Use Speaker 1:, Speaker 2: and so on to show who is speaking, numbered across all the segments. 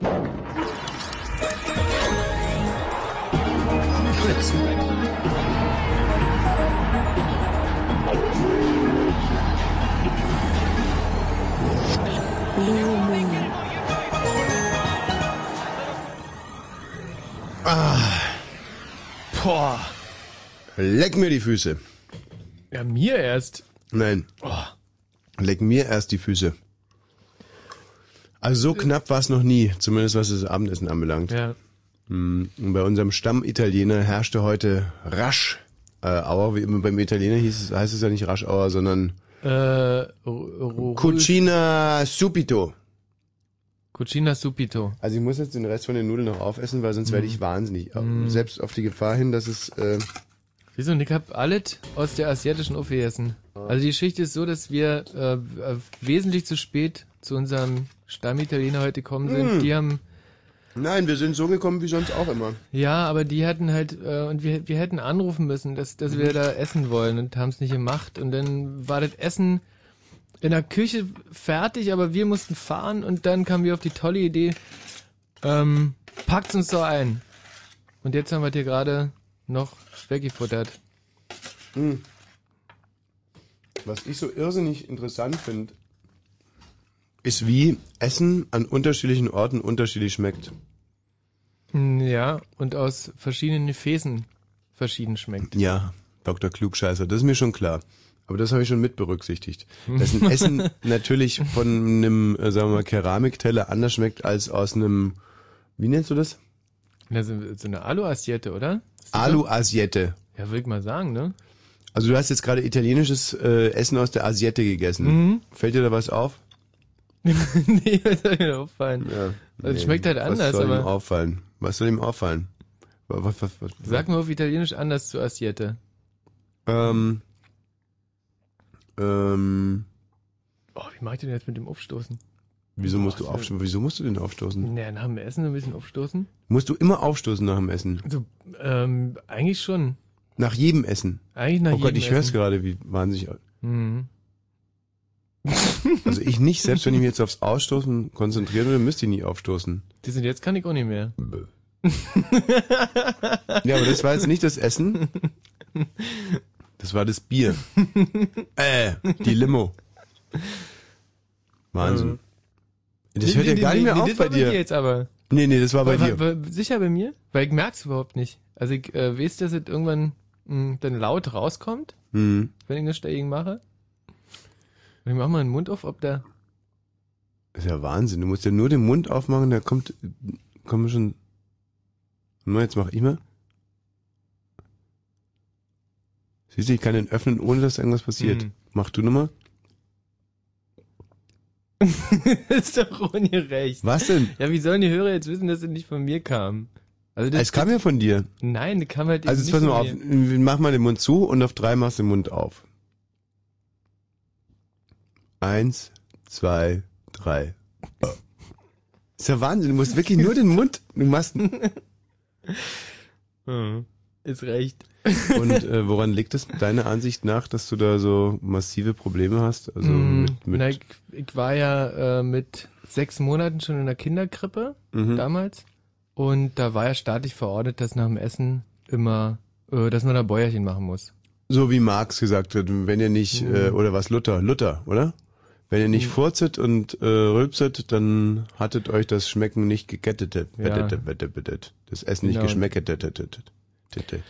Speaker 1: Mm-hmm.
Speaker 2: spritzen Blue Moon.
Speaker 3: Ne?
Speaker 4: Ah. Boah.
Speaker 3: Leck mir die Füße.
Speaker 4: Ja, mir erst. Oh.
Speaker 3: Nein. Leck mir erst die Füße. Also so knapp war es noch nie, zumindest was das Abendessen anbelangt.
Speaker 4: Äh. Ja.
Speaker 3: Mm, Und bei unserem Stammitaliener herrschte heute rasch äh, Auer. Wie immer beim Italiener hieß es, heißt es ja nicht rasch Auer, sondern
Speaker 4: Äh, R- R-
Speaker 3: Cucina Subito.
Speaker 4: Cucina Subito.
Speaker 3: Also ich muss jetzt den Rest von den Nudeln noch aufessen, weil sonst werde
Speaker 4: Mhm.
Speaker 3: ich wahnsinnig. äh, Selbst auf die Gefahr hin, dass es... Äh,
Speaker 4: Wieso? Und ich hab alles aus der asiatischen Uffe gegessen. Also die Geschichte ist so, dass wir äh, äh, wesentlich zu spät zu unserem Stammitaliener heute gekommen sind.
Speaker 3: Mm.
Speaker 4: Die haben,
Speaker 3: nein, wir sind so gekommen wie sonst auch immer.
Speaker 4: ja, aber die hatten halt, äh, und wir, wir hätten anrufen müssen, dass, dass
Speaker 3: Mhm.
Speaker 4: wir da essen wollen und haben es nicht gemacht. Und dann war das Essen in der Küche fertig, aber wir mussten fahren und dann kamen wir auf die tolle Idee, ähm, packt uns doch ein. Und jetzt haben wir dir gerade noch weggefuttert.
Speaker 3: Hm. Was ich so irrsinnig interessant finde, ist wie Essen an unterschiedlichen Orten unterschiedlich schmeckt.
Speaker 4: Mm, Ja, und aus verschiedenen Gefäßen verschieden schmeckt.
Speaker 3: Ja, Dr. Klugscheißer, das ist mir schon klar. Aber das habe ich schon mit berücksichtigt. Dass ein Essen natürlich von einem, äh, sagen wir mal, Keramikteller anders schmeckt als aus einem, wie nennst du das?
Speaker 4: Das ist so eine Alu-Assiette, oder? Ist das so?
Speaker 3: Alu-Asiette.
Speaker 4: Ja, würde ich mal sagen, ne?
Speaker 3: Also du hast jetzt gerade italienisches äh, Essen aus der Asiette gegessen.
Speaker 4: Mhm.
Speaker 3: Fällt dir da was auf?
Speaker 4: nee, das soll mir auffallen. Also, es schmeckt halt anders,
Speaker 3: Was soll ihm
Speaker 4: aber
Speaker 3: auffallen? Was soll ihm auffallen? Wa- Was, was, was,
Speaker 4: sag mal auf Italienisch anders zu Assiette.
Speaker 3: Ähm, ähm,
Speaker 4: Oh, wie mach ich denn jetzt mit dem Aufstoßen?
Speaker 3: wieso musst du
Speaker 4: Ach,
Speaker 3: aufstoßen? Wieso musst du denn aufstoßen?
Speaker 4: Naja, nach dem Essen so ein bisschen aufstoßen?
Speaker 3: Musst du immer aufstoßen nach dem Essen?
Speaker 4: Also, ähm, eigentlich schon.
Speaker 3: Nach jedem Essen?
Speaker 4: Eigentlich nach
Speaker 3: oh Gott,
Speaker 4: jedem
Speaker 3: ich höre es
Speaker 4: Essen.
Speaker 3: gerade, wie wahnsinnig.
Speaker 4: Mhm.
Speaker 3: Also ich nicht, selbst wenn ich mich jetzt aufs Ausstoßen konzentrieren würde, müsste ich nie aufstoßen.
Speaker 4: Die sind jetzt kann ich auch nicht mehr.
Speaker 3: Ja, aber das war jetzt nicht das Essen. Das war das Bier. Äh, die Limo. Wahnsinn. Das
Speaker 4: Äh, Nee,
Speaker 3: hört ja
Speaker 4: nee,
Speaker 3: gar
Speaker 4: nee,
Speaker 3: nicht mehr
Speaker 4: nee,
Speaker 3: auf
Speaker 4: das
Speaker 3: bei
Speaker 4: war
Speaker 3: dir.
Speaker 4: Mir jetzt aber.
Speaker 3: Nee, nee, das war bei
Speaker 4: Wa-
Speaker 3: dir.
Speaker 4: wa- wa- Sicher bei mir? Weil ich merk's überhaupt nicht. Also ich äh, weiß, dass es irgendwann mh, dann laut rauskommt,
Speaker 3: Mhm.
Speaker 4: wenn ich das dagegen mache. Und ich mach mal den Mund auf, ob da...
Speaker 3: Das ist ja Wahnsinn. Du musst ja nur den Mund aufmachen, da kommt, kommen schon. Na, jetzt mach ich mal. Siehst du, ich kann den öffnen, ohne dass irgendwas passiert.
Speaker 4: Hm.
Speaker 3: Mach du nochmal.
Speaker 4: ist doch ungerecht.
Speaker 3: Was denn?
Speaker 4: Ja, wie sollen die Hörer jetzt wissen, dass es nicht von mir kam? Also das,
Speaker 3: Ah, Es kam ja von dir.
Speaker 4: Nein, das kam halt
Speaker 3: Also jetzt
Speaker 4: eben
Speaker 3: pass
Speaker 4: nicht
Speaker 3: mal auf,
Speaker 4: von mir.
Speaker 3: mach mal den Mund zu und auf drei machst du den Mund auf. Eins, zwei, drei. Ist ja Wahnsinn, du musst wirklich nur den Mund, du machst, und
Speaker 4: Hm. Ist recht.
Speaker 3: äh, woran liegt es deiner Ansicht nach, dass du da so massive Probleme hast? Also
Speaker 4: Mm,
Speaker 3: mit, mit
Speaker 4: Na, ich, ich war ja äh, mit sechs Monaten schon in der Kinderkrippe
Speaker 3: Mhm.
Speaker 4: damals und da war ja staatlich verordnet, dass nach dem Essen immer, äh, dass man da Bäuerchen machen muss.
Speaker 3: So wie Marx gesagt hat, wenn ihr nicht,
Speaker 4: Mhm.
Speaker 3: äh, oder was Luther, Luther, oder? Wenn ihr nicht furzet und äh, rülpset, dann hattet euch das Schmecken nicht gekettetet.
Speaker 4: Ja.
Speaker 3: Wettet, wettet, wettet. Das Essen nicht
Speaker 4: Genau.
Speaker 3: geschmecketet. Tete.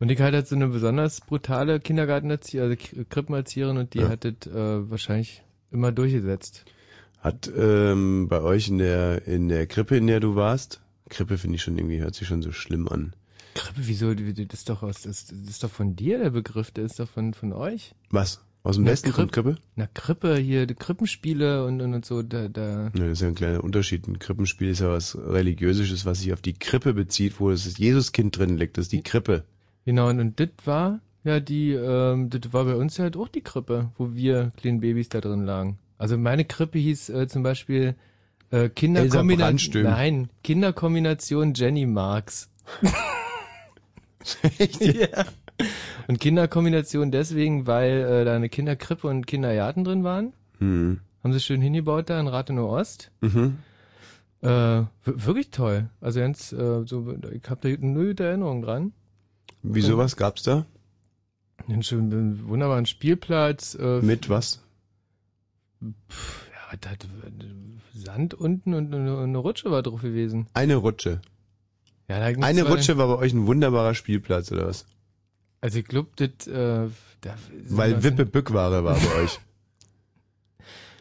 Speaker 4: Und ich hatte halt so eine besonders brutale Kindergartenerzieherin, also K- Krippenerzieherin und die
Speaker 3: Ja.
Speaker 4: hat das äh, wahrscheinlich immer durchgesetzt.
Speaker 3: Hat ähm, bei euch in der in der Krippe, in der du warst, Krippe finde ich schon irgendwie, hört sich schon so schlimm an.
Speaker 4: Krippe, wieso? Das ist doch aus, das, das ist doch von dir der Begriff, der ist doch von, von euch.
Speaker 3: Was? Aus dem
Speaker 4: Na,
Speaker 3: Westen kommt Krippe?
Speaker 4: Na, Krippe hier, die Krippenspiele und, und, und so, da, da.
Speaker 3: Ja, das ist ja ein kleiner Unterschied. Ein Krippenspiel ist ja was Religiöses, was sich auf die Krippe bezieht, wo das Jesuskind drin liegt. Das ist die Krippe.
Speaker 4: Genau, und, und das war ja die, ähm, das war bei uns halt auch die Krippe, wo wir kleinen Babys da drin lagen. Also meine Krippe hieß äh, zum Beispiel äh, Kinderkombination.
Speaker 3: Brandstön.
Speaker 4: Nein, Kinderkombination Jenny Marx.
Speaker 3: Echt?
Speaker 4: ja. Und Kinderkombination deswegen, weil äh, da eine Kinderkrippe und Kindergarten drin waren.
Speaker 3: Hm.
Speaker 4: Haben sie schön hingebaut da in Rathenow Ost.
Speaker 3: Mhm.
Speaker 4: Äh, wir- wirklich toll. Also ganz, äh, so, ich habe da null gute Erinnerungen dran.
Speaker 3: Wieso, was gab's da?
Speaker 4: Einen schönen, einen wunderbaren Spielplatz. Äh,
Speaker 3: Mit was?
Speaker 4: Pff, ja, da hat Sand unten und eine eine Rutsche war drauf gewesen.
Speaker 3: Eine Rutsche.
Speaker 4: Ja, da ging's
Speaker 3: Eine
Speaker 4: zwar-
Speaker 3: Rutsche war bei euch ein wunderbarer Spielplatz, oder was?
Speaker 4: Also ich glaube, das... Äh, da sind
Speaker 3: Weil
Speaker 4: das-
Speaker 3: Wippe Bückware war bei euch.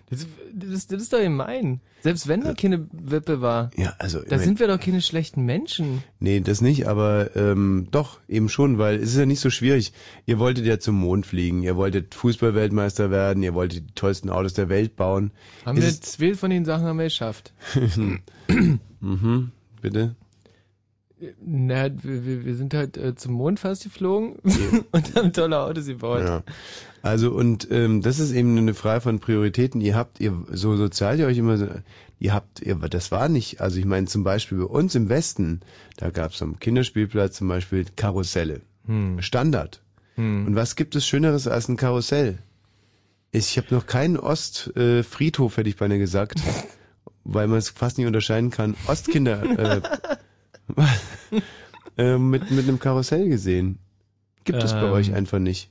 Speaker 4: Das, das, das ist doch gemein. Selbst wenn da keine Wippe war.
Speaker 3: Ja, also. ich
Speaker 4: Da
Speaker 3: mein-
Speaker 4: sind wir doch keine schlechten Menschen.
Speaker 3: Nee, das nicht, aber ähm, doch, eben schon, weil es ist ja nicht so schwierig. Ihr wolltet ja zum Mond fliegen, ihr wolltet Fußballweltmeister werden, ihr wolltet die tollsten Autos der Welt bauen.
Speaker 4: Haben
Speaker 3: Es
Speaker 4: wir
Speaker 3: ist-
Speaker 4: zwei von den Sachen haben wir geschafft.
Speaker 3: mhm, bitte?
Speaker 4: Na, wir, wir- wir sind halt äh, zum Mond fast geflogen und haben tolle Autos gebaut.
Speaker 3: Ja. Also und ähm, das ist eben eine Frage von Prioritäten. Ihr habt, ihr so sozial ihr euch immer, so- ihr habt, ihr, das war nicht. Also ich meine zum Beispiel bei uns im Westen, da gab's am Kinderspielplatz zum Beispiel Karusselle, Standard. Und was gibt es Schöneres als ein Karussell? Ich habe noch keinen Ostfriedhof, äh, Friedhof, hätte ich beinahe gesagt, weil man es fast nicht unterscheiden kann. Ostkinder äh, äh, mit mit einem Karussell gesehen. Gibt es bei
Speaker 4: Ähm.
Speaker 3: euch einfach nicht.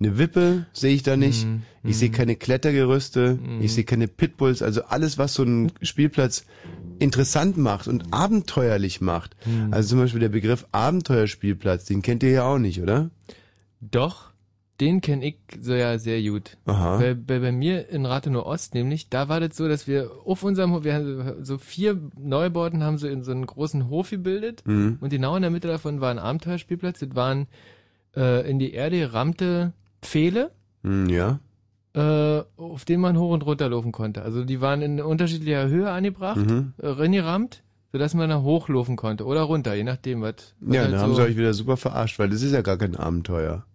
Speaker 3: Eine Wippe sehe ich da nicht. ich sehe keine Klettergerüste. Ich sehe keine Pitbulls. Also alles, was so einen Spielplatz interessant macht und abenteuerlich macht. Also zum Beispiel der Begriff Abenteuerspielplatz, den kennt ihr ja auch nicht, oder?
Speaker 4: Doch, den kenne ich so ja sehr gut.
Speaker 3: Aha.
Speaker 4: Bei, bei, bei mir in Rathenow Ost nämlich, da war das so, dass wir auf unserem Hof, wir haben so vier Neubauten haben so in so einen großen Hof gebildet
Speaker 3: Mhm.
Speaker 4: und genau in der Mitte davon war ein Abenteuerspielplatz. Das waren äh, in die Erde gerammte Pfähle,
Speaker 3: Hm, ja.
Speaker 4: äh, auf denen man hoch und runter laufen konnte. Also die waren in unterschiedlicher Höhe angebracht,
Speaker 3: Mhm.
Speaker 4: äh, reingerammt, sodass man da hochlaufen konnte oder runter, je nachdem, was. was
Speaker 3: Ja,
Speaker 4: halt
Speaker 3: da
Speaker 4: so
Speaker 3: haben sie euch wieder super verarscht, weil das ist ja gar kein Abenteuer.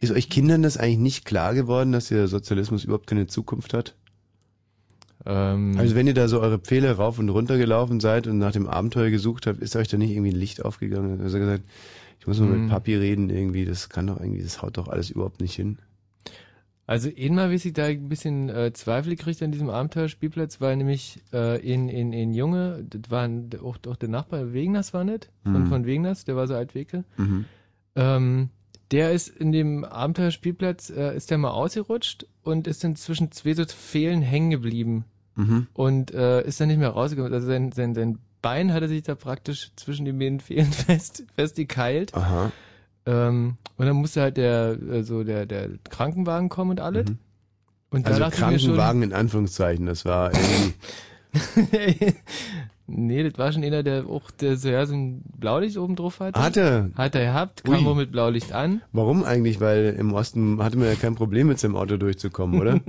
Speaker 3: Ist euch Kindern das eigentlich nicht klar geworden, dass der Sozialismus überhaupt keine Zukunft hat?
Speaker 4: ähm,
Speaker 3: Also wenn ihr da so eure Pfähle rauf und runter gelaufen seid und nach dem Abenteuer gesucht habt, ist euch da nicht irgendwie ein Licht aufgegangen? Also gesagt, ich muss mal
Speaker 4: Hm.
Speaker 3: mit Papi reden irgendwie, das kann doch irgendwie, das haut doch alles überhaupt nicht hin.
Speaker 4: Also einmal weiß ich da ein bisschen äh, Zweifel gekriegt an diesem Abenteuerspielplatz, weil nämlich äh, in, in, in Junge, das war ein- auch, auch der Nachbar, Wegners war nicht, von,
Speaker 3: Mhm.
Speaker 4: von Wegners, der war so alt Weke,
Speaker 3: Mhm.
Speaker 4: ähm, der ist in dem Abenteuerspielplatz, äh, ist der mal ausgerutscht und ist dann zwischen zwei so Fehlen hängen geblieben
Speaker 3: Mhm.
Speaker 4: und äh, ist dann nicht mehr rausgekommen. Also sein, sein, sein Bein hatte sich da praktisch zwischen den beiden Fehlen fest, festgekeilt.
Speaker 3: Aha.
Speaker 4: Ähm, und dann musste halt der, äh, so der, der Krankenwagen kommen und alles. Und da
Speaker 3: Mhm. Also
Speaker 4: dachte
Speaker 3: Krankenwagen in Anführungszeichen, das war irgendwie,
Speaker 4: ich mir schon, nee, das war schon einer, der auch der so, ja, so ein Blaulicht oben drauf hatte.
Speaker 3: hat er,
Speaker 4: Hat er gehabt, kam
Speaker 3: Ui.
Speaker 4: wohl mit Blaulicht an.
Speaker 3: warum eigentlich? Weil im Osten hatte man ja kein Problem mit seinem Auto durchzukommen, oder?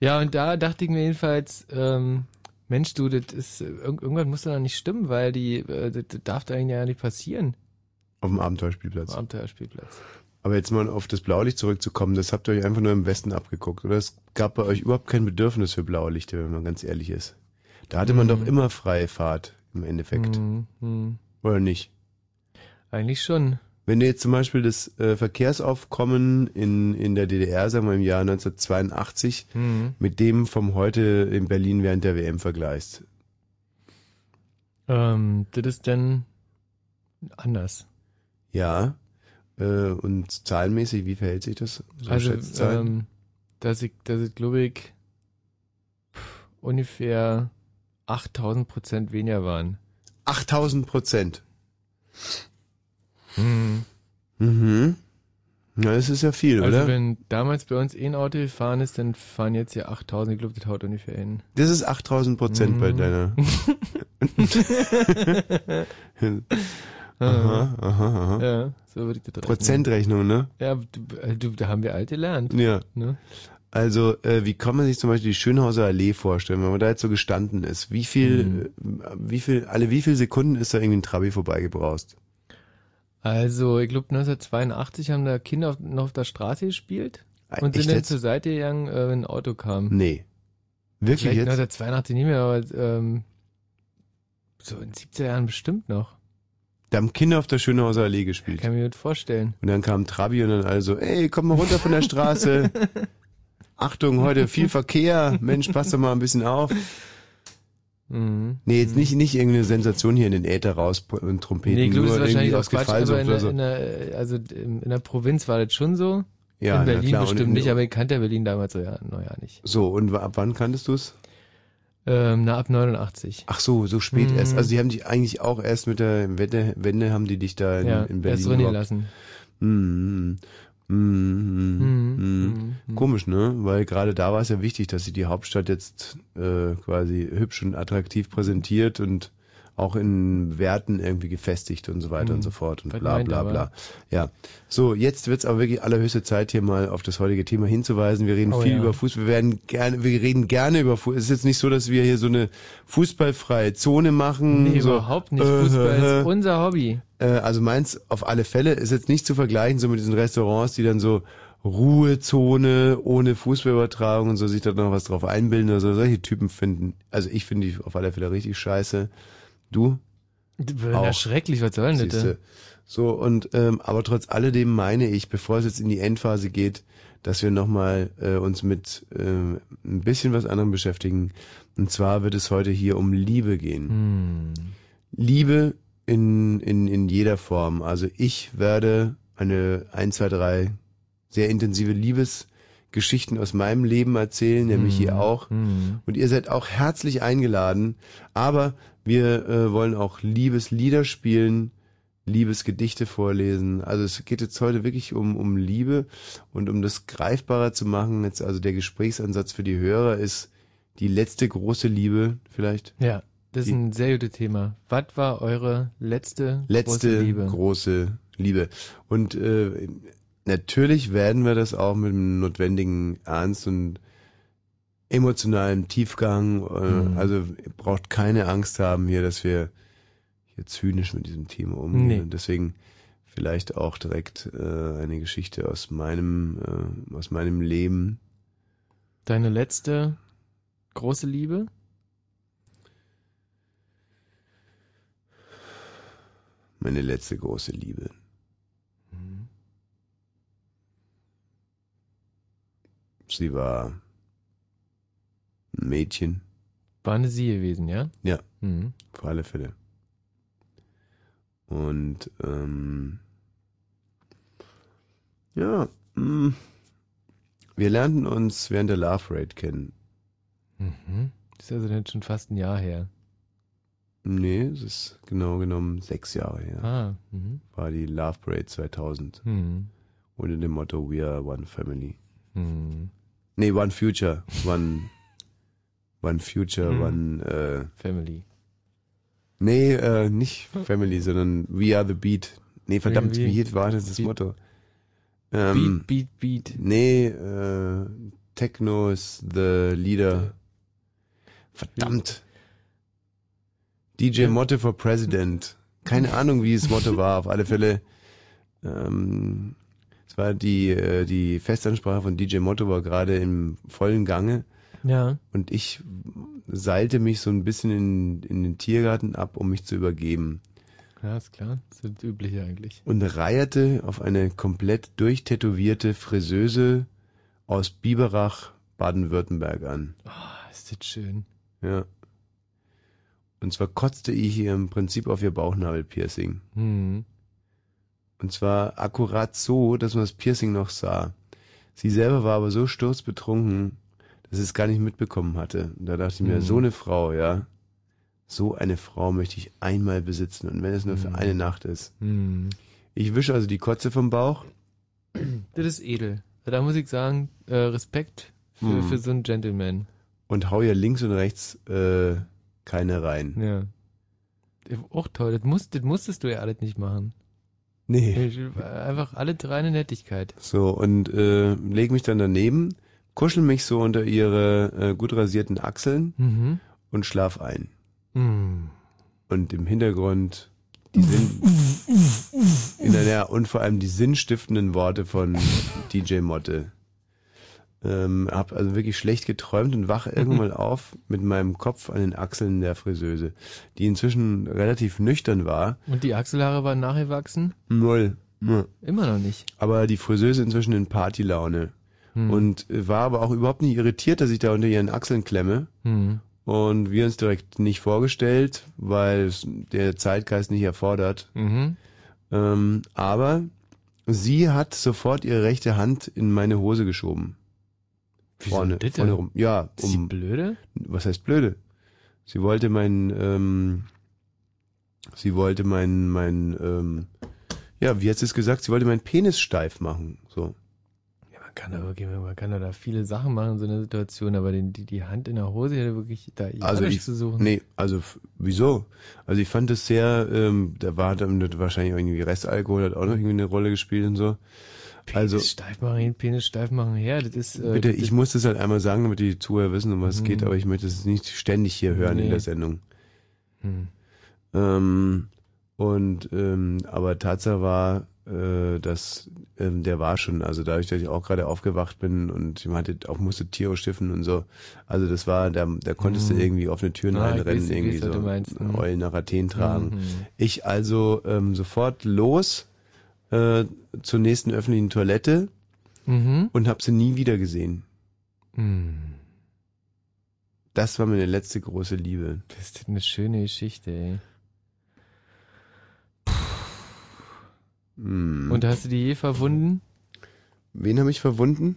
Speaker 4: Ja, und da dachte ich mir jedenfalls, ähm, Mensch, du, das ist, äh, irg irgendwann muss da doch nicht stimmen, weil die, äh, das, das darf da eigentlich ja nicht passieren
Speaker 3: Auf dem Abenteuerspielplatz.
Speaker 4: am Abenteuerspielplatz.
Speaker 3: Aber jetzt mal auf das Blaulicht zurückzukommen, das habt ihr euch einfach nur im Westen abgeguckt, oder? Es gab bei euch überhaupt kein Bedürfnis für Blaulichter, wenn man ganz ehrlich ist. Da hatte man
Speaker 4: Mhm.
Speaker 3: doch immer freie Fahrt im Endeffekt,
Speaker 4: Mhm, mhm.
Speaker 3: oder nicht?
Speaker 4: Eigentlich schon.
Speaker 3: Wenn du jetzt zum Beispiel das äh, Verkehrsaufkommen in, in der DDR, sagen wir im Jahr 1982,
Speaker 4: Mhm.
Speaker 3: mit dem vom heute in Berlin während der WM vergleichst,
Speaker 4: Ähm, das ist dann anders.
Speaker 3: ja, äh, und zahlenmäßig, wie verhält sich das? So
Speaker 4: also,
Speaker 3: Schätzzahlen?
Speaker 4: ähm, dass ich, dass ich glaube ich pff, ungefähr 8000 Prozent weniger waren.
Speaker 3: 8000 Prozent. Mhm. Na, das ist ja viel,
Speaker 4: Also
Speaker 3: oder?
Speaker 4: wenn damals bei uns eh ein Auto gefahren ist, dann fahren jetzt hier 8000. Ich glaube, das haut ungefähr hin.
Speaker 3: Das ist 8000 Prozent bei
Speaker 4: Mhm.
Speaker 3: deiner. aha, aha, aha.
Speaker 4: Ja, so würde ich das rechnen.
Speaker 3: Prozentrechnung, ne?
Speaker 4: Ja, du, äh, du, da haben wir alt gelernt.
Speaker 3: Ja.
Speaker 4: Ne?
Speaker 3: Also, äh, wie kann man sich zum Beispiel die Schönhauser Allee vorstellen, wenn man da jetzt so gestanden ist? Wie viel,
Speaker 4: Mhm.
Speaker 3: äh, wie viel, alle wie viele Sekunden ist da irgendwie ein Trabi vorbeigebraust?
Speaker 4: Also, ich glaube, 1982 haben da Kinder auf, noch auf der Straße gespielt
Speaker 3: Ah,
Speaker 4: und
Speaker 3: echt
Speaker 4: sind dann
Speaker 3: jetzt?
Speaker 4: zur Seite gegangen, äh, wenn ein Auto kam.
Speaker 3: Nee. Wirklich
Speaker 4: Vielleicht
Speaker 3: jetzt?
Speaker 4: 1982 nicht mehr, aber ähm, so in 70er Jahren bestimmt noch.
Speaker 3: Da haben Kinder auf der Schönhauser Allee gespielt.
Speaker 4: Kann ich mir gut vorstellen.
Speaker 3: Und dann kam Trabi und dann also, ey, komm mal runter von der Straße. Achtung, heute viel Verkehr. Mensch, pass doch mal ein bisschen auf.
Speaker 4: Mhm.
Speaker 3: Nee, jetzt nicht, nicht irgendeine Sensation hier in den Äther raus und Trompeten.
Speaker 4: Nee, Glück
Speaker 3: nur
Speaker 4: ist wahrscheinlich
Speaker 3: irgendwie
Speaker 4: auch
Speaker 3: aus
Speaker 4: Quatsch, aber in,
Speaker 3: Gefallsucht oder
Speaker 4: der-
Speaker 3: so.
Speaker 4: in, der, also in der Provinz war das schon so.
Speaker 3: Ja,
Speaker 4: in
Speaker 3: na
Speaker 4: Berlin
Speaker 3: klar, und
Speaker 4: bestimmt
Speaker 3: in-
Speaker 4: nicht, aber ich kannte ja Berlin damals so ja, no, ja nicht.
Speaker 3: So, und wa- ab wann kanntest du es?
Speaker 4: Ähm, na, ab 89.
Speaker 3: Ach so, so spät
Speaker 4: Mhm.
Speaker 3: erst. Also die haben dich eigentlich auch erst mit der Wende, Wende haben die dich da in,
Speaker 4: ja,
Speaker 3: in Berlin
Speaker 4: erst rennen
Speaker 3: gehockt.
Speaker 4: lassen.
Speaker 3: Mhm. Mhm. Mhm. Komisch, ne? Weil gerade da war es ja wichtig, dass sie die Hauptstadt jetzt äh, quasi hübsch und attraktiv präsentiert und auch in Werten irgendwie gefestigt und so weiter
Speaker 4: Mhm.
Speaker 3: und so fort und
Speaker 4: Was
Speaker 3: bla
Speaker 4: meint
Speaker 3: bla
Speaker 4: aber?
Speaker 3: bla. Ja. So, jetzt wird's aber wirklich allerhöchste Zeit, hier mal auf das heutige Thema hinzuweisen. Wir reden
Speaker 4: Oh
Speaker 3: viel
Speaker 4: ja.
Speaker 3: über Fußball. Wir werden gerne, wir reden gerne über Fußball. Es ist jetzt nicht so, dass wir hier so eine fußballfreie Zone machen.
Speaker 4: Nee,
Speaker 3: so,
Speaker 4: überhaupt nicht.
Speaker 3: äh,
Speaker 4: Fußball
Speaker 3: äh,
Speaker 4: ist unser Hobby.
Speaker 3: äh, also meins auf alle Fälle ist jetzt nicht zu vergleichen so mit diesen Restaurants, die dann so Ruhezone ohne Fußballübertragung und so sich da noch was drauf einbilden oder so. Solche Typen finden, also ich finde die auf alle Fälle richtig scheiße. Du?
Speaker 4: Na,
Speaker 3: Auch.
Speaker 4: schrecklich, was soll denn das?
Speaker 3: Siehste.
Speaker 4: denn?
Speaker 3: So und ähm, aber trotz alledem meine ich, bevor es jetzt in die Endphase geht, dass wir nochmal äh, uns mit äh, ein bisschen was anderem beschäftigen. Und zwar wird es heute hier um Liebe gehen.
Speaker 4: Hm.
Speaker 3: Liebe in, in, in jeder Form. Also ich werde eine 1, 2, 3 sehr intensive Liebesgeschichten aus meinem Leben erzählen, nämlich ihr auch.
Speaker 4: Hm.
Speaker 3: Und ihr seid auch herzlich eingeladen. Aber wir äh, wollen auch Liebeslieder spielen, Liebesgedichte vorlesen. Also es geht jetzt heute wirklich um, um Liebe und um das greifbarer zu machen. Jetzt also der Gesprächsansatz für die Hörer ist die letzte große Liebe vielleicht.
Speaker 4: Ja, das ist
Speaker 3: Die-
Speaker 4: ein sehr gutes Thema. Was war eure letzte,
Speaker 3: letzte
Speaker 4: große Liebe?
Speaker 3: Liebe. Und äh, natürlich werden wir das auch mit dem notwendigen Ernst und emotionalen Tiefgang. Äh,
Speaker 4: Mhm.
Speaker 3: Also ihr braucht keine Angst haben hier, dass wir hier zynisch mit diesem Thema umgehen.
Speaker 4: Nee.
Speaker 3: Und deswegen vielleicht auch direkt äh, eine Geschichte aus meinem äh, aus meinem Leben.
Speaker 4: Deine letzte große Liebe?
Speaker 3: Meine letzte große Liebe.
Speaker 4: Mhm.
Speaker 3: Sie war ein Mädchen.
Speaker 4: War eine Sie gewesen, ja?
Speaker 3: Ja.
Speaker 4: Mhm.
Speaker 3: Auf alle Fälle. Und ähm, ja, mh, wir lernten uns während der Love Raid kennen.
Speaker 4: Mhm. Das ist also dann schon fast ein Jahr her.
Speaker 3: Nee, es ist genau genommen sechs Jahre her.
Speaker 4: Ah, mhm.
Speaker 3: War die Love Parade 2000
Speaker 4: Mhm.
Speaker 3: unter dem Motto We are one family.
Speaker 4: Mhm.
Speaker 3: Nee, one future, one, one future,
Speaker 4: Mhm.
Speaker 3: one, äh,
Speaker 4: Family.
Speaker 3: nee, äh, nicht family, sondern we are the beat. Nee, verdammt,
Speaker 4: Irgendwie-
Speaker 3: beat war das das
Speaker 4: Beat.
Speaker 3: Motto. Ähm,
Speaker 4: beat, beat, beat.
Speaker 3: Nee, äh, Techno ist the leader. Verdammt. DJ
Speaker 4: Ja.
Speaker 3: Motte for President. Keine Ahnung, wie das Motto war, auf alle Fälle. Ähm, es war die, äh, die Festansprache von DJ Motto war gerade im vollen Gange
Speaker 4: Ja.
Speaker 3: und ich seilte mich so ein bisschen in, in den Tiergarten ab, um mich zu übergeben.
Speaker 4: Ja, ist klar. Das ist das Übliche eigentlich.
Speaker 3: und reierte auf eine komplett durchtätowierte Friseuse aus Biberach, Baden-Württemberg an.
Speaker 4: Ah, ist das schön.
Speaker 3: Ja. Und zwar kotzte ich ihr im Prinzip auf ihr Bauchnabelpiercing.
Speaker 4: Mhm.
Speaker 3: Und zwar akkurat so, dass man das Piercing noch sah. Sie selber war aber so sturzbetrunken, dass sie es gar nicht mitbekommen hatte. Und da dachte ich mir,
Speaker 4: Mhm.
Speaker 3: so eine Frau, ja. So eine Frau möchte ich einmal besitzen. Und wenn es nur für
Speaker 4: Mhm.
Speaker 3: eine Nacht ist.
Speaker 4: Mhm.
Speaker 3: Ich wische also die Kotze vom Bauch.
Speaker 4: Das ist edel. Da muss ich sagen, äh, Respekt für,
Speaker 3: Mhm.
Speaker 4: für so einen Gentleman.
Speaker 3: und hau ihr links und rechts äh, keine rein.
Speaker 4: Ja. Äh, Auch toll. Das, musst, das musstest du ja alles nicht machen.
Speaker 3: Nee.
Speaker 4: Ich- äh, Einfach alle reine Nettigkeit.
Speaker 3: So, und äh, leg mich dann daneben, kuschel mich so unter ihre äh, gut rasierten Achseln
Speaker 4: Mhm.
Speaker 3: und schlaf ein.
Speaker 4: Mhm.
Speaker 3: Und im Hintergrund die Sinn in der, ja, und vor allem die sinnstiftenden Worte von DJ Motte. Ähm, hab also wirklich schlecht geträumt und wach irgendwann auf mit meinem Kopf an den Achseln der Friseuse, die inzwischen relativ nüchtern war.
Speaker 4: Und die Achselhaare waren nachgewachsen?
Speaker 3: Null. Null.
Speaker 4: Immer noch nicht.
Speaker 3: aber die Friseuse inzwischen in Partylaune
Speaker 4: Hm.
Speaker 3: und äh, war aber auch überhaupt nicht irritiert, dass ich da unter ihren Achseln klemme
Speaker 4: Hm.
Speaker 3: Und wir uns direkt nicht vorgestellt, weil es der Zeitgeist nicht erfordert.
Speaker 4: Mhm.
Speaker 3: Ähm, aber sie hat sofort ihre rechte Hand in meine Hose geschoben.
Speaker 4: Wieso
Speaker 3: vorne,
Speaker 4: das denn?
Speaker 3: vorne rum. Ja,
Speaker 4: Ist sie
Speaker 3: um,
Speaker 4: blöde?
Speaker 3: was heißt blöde? Sie wollte mein, ähm, sie wollte mein, mein, ähm, ja, wie hat sie es gesagt? Sie wollte meinen Penis steif machen. So.
Speaker 4: Ja, man kann aber man kann doch da viele Sachen machen in so einer Situation, aber den, die, die Hand in der Hose die hat ja wirklich da
Speaker 3: Also
Speaker 4: ironisch
Speaker 3: ich-
Speaker 4: zu suchen.
Speaker 3: Nee, also f- wieso? Also ich fand es sehr, ähm, da war dann wahrscheinlich irgendwie Restalkohol hat auch noch irgendwie eine Rolle gespielt und so. Also
Speaker 4: Penis steif machen hin, Penis steif machen her, das ist äh,
Speaker 3: bitte,
Speaker 4: das,
Speaker 3: ich muss das halt einmal sagen, damit die Zuhörer wissen, um was es
Speaker 4: Mhm.
Speaker 3: geht, aber ich möchte es nicht ständig hier hören in
Speaker 4: Nee.
Speaker 3: der Sendung.
Speaker 4: Hm.
Speaker 3: Ähm, und ähm, aber Tatsache war, äh, dass ähm, der war schon, also dadurch, dass ich auch gerade aufgewacht bin und ich hatte auch musste Tiere schiffen und so. Also das war, da, da konntest
Speaker 4: Mhm.
Speaker 3: du irgendwie offene Türen
Speaker 4: Ah, ich
Speaker 3: einrennen,
Speaker 4: weiß, ich
Speaker 3: irgendwie
Speaker 4: weiß, was du meinst.
Speaker 3: so
Speaker 4: Mhm.
Speaker 3: Eulen nach Athen tragen.
Speaker 4: Mhm.
Speaker 3: Ich also ähm, sofort los äh, zur nächsten öffentlichen Toilette
Speaker 4: Mhm.
Speaker 3: und habe sie nie wieder gesehen.
Speaker 4: Hm.
Speaker 3: Das war meine letzte große Liebe.
Speaker 4: Das ist eine schöne Geschichte, ey.
Speaker 3: Hm.
Speaker 4: Und hast du die je verwunden?
Speaker 3: wen habe ich verwunden?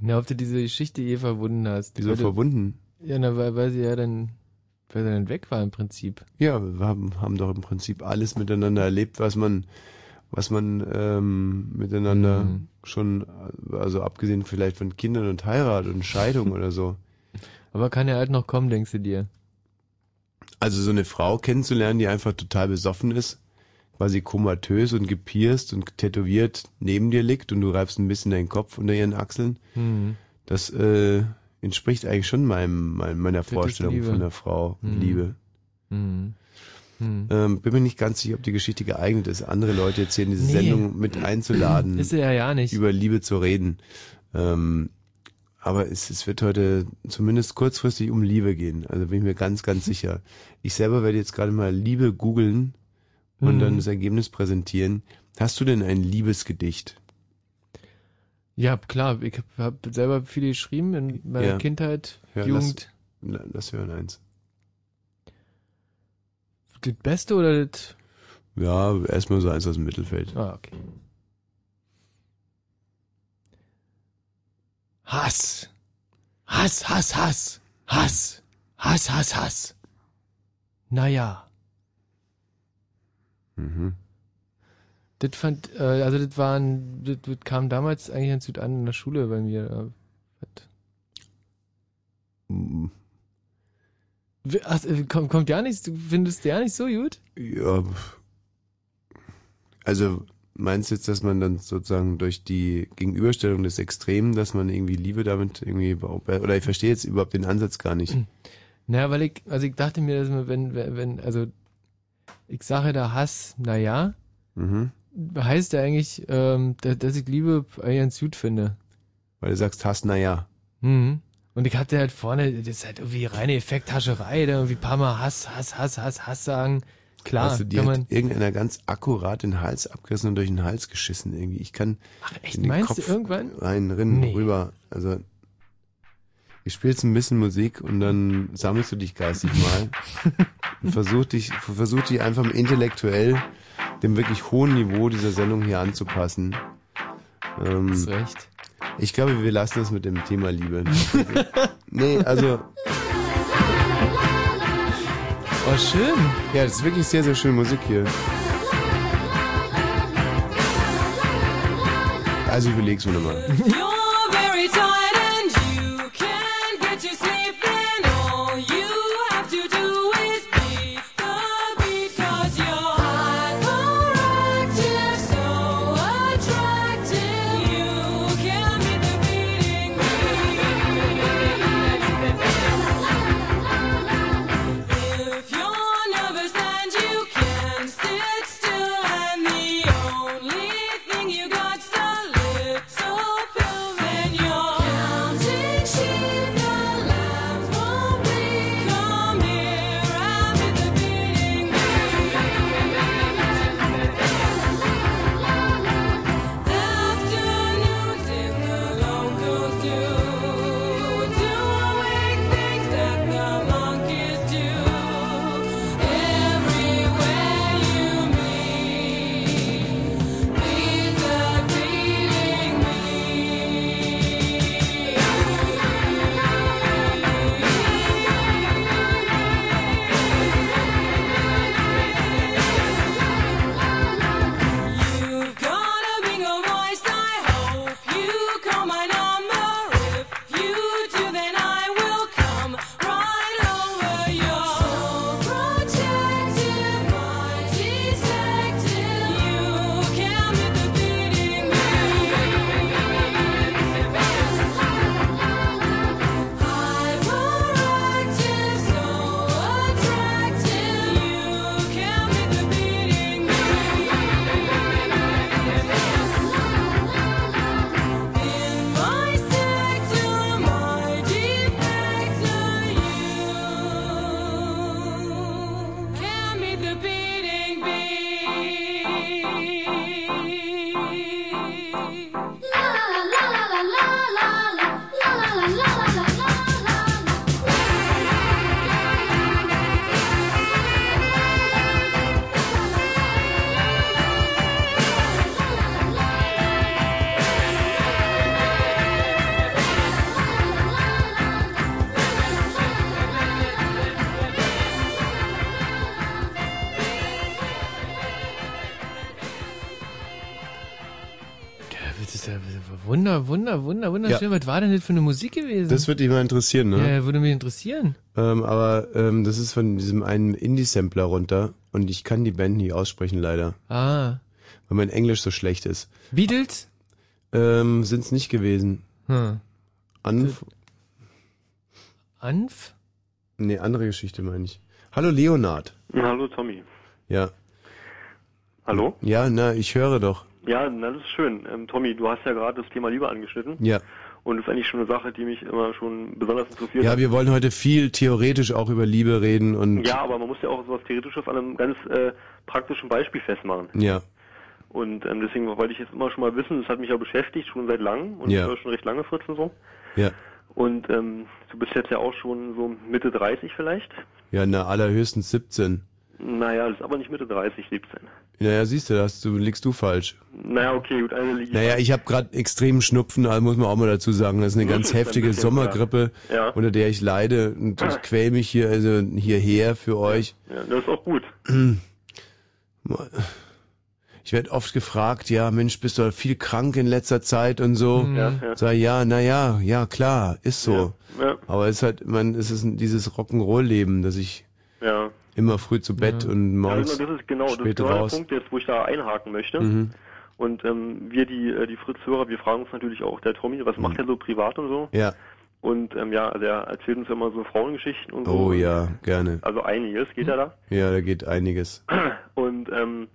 Speaker 4: Na, ob du diese Geschichte je verwunden hast.
Speaker 3: Wieso
Speaker 4: Weil du-
Speaker 3: verwunden?
Speaker 4: Ja, na, weil, weil sie ja dann, weil sie dann weg war im Prinzip.
Speaker 3: Ja, wir haben, haben doch im Prinzip alles miteinander erlebt, was man, was man ähm, miteinander
Speaker 4: Mhm.
Speaker 3: schon, also abgesehen vielleicht von Kindern und Heirat und Scheidung oder so.
Speaker 4: Aber kann ja halt noch kommen, denkst du dir.
Speaker 3: Also so eine Frau kennenzulernen, die einfach total besoffen ist, quasi komatös und gepierst und tätowiert neben dir liegt und du reibst ein bisschen deinen Kopf unter ihren Achseln,
Speaker 4: Hm.
Speaker 3: das äh, entspricht eigentlich schon meinem, meinem meiner
Speaker 4: ist
Speaker 3: Vorstellung
Speaker 4: Liebe.
Speaker 3: von einer Frau und
Speaker 4: Mhm.
Speaker 3: Liebe.
Speaker 4: Hm. Hm.
Speaker 3: Ähm, bin mir nicht ganz sicher, ob die Geschichte geeignet ist, andere Leute jetzt hier in diese
Speaker 4: Nee.
Speaker 3: Sendung mit einzuladen,
Speaker 4: Ist sie ja ja nicht.
Speaker 3: über Liebe zu reden. Ähm, aber es, es wird heute zumindest kurzfristig um Liebe gehen. Also bin ich mir ganz, ganz sicher. Ich selber werde jetzt gerade mal Liebe googeln und
Speaker 4: Mhm.
Speaker 3: dann das Ergebnis präsentieren. Hast du denn ein Liebesgedicht?
Speaker 4: Ja, klar, ich habe hab selber viele geschrieben in meiner
Speaker 3: Ja.
Speaker 4: Kindheit,
Speaker 3: Ja,
Speaker 4: Jugend.
Speaker 3: Lass, lass hören eins.
Speaker 4: Das, Beste oder das?
Speaker 3: Ja, erstmal so eins aus dem Mittelfeld.
Speaker 4: Ah, okay. Hass. Hass, Hass, Hass. Hass. Hass, Hass, Hass. Naja.
Speaker 1: Mm-hmm.
Speaker 3: Mhm.
Speaker 4: Das fand, äh, also das waren, das, das kam damals eigentlich ganz gut an in der Schule bei mir.
Speaker 3: Mhm.
Speaker 4: Wie- Ach, äh, kommt, kommt ja nicht, du findest ja nicht so gut?
Speaker 3: Ja. Also meinst du jetzt, dass man dann sozusagen durch die Gegenüberstellung des Extremen, dass man irgendwie Liebe damit irgendwie überhaupt, oder ich verstehe jetzt überhaupt den Ansatz gar
Speaker 4: Mhm.
Speaker 3: nicht.
Speaker 4: Naja, weil ich, also ich dachte mir, dass man, wenn, wenn, wenn- also ich sage da Hass, naja,
Speaker 3: Mhm.
Speaker 4: heißt ja eigentlich, ähm, da- dass ich Liebe eigentlich ganz gut finde.
Speaker 3: Weil du sagst, Hass, naja.
Speaker 1: Mm-hmm.
Speaker 4: Mhm. Und ich hatte halt vorne, das ist halt irgendwie reine Effekthascherei, da irgendwie ein paar Mal Hass, Hass, Hass, Hass, Hass sagen. Klar,
Speaker 3: also, die
Speaker 4: kann
Speaker 3: hat
Speaker 4: man.
Speaker 3: irgendeiner ganz akkurat den Hals abgerissen und durch den Hals geschissen irgendwie. Ich kann
Speaker 4: Ach, echt,
Speaker 3: in den
Speaker 4: meinst
Speaker 3: Kopf
Speaker 4: du irgendwann?
Speaker 3: rein, rinnen,
Speaker 4: Nee.
Speaker 3: rüber. Also ich spiele jetzt ein bisschen Musik und dann sammelst du dich geistig mal und versuch dich, versuch dich einfach mal intellektuell dem wirklich hohen Niveau dieser Sendung hier anzupassen.
Speaker 4: Hast
Speaker 3: Ähm,
Speaker 4: recht.
Speaker 3: ich glaube, wir lassen es mit dem Thema Liebe. nee, also,
Speaker 4: Oh, schön.
Speaker 3: ja, das ist wirklich sehr, sehr schöne Musik hier. Also überleg's mir nochmal.
Speaker 2: You're very tired and you can't get your sleep. Then all you have to do is beat the beat 'cause you're hyperactive, so attractive. You can beat the beating. If you're nervous and you can sit still, and the only thing you got's a little pill, then you're
Speaker 4: wunder, wunder, wunder, wunderschön. Was war denn das für eine Musik gewesen?
Speaker 3: Das würde dich mal interessieren, ne?
Speaker 4: äh, würde mich interessieren.
Speaker 3: Ähm, aber ähm, das ist von diesem einen Indie-Sampler runter und ich kann die Band nie aussprechen, leider.
Speaker 4: Ah.
Speaker 3: Weil mein Englisch so schlecht ist.
Speaker 4: Beatles?
Speaker 3: Ähm, sind's nicht gewesen.
Speaker 4: Hm.
Speaker 3: Anf
Speaker 4: Anf?
Speaker 3: nee, andere Geschichte meine ich. Hallo Leonard.
Speaker 5: Hallo Tommy.
Speaker 3: Ja.
Speaker 5: Hallo?
Speaker 3: Ja, na, ich höre doch.
Speaker 5: Ja, na, das ist schön. Ähm, Tommy, du hast ja gerade das Thema Liebe angeschnitten.
Speaker 3: Ja.
Speaker 5: Und das ist eigentlich schon eine Sache, die mich immer schon besonders interessiert
Speaker 3: Ja,
Speaker 5: hat.
Speaker 3: wir wollen heute viel theoretisch auch über Liebe reden und
Speaker 5: Ja, aber man muss ja auch sowas theoretisch auf einem ganz äh, praktischen Beispiel festmachen.
Speaker 3: ja.
Speaker 5: Und ähm, deswegen wollte ich jetzt immer schon mal wissen, das hat mich ja beschäftigt, schon seit langem und
Speaker 3: Ja.
Speaker 5: ich höre schon recht lange Fritz und so.
Speaker 3: Ja.
Speaker 5: Und ähm, du bist jetzt ja auch schon so Mitte 30 vielleicht.
Speaker 3: Ja, na, allerhöchstens 17.
Speaker 5: Naja, das ist aber nicht Mitte 30, 17.
Speaker 3: Naja, siehst du, da hast du, liegst du falsch.
Speaker 5: Naja, okay, gut, also eine liege
Speaker 3: Naja, ich habe gerade extremen Schnupfen, also muss man auch mal dazu sagen. Das ist eine
Speaker 5: Das Hm, ist
Speaker 3: ganz
Speaker 5: ein
Speaker 3: heftige
Speaker 5: bisschen,
Speaker 3: Sommergrippe,
Speaker 5: Ja.
Speaker 3: unter der ich leide und ich quäl mich hier, also hierher für euch.
Speaker 5: Ja, das ist auch gut.
Speaker 3: Ich werde oft gefragt, ja, Mensch, bist du halt viel krank in letzter Zeit und so.
Speaker 5: Hm. Ja, ja.
Speaker 3: Sag ja, naja, ja, klar, ist so.
Speaker 5: Ja,
Speaker 3: Aber es ist halt, man, es ist ein- dieses Rock'n'Roll-Leben, dass ich
Speaker 5: ja.
Speaker 3: immer früh zu Bett und
Speaker 5: Ja,
Speaker 3: morgens
Speaker 5: also das ist genau, das ist
Speaker 3: spät
Speaker 5: genau der
Speaker 3: raus.
Speaker 5: Punkt jetzt, wo ich da einhaken möchte.
Speaker 3: Mhm.
Speaker 5: Und ähm, wir, die, äh, die Fritz-Hörer, wir fragen uns natürlich auch, der Tommy, was
Speaker 3: Mhm.
Speaker 5: macht er so privat und so?
Speaker 3: Ja.
Speaker 5: Und ähm, ja, also er erzählt uns ja immer so Frauengeschichten und so.
Speaker 3: Oh ja, Mhm. gerne.
Speaker 5: Also einiges geht ja da.
Speaker 3: Ja, da geht einiges.
Speaker 5: Und ähm,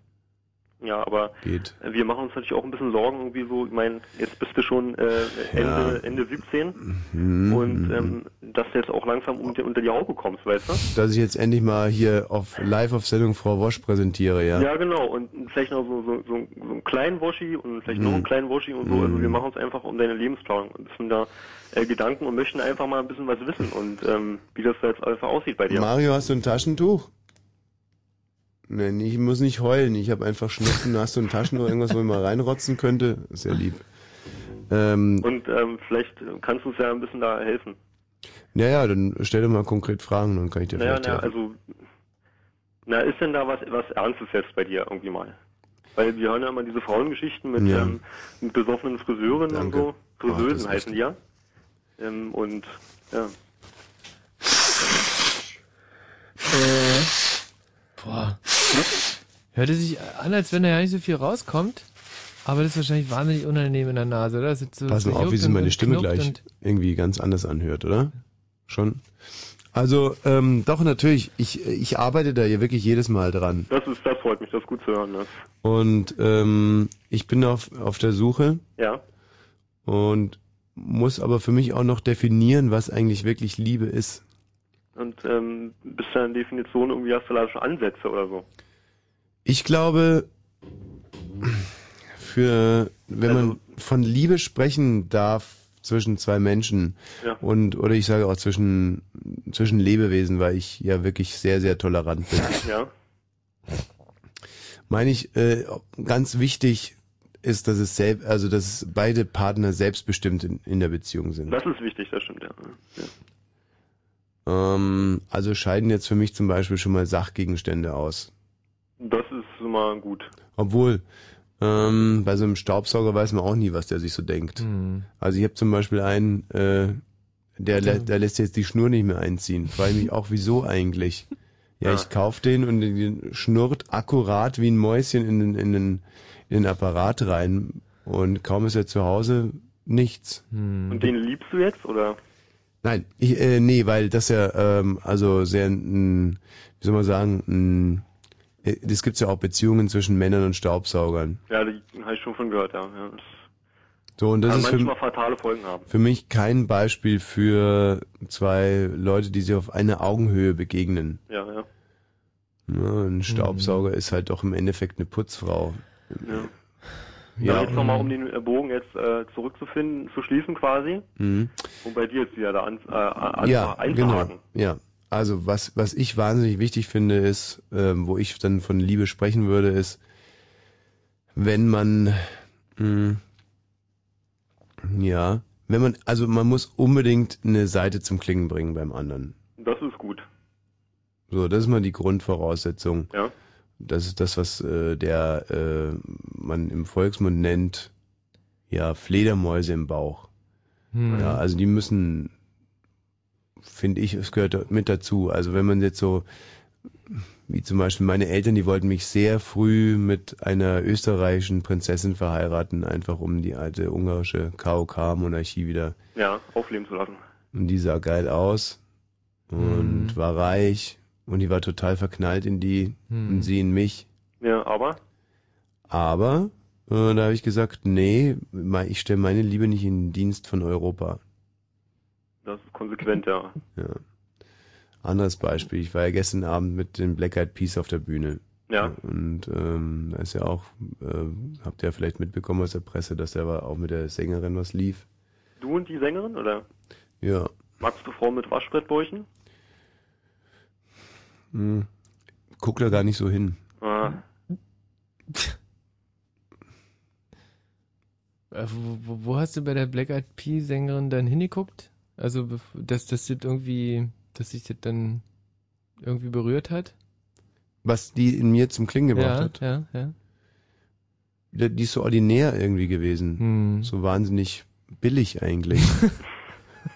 Speaker 5: ja, aber
Speaker 3: Geht.
Speaker 5: wir machen uns natürlich auch ein bisschen Sorgen irgendwie so. Ich meine, jetzt bist du schon äh, Ende, Ende 17
Speaker 3: Mhm.
Speaker 5: und ähm, dass du jetzt auch langsam unter, unter die Haube kommst, weißt du?
Speaker 3: Dass ich jetzt endlich mal hier auf live auf Sendung Frau Wosch präsentiere, ja.
Speaker 5: Ja, genau. Und vielleicht noch so, so, so, so einen kleinen Waschi und vielleicht noch einen kleinen Waschi und so. Also wir machen uns einfach um deine Lebensplanung ein bisschen da äh, Gedanken und möchten einfach mal ein bisschen was wissen und ähm, wie das da jetzt einfach aussieht bei dir.
Speaker 3: Mario, hast du ein Taschentuch? Nein, ich muss nicht heulen. Ich habe einfach Schnupfen. Hast du ein Taschentuch, irgendwas, wo ich mal reinrotzen könnte? Ist ja lieb. Ähm,
Speaker 5: Und ähm, vielleicht kannst du uns ja ein bisschen da helfen.
Speaker 3: naja, dann stell dir mal konkret Fragen, dann kann ich dir
Speaker 5: Naja,
Speaker 3: vielleicht
Speaker 5: naja,
Speaker 3: helfen.
Speaker 5: also na, ist denn da was, was Ernstes jetzt bei dir irgendwie mal? Weil wir hören ja immer diese Frauengeschichten mit,
Speaker 3: Ja.
Speaker 5: ähm, mit besoffenen Friseuren
Speaker 3: Danke.
Speaker 5: und so.
Speaker 3: Ach, das
Speaker 5: Friseusen
Speaker 3: ist
Speaker 5: heißen die ja. Ähm, und ja.
Speaker 4: Boah. Hörte sich an, als wenn da ja nicht so viel rauskommt. Aber das ist wahrscheinlich wahnsinnig unangenehm in der Nase, oder? Das ist so,
Speaker 3: Pass
Speaker 4: so
Speaker 3: mal auf, wie
Speaker 4: juckt
Speaker 3: sich
Speaker 4: Also und-
Speaker 3: meine
Speaker 4: und
Speaker 3: Stimme
Speaker 4: knurrt
Speaker 3: gleich
Speaker 4: und-
Speaker 3: irgendwie ganz anders anhört, oder? Schon? Also, ähm, doch, natürlich. Ich, ich arbeite da ja wirklich jedes Mal dran.
Speaker 5: Das ist, das freut mich, das ist gut zu hören. Das.
Speaker 3: Und ähm, ich bin auf, auf der Suche
Speaker 5: Ja.
Speaker 3: und muss aber für mich auch noch definieren, was eigentlich wirklich Liebe ist.
Speaker 5: Und ähm, bist du in Definition irgendwie hast du da schon Ansätze oder so?
Speaker 3: Ich glaube, für wenn
Speaker 5: Also
Speaker 3: man von Liebe sprechen darf zwischen zwei Menschen
Speaker 5: Ja.
Speaker 3: und oder ich sage auch zwischen zwischen Lebewesen, weil ich ja wirklich sehr sehr tolerant bin.
Speaker 5: Ja.
Speaker 3: meine ich, äh, ganz wichtig ist, dass es selbst, also dass beide Partner selbstbestimmt in, in der Beziehung sind.
Speaker 5: Das ist wichtig, das stimmt, ja. ja.
Speaker 3: Ähm, also scheiden jetzt für mich zum Beispiel schon mal Sachgegenstände aus.
Speaker 5: Das ist immer gut.
Speaker 3: Obwohl, ähm, bei so einem Staubsauger weiß man auch nie, was der sich so denkt. Also ich habe zum Beispiel einen, äh, der, lä- der lässt jetzt die Schnur nicht mehr einziehen. Frage ich mich auch, wieso eigentlich? Ja,
Speaker 5: Ja.
Speaker 3: ich kauf den und den schnurrt akkurat wie ein Mäuschen in den, in den, in den Apparat rein und kaum ist er zu Hause, nichts.
Speaker 5: Und den liebst du jetzt oder?
Speaker 3: Nein, ich, äh, nee, weil das ja ähm, also sehr, ein, wie soll man sagen, ein, äh, das gibt's ja auch Beziehungen zwischen Männern und Staubsaugern.
Speaker 5: Ja, die habe ich schon von gehört, ja. ja. Das
Speaker 3: So und das
Speaker 5: kann
Speaker 3: ist für,
Speaker 5: Also manchmal fatale Folgen haben.
Speaker 3: für mich kein Beispiel für zwei Leute, die sich auf einer Augenhöhe begegnen.
Speaker 5: Ja, ja.
Speaker 3: Ja, ein Staubsauger ist halt doch im Endeffekt eine Putzfrau.
Speaker 5: ja. ja
Speaker 3: Ja.
Speaker 5: jetzt nochmal, um den äh, Bogen jetzt äh, zurückzufinden, zu schließen quasi.
Speaker 3: Mhm.
Speaker 5: Und bei dir jetzt wieder da an, äh, an,
Speaker 3: ja, genau.
Speaker 5: einzuhaken.
Speaker 3: Ja. Also was, was ich wahnsinnig wichtig finde, ist, ähm, wo ich dann von Liebe sprechen würde, ist, wenn man, mh, ja, wenn man, also man muss unbedingt eine Seite zum Klingen bringen beim anderen.
Speaker 5: Das ist gut.
Speaker 3: So, das ist mal die Grundvoraussetzung.
Speaker 5: Ja.
Speaker 3: Das ist das, was äh, der äh, man im Volksmund nennt, ja, Fledermäuse im Bauch.
Speaker 4: Hm.
Speaker 3: Ja, also die müssen, finde ich, es gehört mit dazu. Also wenn man jetzt so, wie zum Beispiel meine Eltern, die wollten mich sehr früh mit einer österreichischen Prinzessin verheiraten, einfach um die alte ungarische KOK-Monarchie wieder
Speaker 5: Ja, aufleben zu lassen.
Speaker 3: und die sah geil aus und
Speaker 5: Mhm.
Speaker 3: war reich und die war total verknallt in die
Speaker 5: Mhm.
Speaker 3: und sie in mich.
Speaker 5: Ja, aber?
Speaker 3: Aber äh, da habe ich gesagt, nee, mei- ich stelle meine Liebe nicht in den Dienst von Europa.
Speaker 5: Das ist konsequent, ja.
Speaker 3: Ja. Anderes Beispiel, ich war ja gestern Abend mit den Black Eyed Peas auf der Bühne.
Speaker 5: Ja.
Speaker 3: Und ähm, da ist ja auch, äh, habt ihr ja vielleicht mitbekommen aus der Presse, dass da war auch mit der Sängerin was lief.
Speaker 5: Du und die Sängerin, oder?
Speaker 3: Ja.
Speaker 5: Magst du Frauen mit Waschbrettbäuchen? Mhm.
Speaker 3: Hm. Guck da gar nicht so hin.
Speaker 5: Ah,
Speaker 4: Äh, wo, wo- wo hast du bei der Black Eyed Peas Sängerin dann hingeguckt? Also, bef- dass das jetzt irgendwie, dass sich das dann irgendwie berührt hat?
Speaker 3: Was die in mir zum Klingen gebracht
Speaker 4: ja,
Speaker 3: hat.
Speaker 4: Ja, ja.
Speaker 3: Die die ist so ordinär irgendwie gewesen.
Speaker 5: Hm.
Speaker 3: So wahnsinnig billig eigentlich.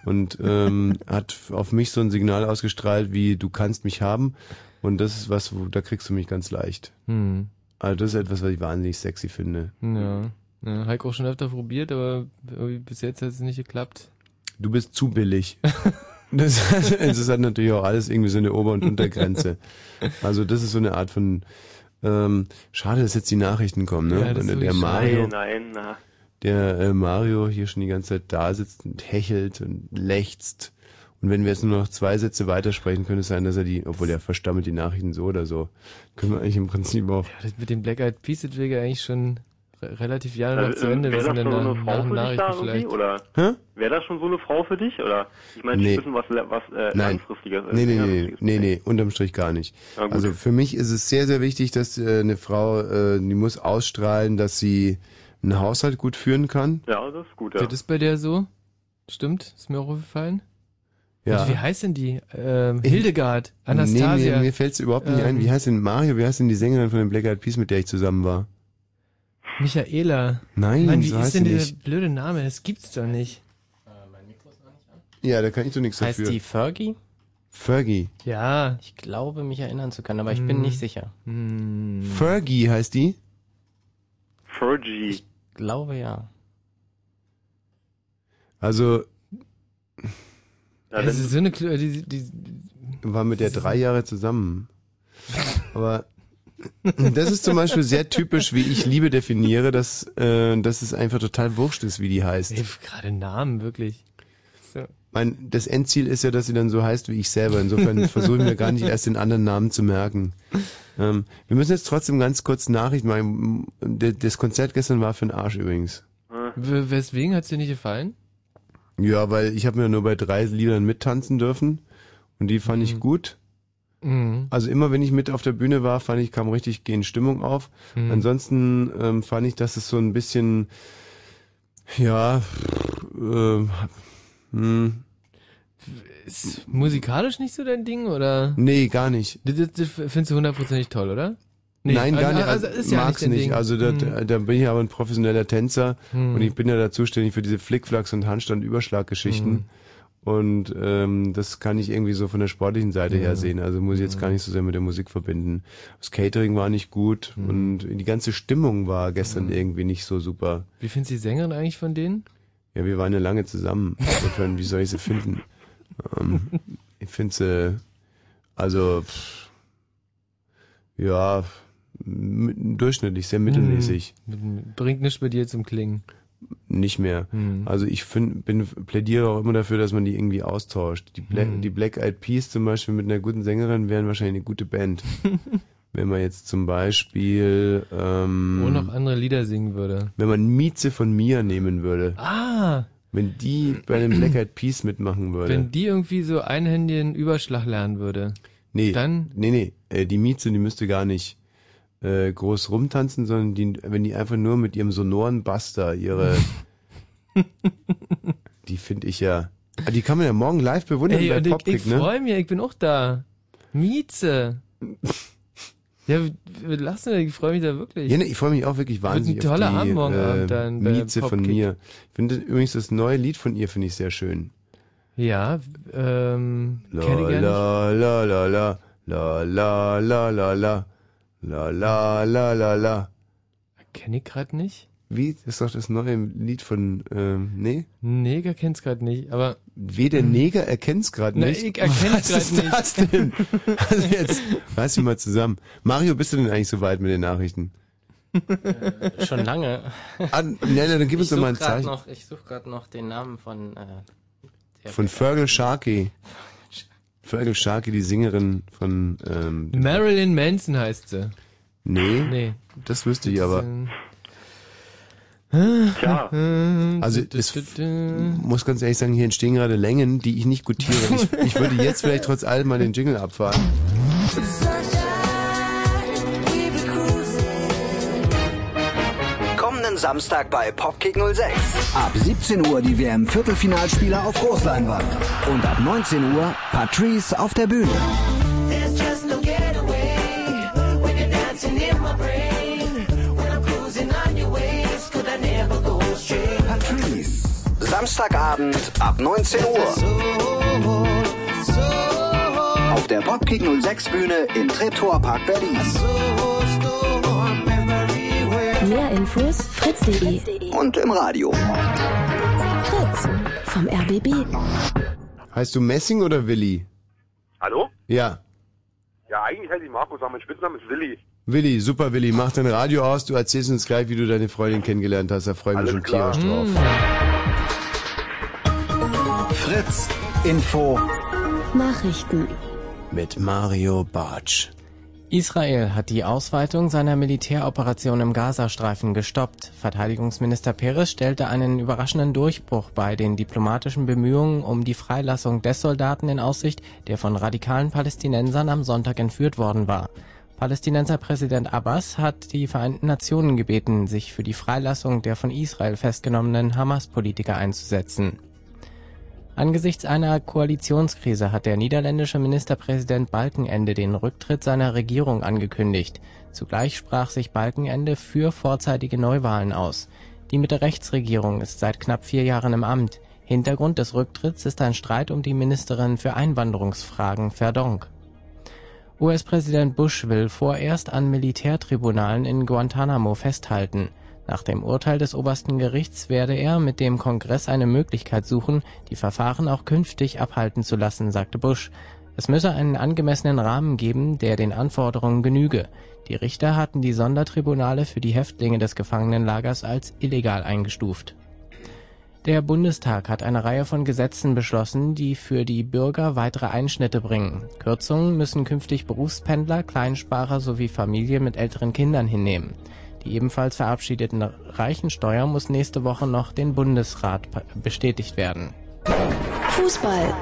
Speaker 3: und ähm, hat auf mich so ein Signal ausgestrahlt wie, du kannst mich haben. Und das ist was, wo, da kriegst du mich ganz leicht.
Speaker 4: Hm.
Speaker 3: Also das ist etwas, was ich wahnsinnig sexy finde.
Speaker 4: Ja. ja. Heiko auch schon öfter probiert, aber irgendwie bis jetzt hat es nicht geklappt.
Speaker 3: Du bist zu billig. Das hat, das hat natürlich auch alles irgendwie so eine Ober- und Untergrenze. Also das ist so eine Art von... Ähm, schade, dass jetzt die Nachrichten kommen. Ne?
Speaker 5: Ja, das ist
Speaker 3: Und der
Speaker 5: wirklich
Speaker 3: Mario,
Speaker 5: schade. Nein, nein, na.
Speaker 3: der äh, Mario hier schon die ganze Zeit da sitzt und hechelt und lechzt. Und wenn wir jetzt nur noch zwei Sätze weitersprechen, könnte es sein, dass er die, obwohl er verstammelt die Nachrichten so oder so, können wir eigentlich im Prinzip auch.
Speaker 4: Das mit dem Black Eyed Peas das wäre ja eigentlich schon re relativ ja
Speaker 5: Äh,
Speaker 4: noch zu
Speaker 5: äh,
Speaker 4: Ende.
Speaker 5: Wäre das
Speaker 4: Wir
Speaker 5: schon
Speaker 4: sind
Speaker 5: so
Speaker 4: dann
Speaker 5: eine
Speaker 4: nach-
Speaker 5: Frau
Speaker 4: nach
Speaker 5: für dich da
Speaker 4: Nachrichten
Speaker 5: irgendwie?
Speaker 4: vielleicht.
Speaker 5: Oder
Speaker 3: Hä?
Speaker 5: wäre das schon so eine Frau für dich? Oder? Ich meine,
Speaker 3: Nee.
Speaker 5: ich wissen, was, was äh,
Speaker 3: Nein.
Speaker 5: Langfristiges ist.
Speaker 3: Nee, nee,
Speaker 5: Ja,
Speaker 3: nee, nee, nee, unterm Strich gar nicht.
Speaker 5: Na gut.
Speaker 3: Also für mich ist es sehr, sehr wichtig, dass äh, eine Frau, äh, die muss ausstrahlen, dass sie einen Haushalt gut führen kann.
Speaker 5: Ja, das ist gut, ja.
Speaker 4: Das ist bei der so. Stimmt, ist mir auch aufgefallen.
Speaker 3: Ja.
Speaker 4: Und wie heißt denn die? Ähm, Hildegard, Anastasia.
Speaker 3: Nee, mir, mir fällt es überhaupt nicht
Speaker 4: Ähm,
Speaker 3: ein. Wie heißt denn Mario, wie heißt denn die Sängerin von den Black Eyed Peas, mit der ich zusammen war?
Speaker 4: Michaela.
Speaker 3: Nein,
Speaker 4: Mann, wie
Speaker 3: so heißt
Speaker 4: ist denn
Speaker 3: sie
Speaker 4: der
Speaker 3: nicht.
Speaker 4: blöde Name? Das gibt's doch nicht.
Speaker 3: Ja, da kann ich so nichts
Speaker 6: Heißt
Speaker 3: dafür.
Speaker 6: die Fergie?
Speaker 3: Fergie.
Speaker 4: Ja.
Speaker 6: Ich glaube, mich erinnern zu können, aber ich
Speaker 3: Hm.
Speaker 6: bin nicht sicher.
Speaker 3: Fergie heißt die?
Speaker 5: Fergie.
Speaker 6: Ich glaube ja.
Speaker 3: Also
Speaker 5: Ja,
Speaker 4: das
Speaker 5: dann-
Speaker 4: ist so eine Kl- die, die,
Speaker 3: war mit der drei Jahre zusammen. Aber das ist zum Beispiel sehr typisch, wie ich Liebe definiere, dass, äh, dass es einfach total wurscht ist, wie die heißt.
Speaker 4: Ey, gerade Namen, wirklich. So.
Speaker 5: Äh.
Speaker 3: Mein, das Endziel ist ja, dass sie dann so heißt wie ich selber. Insofern versuchen wir gar nicht erst den anderen Namen zu merken. Ähm, wir müssen jetzt trotzdem ganz kurz Nachricht machen. D- Das Konzert gestern war für den Arsch übrigens.
Speaker 4: W- Weswegen hat's dir nicht gefallen?
Speaker 3: Ja, weil ich habe mir nur bei drei Liedern mittanzen dürfen und die fand ich gut.
Speaker 4: Mhm.
Speaker 3: Also immer wenn ich mit auf der Bühne war, fand ich, kam richtig gehend Stimmung auf.
Speaker 4: Mhm.
Speaker 3: Ansonsten ähm, fand ich, dass es so ein bisschen, ja, äh, hm,
Speaker 4: Ist musikalisch nicht so dein Ding, oder?
Speaker 3: nee, gar nicht.
Speaker 4: Das, das, das findest du hundertprozentig toll, oder?
Speaker 3: Nein, gar nicht.
Speaker 4: Also, ist ja
Speaker 3: mag's
Speaker 4: nicht, dein
Speaker 3: nicht.
Speaker 4: Ding.
Speaker 3: Also da,
Speaker 4: Mhm.
Speaker 3: da bin ich aber ein professioneller Tänzer
Speaker 4: Hm.
Speaker 3: und ich bin ja da zuständig für diese Flickflacks und Handstand-Überschlag-Geschichten.
Speaker 4: Mhm.
Speaker 3: Und ähm, das kann ich irgendwie so von der sportlichen Seite her sehen. Also muss ich jetzt gar nicht so sehr mit der Musik verbinden. Das Catering war nicht gut
Speaker 4: Hm.
Speaker 3: und die ganze Stimmung war gestern irgendwie nicht so super.
Speaker 4: Wie findest du die Sängerin eigentlich von denen?
Speaker 3: Ja, wir waren ja lange zusammen. Insofern, wie soll ich sie finden? Ähm, ich finde sie, also, pff, ja, m- durchschnittlich, sehr mittelmäßig.
Speaker 4: Hm. Bringt nichts bei dir zum Klingen.
Speaker 3: Nicht mehr.
Speaker 4: Hm.
Speaker 3: Also ich find, bin, plädiere auch immer dafür, dass man die irgendwie austauscht. Die, Bla
Speaker 4: Hm.
Speaker 3: die Black Eyed Peas zum Beispiel mit einer guten Sängerin wären wahrscheinlich eine gute Band. Wenn man jetzt zum Beispiel, ähm,
Speaker 4: Wo noch andere Lieder singen würde.
Speaker 3: wenn man Mieze von Mia nehmen würde,
Speaker 4: Ah,
Speaker 3: wenn die bei den Black Eyed Peas mitmachen würde.
Speaker 4: wenn die irgendwie so einhändigen Überschlag lernen würde.
Speaker 3: Nee,
Speaker 4: Dann-
Speaker 3: nee, nee. Äh, die Mieze, die müsste gar nicht äh, groß rumtanzen, sondern die, wenn die einfach nur mit ihrem sonoren Buster ihre. die finde ich ja. Ah, Die kann man ja morgen live bewundern
Speaker 4: Ey,
Speaker 3: bei ne?
Speaker 4: und ich, ich
Speaker 3: Popkick, ne?
Speaker 4: freue mich, ich bin auch da. Mieze. Ja, wir wir lassen das. ich freue mich da wirklich.
Speaker 3: Ja, ne, ich freue mich auch wirklich
Speaker 4: Wird ein
Speaker 3: wahnsinnig
Speaker 4: toller
Speaker 3: auf die äh,
Speaker 4: Abend morgen Abend dann bei
Speaker 3: Mieze von
Speaker 4: Popkick.
Speaker 3: mir. Ich finde übrigens das neue Lied von ihr finde ich sehr schön.
Speaker 4: Ja, ähm,
Speaker 3: La
Speaker 4: kenn ich gar
Speaker 3: la la la la la la la la la la la la la la.
Speaker 4: nicht. Kenn ich gerade nicht?
Speaker 3: Wie Das ist doch das neue Lied von ähm, nee?
Speaker 4: Neger kennt's gerade nicht, aber hm.
Speaker 3: Weh, der Neger erkennt's gerade
Speaker 4: Na,
Speaker 3: nicht.
Speaker 4: ich erkenn's
Speaker 3: Was
Speaker 4: grad
Speaker 3: ist das denn? Also jetzt, reiß dich mal zusammen. Mario, bist du denn eigentlich so weit mit den Nachrichten?
Speaker 6: Schon lange.
Speaker 3: Ah, nein, nein, dann gib uns
Speaker 6: Ich
Speaker 3: doch
Speaker 6: suche
Speaker 3: mal ein
Speaker 6: gerade
Speaker 3: Zeichen.
Speaker 6: noch, ich such grad noch den Namen von... Äh, der-
Speaker 3: Von Fergal Sharkey. Fergal Sharkey, die Sängerin von, ähm,
Speaker 4: Marilyn Manson heißt sie.
Speaker 3: nee,
Speaker 4: Nee.
Speaker 3: das wüsste ich aber.
Speaker 5: Tja.
Speaker 3: Also, es f- muss ganz ehrlich sagen, hier entstehen gerade Längen, die ich nicht gutiere. Ich, ich würde jetzt vielleicht trotz allem mal den Jingle abfahren.
Speaker 7: Kommenden Samstag um bei Popkick 06. Ab 17 Uhr die WM-Viertelfinalspieler auf Großleinwand. Und ab 19 Uhr Patrice auf der Bühne.
Speaker 8: There's just no getaway when you're dancing in my brain. When I'm cruising on your waves, could I never go straight?
Speaker 7: Patrice. Samstagabend ab 19 Uhr. Auf der Popkick 06 Bühne im Treptower Park Berlin.
Speaker 9: Mehr Infos fritz.de.
Speaker 7: Und im Radio.
Speaker 9: Fritz vom RBB.
Speaker 3: Heißt du Messing oder Willi?
Speaker 10: Hallo?
Speaker 3: Ja.
Speaker 10: Ja, eigentlich heiße ich Markus, aber mein Spitzname ist Willi.
Speaker 3: Willi, super Willi, mach dein Radio aus, du erzählst uns gleich, wie du deine Freundin kennengelernt hast, da freue ich mich
Speaker 10: Alles
Speaker 3: schon
Speaker 10: klar. Mm.
Speaker 3: tierisch drauf.
Speaker 7: Fritz. Info.
Speaker 9: Nachrichten.
Speaker 3: Mit Mario Bartsch.
Speaker 6: Israel hat die Ausweitung seiner Militäroperation im Gazastreifen gestoppt. Verteidigungsminister Peres stellte einen überraschenden Durchbruch bei den diplomatischen Bemühungen um die Freilassung des Soldaten in Aussicht, der von radikalen Palästinensern am Sonntag entführt worden war. Palästinenser Präsident Abbas hat die Vereinten Nationen gebeten, sich für die Freilassung der von Israel festgenommenen Hamas-Politiker einzusetzen. Angesichts einer Koalitionskrise hat der niederländische Ministerpräsident Balkenende den Rücktritt seiner Regierung angekündigt. Zugleich sprach sich Balkenende für vorzeitige Neuwahlen aus. Die Mitte-Rechts-Regierung ist seit knapp vier Jahren im Amt. Hintergrund des Rücktritts ist ein Streit um die Ministerin für Einwanderungsfragen, Verdonk. US-Präsident Bush will vorerst an Militärtribunalen in Guantanamo festhalten. Nach dem Urteil des obersten Gerichts werde er mit dem Kongress eine Möglichkeit suchen, die Verfahren auch künftig abhalten zu lassen, sagte Bush. Es müsse einen angemessenen Rahmen geben, der den Anforderungen genüge. Die Richter hatten die Sondertribunale für die Häftlinge des Gefangenenlagers als illegal eingestuft. Der Bundestag hat eine Reihe von Gesetzen beschlossen, die für die Bürger weitere Einschnitte bringen. Kürzungen müssen künftig Berufspendler, Kleinsparer sowie Familien mit älteren Kindern hinnehmen. Die ebenfalls verabschiedeten Reichensteuer muss nächste Woche noch den Bundesrat pa- bestätigt werden.
Speaker 9: Fußball.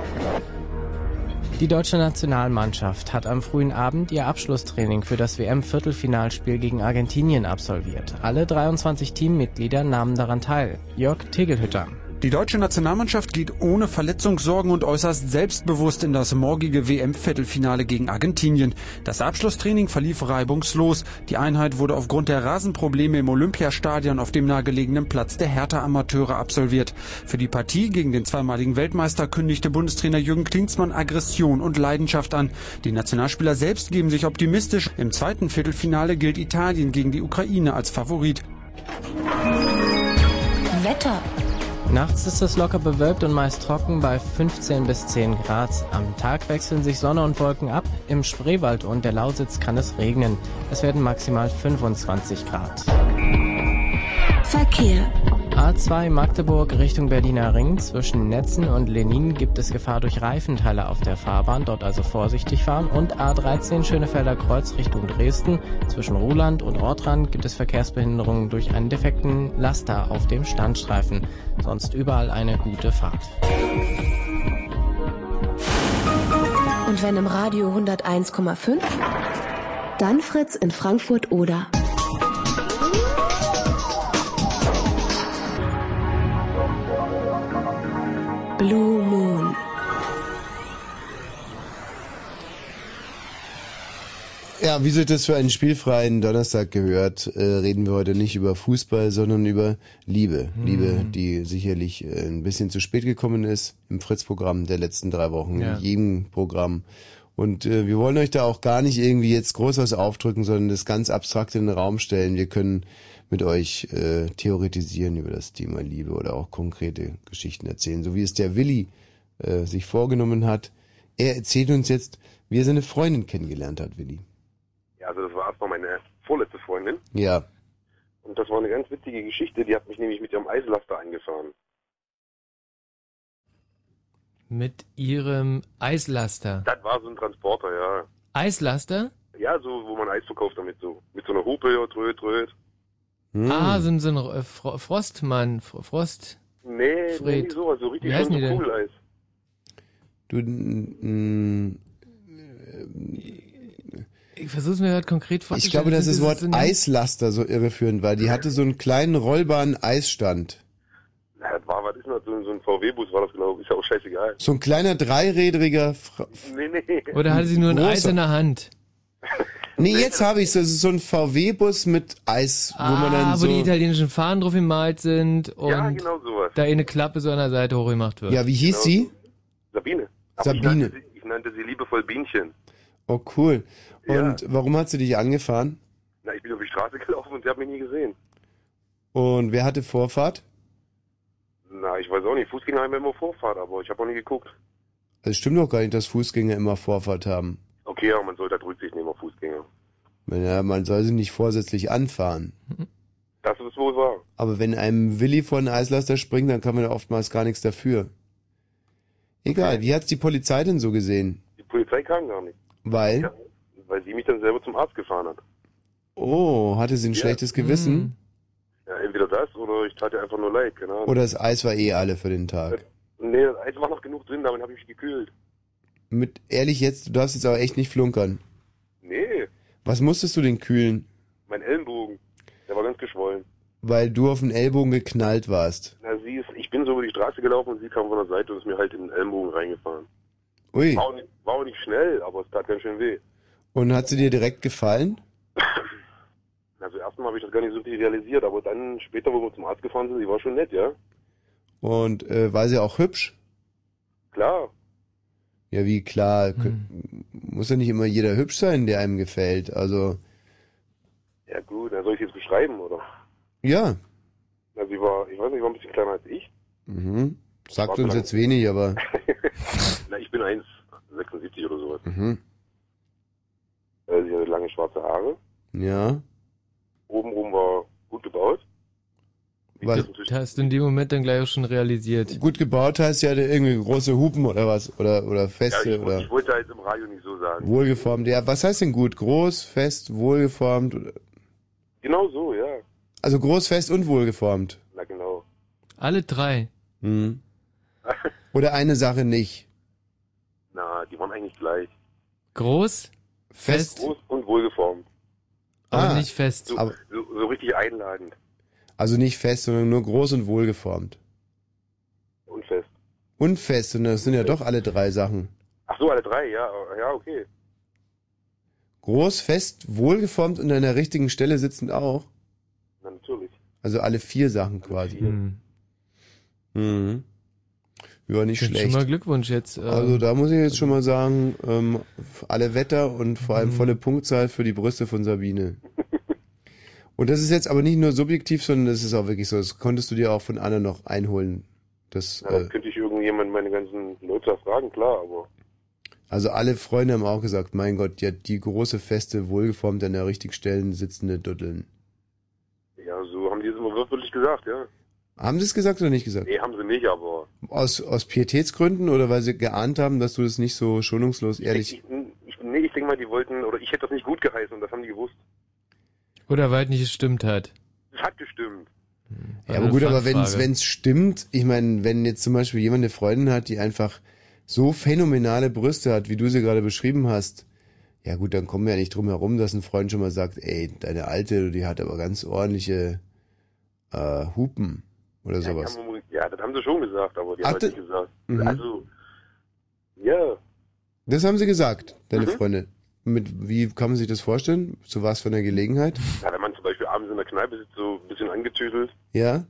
Speaker 6: Die deutsche Nationalmannschaft hat am frühen Abend ihr Abschlusstraining für das WM-Viertelfinalspiel gegen Argentinien absolviert. Alle 23 Teammitglieder nahmen daran teil. Jörg Tegelhütter.
Speaker 11: Die deutsche Nationalmannschaft geht ohne Verletzungssorgen und äußerst selbstbewusst in das morgige WM-Viertelfinale gegen Argentinien. Das Abschlusstraining verlief reibungslos. Die Einheit wurde aufgrund der Rasenprobleme im Olympiastadion auf dem nahegelegenen Platz der Hertha-Amateure absolviert. Für die Partie gegen den zweimaligen Weltmeister kündigte Bundestrainer Jürgen Klinsmann Aggression und Leidenschaft an. Die Nationalspieler selbst geben sich optimistisch. Im zweiten Viertelfinale gilt Italien gegen die Ukraine als Favorit.
Speaker 9: Wetter.
Speaker 6: Nachts ist es locker bewölkt und meist trocken bei 15 bis 10 Grad. Am Tag wechseln sich Sonne und Wolken ab. Im Spreewald und der Lausitz kann es regnen. Es werden maximal 25 Grad.
Speaker 9: Verkehr.
Speaker 6: A2 Magdeburg Richtung Berliner Ring zwischen Netzen und Lenin gibt es Gefahr durch Reifenteile auf der Fahrbahn, dort also vorsichtig fahren. Und A13 Schönefelder Kreuz Richtung Dresden zwischen Ruhland und Ortrand gibt es Verkehrsbehinderungen durch einen defekten Laster auf dem Standstreifen. Sonst überall eine gute Fahrt.
Speaker 9: Und wenn im Radio 101,5? Dann Fritz in Frankfurt oder. Blue Moon.
Speaker 3: Ja, wie sich das für einen spielfreien Donnerstag gehört, äh, reden wir heute nicht über Fußball, sondern über Liebe.
Speaker 4: Hm.
Speaker 3: Liebe, die sicherlich äh, ein bisschen zu spät gekommen ist im Fritz-Programm der letzten drei Wochen,
Speaker 4: Ja.
Speaker 3: in jedem Programm. Und äh, wir wollen euch da auch gar nicht irgendwie jetzt groß was aufdrücken, sondern das ganz abstrakt in den Raum stellen. Wir können mit euch äh, theoretisieren über das Thema Liebe oder auch konkrete Geschichten erzählen, so wie es der Willi äh, sich vorgenommen hat. Er erzählt uns jetzt, wie er seine Freundin kennengelernt hat, Willi.
Speaker 10: Ja, also das war erstmal meine vorletzte Freundin.
Speaker 3: Ja,
Speaker 10: Und das war eine ganz witzige Geschichte. Die hat mich nämlich mit ihrem Eislaster eingefahren.
Speaker 4: Mit ihrem Eislaster.
Speaker 10: Das war so ein Transporter, ja.
Speaker 4: Eislaster?
Speaker 10: Ja, so, wo man Eis verkauft damit so. Mit so einer Hupe, ja, tröd, tröd.
Speaker 3: Hm.
Speaker 4: Ah, so ein, so ein äh, Fro Frostmann, Fro Frost.
Speaker 10: Nee, nee,
Speaker 4: Fred.
Speaker 10: nicht so, also richtig
Speaker 4: Wie
Speaker 10: schön
Speaker 4: heißen
Speaker 10: so
Speaker 4: die denn?
Speaker 10: Kugeleis.
Speaker 3: Du, n- n-
Speaker 4: Ich versuch's mir gerade konkret
Speaker 3: ich
Speaker 4: vorzustellen.
Speaker 3: glaube, dass
Speaker 4: Sind
Speaker 3: das Wort
Speaker 4: sind-
Speaker 3: Eislaster so irreführend war. Die hatte so einen kleinen rollbaren Eisstand.
Speaker 10: Na, das war, was ist denn das? So, so ein VW-Bus war das, glaube ich. Ist ja auch scheißegal.
Speaker 3: So ein kleiner dreirädriger. Fra
Speaker 10: Nee, nee.
Speaker 4: Oder hatte sie nur ein
Speaker 3: Großer.
Speaker 4: Eis in der Hand?
Speaker 3: nee, jetzt habe ich es. Das ist so ein VW-Bus mit Eis, wo man dann
Speaker 4: ah, wo die
Speaker 3: so.
Speaker 4: italienischen Fahnen drauf gemalt sind und
Speaker 10: genau
Speaker 4: da eine Klappe so an der Seite hochgemacht wird.
Speaker 3: Ja, wie hieß sie?
Speaker 10: Sabine.
Speaker 3: Sabine.
Speaker 10: Ich nannte, sie, ich nannte sie liebevoll Bienchen.
Speaker 3: Oh, cool. Und warum hat sie dich angefahren?
Speaker 10: Na, ich bin auf die Straße gelaufen und sie hat mich nie gesehen.
Speaker 3: Und wer hatte Vorfahrt?
Speaker 10: Na, ich weiß auch nicht. Fußgänger haben immer Vorfahrt, aber ich habe auch nie geguckt.
Speaker 3: Also es stimmt doch gar nicht, dass Fußgänger immer Vorfahrt haben.
Speaker 10: Okay, aber man soll da Rücksicht nehmen auf Fußgänger.
Speaker 3: Ja, man soll sie nicht vorsätzlich anfahren.
Speaker 10: Das ist wohl wahr.
Speaker 3: Aber wenn einem Willi vor den Eislaster springt, dann kann man da oftmals gar nichts dafür. Egal, wie hat's die Polizei denn so gesehen?
Speaker 10: Die Polizei kam gar nicht,
Speaker 3: Weil,
Speaker 10: weil sie mich dann selber zum Arzt gefahren hat.
Speaker 3: oh, hatte sie ein schlechtes Gewissen?
Speaker 10: Mhm. Ja, entweder das oder ich tat ihr einfach nur leid, keine Ahnung.
Speaker 3: Oder das Eis war eh alle für den Tag?
Speaker 10: Nee, das Eis war noch genug drin, damit habe ich mich gekühlt.
Speaker 3: Mit, ehrlich jetzt, du darfst jetzt aber echt nicht flunkern.
Speaker 10: Nee,
Speaker 3: Was musstest du denn kühlen?
Speaker 10: mein Ellenbogen, der war ganz geschwollen.
Speaker 3: Weil du auf den Ellbogen geknallt warst.
Speaker 10: Na, sie ist, ich bin so über die Straße gelaufen und sie kam von der Seite und ist mir halt in den Ellenbogen reingefahren.
Speaker 3: Ui.
Speaker 10: War auch nicht, war auch nicht schnell, aber es tat ganz schön weh.
Speaker 3: Und hat sie dir direkt gefallen?
Speaker 10: Also erstmal habe ich das gar nicht so richtig realisiert, aber dann später, wo wir zum Arzt gefahren sind, sie war schon nett, ja?
Speaker 3: Und äh, war sie auch hübsch?
Speaker 10: Klar.
Speaker 3: Ja, wie klar. kö-
Speaker 10: Mhm.
Speaker 3: Muss ja nicht immer jeder hübsch sein, der einem gefällt. Also,
Speaker 10: Ja gut, dann soll ich jetzt beschreiben, oder?
Speaker 3: ja.
Speaker 10: Na, sie war, ich weiß nicht, sie war ein bisschen kleiner als ich.
Speaker 3: Mhm. Sagt
Speaker 10: Warte
Speaker 3: uns
Speaker 10: lang.
Speaker 3: jetzt wenig, aber.
Speaker 10: Na, ich bin 1,76 oder sowas.
Speaker 3: Mhm.
Speaker 10: Äh, sie hatte lange schwarze Haare.
Speaker 3: Ja.
Speaker 10: Obenrum war gut gebaut.
Speaker 3: Weil
Speaker 4: Da hast du in dem Moment dann gleich auch schon realisiert.
Speaker 3: gut gebaut heißt ja der irgendwie große Hupen oder was. Oder, oder feste
Speaker 10: ja, ich,
Speaker 3: oder
Speaker 10: ich wollte halt im Radio nicht so sagen.
Speaker 3: wohlgeformt. Ja, was heißt denn gut? Groß, fest, wohlgeformt? oder-
Speaker 10: Genau so, ja.
Speaker 3: Also groß, fest und wohlgeformt.
Speaker 10: Na genau.
Speaker 4: Alle drei.
Speaker 3: Mhm. Oder eine Sache nicht.
Speaker 10: Na, die waren eigentlich gleich.
Speaker 4: Groß,
Speaker 3: fest, Ah.
Speaker 10: Groß und wohlgeformt. Ah.
Speaker 3: Aber
Speaker 4: nicht fest.
Speaker 10: So,
Speaker 3: Aber-
Speaker 10: so, so richtig einladend.
Speaker 3: Also nicht fest, sondern nur groß und wohlgeformt.
Speaker 10: Und fest.
Speaker 3: Unfest, und das sind ja doch alle drei Sachen.
Speaker 10: Ach so, alle drei, ja. Ja, okay.
Speaker 3: Groß, fest, wohlgeformt und an der richtigen Stelle sitzend auch.
Speaker 10: Na, natürlich.
Speaker 3: Also alle vier Sachen quasi. Mhm.
Speaker 4: Mhm.
Speaker 3: Ja, nicht
Speaker 4: Dann
Speaker 3: schlecht.
Speaker 4: Schon mal Glückwunsch jetzt. äh,
Speaker 3: Also da muss ich jetzt schon mal sagen, ähm, alle Wetter und vor
Speaker 4: Mhm.
Speaker 3: allem volle Punktzahl für die Brüste von Sabine. Und das ist jetzt aber nicht nur subjektiv, sondern das ist auch wirklich so. Das konntest du dir auch von Anna noch einholen. Das,
Speaker 10: Na, dann
Speaker 3: äh,
Speaker 10: könnte ich irgendjemand meine ganzen Leute fragen, klar, aber
Speaker 3: also alle Freunde haben auch gesagt, mein Gott, die hat die große, feste, wohlgeformt an der richtigen Stellen sitzende Duddeln.
Speaker 10: ja, so haben die es immer wirklich gesagt, ja.
Speaker 3: Haben sie es gesagt oder nicht gesagt?
Speaker 10: Nee, haben sie nicht, aber
Speaker 3: Aus, aus Pietätsgründen oder weil sie geahnt haben, dass du das nicht so schonungslos ehrlich...
Speaker 10: ich, ich, nee, ich denke mal, die wollten, oder ich hätte das nicht gut geheißen und das haben die gewusst.
Speaker 4: Oder weil es nicht gestimmt hat.
Speaker 10: Es hat gestimmt.
Speaker 3: Ja,
Speaker 4: Eine
Speaker 3: aber gut, aber wenn
Speaker 4: Fangfrage.
Speaker 3: es stimmt, ich meine, wenn jetzt zum Beispiel jemand eine Freundin hat, die einfach so phänomenale Brüste hat, wie du sie gerade beschrieben hast, ja gut, dann kommen wir ja nicht drum herum, dass ein Freund schon mal sagt, ey, deine Alte, die hat aber ganz ordentliche äh, Hupen oder sowas.
Speaker 10: Haben wir- Ja, das haben sie schon gesagt, aber die
Speaker 3: Ach,
Speaker 10: haben das
Speaker 3: das-
Speaker 10: nicht gesagt.
Speaker 3: Mhm.
Speaker 10: Also, ja,
Speaker 3: Das haben sie gesagt, deine Freunde. Mit, wie kann man sich das vorstellen? Zu was für einer Gelegenheit?
Speaker 10: Ja, wenn man zum Beispiel abends in der Kneipe sitzt, so ein bisschen angetüdelt,
Speaker 3: Ja?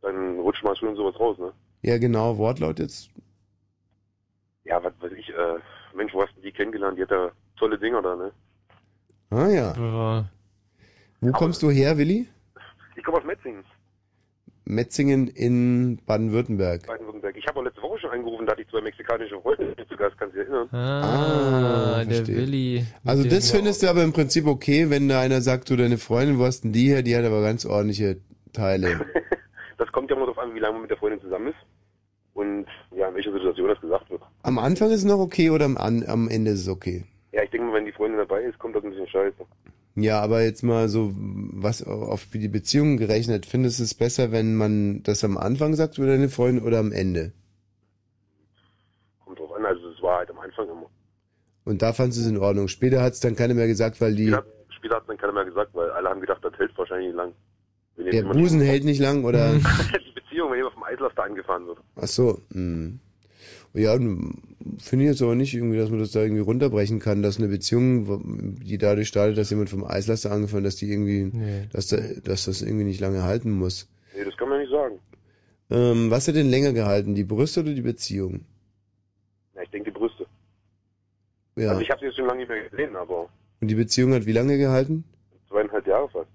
Speaker 10: dann rutscht man schon sowas raus, ne?
Speaker 3: Ja, genau, Wortlaut jetzt.
Speaker 10: Ja, was weiß ich, äh, Mensch, wo hast du die kennengelernt? Die hat ja tolle Dinger da, ne?
Speaker 3: Ah ja. Wo kommst du her, Willi?
Speaker 10: Ich komme aus Metzingen,
Speaker 3: Metzingen in Baden-Württemberg.
Speaker 10: Baden-Württemberg. Ich habe auch letzte Woche schon angerufen, da hatte ich zwei mexikanische Freunde zu Gast, kannst du dich erinnern?
Speaker 4: Ah, der
Speaker 3: verstehe.
Speaker 4: Willi.
Speaker 3: Also
Speaker 4: Mit
Speaker 3: das
Speaker 4: dem-
Speaker 3: findest du aber im Prinzip okay, wenn da einer sagt, du deine Freundin, wo hast denn die her? Die hat aber ganz ordentliche Teile.
Speaker 10: Das kommt ja immer darauf an, wie lange man mit der Freundin zusammen ist und ja, in welcher Situation das gesagt wird.
Speaker 3: Am Anfang ist es noch okay oder am, an, am Ende ist es okay?
Speaker 10: Ja, ich denke mal, wenn die Freundin dabei ist, kommt das ein bisschen scheiße.
Speaker 3: Ja, aber jetzt mal so, was auf die Beziehung gerechnet, findest du es besser, wenn man das am Anfang sagt oder deine Freundin oder am Ende?
Speaker 10: Kommt drauf an, also es war halt am Anfang immer.
Speaker 3: Und da fandst du es in Ordnung. Später hat es dann keiner mehr gesagt, weil die,
Speaker 10: Später hat es dann keiner mehr gesagt, weil alle haben gedacht, das hält wahrscheinlich nicht lang. Wenn jetzt Mhm.
Speaker 3: der
Speaker 10: immer
Speaker 3: Busen hält nicht lang oder...
Speaker 10: die Beziehung, wenn jemand vom Eislaster angefahren wird.
Speaker 3: Ach so. Mh. Ja, nun, finde ich jetzt aber nicht irgendwie, dass man das da irgendwie runterbrechen kann, dass eine Beziehung, wo- die dadurch startet, dass jemand vom Eislaster angefangen, dass die irgendwie,
Speaker 10: Nee.
Speaker 3: dass, da, dass das irgendwie nicht lange halten muss.
Speaker 10: Nee, das kann man ja nicht sagen.
Speaker 3: Ähm, was hat denn länger gehalten, die Brüste oder die Beziehung?
Speaker 10: Ja, ich denke die Brüste.
Speaker 3: Ja.
Speaker 10: Also ich habe sie jetzt schon lange nicht mehr gesehen, aber
Speaker 3: Und die Beziehung hat wie lange gehalten?
Speaker 10: zweieinhalb Jahre fast.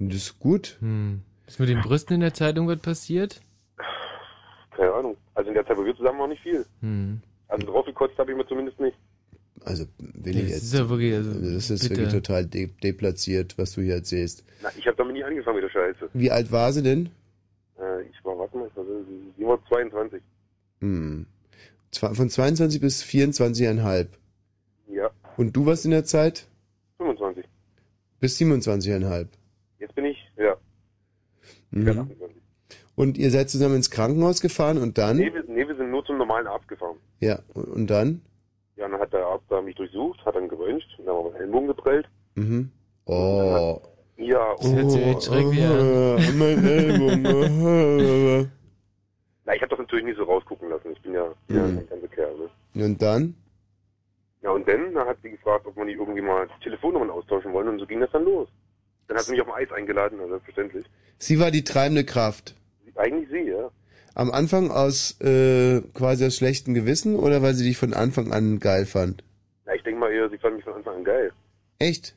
Speaker 3: Das ist gut.
Speaker 4: Ist mit den Brüsten in der Zeitung was passiert?
Speaker 10: Keine Ahnung. Also in der Zeit, wo wir zusammen waren, nicht viel.
Speaker 4: Hm.
Speaker 10: Also draufgekotzt habe ich mir zumindest nicht.
Speaker 3: Also Willi
Speaker 4: Das
Speaker 3: jetzt.
Speaker 4: ist ja wirklich- also,
Speaker 3: das ist
Speaker 4: bitte.
Speaker 3: wirklich total de deplatziert, was du hier erzählst.
Speaker 10: Na, ich habe damit nie angefangen mit der Scheiße.
Speaker 3: Wie alt war sie denn?
Speaker 10: Äh, ich war, warte mal, ich war, so- sie war 22.
Speaker 3: Hm. Zwei- Von 22 bis 24,5.
Speaker 10: Ja,
Speaker 3: Und du warst in der Zeit?
Speaker 10: 25.
Speaker 3: Bis 27,5.
Speaker 10: Jetzt bin ich, ja. Genau,
Speaker 3: Mhm. Und ihr seid zusammen ins Krankenhaus gefahren und dann?
Speaker 10: Nee wir, nee, wir sind nur zum normalen Arzt gefahren.
Speaker 3: Ja, und- und dann?
Speaker 10: Ja, dann hat der Arzt da mich durchsucht, hat dann gewünscht, dann haben wir meinen Ellbogen geprellt.
Speaker 3: Mhm. Oh.
Speaker 10: Ja, oh,
Speaker 3: Das hört sich echt schrecklich an. Äh, mein Ellbogen,
Speaker 10: ne? Na, ich habe das natürlich nicht so rausgucken lassen. Ich bin ja, ja
Speaker 3: Mhm.
Speaker 10: ein ganzer Kerl. Ne?
Speaker 3: Und dann?
Speaker 10: Ja, und dann da hat sie gefragt, ob wir nicht irgendwie mal die Telefonnummern austauschen wollen und so ging das dann los. Dann hat sie mich auf dem Eis eingeladen, also selbstverständlich.
Speaker 3: Sie war die treibende Kraft.
Speaker 10: Eigentlich sie, ja.
Speaker 3: Am Anfang aus äh, quasi aus schlechtem Gewissen oder weil sie dich von Anfang an geil fand?
Speaker 10: Na, ich denke mal eher, sie fand mich von Anfang an geil.
Speaker 3: Echt?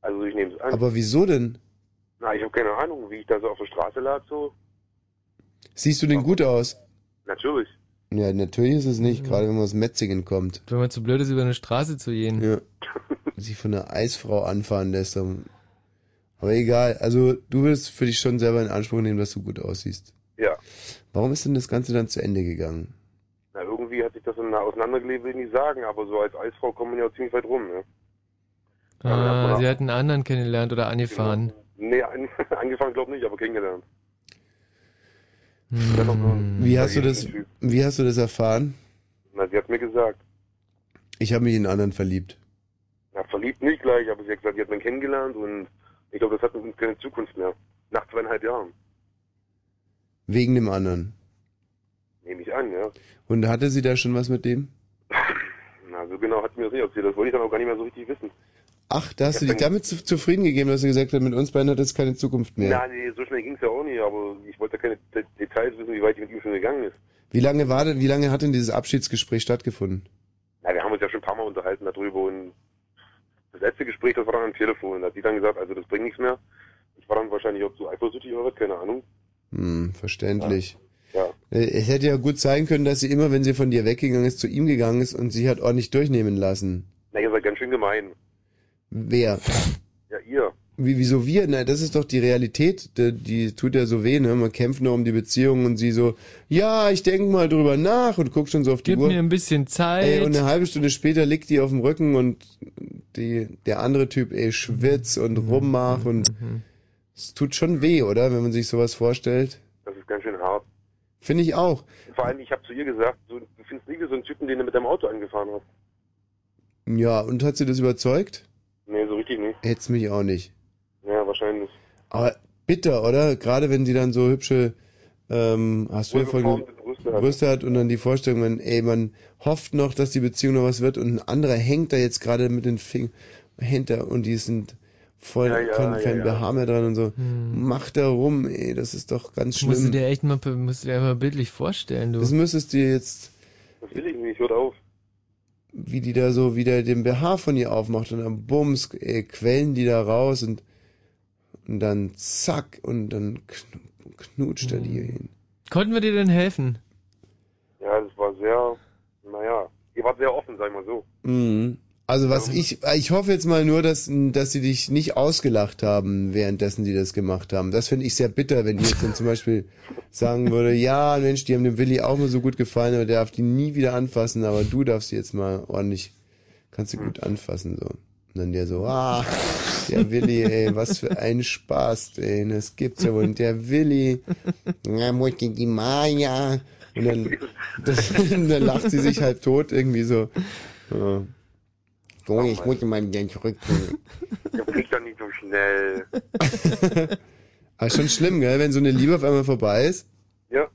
Speaker 10: Also ich nehme es an.
Speaker 3: Aber wieso denn?
Speaker 10: Na, ich habe keine Ahnung, wie ich da so auf der Straße lag, so.
Speaker 3: Siehst du denn gut aus?
Speaker 10: Natürlich.
Speaker 3: Ja, natürlich ist es nicht, gerade wenn man aus Metzingen kommt.
Speaker 4: Wenn man zu blöd ist, über eine Straße zu gehen.
Speaker 3: Ja. Sich von einer Eisfrau anfahren lässt. dann- Aber egal, also du willst für dich schon selber in Anspruch nehmen, dass du gut aussiehst.
Speaker 10: Ja.
Speaker 3: Warum ist denn das Ganze dann zu Ende gegangen?
Speaker 10: Na, irgendwie hat sich das dann auseinandergelebt, will ich nicht sagen, aber so als Eisfrau kommt man ja auch ziemlich weit rum, ne?
Speaker 4: Ah, sie hat einen anderen kennengelernt oder angefahren.
Speaker 10: Nee, an, angefangen glaube nicht, aber kennengelernt.
Speaker 3: Wie hast du das, wie hast du das erfahren?
Speaker 10: Na, sie hat mir gesagt,
Speaker 3: Ich habe mich in einen anderen verliebt.
Speaker 10: na, verliebt nicht gleich, aber sie hat gesagt, sie hat mich kennengelernt und ich glaube, das hat mit uns keine Zukunft mehr. Nach zweieinhalb Jahren,
Speaker 3: Wegen dem anderen.
Speaker 10: nehme ich an, ja.
Speaker 3: Und hatte sie da schon was mit dem?
Speaker 10: Na, so genau hat mir das nicht erzählt, das wollte ich dann auch gar nicht mehr so richtig wissen.
Speaker 3: Ach, da hast
Speaker 10: Ja,
Speaker 3: du dich
Speaker 10: dann-
Speaker 3: damit zu, zufrieden gegeben, dass du gesagt hast, mit uns beiden hat es keine Zukunft mehr.
Speaker 10: Na, nee, so schnell ging's ja auch nicht, aber ich wollte ja keine De Details wissen, wie weit die mit ihm schon gegangen ist.
Speaker 3: Wie lange war denn, wie lange hat denn dieses Abschiedsgespräch stattgefunden?
Speaker 10: Na, wir haben uns ja schon ein paar Mal unterhalten darüber und das letzte Gespräch, das war dann am Telefon. Da hat sie dann gesagt, also das bringt nichts mehr. Ich war dann wahrscheinlich auch zu eifersüchtig oder was, keine Ahnung.
Speaker 3: Hm, verständlich.
Speaker 10: Ja.
Speaker 3: Äh, Es hätte ja gut sein können, dass sie immer, wenn sie von dir weggegangen ist, zu ihm gegangen ist und sie hat ordentlich durchnehmen lassen.
Speaker 10: Na, ihr seid ganz schön gemein.
Speaker 3: Wer?
Speaker 10: Ja, ihr.
Speaker 3: Wie, wieso wir? Na, das ist doch die Realität. Die, die tut ja so weh, ne? Man kämpft nur um die Beziehung und sie so, ja, ich denk mal drüber nach und guckt schon so auf die
Speaker 4: Gib
Speaker 3: Uhr.
Speaker 4: mir ein bisschen Zeit.
Speaker 3: Ey, und eine halbe Stunde später liegt die auf dem Rücken und die, der andere Typ, ey, schwitzt und
Speaker 4: Mhm.
Speaker 3: rummach und es tut schon weh, oder? Wenn man sich sowas vorstellt.
Speaker 10: Das ist ganz schön hart.
Speaker 3: Finde ich auch.
Speaker 10: Vor allem, ich habe zu ihr gesagt, du, du findest nie so einen Typen, den du mit deinem Auto angefahren hast.
Speaker 3: Ja, und hat sie das überzeugt?
Speaker 10: Nee, so richtig nicht.
Speaker 3: Hätt's mich auch nicht.
Speaker 10: Ja, wahrscheinlich.
Speaker 3: Aber bitter, oder? Gerade wenn die dann so hübsche, ähm, hast du ja vorhin,
Speaker 10: Wohlgeformte hat.
Speaker 3: Brüste hat und dann die Vorstellung, man, ey, man hofft noch, dass die Beziehung noch was wird und ein anderer hängt da jetzt gerade mit den Fingern hinter und die sind voll
Speaker 4: Ja, ja,
Speaker 3: können kein
Speaker 4: ja, ja.
Speaker 3: Behaar mehr dran und so. Mach da rum, ey, das ist doch ganz
Speaker 4: Musst du
Speaker 3: schlimm.
Speaker 4: dir echt mal, musst du dir mal bildlich vorstellen, du.
Speaker 3: Das müsstest du dir jetzt,
Speaker 10: Das will ich nicht, hört auf.
Speaker 3: wie die da so wieder den BH von ihr aufmacht und dann bums, ey, quellen die da raus und, und dann zack und dann knu- knutscht er die hin.
Speaker 4: Mhm. Konnten wir dir denn helfen?
Speaker 10: Ja, das war sehr, naja, ihr wart sehr offen, sag ich mal so.
Speaker 3: Mhm. Also was ich, ich hoffe jetzt mal nur, dass, dass sie dich nicht ausgelacht haben, währenddessen die das gemacht haben. Das finde ich sehr bitter, wenn die jetzt dann zum Beispiel sagen würde, ja, Mensch, die haben dem Willi auch mal so gut gefallen, aber der darf die nie wieder anfassen, aber du darfst sie jetzt mal ordentlich, kannst du gut anfassen, so. Und dann der so, ah, der Willi, ey, was für ein Spaß, ey, das gibt's ja wohl. Und der Willi, ja, Mutti, die Maya. Und dann, das, dann lacht sie sich halb tot irgendwie so. Ja. So, ich muss mal den zurückbringen.
Speaker 10: Das kriegt doch nicht so schnell.
Speaker 3: Aber schon schlimm, gell? Wenn so eine Liebe auf einmal vorbei ist.
Speaker 10: Ja.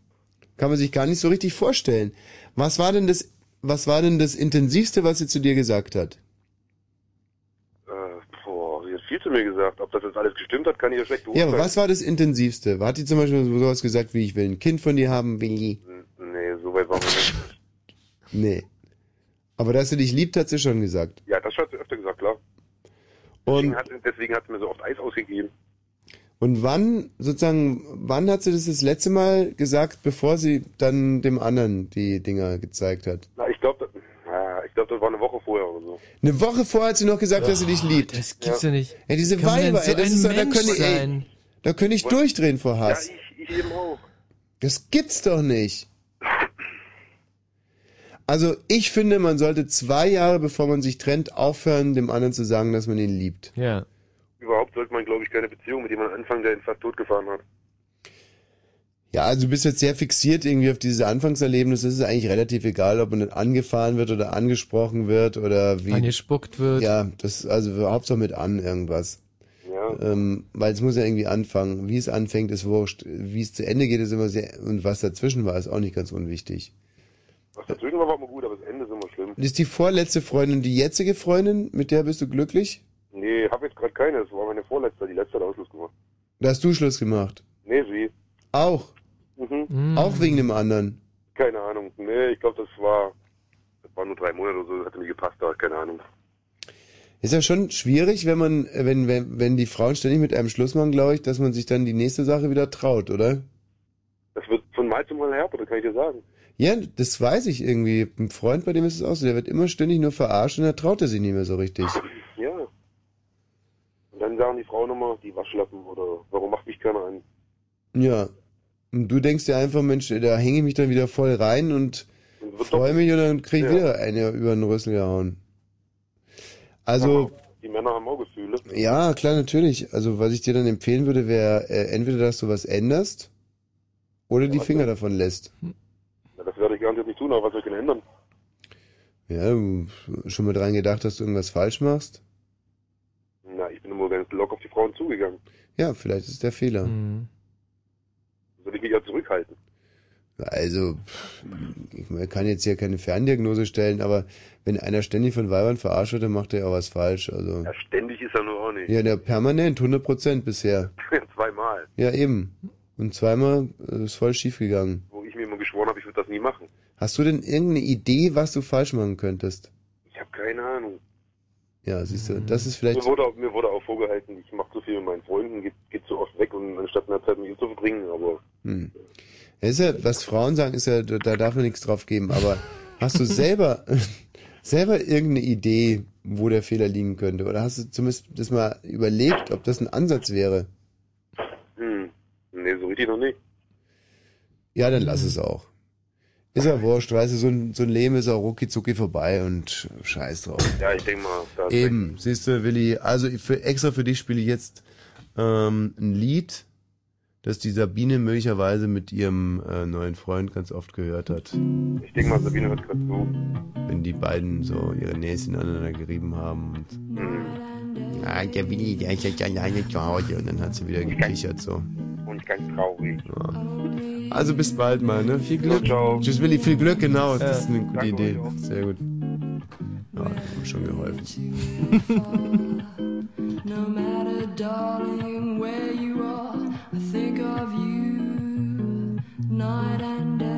Speaker 3: Kann man sich gar nicht so richtig vorstellen. Was war denn das, was war denn das intensivste, was sie zu dir gesagt hat?
Speaker 10: Äh, boah, sie hat viel zu mir gesagt. Ob das jetzt alles gestimmt hat, kann ich ja schlecht
Speaker 3: Ja,
Speaker 10: beurteilen.
Speaker 3: aber was war das intensivste? Hat die zum Beispiel sowas gesagt wie, ich will ein Kind von dir haben, Willi?
Speaker 10: Nee, so weit waren wir nicht.
Speaker 3: Nee. Aber dass sie dich liebt, hat sie schon gesagt.
Speaker 10: Ja, das hat sie öfter gesagt, klar.
Speaker 3: Und,
Speaker 10: Deswegen hat, deswegen hat sie mir so oft Eis ausgegeben.
Speaker 3: und wann, sozusagen, wann hat sie das das letzte Mal gesagt, bevor sie dann dem anderen die Dinger gezeigt hat?
Speaker 10: Na, ich glaube, das, na, ich glaub, das war eine Woche vorher oder so.
Speaker 3: Eine Woche vorher hat sie noch gesagt, dass sie dich liebt.
Speaker 4: Das
Speaker 10: gibt's Ja. ja
Speaker 4: nicht.
Speaker 3: Ey, diese
Speaker 10: Kann man denn
Speaker 3: Weiber,
Speaker 10: so
Speaker 3: ey, das
Speaker 10: ein
Speaker 3: ist doch, da
Speaker 10: Mensch
Speaker 3: können, ey,
Speaker 10: sein?
Speaker 3: da können ich durchdrehen vor Hass.
Speaker 10: Ich eben auch.
Speaker 3: Das gibt's doch nicht. Also, ich finde, man sollte zwei Jahre, bevor man sich trennt, aufhören, dem anderen zu sagen, dass man ihn liebt.
Speaker 4: Ja.
Speaker 10: Überhaupt sollte man, glaube ich, keine Beziehung mit jemandem anfangen, der ihn fast tot gefahren hat.
Speaker 3: Ja, also du bist jetzt sehr fixiert irgendwie auf dieses Anfangserlebnis. Es ist eigentlich relativ egal, ob man angefahren wird oder angesprochen wird oder wie.
Speaker 4: Angespuckt wird.
Speaker 3: Ja, das, also Hauptsache mit an irgendwas.
Speaker 10: Ja.
Speaker 3: Ähm, weil es muss ja irgendwie anfangen. Wie es anfängt, ist wurscht. Wie es zu Ende geht, ist immer sehr, und was dazwischen war, ist auch nicht ganz unwichtig.
Speaker 10: Was dazwischen war, war immer gut, aber das Ende ist immer schlimm.
Speaker 3: Und ist die vorletzte Freundin die jetzige Freundin? Mit der bist du glücklich?
Speaker 10: Nee, hab jetzt gerade keine. Das war meine vorletzte, die letzte hat Ausschluss gemacht.
Speaker 3: Da hast du Schluss gemacht.
Speaker 10: Nee, sie.
Speaker 3: Auch.
Speaker 10: Mhm.
Speaker 4: Mm.
Speaker 3: Auch wegen dem anderen.
Speaker 10: Keine Ahnung. Nee, ich glaube, das war, das waren nur drei Monate oder so, das hatte mir gepasst, da, keine Ahnung.
Speaker 3: Ist ja schon schwierig, wenn man, wenn, wenn, wenn die Frauen ständig mit einem Schluss machen, glaube ich, dass man sich dann die nächste Sache wieder traut, oder?
Speaker 10: Das wird von Mal zu Mal härter, das kann ich dir sagen.
Speaker 3: Ja, das weiß ich irgendwie. Ein Freund, bei dem ist es auch so, der wird immer ständig nur verarscht und da traut er sich nicht mehr so richtig.
Speaker 10: Ja. Und dann sagen die Frauen immer, die Waschlappen oder warum macht mich keiner an?
Speaker 3: Ja. Und du denkst dir einfach, Mensch, da hänge ich mich dann wieder voll rein und freue mich und dann krieg ich wieder eine über den Rüssel gehauen. Also,
Speaker 10: Die Männer haben auch Gefühle.
Speaker 3: Ja, klar, natürlich. Also, was ich dir dann empfehlen würde, wäre äh, entweder, dass du was änderst oder die Finger davon lässt.
Speaker 10: Na, das werde ich garantiert nicht tun, aber was soll ich denn ändern?
Speaker 3: Ja, du schon mal dran gedacht, dass du irgendwas falsch machst?
Speaker 10: Na, ich bin immer ganz locker auf die Frauen zugegangen.
Speaker 3: Ja, vielleicht ist der Fehler.
Speaker 10: Soll ich mich ja zurückhalten?
Speaker 3: Also, pff, ich man kann jetzt hier keine Ferndiagnose stellen, aber wenn einer ständig von Weibern verarscht wird, dann macht er ja auch was falsch. Also,
Speaker 10: Ja, ständig ist er nur auch nicht.
Speaker 3: ja, ne. der permanent, 100 Prozent bisher.
Speaker 10: Zweimal,
Speaker 3: Ja, eben. Und zweimal äh, ist voll schief gegangen.
Speaker 10: wo ich mir immer geschworen habe, ich würde das nie machen.
Speaker 3: Hast du denn irgendeine Idee, was du falsch machen könntest?
Speaker 10: Ich habe keine Ahnung.
Speaker 3: Ja, siehst du, das ist vielleicht
Speaker 10: Mir wurde, auch- mir wurde auch vorgehalten, ich mache zu viel mit meinen Freunden, geht, geht zu oft weg und anstatt mehr Zeit mit ihnen zu verbringen, aber
Speaker 3: Hm. Es ist ja, was Frauen sagen, ist ja, da da darf man nichts drauf geben, aber hast du selber, selber irgendeine Idee, wo der Fehler liegen könnte? Oder hast du zumindest das mal überlegt, ob das ein Ansatz wäre?
Speaker 10: hm, nee, so richtig noch nicht.
Speaker 3: Ja, dann
Speaker 10: Mhm.
Speaker 3: lass es auch. Ist ja wurscht, weißt du, so ein, so ein Leben ist auch rucki-zucki vorbei und scheiß drauf.
Speaker 10: Ja, ich denke mal, da
Speaker 3: Eben, siehst du, Willi, also ich- für, extra für dich spiele ich jetzt ähm, ein Lied, das die Sabine möglicherweise mit ihrem äh, neuen Freund ganz oft gehört hat.
Speaker 10: Ich denke mal, Sabine hört gerade zu.
Speaker 3: Wenn die beiden so ihre Näschen aneinander gerieben haben
Speaker 10: Mhm.
Speaker 3: und... Ah, der Willi, der ist jetzt alleine zu Hause und dann hat sie wieder gekichert so.
Speaker 10: Und ich ganz traurig.
Speaker 3: Also bis bald mal, ne? Viel Glück. Tschüss Willi, viel Glück, genau. Das ist eine gute Idee. Sehr gut. Ja, hab schon geholfen.
Speaker 8: No matter, darling, where you are, I think of you night and day.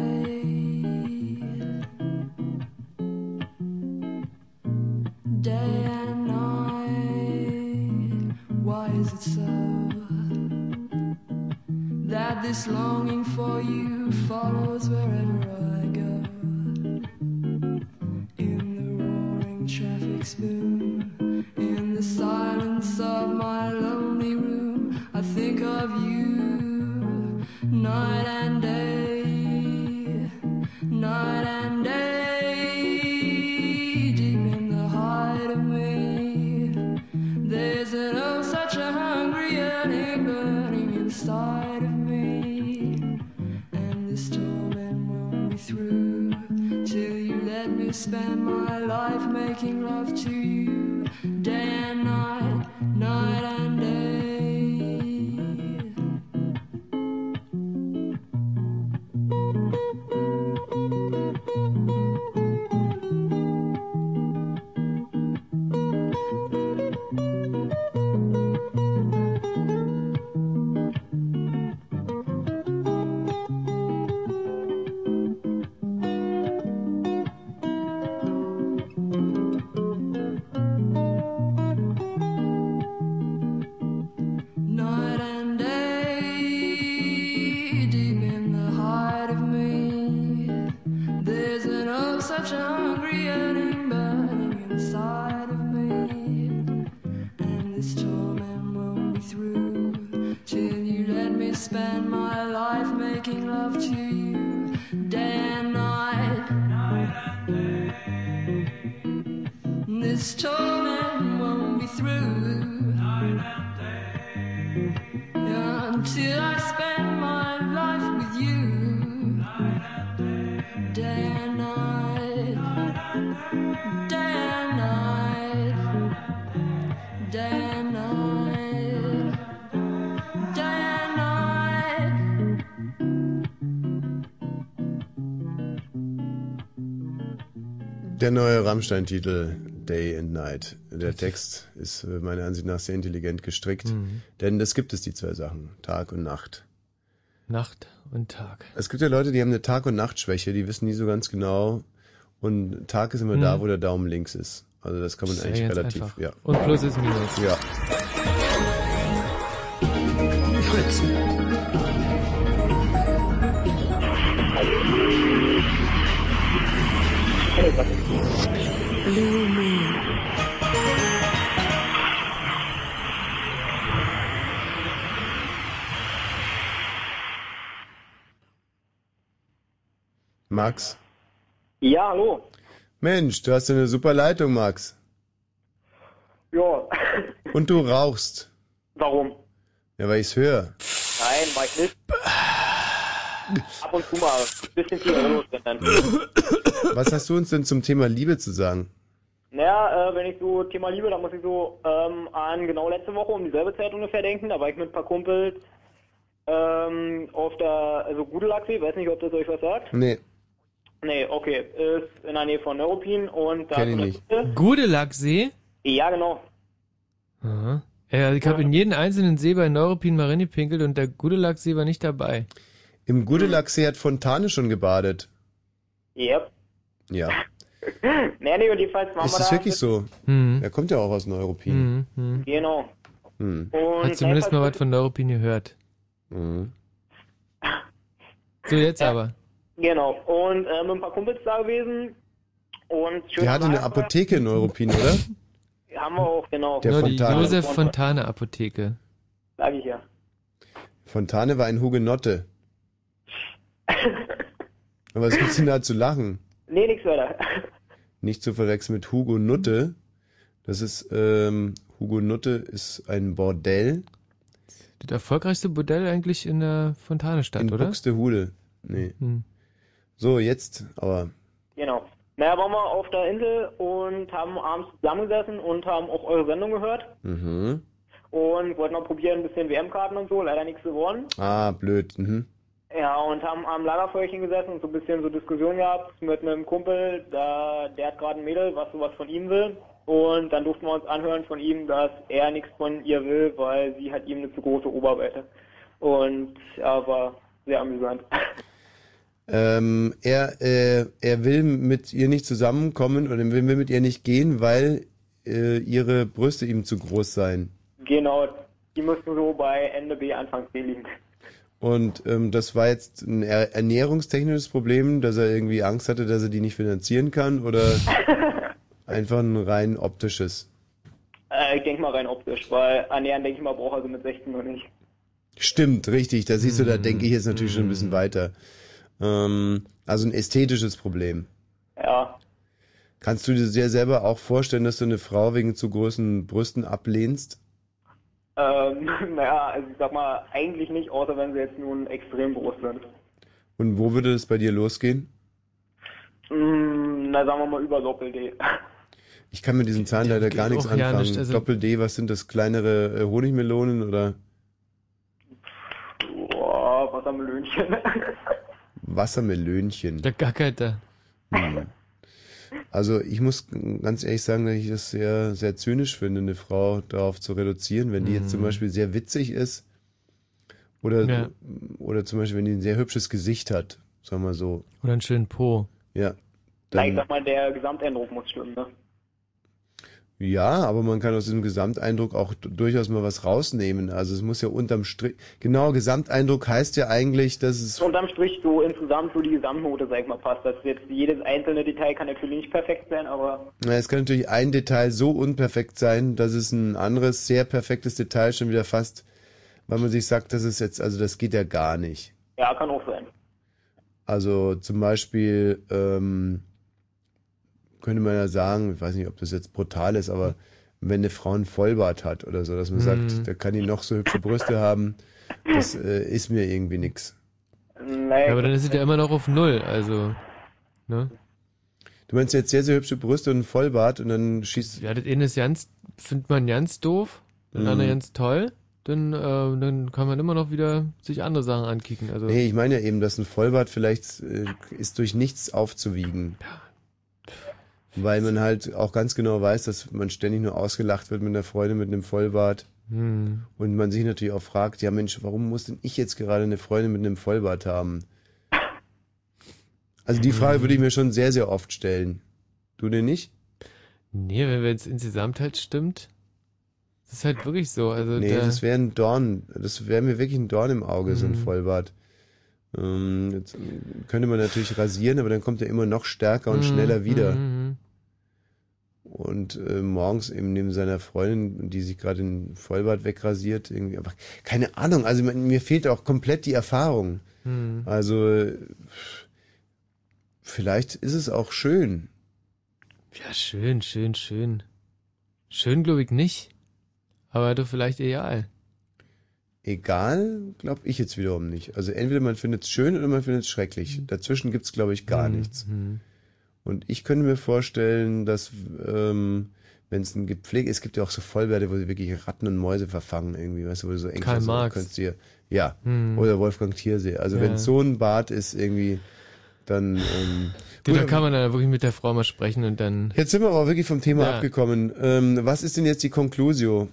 Speaker 8: Day and night, why is it so that this longing for you follows wherever I go? In the roaring traffic's boom, in the silence of my lonely room, I think of you night and day, night and day. Deep in the heart of me, there's an oh such a hungry yearning burning inside of me, and this torment won't be through till you let me spend my life making love to you day and night, night and day. Night and day, deep in the heart of me, there's an oh such a hungry yearning burning inside of me, and this torment won't be through till you let me spend my life making love to you, day and night. This torment won't be through. Until I spend my life with you, day and night, day and night, day and night, day and night.
Speaker 3: Der neue Rammstein-Titel Day and Night. Der Text ist äh, meiner Ansicht nach sehr intelligent gestrickt,
Speaker 4: Mhm.
Speaker 3: denn es gibt es die zwei Sachen, Tag und Nacht.
Speaker 4: Nacht und Tag.
Speaker 3: Es gibt ja Leute, die haben eine Tag- und Nachtschwäche, die wissen nie so ganz genau und Tag ist immer da,
Speaker 4: Mhm.
Speaker 3: wo der Daumen links ist. Also das kann man
Speaker 4: Ist ja
Speaker 3: eigentlich
Speaker 4: ganz
Speaker 3: relativ,
Speaker 4: einfach.
Speaker 3: ja.
Speaker 4: Und Plus ist Minus.
Speaker 3: Ja.
Speaker 7: Fritzen.
Speaker 9: Blue Moon.
Speaker 3: Max?
Speaker 12: Ja, hallo.
Speaker 3: Mensch, du hast ja eine super Leitung, Max.
Speaker 12: Ja,
Speaker 3: Und du rauchst.
Speaker 12: warum?
Speaker 3: Ja, weil ich's höre.
Speaker 12: Nein, mach ich nicht. Ab und zu mal ein bisschen viel Euro drin dann.
Speaker 3: Was hast du uns denn zum Thema Liebe zu sagen?
Speaker 12: Naja, äh, wenn ich so Thema Liebe, dann muss ich so ähm, an genau letzte Woche um dieselbe Zeit ungefähr denken. Da war ich mit ein paar Kumpels ähm, auf der, also Gudelachse, weiß nicht, ob das euch was sagt.
Speaker 3: Nee.
Speaker 12: Nee, okay, ist in der Nähe von Neuruppin und da...
Speaker 4: Kenn ich nicht. Gudelacksee?
Speaker 12: Ja, genau.
Speaker 4: Aha. Ja, ich habe in jeden einzelnen See bei Neuruppin Marini pinkelt und der Gudelacksee war nicht dabei.
Speaker 3: Im Gudelacksee hat Fontane schon gebadet.
Speaker 12: Yep.
Speaker 3: Ja.
Speaker 12: nee, nee, und jedenfalls waren
Speaker 3: Ist
Speaker 12: wir
Speaker 3: das
Speaker 12: da...
Speaker 3: wirklich so? Er kommt ja auch aus Neuruppin.
Speaker 4: Mhm. Mhm.
Speaker 12: Genau.
Speaker 3: Hm.
Speaker 12: Und
Speaker 4: Hat zumindest mal
Speaker 12: jedenfalls-
Speaker 4: was von Neuruppin gehört. So, jetzt aber.
Speaker 12: Genau. Und äh, mit ein paar Kumpels da gewesen. Und schön
Speaker 3: Der hatte eine Apotheke in Neuruppin, oder?
Speaker 12: Haben wir auch, genau.
Speaker 3: Der
Speaker 4: Nur
Speaker 3: Fontane.
Speaker 4: Die Josef Fontane Apotheke.
Speaker 12: Sag ich ja.
Speaker 3: Fontane war ein Hugenotte. Aber was gibt's denn da zu lachen?
Speaker 12: Nee, nix weiter.
Speaker 3: Nicht zu verwechseln mit Hugo Nutte. Das ist, ähm, Hugo Nutte ist ein Bordell
Speaker 4: Das erfolgreichste Bordell eigentlich in der Fontanestadt,
Speaker 3: in
Speaker 4: oder?
Speaker 3: Buxtehude. Nee.
Speaker 4: Hm.
Speaker 3: So, jetzt aber.
Speaker 12: Genau. Naja, waren wir auf der Insel und haben abends zusammengesessen und haben auch eure Sendung gehört.
Speaker 3: Mhm.
Speaker 12: und wollten noch probieren, ein bisschen WM-Karten und so, leider nichts geworden.
Speaker 3: Ah, blöd. Mhm.
Speaker 12: Ja, und haben am Lagerfeuerchen gesessen und so ein bisschen so Diskussion gehabt mit einem Kumpel, da, der hat gerade ein Mädel, was sowas von ihm will. Und dann durften wir uns anhören von ihm, dass er nichts von ihr will, weil sie hat ihm eine zu große Oberweite. Und ja, war sehr amüsant.
Speaker 3: Ähm, er, äh, er will mit ihr nicht zusammenkommen oder will will mit ihr nicht gehen, weil äh, ihre Brüste ihm zu groß seien.
Speaker 12: Genau, die müssten so bei Ende B, Anfang C liegen.
Speaker 3: Und ähm, das war jetzt ein er ernährungstechnisches Problem, dass er irgendwie Angst hatte, dass er die nicht finanzieren kann oder einfach ein rein optisches.
Speaker 12: Äh, ich denke mal rein optisch, weil ernähren, denke ich mal, braucht er so mit 16 noch nicht.
Speaker 3: Stimmt, richtig. Da siehst du, da denke ich jetzt natürlich schon ein bisschen weiter. Ähm, also ein ästhetisches Problem.
Speaker 12: Ja.
Speaker 3: Kannst du dir selber auch vorstellen, dass du eine Frau wegen zu großen Brüsten ablehnst?
Speaker 12: Ähm, naja, also ich sag mal, eigentlich nicht, außer wenn sie jetzt nun extrem groß sind.
Speaker 3: Und wo würde das bei dir losgehen?
Speaker 12: Mm, na, sagen wir mal über Doppel-D.
Speaker 3: Ich kann mit diesen Zahlen leider gar nichts
Speaker 4: auch ja
Speaker 3: anfangen.
Speaker 4: nicht, also-
Speaker 3: Doppel D, was sind das? Kleinere äh, Honigmelonen oder
Speaker 12: Boah, was am Löhnchen.
Speaker 3: Wassermelönchen?
Speaker 4: Der gackert da.
Speaker 3: Hm. Also ich muss ganz ehrlich sagen, dass ich das sehr, sehr zynisch finde, eine Frau darauf zu reduzieren, wenn die jetzt zum
Speaker 4: Mhm.
Speaker 3: Beispiel sehr witzig ist oder,
Speaker 4: Ja.
Speaker 3: oder zum Beispiel, wenn die ein sehr hübsches Gesicht hat, sagen wir mal so.
Speaker 4: Oder einen schönen Po.
Speaker 3: Ja.
Speaker 12: Na, ich
Speaker 3: Dann-
Speaker 12: sag mal, der Gesamteindruck muss stimmen, ne?
Speaker 3: Ja, aber man kann aus diesem Gesamteindruck auch d- durchaus mal was rausnehmen. Also es muss ja unterm Strich. Genau, Gesamteindruck heißt ja eigentlich, dass es.
Speaker 12: Unterm Strich so insgesamt so die Gesamtnote, sag ich mal, passt. Das jetzt jedes einzelne Detail kann natürlich nicht perfekt sein, aber
Speaker 3: Na, es kann natürlich ein Detail so unperfekt sein, dass es ein anderes, sehr perfektes Detail schon wieder fast, weil man sich sagt, das ist jetzt, also das geht ja gar nicht.
Speaker 12: ja, kann auch sein.
Speaker 3: Also zum Beispiel, ähm, könnte man ja sagen, ich weiß nicht, ob das jetzt brutal ist, aber wenn eine Frau einen Vollbart hat oder so, dass man
Speaker 4: Mhm.
Speaker 3: sagt, da kann die noch so hübsche Brüste haben, das äh, ist mir irgendwie nix.
Speaker 12: Naja,
Speaker 4: aber dann ist es ja immer noch auf Null, also. Ne?
Speaker 3: Du meinst jetzt sehr, sehr hübsche Brüste und einen Vollbart und dann schießt.
Speaker 4: Ja, eh das eine ist ganz, findet man ganz doof, das
Speaker 3: Mhm.
Speaker 4: andere ganz toll. Dann, äh, dann kann man immer noch wieder sich andere Sachen ankicken. Also,
Speaker 3: Nee, ich meine ja eben, dass ein Vollbart vielleicht äh, ist durch nichts aufzuwiegen. Weil man halt auch ganz genau weiß, dass man ständig nur ausgelacht wird mit einer Freundin mit einem Vollbart.
Speaker 4: Hm.
Speaker 3: Und man sich natürlich auch fragt, ja Mensch, warum muss denn ich jetzt gerade eine Freundin mit einem Vollbart haben? Also die Frage würde ich mir schon sehr, sehr oft stellen. Du denn nicht?
Speaker 4: nee, wenn es insgesamt halt stimmt, das ist halt wirklich so. Also,
Speaker 3: Nee,
Speaker 4: da,
Speaker 3: das wäre ein Dorn. Das wäre mir wirklich ein Dorn im Auge, so ein
Speaker 4: Mhm.
Speaker 3: Vollbart. Ähm, jetzt äh, könnte man natürlich rasieren, aber dann kommt er immer noch stärker und
Speaker 4: Mhm,
Speaker 3: schneller wieder.
Speaker 4: mhm,
Speaker 3: Und äh, morgens eben neben seiner Freundin, die sich gerade den Vollbart wegrasiert, irgendwie einfach. Keine Ahnung, also mir- mir fehlt auch komplett die Erfahrung.
Speaker 4: Mhm.
Speaker 3: Also äh, vielleicht ist es auch schön.
Speaker 4: ja, schön, schön, schön. Schön, glaube ich, nicht. Aber du vielleicht egal.
Speaker 3: Egal, glaube ich jetzt wiederum nicht. Also entweder man findet es schön oder man findet es schrecklich. Dazwischen gibt's glaub glaube ich, gar
Speaker 4: Mhm,
Speaker 3: nichts.
Speaker 4: mhm.
Speaker 3: Und ich könnte mir vorstellen, dass ähm, wenn es ein gepflegt, es gibt ja auch so Vollbärte, wo sie wirklich Ratten und Mäuse verfangen irgendwie, weißt du, wo du so eng
Speaker 4: Karl
Speaker 3: so
Speaker 4: Marx.
Speaker 3: kannst dir, ja,
Speaker 4: Mhm.
Speaker 3: oder Wolfgang Thiersee. Also
Speaker 4: Ja.
Speaker 3: wenn so ein Bart ist irgendwie, dann ähm,
Speaker 4: Du,
Speaker 3: gut,
Speaker 4: da kann man dann wirklich mit der Frau mal sprechen und dann.
Speaker 3: Jetzt sind wir aber wirklich vom Thema
Speaker 4: Ja.
Speaker 3: abgekommen. Ähm, was ist denn jetzt die Conclusio?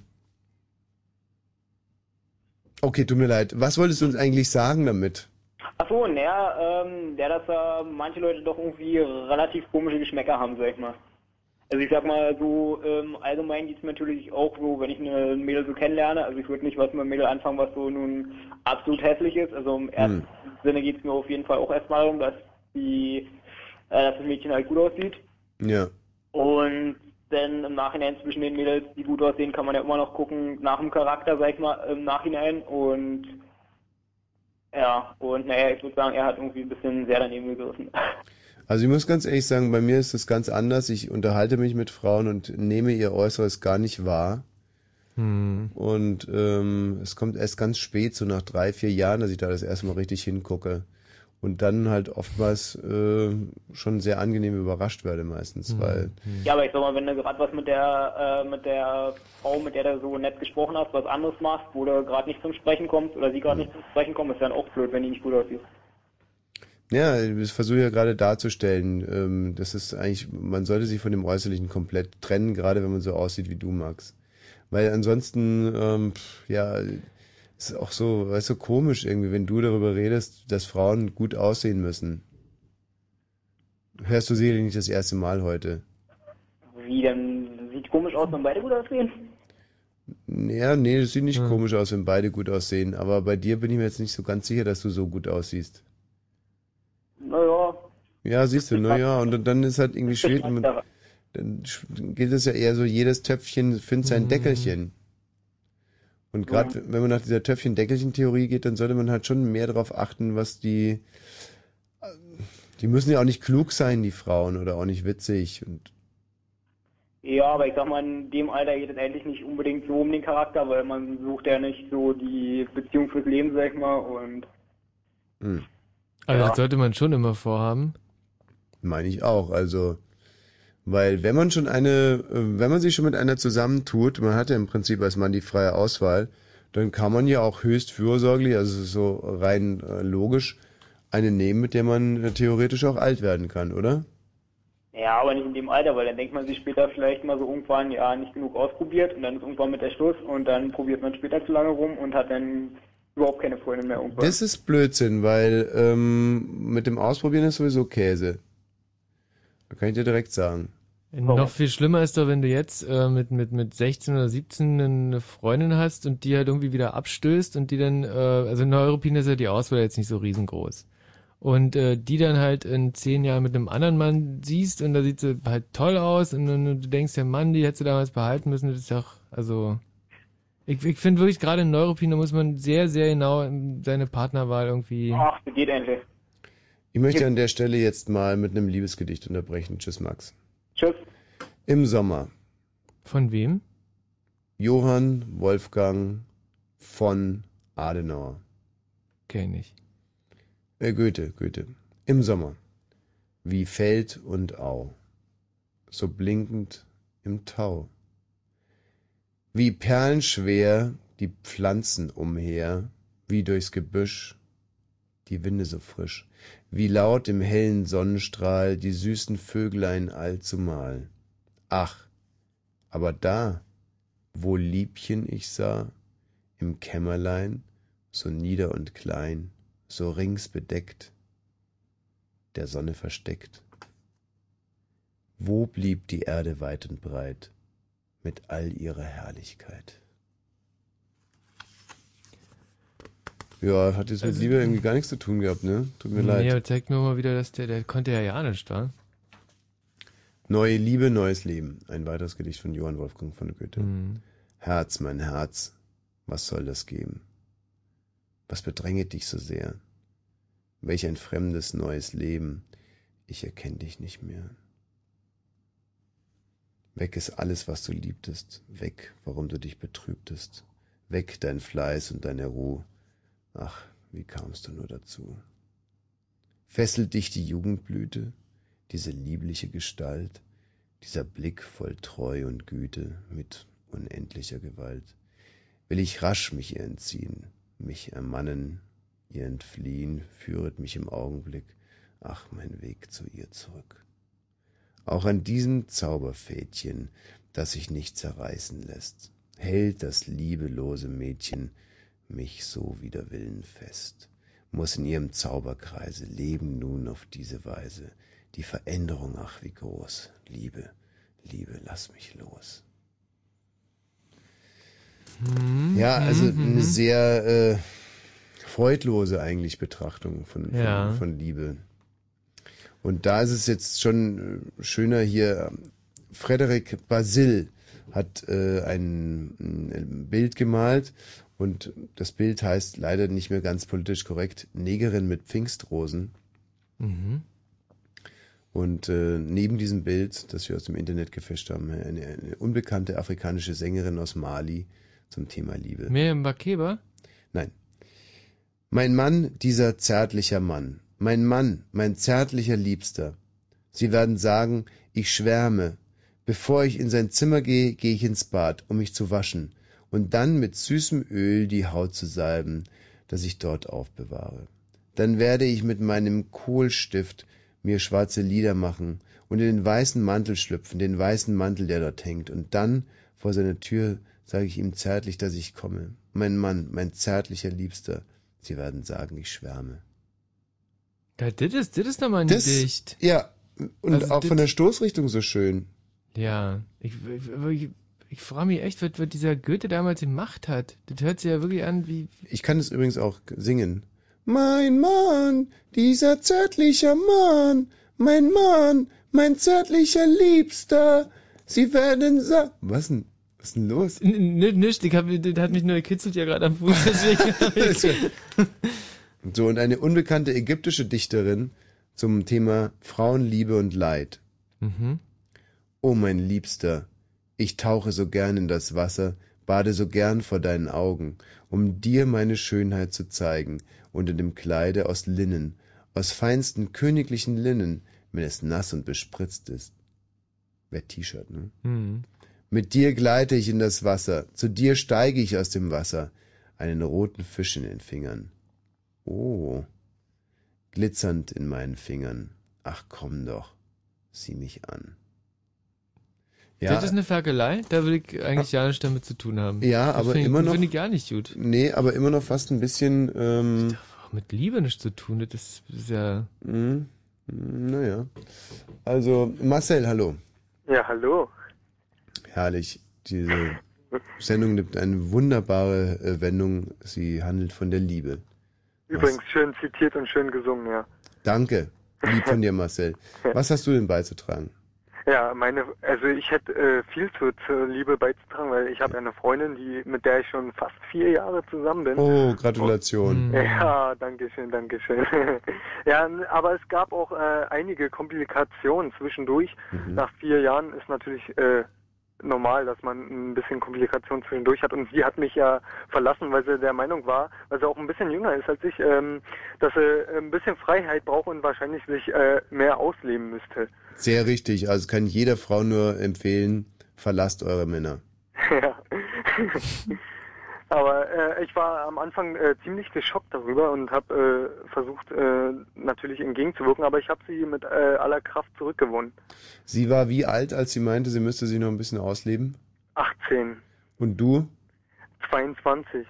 Speaker 3: Okay, tut mir leid. Was wolltest du uns eigentlich sagen damit?
Speaker 12: Achso, naja, ähm, der, dass äh, manche Leute doch irgendwie relativ komische Geschmäcker haben, sag ich mal. Also ich sag mal, so ähm, allgemein geht's mir natürlich auch so, wenn ich eine Mädel so kennenlerne, also ich würde nicht was mit einem Mädel anfangen, was so nun absolut hässlich ist. Also im ersten Sinne geht's mir auf jeden Fall auch erstmal darum, dass die äh, dass das Mädchen halt gut aussieht.
Speaker 3: Ja.
Speaker 12: Und dann im Nachhinein zwischen den Mädels, die gut aussehen, kann man ja immer noch gucken, nach dem Charakter, sag ich mal, im Nachhinein. Und ja, und naja, ich würde sagen, er hat irgendwie ein bisschen sehr daneben gegriffen.
Speaker 3: Also ich muss ganz ehrlich sagen, bei mir ist das ganz anders. Ich unterhalte mich mit Frauen und nehme ihr Äußeres gar nicht wahr.
Speaker 4: Hm.
Speaker 3: Und ähm, es kommt erst ganz spät, so nach drei, vier Jahren, dass ich da das erste Mal richtig hingucke. und dann halt oftmals äh, schon sehr angenehm überrascht werde
Speaker 4: Hm.
Speaker 3: meistens, weil
Speaker 12: Ja, aber ich sag mal, wenn du gerade was mit der äh, mit der Frau, mit der du so nett gesprochen hast, was anderes machst, wo du gerade nicht zum Sprechen kommst oder sie gerade nicht zum Sprechen kommt, ist dann auch blöd, wenn die nicht gut aussieht.
Speaker 3: ja, ich versuche ja gerade darzustellen, ähm, das ist eigentlich, man sollte sich von dem Äußerlichen komplett trennen, gerade wenn man so aussieht wie du, Max. Weil ansonsten, ähm, pf, ja, ist auch so, weißt du, komisch irgendwie, wenn du darüber redest, dass Frauen gut aussehen müssen. Hörst du sicherlich nicht das erste Mal heute.
Speaker 12: Wie, dann sieht komisch aus, wenn beide gut aussehen?
Speaker 3: Ja, nee, das sieht nicht komisch aus, wenn beide gut aussehen, aber bei dir bin ich mir jetzt nicht so ganz sicher, dass du so gut aussiehst.
Speaker 12: Naja,
Speaker 3: Ja, siehst du, naja, und dann- dann ist halt irgendwie schwierig. Man, dann sch- gilt es ja eher so, jedes Töpfchen findet sein Deckelchen. Und gerade wenn man nach dieser Töpfchen-Deckelchen-Theorie geht, dann sollte man halt schon mehr darauf achten, was die. Die müssen ja auch nicht klug sein, die Frauen, oder auch nicht witzig. Und
Speaker 12: Ja, aber ich sag mal, in dem Alter geht es eigentlich nicht unbedingt so um den Charakter, weil man sucht ja nicht so die Beziehung fürs Leben, sag ich mal, und
Speaker 3: hm.
Speaker 4: Also das sollte man schon immer vorhaben.
Speaker 3: Meine ich auch. Also, weil wenn man schon eine, äh, wenn man sich schon mit einer zusammentut, man hat ja im Prinzip als Mann die freie Auswahl, dann kann man ja auch höchst fürsorglich, also so rein äh, logisch, eine nehmen, mit der man äh, theoretisch auch alt werden kann, oder?
Speaker 12: ja, aber nicht in dem Alter, weil dann denkt man sich später vielleicht mal so irgendwann, ja, nicht genug ausprobiert und dann ist irgendwann mit der Schluss und dann probiert man später zu lange rum und hat dann überhaupt keine Freundin mehr irgendwann.
Speaker 3: Das ist Blödsinn, weil ähm, mit dem Ausprobieren ist sowieso Käse. Da kann ich dir direkt sagen.
Speaker 4: Noch viel schlimmer ist doch, wenn du jetzt äh, mit, mit, mit 16 oder 17 eine Freundin hast und die halt irgendwie wieder abstößt und die dann, äh, also in Neueuropäern ist ja die Auswahl jetzt nicht so riesengroß. Und äh, die dann halt in zehn Jahren mit einem anderen Mann siehst und da sieht sie halt toll aus und, dann du denkst, ja Mann, die hättest du damals behalten müssen, das ist doch, also ich, ich finde wirklich gerade in Neuropin, da muss man sehr, sehr genau ähm, seine Partnerwahl irgendwie.
Speaker 3: Ah,
Speaker 12: Ach, das geht eigentlich.
Speaker 3: Ich möchte an der Stelle jetzt mal mit einem Liebesgedicht unterbrechen. Tschüss, Max.
Speaker 12: Tschüss.
Speaker 3: Im Sommer.
Speaker 4: Von wem?
Speaker 3: Johann Wolfgang von Adenauer.
Speaker 4: Kenn ich.
Speaker 3: Äh, Goethe, Goethe. Im Sommer. Wie Feld und Au. So blinkend im Tau. Wie perlenschwer die Pflanzen umher, wie durchs Gebüsch die Winde so frisch, wie laut im hellen Sonnenstrahl die süßen Vöglein allzumal. Ach, aber da, wo Liebchen ich sah, im Kämmerlein, so nieder und klein, so rings bedeckt, der Sonne versteckt. Wo blieb die Erde weit und breit mit all ihrer Herrlichkeit? Ja, hat jetzt mit
Speaker 4: Also-
Speaker 3: Liebe irgendwie gar nichts zu tun gehabt, ne? Tut mir leid.
Speaker 4: Nee, aber zeigt mir mal wieder, dass der, der konnte ja ja nicht, wa?
Speaker 3: Neue Liebe, neues Leben. Ein weiteres Gedicht von Johann Wolfgang von Goethe. Herz, mein Herz, was soll das geben? Was bedränget dich so sehr? Welch ein fremdes neues Leben. Ich erkenne dich nicht mehr. Weg ist alles, was du liebtest. Weg, warum du dich betrübtest. Weg dein Fleiß und deine Ruhe. Ach, wie kamst du nur dazu? Fesselt dich die Jugendblüte? diese liebliche Gestalt, dieser Blick voll Treu und Güte mit unendlicher Gewalt. Will ich rasch mich ihr entziehen, mich ermannen, ihr entfliehen, führet mich im Augenblick, ach, mein Weg zu ihr zurück. Auch an diesem Zauberfädchen, das sich nicht zerreißen lässt, hält das liebelose Mädchen mich so wider Willen fest, muss in ihrem Zauberkreise leben nun auf diese Weise, die Veränderung, ach wie groß. Liebe, Liebe, lass mich los. Ja, also
Speaker 1: Mhm,
Speaker 9: Mhm,
Speaker 3: eine sehr äh, freudlose eigentlich Betrachtung von, von,
Speaker 4: Ja.
Speaker 3: von Liebe. Und da ist es jetzt schon äh, schöner hier. Frederic Basil hat äh, ein, ein Bild gemalt und das Bild heißt leider nicht mehr ganz politisch korrekt Negerin mit Pfingstrosen.
Speaker 4: Mhm.
Speaker 3: Und äh, neben diesem Bild, das wir aus dem Internet gefischt haben, eine, eine unbekannte afrikanische Sängerin aus Mali zum Thema Liebe.
Speaker 4: Miriam Makeba?
Speaker 3: Nein. Mein Mann, dieser zärtlicher Mann, Mein Mann, mein zärtlicher Liebster. Sie werden sagen, ich schwärme. Bevor ich in sein Zimmer gehe, gehe ich ins Bad, um mich zu waschen und dann mit süßem Öl die Haut zu salben, das ich dort aufbewahre. Dann werde ich mit meinem Kohlstift mir schwarze Lieder machen und in den weißen Mantel schlüpfen, den weißen Mantel, der dort hängt, und dann vor seiner Tür sage ich ihm zärtlich, dass ich komme. Mein Mann, mein zärtlicher Liebster, sie werden sagen, ich schwärme.
Speaker 4: Ja, das ist, das ist nochmal ein
Speaker 3: Das-
Speaker 4: Gedicht.
Speaker 3: Ja, und
Speaker 4: Also
Speaker 3: auch
Speaker 4: das-
Speaker 3: von der Stoßrichtung so schön.
Speaker 4: Ja, ich, ich, ich, ich frage mich echt, was, was dieser Goethe damals gemacht hat. Das hört sich ja wirklich an wie...
Speaker 3: Ich kann es übrigens auch singen. Mein Mann, dieser zärtlicher Mann, mein Mann, mein zärtlicher Liebster, sie werden sa... Was denn? Was ist denn los?
Speaker 4: Nicht, ich hab, das hat mich nur gekitzelt ja gerade am Fuß, deswegen hab ich,
Speaker 3: So, und eine unbekannte ägyptische Dichterin zum Thema Frauenliebe und Leid.
Speaker 4: Mhm.
Speaker 3: O Oh, mein Liebster, ich tauche so gern in das Wasser, bade so gern vor deinen Augen, um dir meine Schönheit zu zeigen, unter dem Kleide aus Linnen, aus feinsten königlichen Linnen, wenn es nass und bespritzt ist. Wär T-Shirt, ne?
Speaker 4: Mhm.
Speaker 3: Mit dir gleite ich in das Wasser, zu dir steige ich aus dem Wasser, einen roten Fisch in den Fingern. Oh, glitzernd in meinen Fingern. Ach komm doch, sieh mich an.
Speaker 4: Das ist eine Ferkelei, da will ich eigentlich ja nichts damit zu tun haben.
Speaker 3: Ja,
Speaker 4: Das
Speaker 3: aber
Speaker 4: find ich-
Speaker 3: immer noch.
Speaker 4: Find ich gar nicht gut.
Speaker 3: Nee, aber immer noch fast ein bisschen. Ähm,
Speaker 4: mit Liebe nichts zu tun, das ist ja.
Speaker 3: Hm, Naja. Also, Marcel, hallo.
Speaker 13: Ja, hallo.
Speaker 3: Herrlich. Diese Sendung nimmt eine wunderbare äh, Wendung. Sie handelt von der Liebe.
Speaker 13: Übrigens schön zitiert und schön gesungen, ja.
Speaker 3: Danke. Lieb von dir, Marcel. Was hast du denn beizutragen?
Speaker 13: Ja, meine, also ich hätte äh, viel zu, zur Liebe beizutragen, weil ich habe eine Freundin, die mit der ich schon fast vier Jahre zusammen bin.
Speaker 3: Oh, Gratulation.
Speaker 13: Ja, danke schön, danke schön. ja, n- aber es gab auch äh, einige Komplikationen zwischendurch. Nach vier Jahren ist natürlich äh, normal, dass man ein bisschen Komplikationen zwischendurch hat. Und sie hat mich ja verlassen, weil sie der Meinung war, weil sie auch ein bisschen jünger ist als ich, ähm, dass sie ein bisschen Freiheit braucht und wahrscheinlich sich äh, mehr ausleben müsste.
Speaker 3: Sehr richtig. Also kann ich jeder Frau nur empfehlen, verlasst eure Männer.
Speaker 13: Ja. Aber äh, ich war am Anfang äh, ziemlich geschockt darüber und habe äh, versucht, äh, natürlich entgegenzuwirken, aber ich habe sie mit äh, aller Kraft zurückgewonnen.
Speaker 3: Sie war wie alt, als sie meinte, sie müsste sich noch ein bisschen ausleben?
Speaker 13: 18,
Speaker 3: Und du?
Speaker 13: 22.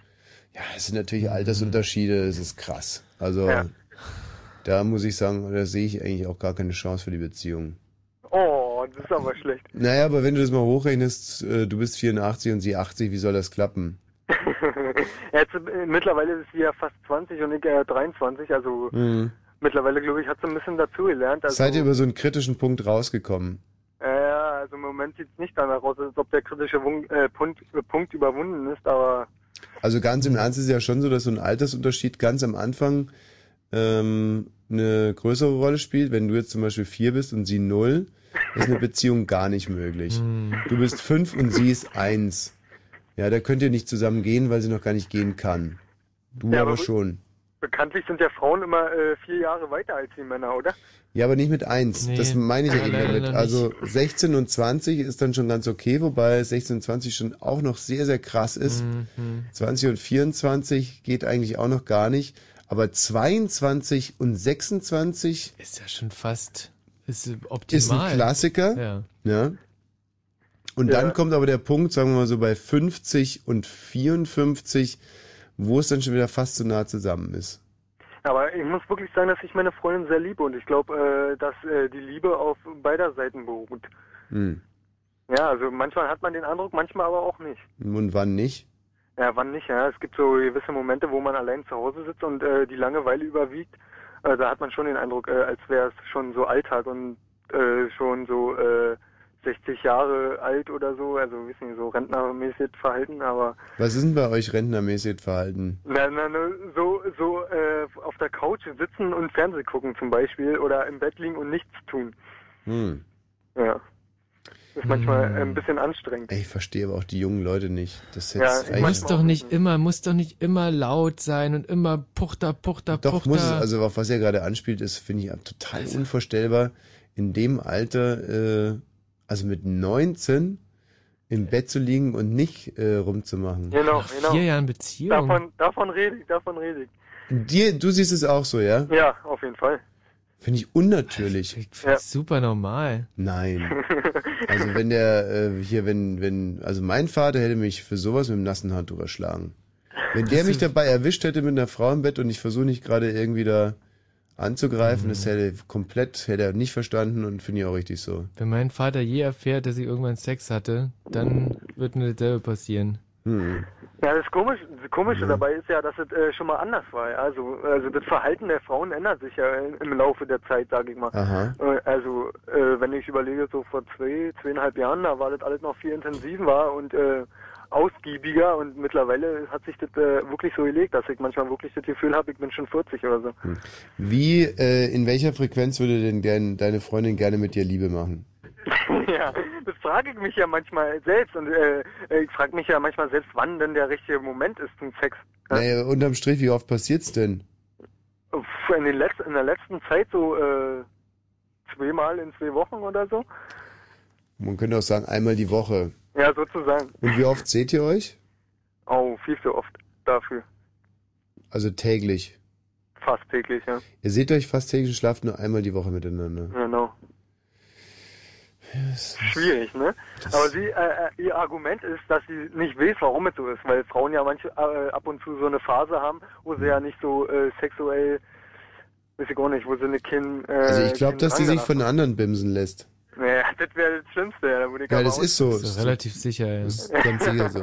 Speaker 3: Ja, es sind natürlich Altersunterschiede, es ist krass. Also
Speaker 13: Ja.
Speaker 3: da muss ich sagen, da sehe ich eigentlich auch gar keine Chance für die Beziehung.
Speaker 13: Oh, das ist aber schlecht.
Speaker 3: Naja, aber wenn du das mal hochrechnest, äh, du bist 84 und sie 80, wie soll das klappen?
Speaker 13: Jetzt, äh, mittlerweile ist sie ja fast 20 und ich äh, 23, also
Speaker 3: Mhm.
Speaker 13: mittlerweile, glaube ich, hat sie ein bisschen dazugelernt. Also,
Speaker 3: Seid ihr über so einen kritischen Punkt rausgekommen?
Speaker 13: äh, ja, also im Moment sieht es nicht danach aus, als ob der kritische Wun äh, Punkt, äh, Punkt überwunden ist, aber
Speaker 3: Also ganz im Ernst ist es ja schon so, dass so ein Altersunterschied ganz am Anfang ähm, eine größere Rolle spielt. Wenn du jetzt zum Beispiel vier bist und sie null, ist eine Beziehung gar nicht möglich.
Speaker 13: Mhm.
Speaker 3: Du bist fünf und sie ist eins. Ja, da könnt ihr nicht zusammen gehen, weil sie noch gar nicht gehen kann. Du
Speaker 13: Ja,
Speaker 3: aber
Speaker 13: aber gut.
Speaker 3: schon.
Speaker 13: Bekanntlich sind ja Frauen immer äh, vier Jahre weiter als die Männer, oder?
Speaker 3: Ja, aber nicht mit eins.
Speaker 13: Nee,
Speaker 3: das meine ich ja
Speaker 13: leider
Speaker 3: eben damit.
Speaker 13: nicht.
Speaker 3: Also 16 und 20 ist dann schon ganz okay, wobei 16 und 20 schon auch noch sehr, sehr krass ist.
Speaker 13: Mhm.
Speaker 3: 20 und 24 geht eigentlich auch noch gar nicht. Aber 22 und 26
Speaker 4: Ist ja schon fast. Ist optimal.
Speaker 3: ist ein Klassiker.
Speaker 4: Ja.
Speaker 3: Ja. ne? Und dann kommt aber der Punkt, sagen wir mal so bei 50 und 54, wo es dann schon wieder fast so nah zusammen ist.
Speaker 13: Aber ich muss wirklich sagen, dass ich meine Freundin sehr liebe und ich glaube, äh, dass äh, die Liebe auf beider Seiten beruht.
Speaker 3: Hm.
Speaker 13: Ja, also manchmal hat man den Eindruck, manchmal aber auch nicht.
Speaker 3: Und wann nicht?
Speaker 13: Ja, wann nicht, ja. Es gibt so gewisse Momente, wo man allein zu Hause sitzt und äh, die Langeweile überwiegt. Äh, da hat man schon den Eindruck, äh, als wäre es schon so Alltag und äh, schon so äh, 60 Jahre alt oder so. Also, wissen Sie, so rentnermäßig verhalten, aber
Speaker 3: Was ist denn bei euch rentnermäßig verhalten?
Speaker 13: Na, na, na, so, so äh, auf der Couch sitzen und Fernsehen gucken zum Beispiel oder im Bett liegen und nichts tun.
Speaker 3: Hm.
Speaker 13: Ja. Ist manchmal äh, ein bisschen anstrengend.
Speaker 3: Ey, Ich verstehe aber auch die jungen Leute nicht. Das ist
Speaker 13: Ja,
Speaker 3: jetzt
Speaker 13: ich
Speaker 3: eigentlich-
Speaker 4: Muss doch nicht immer, muss doch nicht immer laut sein und immer puchter, puchter,
Speaker 3: Doch,
Speaker 4: puchter.
Speaker 3: muss es, also auf was er gerade anspielt, ist, finde ich, total unvorstellbar, in dem Alter, äh, also mit 19 im Bett zu liegen und nicht äh, rumzumachen.
Speaker 13: Genau, genau. Davon, davon rede ich, davon rede ich.
Speaker 3: Dir, du siehst es auch so, ja?
Speaker 13: Ja, auf jeden Fall.
Speaker 3: Finde ich unnatürlich.
Speaker 13: Ja.
Speaker 4: Super normal.
Speaker 3: Nein. Also wenn der, äh, hier, wenn, wenn, also mein Vater hätte mich für sowas mit dem nassen Handtuch erschlagen. Wenn der mich dabei erwischt hätte mit einer Frau im Bett und ich versuche nicht gerade irgendwie da anzugreifen,
Speaker 4: Mhm.
Speaker 3: das hätte komplett, hätte er nicht verstanden und finde ich auch richtig so.
Speaker 4: Wenn mein Vater je erfährt, dass ich irgendwann Sex hatte, dann wird mir dasselbe passieren.
Speaker 3: Hm.
Speaker 13: Ja, das Komische, das Komische dabei ist ja, dass es äh, schon mal anders war. Also, also das Verhalten der Frauen ändert sich ja in- im Laufe der Zeit, sage ich mal.
Speaker 3: Aha.
Speaker 13: Äh, Also äh, wenn ich überlege, so vor zwei, zweieinhalb Jahren, da war das alles noch viel intensiver und äh, ausgiebiger und mittlerweile hat sich das äh, wirklich so gelegt, dass ich manchmal wirklich das Gefühl habe, ich bin schon 40 oder so.
Speaker 3: Wie, äh, in welcher Frequenz würde denn gern, deine Freundin gerne mit dir Liebe machen?
Speaker 13: ja, das frage ich mich ja manchmal selbst und äh, ich frage mich ja manchmal selbst, wann denn der richtige Moment ist zum Sex.
Speaker 3: Naja, unterm Strich, wie oft passiert's denn?
Speaker 13: Pff, In, den letzten, in der letzten Zeit so äh, zweimal in zwei Wochen oder so.
Speaker 3: Man könnte auch sagen, einmal die Woche.
Speaker 13: Ja, sozusagen.
Speaker 3: Und wie oft seht ihr euch?
Speaker 13: Oh, viel zu oft dafür.
Speaker 3: Also täglich.
Speaker 13: Fast täglich, ja.
Speaker 3: Ihr seht euch fast täglich und schlaft nur einmal die Woche miteinander.
Speaker 13: Genau.
Speaker 3: Yes.
Speaker 13: Schwierig, ne? Aber sie, äh, äh, ihr Argument ist, dass sie nicht weiß, warum es so ist, weil Frauen ja manche äh, ab und zu so eine Phase haben, wo sie ja nicht so äh, sexuell, weiß ich auch nicht, wo sie eine Kinn. Äh,
Speaker 3: Also ich glaube,
Speaker 13: Kinn
Speaker 3: dass die sich
Speaker 13: angelassen
Speaker 3: von anderen bimsen lässt.
Speaker 13: haben. Naja, das wäre das Schlimmste, ja. Da würde ich
Speaker 3: Ja,
Speaker 13: aber
Speaker 3: das
Speaker 13: auch-
Speaker 3: ist so.
Speaker 4: relativ sicher, ja.
Speaker 3: Das ist ganz sicher so.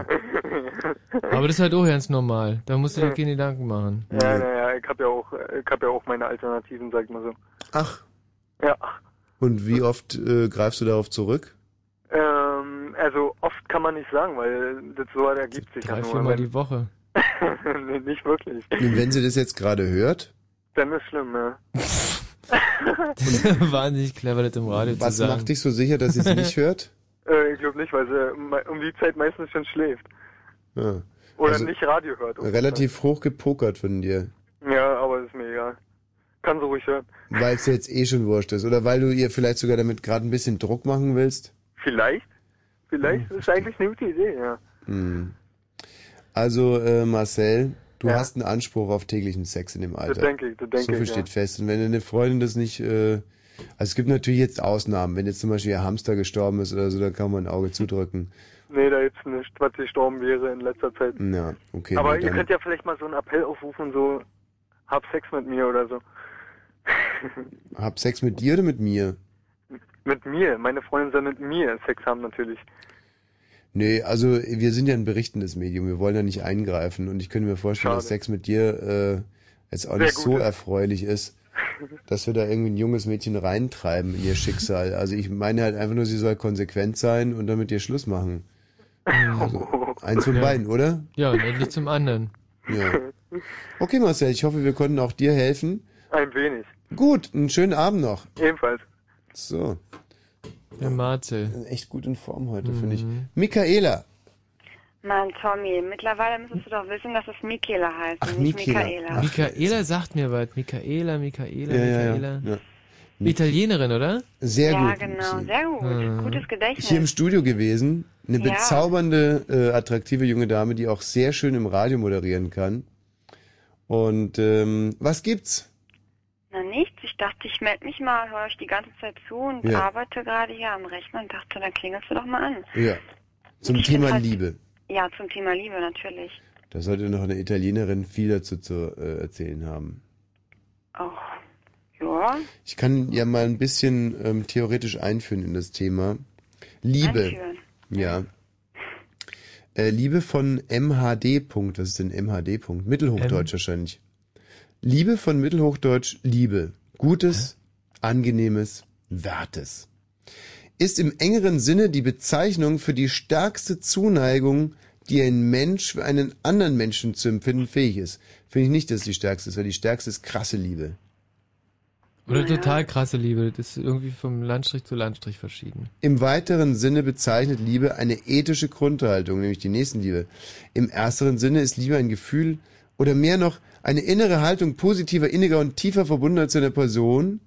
Speaker 4: Aber das ist halt auch ganz normal. Da musst du dir
Speaker 13: Ja.
Speaker 4: keine Gedanken machen.
Speaker 13: Ja, naja, ich habe ja auch, äh, ich habe ja auch meine Alternativen, sag ich mal so.
Speaker 3: Ach.
Speaker 13: Ja.
Speaker 3: Und wie oft äh, greifst du darauf zurück?
Speaker 13: Ähm, also oft kann man nicht sagen, weil das so ergibt sich
Speaker 4: Drei,
Speaker 13: ja nur.
Speaker 4: viermal die Woche.
Speaker 13: Wenn- Nee, nicht wirklich.
Speaker 3: Und wenn sie das jetzt gerade hört,
Speaker 13: Dann ist schlimm, ja.
Speaker 4: Wahnsinnig clever, das im Radio zu
Speaker 3: was
Speaker 4: sagen.
Speaker 3: macht dich so sicher, dass sie es nicht hört?
Speaker 13: Äh, ich glaube nicht, weil sie me- um die Zeit meistens schon schläft.
Speaker 3: Ja.
Speaker 13: Oder
Speaker 3: Also,
Speaker 13: nicht Radio hört. um
Speaker 3: Relativ hoch gepokert von dir.
Speaker 13: Ja, aber ist mir egal. Kann so ruhig hören.
Speaker 3: Weil es dir jetzt eh schon wurscht ist. Oder weil du ihr vielleicht sogar damit gerade ein bisschen Druck machen willst?
Speaker 13: Vielleicht? Vielleicht ist eigentlich eine gute Idee, ja.
Speaker 3: Hm. Also, äh, Marcel, du hast einen Anspruch auf täglichen Sex in dem Alter.
Speaker 13: denke ich, das denke
Speaker 3: So viel
Speaker 13: ich, ja.
Speaker 3: steht fest. Und wenn deine Freundin das nicht, äh, also es gibt natürlich jetzt Ausnahmen. Wenn jetzt zum Beispiel ihr Hamster gestorben ist oder so, dann kann man ein Auge zudrücken.
Speaker 13: Nee, da jetzt nicht, was gestorben wäre in letzter Zeit.
Speaker 3: Ja, okay.
Speaker 13: aber
Speaker 3: nee,
Speaker 13: ihr
Speaker 3: dann-
Speaker 13: könnt ja vielleicht mal so einen Appell aufrufen, so, hab Sex mit mir oder so.
Speaker 3: Hab Sex mit dir oder mit mir?
Speaker 13: Mit mir, meine Freundin soll mit mir Sex haben natürlich.
Speaker 3: Nee, also wir sind ja ein berichtendes Medium. Wir wollen ja nicht eingreifen. Und ich könnte mir vorstellen, dass
Speaker 13: Schade.
Speaker 3: Sex mit dir äh, jetzt auch
Speaker 13: Sehr
Speaker 3: nicht so
Speaker 13: gut.
Speaker 3: erfreulich ist, dass wir da irgendwie ein junges Mädchen reintreiben in ihr Schicksal. Also ich meine halt einfach nur, sie soll konsequent sein und dann mit dir Schluss machen. Also, eins von
Speaker 4: Ja.
Speaker 3: beiden, oder?
Speaker 4: Ja, und endlich zum anderen.
Speaker 3: Ja. Okay, Marcel, ich hoffe, wir konnten auch dir helfen.
Speaker 13: Ein wenig.
Speaker 3: Gut, einen schönen Abend noch.
Speaker 13: Ebenfalls.
Speaker 3: So.
Speaker 4: Der Marcel.
Speaker 3: Echt gut in Form heute, finde ich.
Speaker 4: Mhm.
Speaker 3: Michaela.
Speaker 14: Mann, Tommy, mittlerweile müsstest du doch wissen, dass es Michaela heißt und nicht
Speaker 3: Michaela.
Speaker 14: Michaela.
Speaker 4: Michaela sagt mir was. Michaela, Michaela,
Speaker 3: Ja, ja, ja.
Speaker 4: Michaela.
Speaker 3: Ja.
Speaker 4: Italienerin, oder?
Speaker 3: Sehr
Speaker 14: ja,
Speaker 3: gut.
Speaker 14: genau, sehr gut.
Speaker 3: Ah.
Speaker 14: Gutes Gedächtnis.
Speaker 3: hier im Studio gewesen. Eine
Speaker 14: Ja.
Speaker 3: bezaubernde, äh, attraktive junge Dame, die auch sehr schön im Radio moderieren kann. Und ähm, was gibt's?
Speaker 14: Na nichts, ich dachte, ich melde mich mal, höre euch die ganze Zeit zu und
Speaker 3: Ja.
Speaker 14: arbeite gerade hier am Rechner und dachte, dann klingelst du doch mal an.
Speaker 3: Ja. Zum Thema Liebe.
Speaker 14: Ja, zum Thema Liebe natürlich.
Speaker 3: Da sollte noch eine Italienerin viel dazu zu äh, erzählen haben.
Speaker 14: Auch. Ja,
Speaker 3: Ich kann ja mal ein bisschen ähm, theoretisch einführen in das Thema. Liebe.
Speaker 14: Einführen.
Speaker 3: Ja. Äh, Liebe von MHD. Punkt. Was ist denn MHD? Punkt? Mittelhochdeutsch wahrscheinlich. Liebe von Mittelhochdeutsch Liebe. Gutes, angenehmes, wertes. Ist im engeren Sinne die Bezeichnung für die stärkste Zuneigung, die ein Mensch für einen anderen Menschen zu empfinden fähig ist. Finde ich nicht, dass es die stärkste ist, weil die stärkste ist krasse Liebe.
Speaker 4: Oder total krasse Liebe. Das ist irgendwie vom Landstrich zu Landstrich verschieden.
Speaker 3: Im weiteren Sinne bezeichnet Liebe eine ethische Grundhaltung, nämlich die Nächstenliebe. Im ersteren Sinne ist Liebe ein Gefühl oder mehr noch eine innere Haltung positiver, inniger und tiefer Verbundenheit zu einer Person,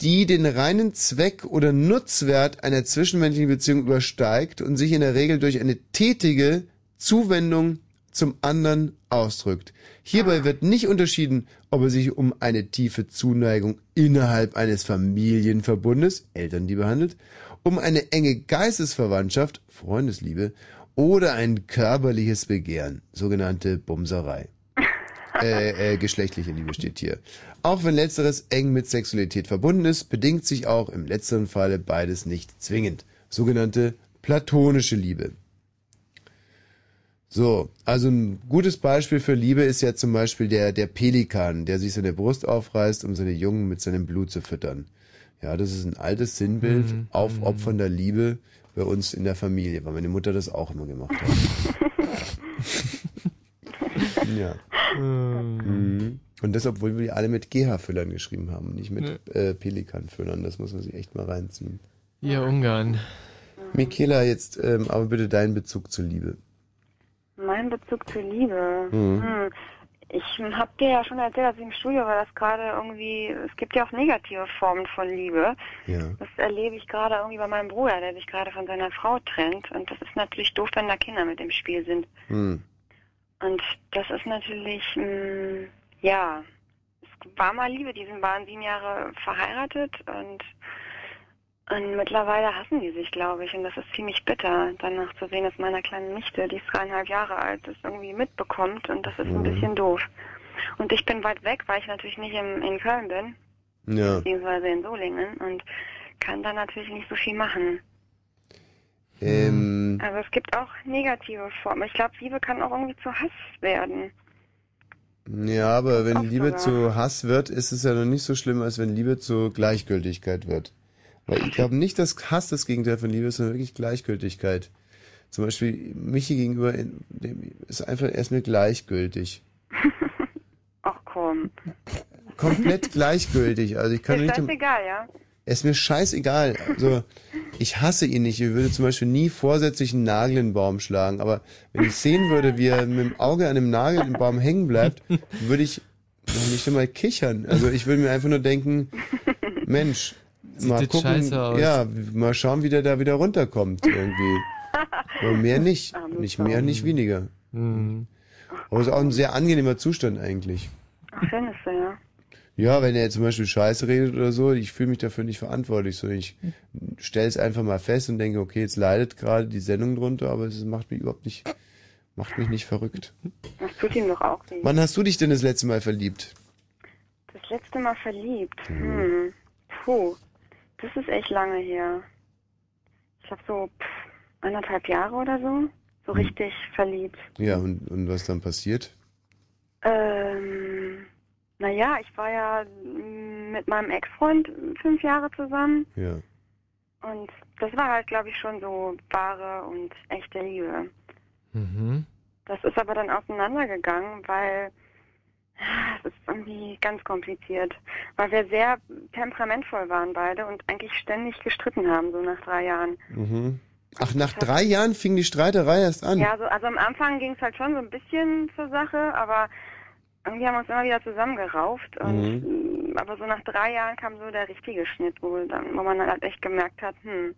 Speaker 3: die den reinen Zweck oder Nutzwert einer zwischenmenschlichen Beziehung übersteigt und sich in der Regel durch eine tätige Zuwendung zum anderen ausdrückt. Hierbei wird nicht unterschieden, ob es sich um eine tiefe Zuneigung innerhalb eines Familienverbundes, Elternliebe handelt, um eine enge Geistesverwandtschaft, Freundesliebe, oder ein körperliches Begehren, sogenannte Bumserei. Äh, äh, geschlechtliche Liebe steht hier. Auch wenn letzteres eng mit Sexualität verbunden ist, bedingt sich auch im letzteren Falle beides nicht zwingend. Sogenannte platonische Liebe. So, also ein gutes Beispiel für Liebe ist ja zum Beispiel der, der Pelikan, der sich seine Brust aufreißt, um seine Jungen mit seinem Blut zu füttern. Ja, das ist ein altes Sinnbild
Speaker 4: Mhm,
Speaker 3: aufopfernder Liebe bei uns in der Familie, weil meine Mutter das auch immer gemacht hat. ja. Mhm. Und das, obwohl wir die alle mit GH-Füllern geschrieben haben, nicht mit äh, Pelikan-Füllern. Das muss man sich echt mal reinziehen.
Speaker 4: Ihr Ungarn.
Speaker 3: Michaela, jetzt ähm, aber bitte deinen Bezug zur Liebe.
Speaker 14: Mein Bezug zur Liebe.
Speaker 3: Mhm.
Speaker 14: Hm. Ich hab dir ja schon erzählt, als ich im Studio war, dass gerade irgendwie, es gibt ja auch negative Formen von Liebe.
Speaker 3: Ja.
Speaker 14: Das erlebe ich gerade irgendwie bei meinem Bruder, der sich gerade von seiner Frau trennt. Und das ist natürlich doof, wenn da Kinder mit im Spiel sind.
Speaker 3: Hm.
Speaker 14: Und das ist natürlich, mh, ja, es war mal Liebe. Die sind, waren sieben Jahre verheiratet und, und mittlerweile hassen die sich, glaube ich. Und das ist ziemlich bitter, danach zu sehen, dass meiner kleinen Nichte, die ist dreieinhalb Jahre alt, das irgendwie mitbekommt. Und das ist ein
Speaker 3: Mhm.
Speaker 14: bisschen doof. Und ich bin weit weg, weil ich natürlich nicht im, in Köln bin,
Speaker 3: Ja.
Speaker 14: beziehungsweise in Solingen und kann da natürlich nicht so viel machen.
Speaker 3: Ähm,
Speaker 14: Also es gibt auch negative Formen. Ich glaube, Liebe kann auch irgendwie zu Hass werden.
Speaker 3: ja, aber wenn Liebe
Speaker 14: sogar.
Speaker 3: zu Hass wird, ist es ja noch nicht so schlimm, als wenn Liebe zu Gleichgültigkeit wird. Weil ich glaube nicht, dass Hass das Gegenteil von Liebe ist, sondern wirklich Gleichgültigkeit. Zum Beispiel Michi gegenüber in, dem ist einfach erstmal gleichgültig.
Speaker 14: Ach komm.
Speaker 3: Komplett gleichgültig. Also ich kann
Speaker 14: ist
Speaker 3: nicht.
Speaker 14: das egal, ja?
Speaker 3: Er ist mir scheißegal. Also, ich hasse ihn nicht. Ich würde zum Beispiel nie vorsätzlich einen Nagel in den Baum schlagen. Aber wenn ich sehen würde, wie er mit dem Auge an dem Nagel im Baum hängen bleibt, würde ich noch nicht einmal kichern. Also, ich würde mir einfach nur denken, Mensch,
Speaker 4: Sieht
Speaker 3: mal
Speaker 4: jetzt
Speaker 3: gucken.
Speaker 4: scheiße aus.
Speaker 3: Ja, mal schauen, wie der da wieder runterkommt irgendwie. Aber mehr nicht. Nicht mehr, nicht weniger.
Speaker 4: Mhm.
Speaker 3: Aber es ist auch ein sehr angenehmer Zustand eigentlich.
Speaker 14: Ach, findest du, ja.
Speaker 3: Ja, wenn er zum Beispiel Scheiße redet oder so, ich fühle mich dafür nicht verantwortlich, sondern ich stelle es einfach mal fest und denke, okay, jetzt leidet gerade die Sendung drunter, aber es macht mich überhaupt nicht, macht mich nicht verrückt.
Speaker 14: Das tut ihm doch auch weh.
Speaker 3: Wann hast du dich denn das letzte Mal verliebt?
Speaker 14: Das letzte Mal verliebt. Hm. Puh. Das ist echt lange her. Ich glaube so pff, anderthalb Jahre oder so. So
Speaker 3: Hm.
Speaker 14: richtig verliebt.
Speaker 3: Ja, und, und was dann passiert?
Speaker 14: Ähm, naja, ich war ja mm, mit meinem Ex-Freund fünf Jahre zusammen.
Speaker 3: Ja.
Speaker 14: Und das war halt, glaube ich, schon so wahre und echte Liebe.
Speaker 4: Mhm.
Speaker 14: Das ist aber dann auseinandergegangen, weil ah, es ist irgendwie ganz kompliziert. Weil wir sehr temperamentvoll waren beide und eigentlich ständig gestritten haben, so nach drei Jahren.
Speaker 3: Mhm. Ach, nach drei Jahren fing die Streiterei erst an.
Speaker 14: Ja, so, also am Anfang ging es halt schon so ein bisschen zur Sache, aber irgendwie haben wir uns immer wieder zusammengerauft. Und,
Speaker 3: Mhm.
Speaker 14: mh, Aber so nach drei Jahren kam so der richtige Schnitt, wo, dann, wo man dann halt echt gemerkt hat, hm,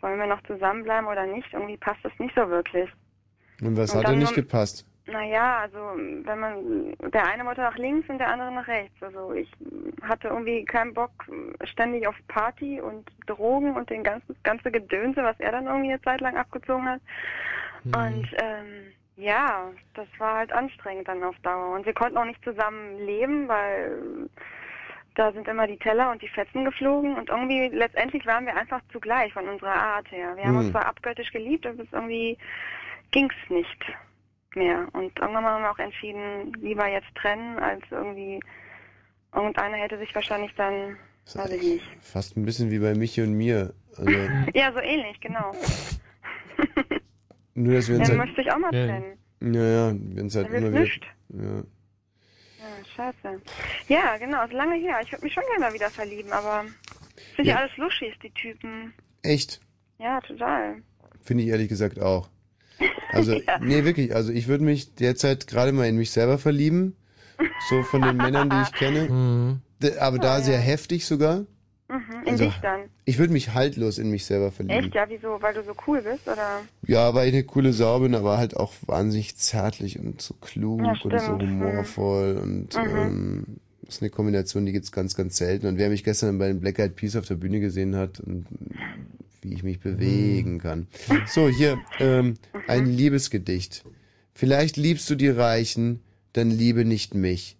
Speaker 14: wollen wir noch zusammenbleiben oder nicht? Irgendwie passt das nicht so wirklich.
Speaker 3: Und was
Speaker 14: Und
Speaker 3: hat denn
Speaker 14: dann
Speaker 3: nicht
Speaker 14: nur-
Speaker 3: gepasst?
Speaker 14: Naja, also wenn man der eine wollte nach links und der andere nach rechts. Also ich hatte irgendwie keinen Bock ständig auf Party und Drogen und den ganzen ganze Gedönse, was er dann irgendwie eine Zeit lang abgezogen hat. Und ähm, ja, das war halt anstrengend dann auf Dauer. Und wir konnten auch nicht zusammen leben, weil ähm, da sind immer die Teller und die Fetzen geflogen und irgendwie letztendlich waren wir einfach zugleich von unserer Art her. Wir haben
Speaker 1: Mhm.
Speaker 14: uns zwar abgöttisch geliebt, aber es irgendwie ging's nicht mehr. Und irgendwann haben wir auch entschieden, lieber jetzt trennen, als irgendwie irgendeiner hätte sich wahrscheinlich dann, weiß ich nicht.
Speaker 3: Fast ein bisschen wie bei Michi und mir. Also,
Speaker 14: Ja, so ähnlich, genau.
Speaker 3: nur, dass wir uns
Speaker 14: Dann
Speaker 3: halt,
Speaker 14: müsste ich auch mal trennen.
Speaker 3: Ja, ja, wir uns halt
Speaker 14: Dann
Speaker 3: immer
Speaker 14: wird
Speaker 3: wieder.
Speaker 14: nichts.
Speaker 3: Ja.
Speaker 14: Ja, scheiße. Ja, genau, ist lange her. Ich würde mich schon gerne mal wieder verlieben, aber sind ja,
Speaker 3: Ja.
Speaker 14: alles Luschis, die Typen.
Speaker 3: Echt.
Speaker 14: Ja, total.
Speaker 3: Finde ich ehrlich gesagt auch. Also,
Speaker 14: Ja.
Speaker 3: nee, wirklich. Also, ich würde mich derzeit gerade mal in mich selber verlieben. So von den Männern, die ich kenne. D- Aber da sehr heftig sogar.
Speaker 14: Mhm, in
Speaker 3: Also,
Speaker 14: dich dann.
Speaker 3: Ich würde mich haltlos in mich selber verlieben.
Speaker 14: Echt? Ja, wieso? Weil du so cool bist, oder?
Speaker 3: Ja, weil ich eine coole Sau bin, aber halt auch wahnsinnig zärtlich und so klug
Speaker 14: Ja,
Speaker 3: und so
Speaker 14: stimmt.
Speaker 3: humorvoll und
Speaker 14: Mhm.
Speaker 3: ähm, das ist eine Kombination, die gibt's ganz, ganz selten. Und wer mich gestern bei den Black Eyed Peas auf der Bühne gesehen hat und wie ich mich bewegen kann. So, hier ähm, ein Liebesgedicht. Vielleicht liebst du die Reichen, dann liebe nicht mich.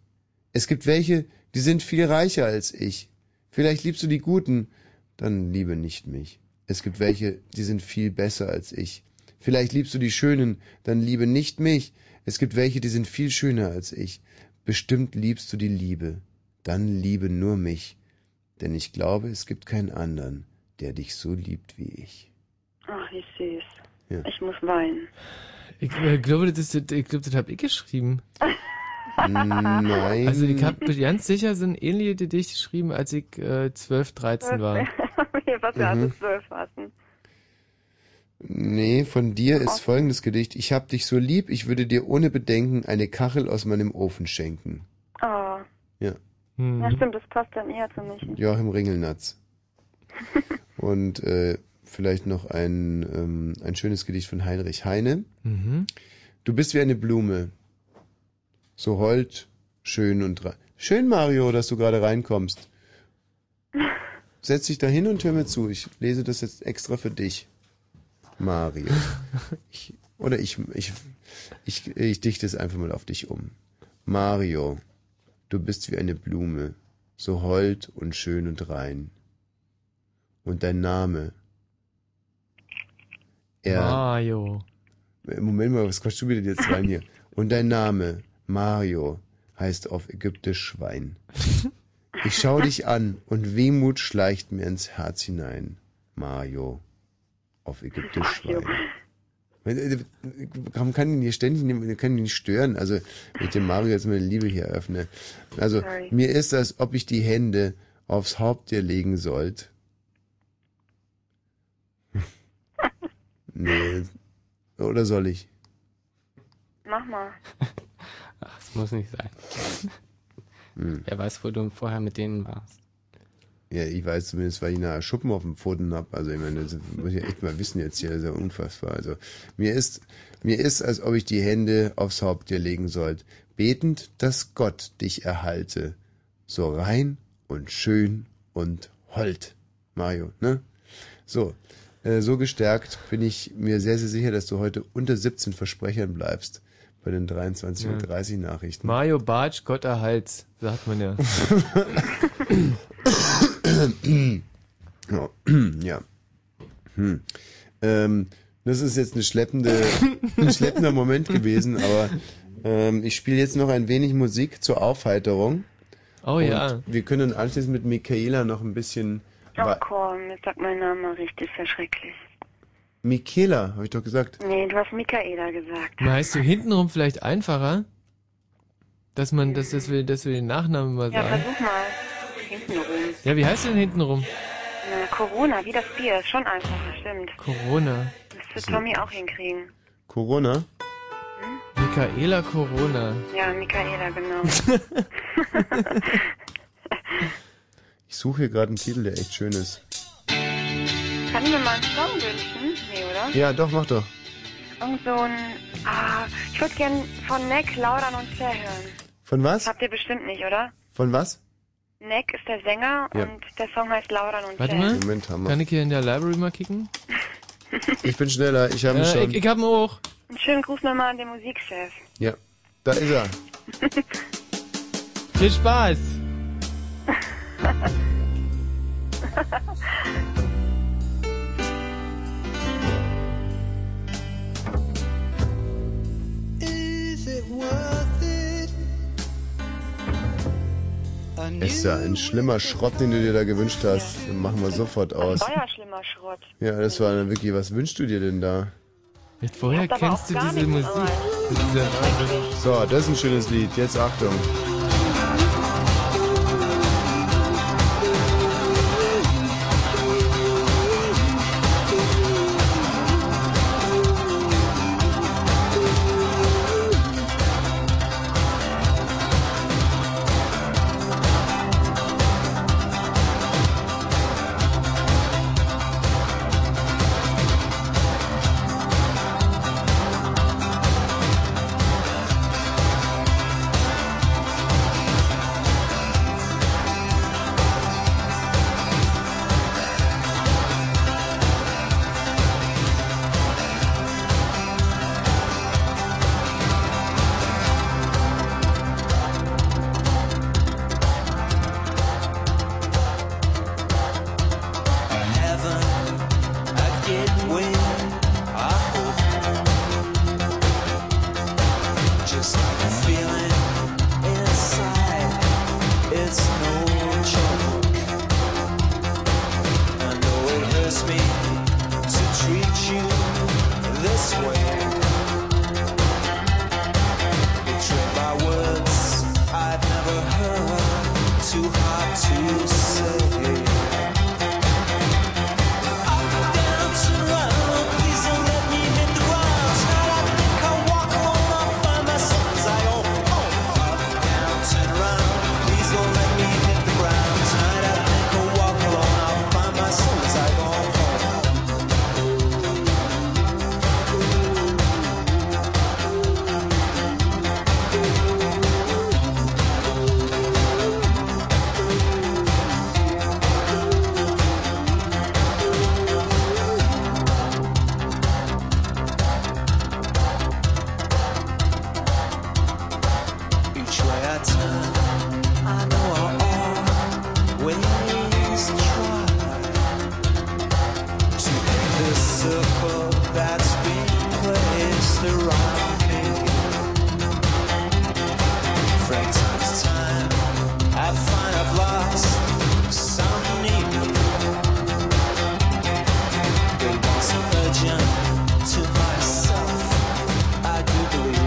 Speaker 3: Es gibt welche, die sind viel reicher als ich. Vielleicht liebst du die Guten, dann liebe nicht mich. Es gibt welche, die sind viel besser als ich. Vielleicht liebst du die Schönen, dann liebe nicht mich. Es gibt welche, die sind viel schöner als ich. Bestimmt liebst du die Liebe, dann liebe nur mich. Denn ich glaube, es gibt keinen anderen, der dich so liebt wie ich.
Speaker 14: Ach, wie süß.
Speaker 3: Ja.
Speaker 14: Ich muss weinen.
Speaker 4: Ich äh, glaube, das, ist- ich glaube, das habe ich geschrieben.
Speaker 3: Nein.
Speaker 4: Also ich habe ganz sicher so ein ähnliches Gedicht geschrieben, als ich äh, 12, 13 war.
Speaker 14: Was
Speaker 3: Mhm.
Speaker 14: wir also zwölf hatten.
Speaker 3: Nee, von dir ist folgendes Gedicht. Ich hab dich so lieb, ich würde dir ohne Bedenken eine Kachel aus meinem Ofen schenken.
Speaker 14: Oh.
Speaker 3: Ja. Mhm.
Speaker 14: Ja, stimmt, das passt dann eher zu mich.
Speaker 3: Joachim Ringelnatz. Und äh, vielleicht noch ein, ähm, ein schönes Gedicht von Heinrich Heine.
Speaker 4: Mhm.
Speaker 3: Du bist wie eine Blume. So hold, schön und rein. Schön, Mario, dass du gerade reinkommst. Setz dich da hin und hör mir zu. Ich lese das jetzt extra für dich. Mario. Ich, oder ich, ich, ich, ich dichte es einfach mal auf dich um. Mario, du bist wie eine Blume, so hold und schön und rein. Und dein Name. Er,
Speaker 4: Mario.
Speaker 3: Moment mal, was quatschst du wieder jetzt rein hier? Und dein Name, Mario, heißt auf Ägyptisch Schwein. Ich schau dich an und Wehmut schleicht mir ins Herz hinein. Mario, auf Ägyptisch Schwein. Man kann ihn hier ständig nehmen, man kann ihn nicht stören. Also, wenn ich dem Mario jetzt meine Liebe hier öffne. Also,
Speaker 14: Sorry.
Speaker 3: mir ist, als ob ich die Hände aufs Haupt dir legen sollt. nee. Oder soll ich?
Speaker 14: Mach mal.
Speaker 6: Ach, das muss nicht sein. Wer weiß, wo du vorher mit denen warst.
Speaker 3: Hm. Ja, ich weiß zumindest, weil ich nachher Schuppen auf dem Pfoten hab. Also ich meine, das muss ich echt mal wissen jetzt hier, das ist ja unfassbar. Also mir ist, mir ist, als ob ich die Hände aufs Haupt dir legen sollt, betend, dass Gott dich erhalte. So rein und schön und hold. Mario, ne? So, äh, so gestärkt bin ich mir sehr, sehr sicher, dass du heute unter 17 Versprechern bleibst bei den 23.30 Uhr Nachrichten.
Speaker 4: Mario Bartsch, Gott erhalts, sagt man ja.
Speaker 3: Ja. ja. Hm. Ähm, das ist jetzt eine schleppende, ein schleppender Moment gewesen, aber ähm, ich spiele jetzt noch ein wenig Musik zur Aufheiterung.
Speaker 4: Oh
Speaker 3: Und
Speaker 4: ja.
Speaker 3: Wir können anschließend mit Michaela noch ein bisschen.
Speaker 14: Oh komm, jetzt sagt mein Name richtig verschrecklich.
Speaker 3: Michaela, habe ich doch gesagt.
Speaker 14: Nee, du hast Michaela gesagt.
Speaker 4: Man heißt du hintenrum vielleicht einfacher, dass man, dass, dass, wir, dass wir den Nachnamen mal
Speaker 3: Also
Speaker 14: Ja,
Speaker 4: sagen.
Speaker 14: versuch mal. Hintenrum.
Speaker 4: Ja, wie heißt du denn hintenrum?
Speaker 14: Na, Äh, Corona, wie das Bier, ist schon einfacher, stimmt.
Speaker 4: Corona.
Speaker 14: Müsste Tommy auch hinkriegen.
Speaker 3: Corona?
Speaker 4: Michaela Corona.
Speaker 14: Ja, Michaela, genau.
Speaker 3: Ich suche hier gerade einen Titel, der echt schön ist.
Speaker 14: Kann ich mir mal einen Song wünschen? Nee, oder?
Speaker 3: Ja, doch, mach doch.
Speaker 14: Irgend so ein. Ah, ich würde gern von Neck, Laudern und Flair hören.
Speaker 3: Von was?
Speaker 14: Habt ihr bestimmt nicht, oder?
Speaker 3: Von was?
Speaker 14: Neck ist der Sänger
Speaker 3: Ja.
Speaker 14: und der Song heißt Laudern und
Speaker 4: Warte
Speaker 14: Flair.
Speaker 4: mal.
Speaker 3: Moment, haben wir.
Speaker 4: Kann ich hier in der Library mal kicken?
Speaker 3: Ich bin schneller, ich habe ihn
Speaker 4: Äh,
Speaker 3: schon.
Speaker 4: ich, ich hab ihn auch.
Speaker 14: Einen schönen Gruß nochmal an den Musikchef.
Speaker 3: Ja, da ist er.
Speaker 4: Viel Spaß!
Speaker 1: Is it worth it?
Speaker 3: Ist ja ein schlimmer Schrott, den du dir da gewünscht hast. Den machen wir sofort aus.
Speaker 14: War ja schlimmer Schrott.
Speaker 3: Ja, das war dann wirklich, was wünschst du dir denn da?
Speaker 4: Woher
Speaker 14: aber
Speaker 4: kennst
Speaker 14: auch
Speaker 4: du
Speaker 14: gar
Speaker 4: diese
Speaker 14: nichts
Speaker 4: Musik?
Speaker 14: dabei.
Speaker 4: Das ist ja Wahnsinn.
Speaker 3: So, das ist ein schönes Lied. Jetzt Achtung.
Speaker 1: just like a feeling inside. It's no joke. I know it hurts me to treat you this way. Betrayed by words I'd never heard, too hard to say. Up, down, turn around, please don't let me hit the ground. Tonight I think I'll walk home all by myself 'cause I own home. Up, down, turn around, please don't let me hit the ground. Tonight I think I'll walk alone all by myself 'cause I own home. Each way I turn, I know I always try to hit the circle that's been placed around me. From time to time, I find I've lost some need. There was a virgin to myself, I do believe.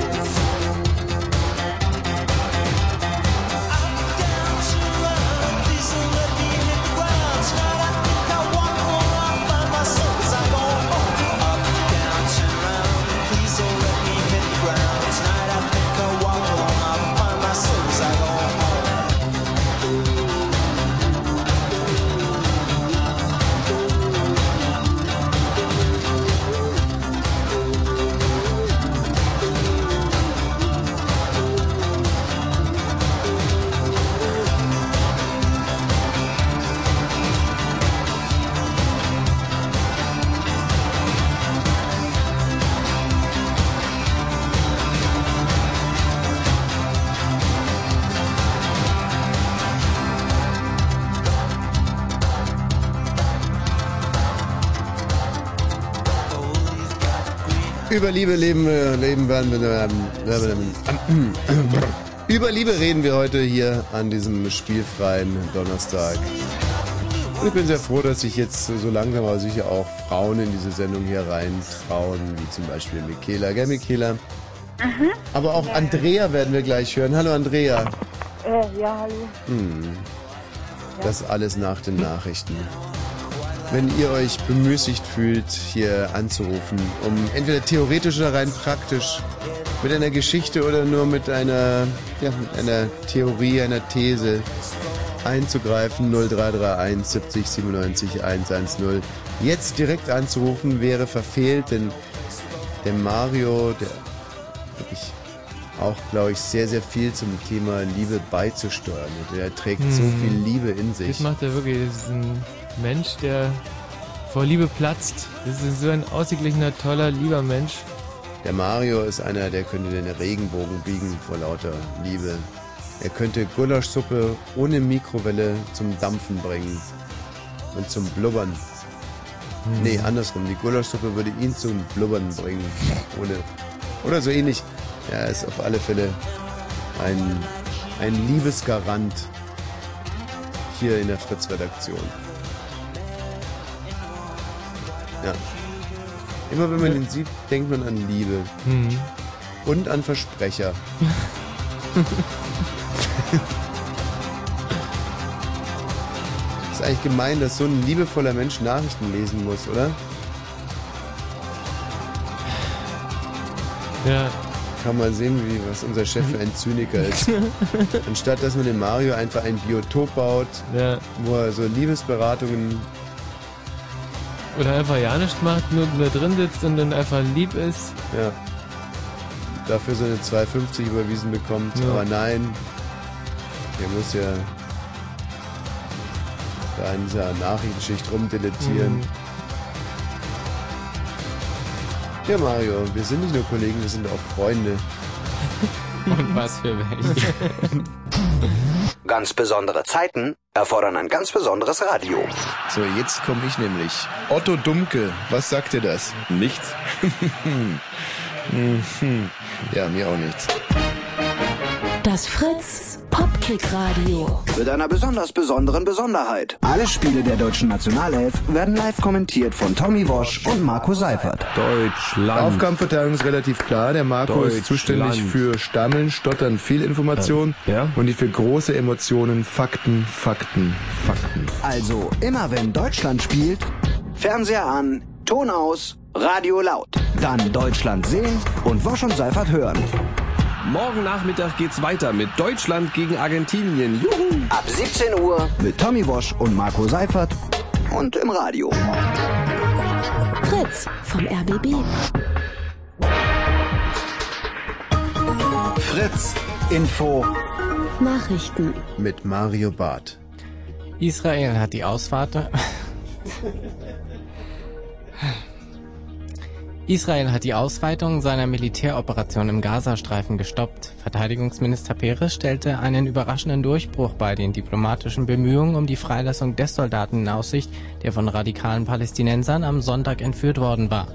Speaker 3: Über Liebe leben wir, leben werden wir, ähm, werden wir. Über Liebe reden wir heute hier an diesem spielfreien Donnerstag. Und ich bin sehr froh, dass sich jetzt so langsam aber sicher auch Frauen in diese Sendung hier reintrauen, wie zum Beispiel Michaela. Gell, Michaela? Aber auch Andrea werden wir gleich hören. Hallo, Andrea.
Speaker 1: Uh,
Speaker 15: Äh, ja, hallo.
Speaker 3: Hm. Das alles nach den Nachrichten. Wenn ihr euch bemüßigt fühlt, hier anzurufen, um entweder theoretisch oder rein praktisch mit einer Geschichte oder nur mit einer, ja, mit einer Theorie, einer These einzugreifen, 0331 70 97 110. Jetzt direkt anzurufen wäre verfehlt, denn der Mario, der wirklich auch, glaube ich, sehr, sehr viel zum Thema Liebe beizusteuern. hat. Er trägt so
Speaker 4: Hm.
Speaker 3: viel Liebe in sich.
Speaker 4: Das macht er wirklich. Das ist ein Mensch, der vor Liebe platzt. Das ist so ein ausgeglichener, toller, lieber Mensch.
Speaker 3: Der Mario ist einer, der könnte den Regenbogen biegen vor lauter Liebe. Er könnte Gulaschsuppe ohne Mikrowelle zum Dampfen bringen und zum Blubbern. Nee, andersrum. Die Gulaschsuppe würde ihn zum Blubbern bringen. Ohne. Oder so ähnlich. Ja, Er ist auf alle Fälle ein, ein Liebesgarant hier in der Fritz-Redaktion. Ja. Immer wenn man ihn sieht, denkt man an Liebe.
Speaker 4: Hm.
Speaker 3: Und an Versprecher. ist eigentlich gemein, dass so ein liebevoller Mensch Nachrichten lesen muss, oder?
Speaker 4: Ja.
Speaker 3: Kann man sehen, wie, was unser Chef für ein Zyniker ist. Anstatt dass man dem Mario einfach ein Biotop baut, wo er so Liebesberatungen
Speaker 4: Oder einfach ja nichts macht, nur da drin sitzt und dann einfach lieb ist.
Speaker 3: Ja. dafür so eine 2,50 überwiesen bekommt.
Speaker 4: Ja.
Speaker 3: Aber nein, der muss ja da in dieser Nachrichtenschicht rumdilettieren.
Speaker 4: Mhm.
Speaker 3: Ja, Mario, wir sind nicht nur Kollegen, wir sind auch Freunde.
Speaker 6: Und was für welche.
Speaker 7: Ganz besondere Zeiten erfordern ein ganz besonderes Radio.
Speaker 3: So, jetzt komme ich nämlich. Otto Dumke, was Mhm. sagt dir das? Nichts. ja, mir auch nichts.
Speaker 9: Das Fritz Popkick Radio.
Speaker 7: Mit einer besonders besonderen Besonderheit. Alle Spiele der deutschen Nationalelf werden live kommentiert von Tommy Wosch und Marco Seifert.
Speaker 3: Deutschland. Aufgabenverteilung ist relativ klar. Der Marco ist zuständig für Stammeln, Stottern, Fehlinformationen und ich für große Emotionen, Fakten, Fakten, Fakten.
Speaker 7: Also, immer wenn Deutschland spielt, Fernseher an, Ton aus, Radio laut. Dann Deutschland sehen und Wosch und Seifert hören.
Speaker 15: Morgen Nachmittag geht's weiter mit Deutschland gegen Argentinien. Juhu!
Speaker 7: Ab 17 Uhr mit Tommy Wosch und Marco Seifert und im Radio.
Speaker 9: Fritz vom RBB.
Speaker 3: Fritz, Info.
Speaker 9: Nachrichten.
Speaker 3: Mit Mario Barth.
Speaker 6: Israel hat die Ausfahrt. Israel hat die Ausweitung seiner Militäroperation im Gazastreifen gestoppt. Verteidigungsminister Peres stellte einen überraschenden Durchbruch bei den diplomatischen Bemühungen um die Freilassung des Soldaten in Aussicht, der von radikalen Palästinensern am Sonntag entführt worden war.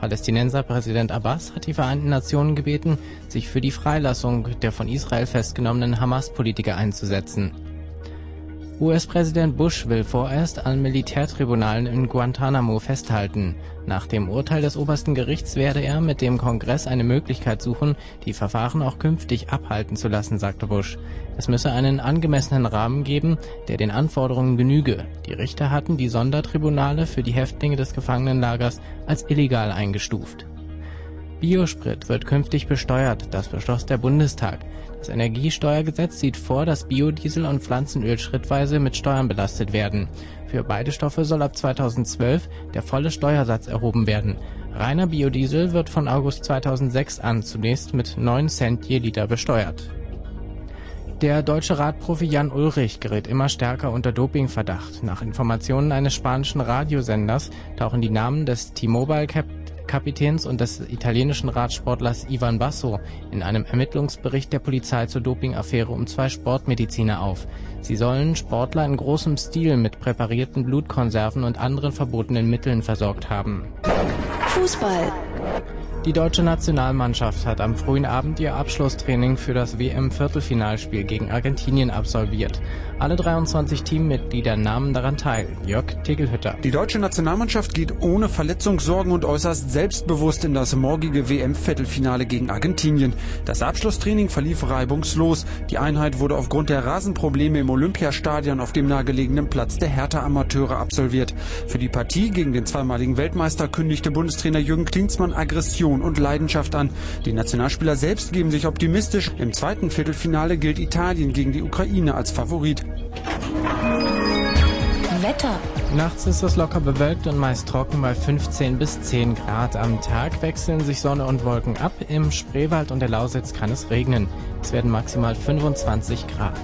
Speaker 6: Palästinenserpräsident Abbas hat die Vereinten Nationen gebeten, sich für die Freilassung der von Israel festgenommenen Hamas-Politiker einzusetzen. US-Präsident Bush will vorerst an Militärtribunalen in Guantanamo festhalten. Nach dem Urteil des obersten Gerichts werde er mit dem Kongress eine Möglichkeit suchen, die Verfahren auch künftig abhalten zu lassen, sagte Bush. Es müsse einen angemessenen Rahmen geben, der den Anforderungen genüge. Die Richter hatten die Sondertribunale für die Häftlinge des Gefangenenlagers als illegal eingestuft. Biosprit wird künftig besteuert, das beschloss der Bundestag. Das Energiesteuergesetz sieht vor, dass Biodiesel und Pflanzenöl schrittweise mit Steuern belastet werden. Für beide Stoffe soll ab 2012 der volle Steuersatz erhoben werden. Reiner Biodiesel wird von August 2006 an zunächst mit 9 Cent je Liter besteuert. Der deutsche Radprofi Jan Ulrich gerät immer stärker unter Dopingverdacht. Nach Informationen eines spanischen Radiosenders tauchen die Namen des T-Mobile-Captains Kapitäns und des italienischen Radsportlers Ivan Basso in einem Ermittlungsbericht der Polizei zur Dopingaffäre um zwei Sportmediziner auf. Sie sollen Sportler in großem Stil mit präparierten Blutkonserven und anderen verbotenen Mitteln versorgt haben.
Speaker 9: Fußball.
Speaker 6: Die deutsche Nationalmannschaft hat am frühen Abend ihr Abschlusstraining für das WM-Viertelfinalspiel gegen Argentinien absolviert. Alle 23 Teammitglieder nahmen daran teil. Jörg Tegelhütter.
Speaker 11: Die deutsche Nationalmannschaft geht ohne Verletzungssorgen und äußerst selbstbewusst in das morgige WM-Viertelfinale gegen Argentinien. Das Abschlusstraining verlief reibungslos. Die Einheit wurde aufgrund der Rasenprobleme im Olympiastadion auf dem nahegelegenen Platz der Hertha-Amateure absolviert. Für die Partie gegen den zweimaligen Weltmeister kündigte Bundestrainer Jürgen Klinsmann Aggression und Leidenschaft an. Die Nationalspieler selbst geben sich optimistisch. Im zweiten Viertelfinale gilt Italien gegen die Ukraine als Favorit.
Speaker 9: Wetter.
Speaker 6: Nachts ist es locker bewölkt und meist trocken bei 15 bis 10 Grad. Am Tag wechseln sich Sonne und Wolken ab. Im Spreewald und der Lausitz kann es regnen. Es werden maximal 25 Grad.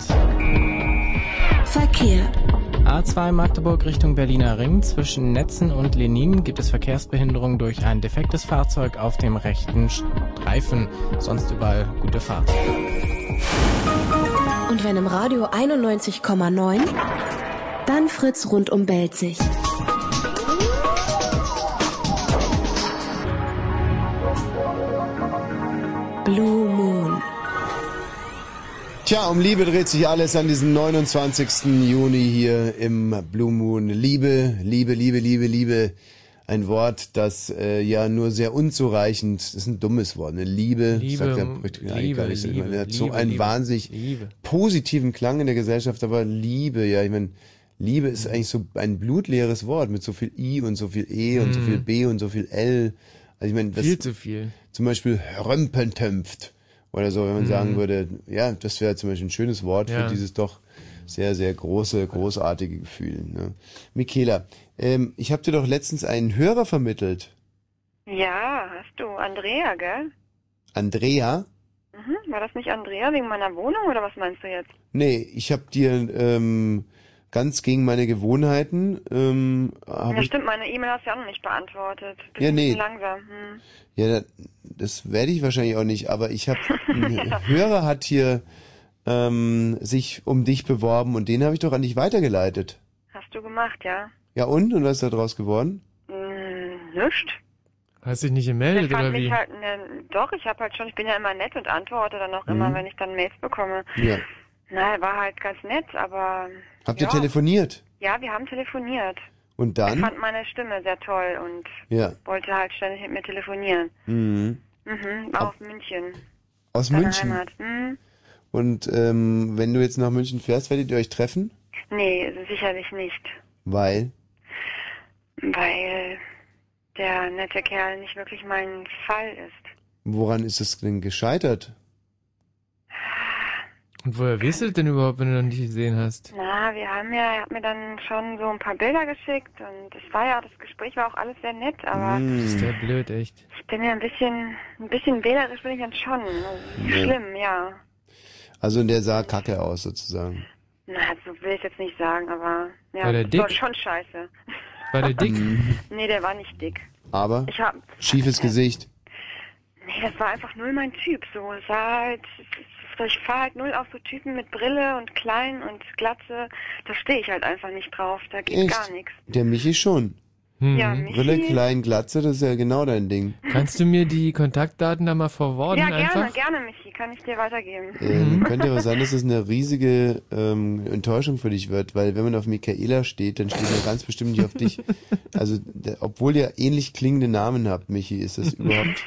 Speaker 9: Verkehr.
Speaker 6: A2 Magdeburg Richtung Berliner Ring. Zwischen Netzen und Lenin gibt es Verkehrsbehinderung durch ein defektes Fahrzeug auf dem rechten Streifen. Sonst überall gute Fahrt.
Speaker 9: Und wenn im Radio 91,9, dann Fritz rund um Belzig. Blue Moon.
Speaker 3: Tja, um Liebe dreht sich alles an diesem 29. Juni hier im Blue Moon. Liebe, Liebe, Liebe, Liebe, Liebe. Ein Wort, das äh, ja nur sehr unzureichend, das ist ein dummes Wort, ne? Liebe,
Speaker 4: Liebe,
Speaker 3: sagt ja richtig- eigentlich
Speaker 4: Liebe,
Speaker 3: gar nicht so. Ich meine,
Speaker 4: Liebe,
Speaker 3: hat so
Speaker 4: Liebe,
Speaker 3: einen
Speaker 4: Liebe,
Speaker 3: wahnsinnig
Speaker 4: Liebe.
Speaker 3: positiven Klang in der Gesellschaft, aber Liebe, ja, ich meine, Liebe ist eigentlich so ein blutleeres Wort mit so viel I und so viel E und so
Speaker 4: Mhm.
Speaker 3: viel B und so viel L. Also ich meine, das,
Speaker 4: Viel zu viel.
Speaker 3: Zum Beispiel Römpentümpft oder so, wenn man
Speaker 4: Mhm.
Speaker 3: sagen würde, ja, das wäre zum Beispiel ein schönes Wort
Speaker 4: Ja.
Speaker 3: für dieses doch sehr, sehr große, großartige Gefühl. Ne? Michaela, ähm, ich habe dir doch letztens einen Hörer vermittelt,
Speaker 14: Ja, hast du. Andrea, gell?
Speaker 3: Andrea.
Speaker 14: Mhm. War das nicht Andrea wegen meiner Wohnung oder was meinst du jetzt?
Speaker 3: Nee, ich habe dir ähm, ganz gegen meine Gewohnheiten, ähm, hab
Speaker 14: ja,
Speaker 3: ich,
Speaker 14: stimmt, meine E-Mail hast du ja auch noch nicht beantwortet. Bist
Speaker 3: Ja,
Speaker 14: ein
Speaker 3: nee.
Speaker 14: bisschen langsam. Hm.
Speaker 3: ja, da- das werde ich wahrscheinlich auch nicht, aber ich habe, ein Hörer hat hier ähm, sich um dich beworben und den habe ich doch an dich weitergeleitet.
Speaker 14: Hast du gemacht, ja?
Speaker 3: Ja und? Und was ist da draus geworden?
Speaker 14: Hm, nischt.
Speaker 4: Hast dich nicht
Speaker 14: Der
Speaker 4: gemeldet
Speaker 14: fand
Speaker 4: oder
Speaker 14: mich
Speaker 4: wie?
Speaker 14: halt, ne, doch, ich habe halt schon, ich bin ja immer nett und antworte dann auch immer,
Speaker 3: Mhm.
Speaker 14: wenn ich dann Mails bekomme.
Speaker 3: Ja.
Speaker 14: Na, er war halt ganz nett, aber
Speaker 3: Habt
Speaker 14: Ja.
Speaker 3: ihr telefoniert?
Speaker 14: ja, wir haben telefoniert.
Speaker 3: Und
Speaker 14: Er
Speaker 3: dann?
Speaker 14: fand meine Stimme sehr toll und
Speaker 3: Ja.
Speaker 14: wollte halt ständig mit mir telefonieren.
Speaker 3: Mhm.
Speaker 14: Mhm, war aus München.
Speaker 3: Aus
Speaker 14: seine
Speaker 3: München.
Speaker 14: Heimat. Mhm.
Speaker 3: Und ähm, wenn du jetzt nach München fährst, werdet ihr euch treffen?
Speaker 14: Nee, sicherlich nicht,
Speaker 3: Weil?
Speaker 14: weil der nette Kerl nicht wirklich mein Fall ist.
Speaker 3: Woran ist es denn gescheitert?
Speaker 4: Und woher weißt du das denn überhaupt, wenn du noch nicht gesehen hast?
Speaker 14: Na, wir haben ja, er hat mir dann schon so ein paar Bilder geschickt und es war ja, das Gespräch war auch alles sehr nett, aber
Speaker 15: Mm.
Speaker 4: Ist der blöd, echt.
Speaker 14: ich bin ja ein bisschen, ein bisschen wählerisch bin ich dann schon. Also,
Speaker 3: Ja.
Speaker 14: Schlimm, ja.
Speaker 3: Also der sah kacke aus sozusagen.
Speaker 14: Na, so will ich jetzt nicht sagen, aber ja,
Speaker 3: War der
Speaker 14: das
Speaker 3: dick?
Speaker 14: war schon scheiße.
Speaker 4: War der dick?
Speaker 14: Nee, der war nicht dick.
Speaker 3: Mhm. Aber
Speaker 14: Ich hab,
Speaker 3: schiefes Gesicht.
Speaker 14: nee, das war einfach null mein Typ, so. Es war halt, ich fahre halt null auf so Typen mit Brille und klein und Glatze. Da stehe ich halt einfach nicht drauf, da geht
Speaker 3: Echt?
Speaker 14: gar nichts.
Speaker 3: Der Michi schon.
Speaker 14: Ja, Michi.
Speaker 3: Brille, klein, Glatze, das ist ja genau dein Ding.
Speaker 4: Hm. Kannst du mir die Kontaktdaten da mal verworten
Speaker 14: ja, gerne,
Speaker 4: einfach?
Speaker 14: gerne, Michi, kann ich dir weitergeben.
Speaker 3: Ähm, könnte aber sein, dass es eine riesige ähm, Enttäuschung für dich wird, weil wenn man auf Michaela steht, dann steht man ganz bestimmt nicht auf dich. Also, der, obwohl ihr ähnlich klingende Namen habt, Michi, ist das überhaupt...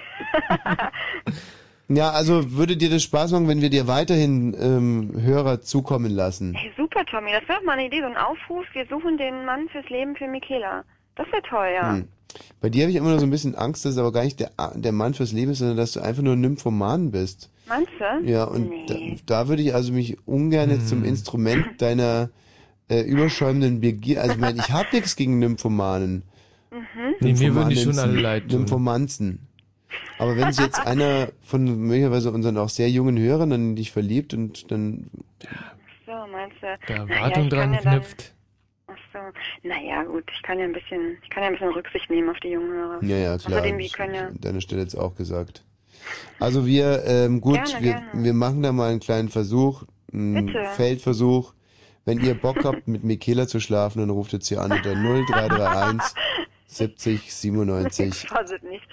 Speaker 3: Ja, also würde dir das Spaß machen, wenn wir dir weiterhin ähm, Hörer zukommen lassen.
Speaker 14: Hey, super, Tommy, das wäre doch mal eine Idee, so ein Aufruf. Wir suchen den Mann fürs Leben für Michaela. Das wäre toll, ja.
Speaker 3: Hm. Bei dir habe ich immer nur so ein bisschen Angst, dass es aber gar nicht der, der Mann fürs Leben ist, sondern dass du einfach nur ein Nymphoman bist.
Speaker 14: Meinst du?
Speaker 3: Ja, und da, da würde ich also mich ungern jetzt
Speaker 4: Hm.
Speaker 3: zum Instrument deiner äh, überschäumenden Begier... Also ich meine, ich habe nichts gegen Nymphomanen.
Speaker 14: Mhm.
Speaker 4: Nee, mir würden die schon
Speaker 3: Nymphomanenzen,
Speaker 4: alle leid tun.
Speaker 3: Nymphomanzen. Aber wenn sich jetzt einer von möglicherweise unseren auch sehr jungen Hörern dann in dich verliebt und dann...
Speaker 14: So, meinst du?
Speaker 3: Da
Speaker 14: Naja,
Speaker 3: Wartung
Speaker 14: ich kann
Speaker 3: dran
Speaker 14: ja dann-
Speaker 3: knüpft.
Speaker 14: Ach so. Naja, gut, ich kann ja ein bisschen, ich kann ja ein bisschen Rücksicht nehmen auf die jungen Hörer.
Speaker 3: Ja, ja, klar.
Speaker 14: Außerdem, die
Speaker 3: Ich-
Speaker 14: können ja.
Speaker 3: an deiner Stelle jetzt auch gesagt. Also wir, ähm, gut,
Speaker 14: Gerne,
Speaker 3: wir,
Speaker 14: gerne.
Speaker 3: wir machen da mal einen kleinen Versuch, einen
Speaker 14: Bitte.
Speaker 3: Feldversuch. Wenn ihr Bock habt, mit Michaela zu schlafen, dann ruft jetzt hier an unter 0331 70 97
Speaker 14: Faset nicht.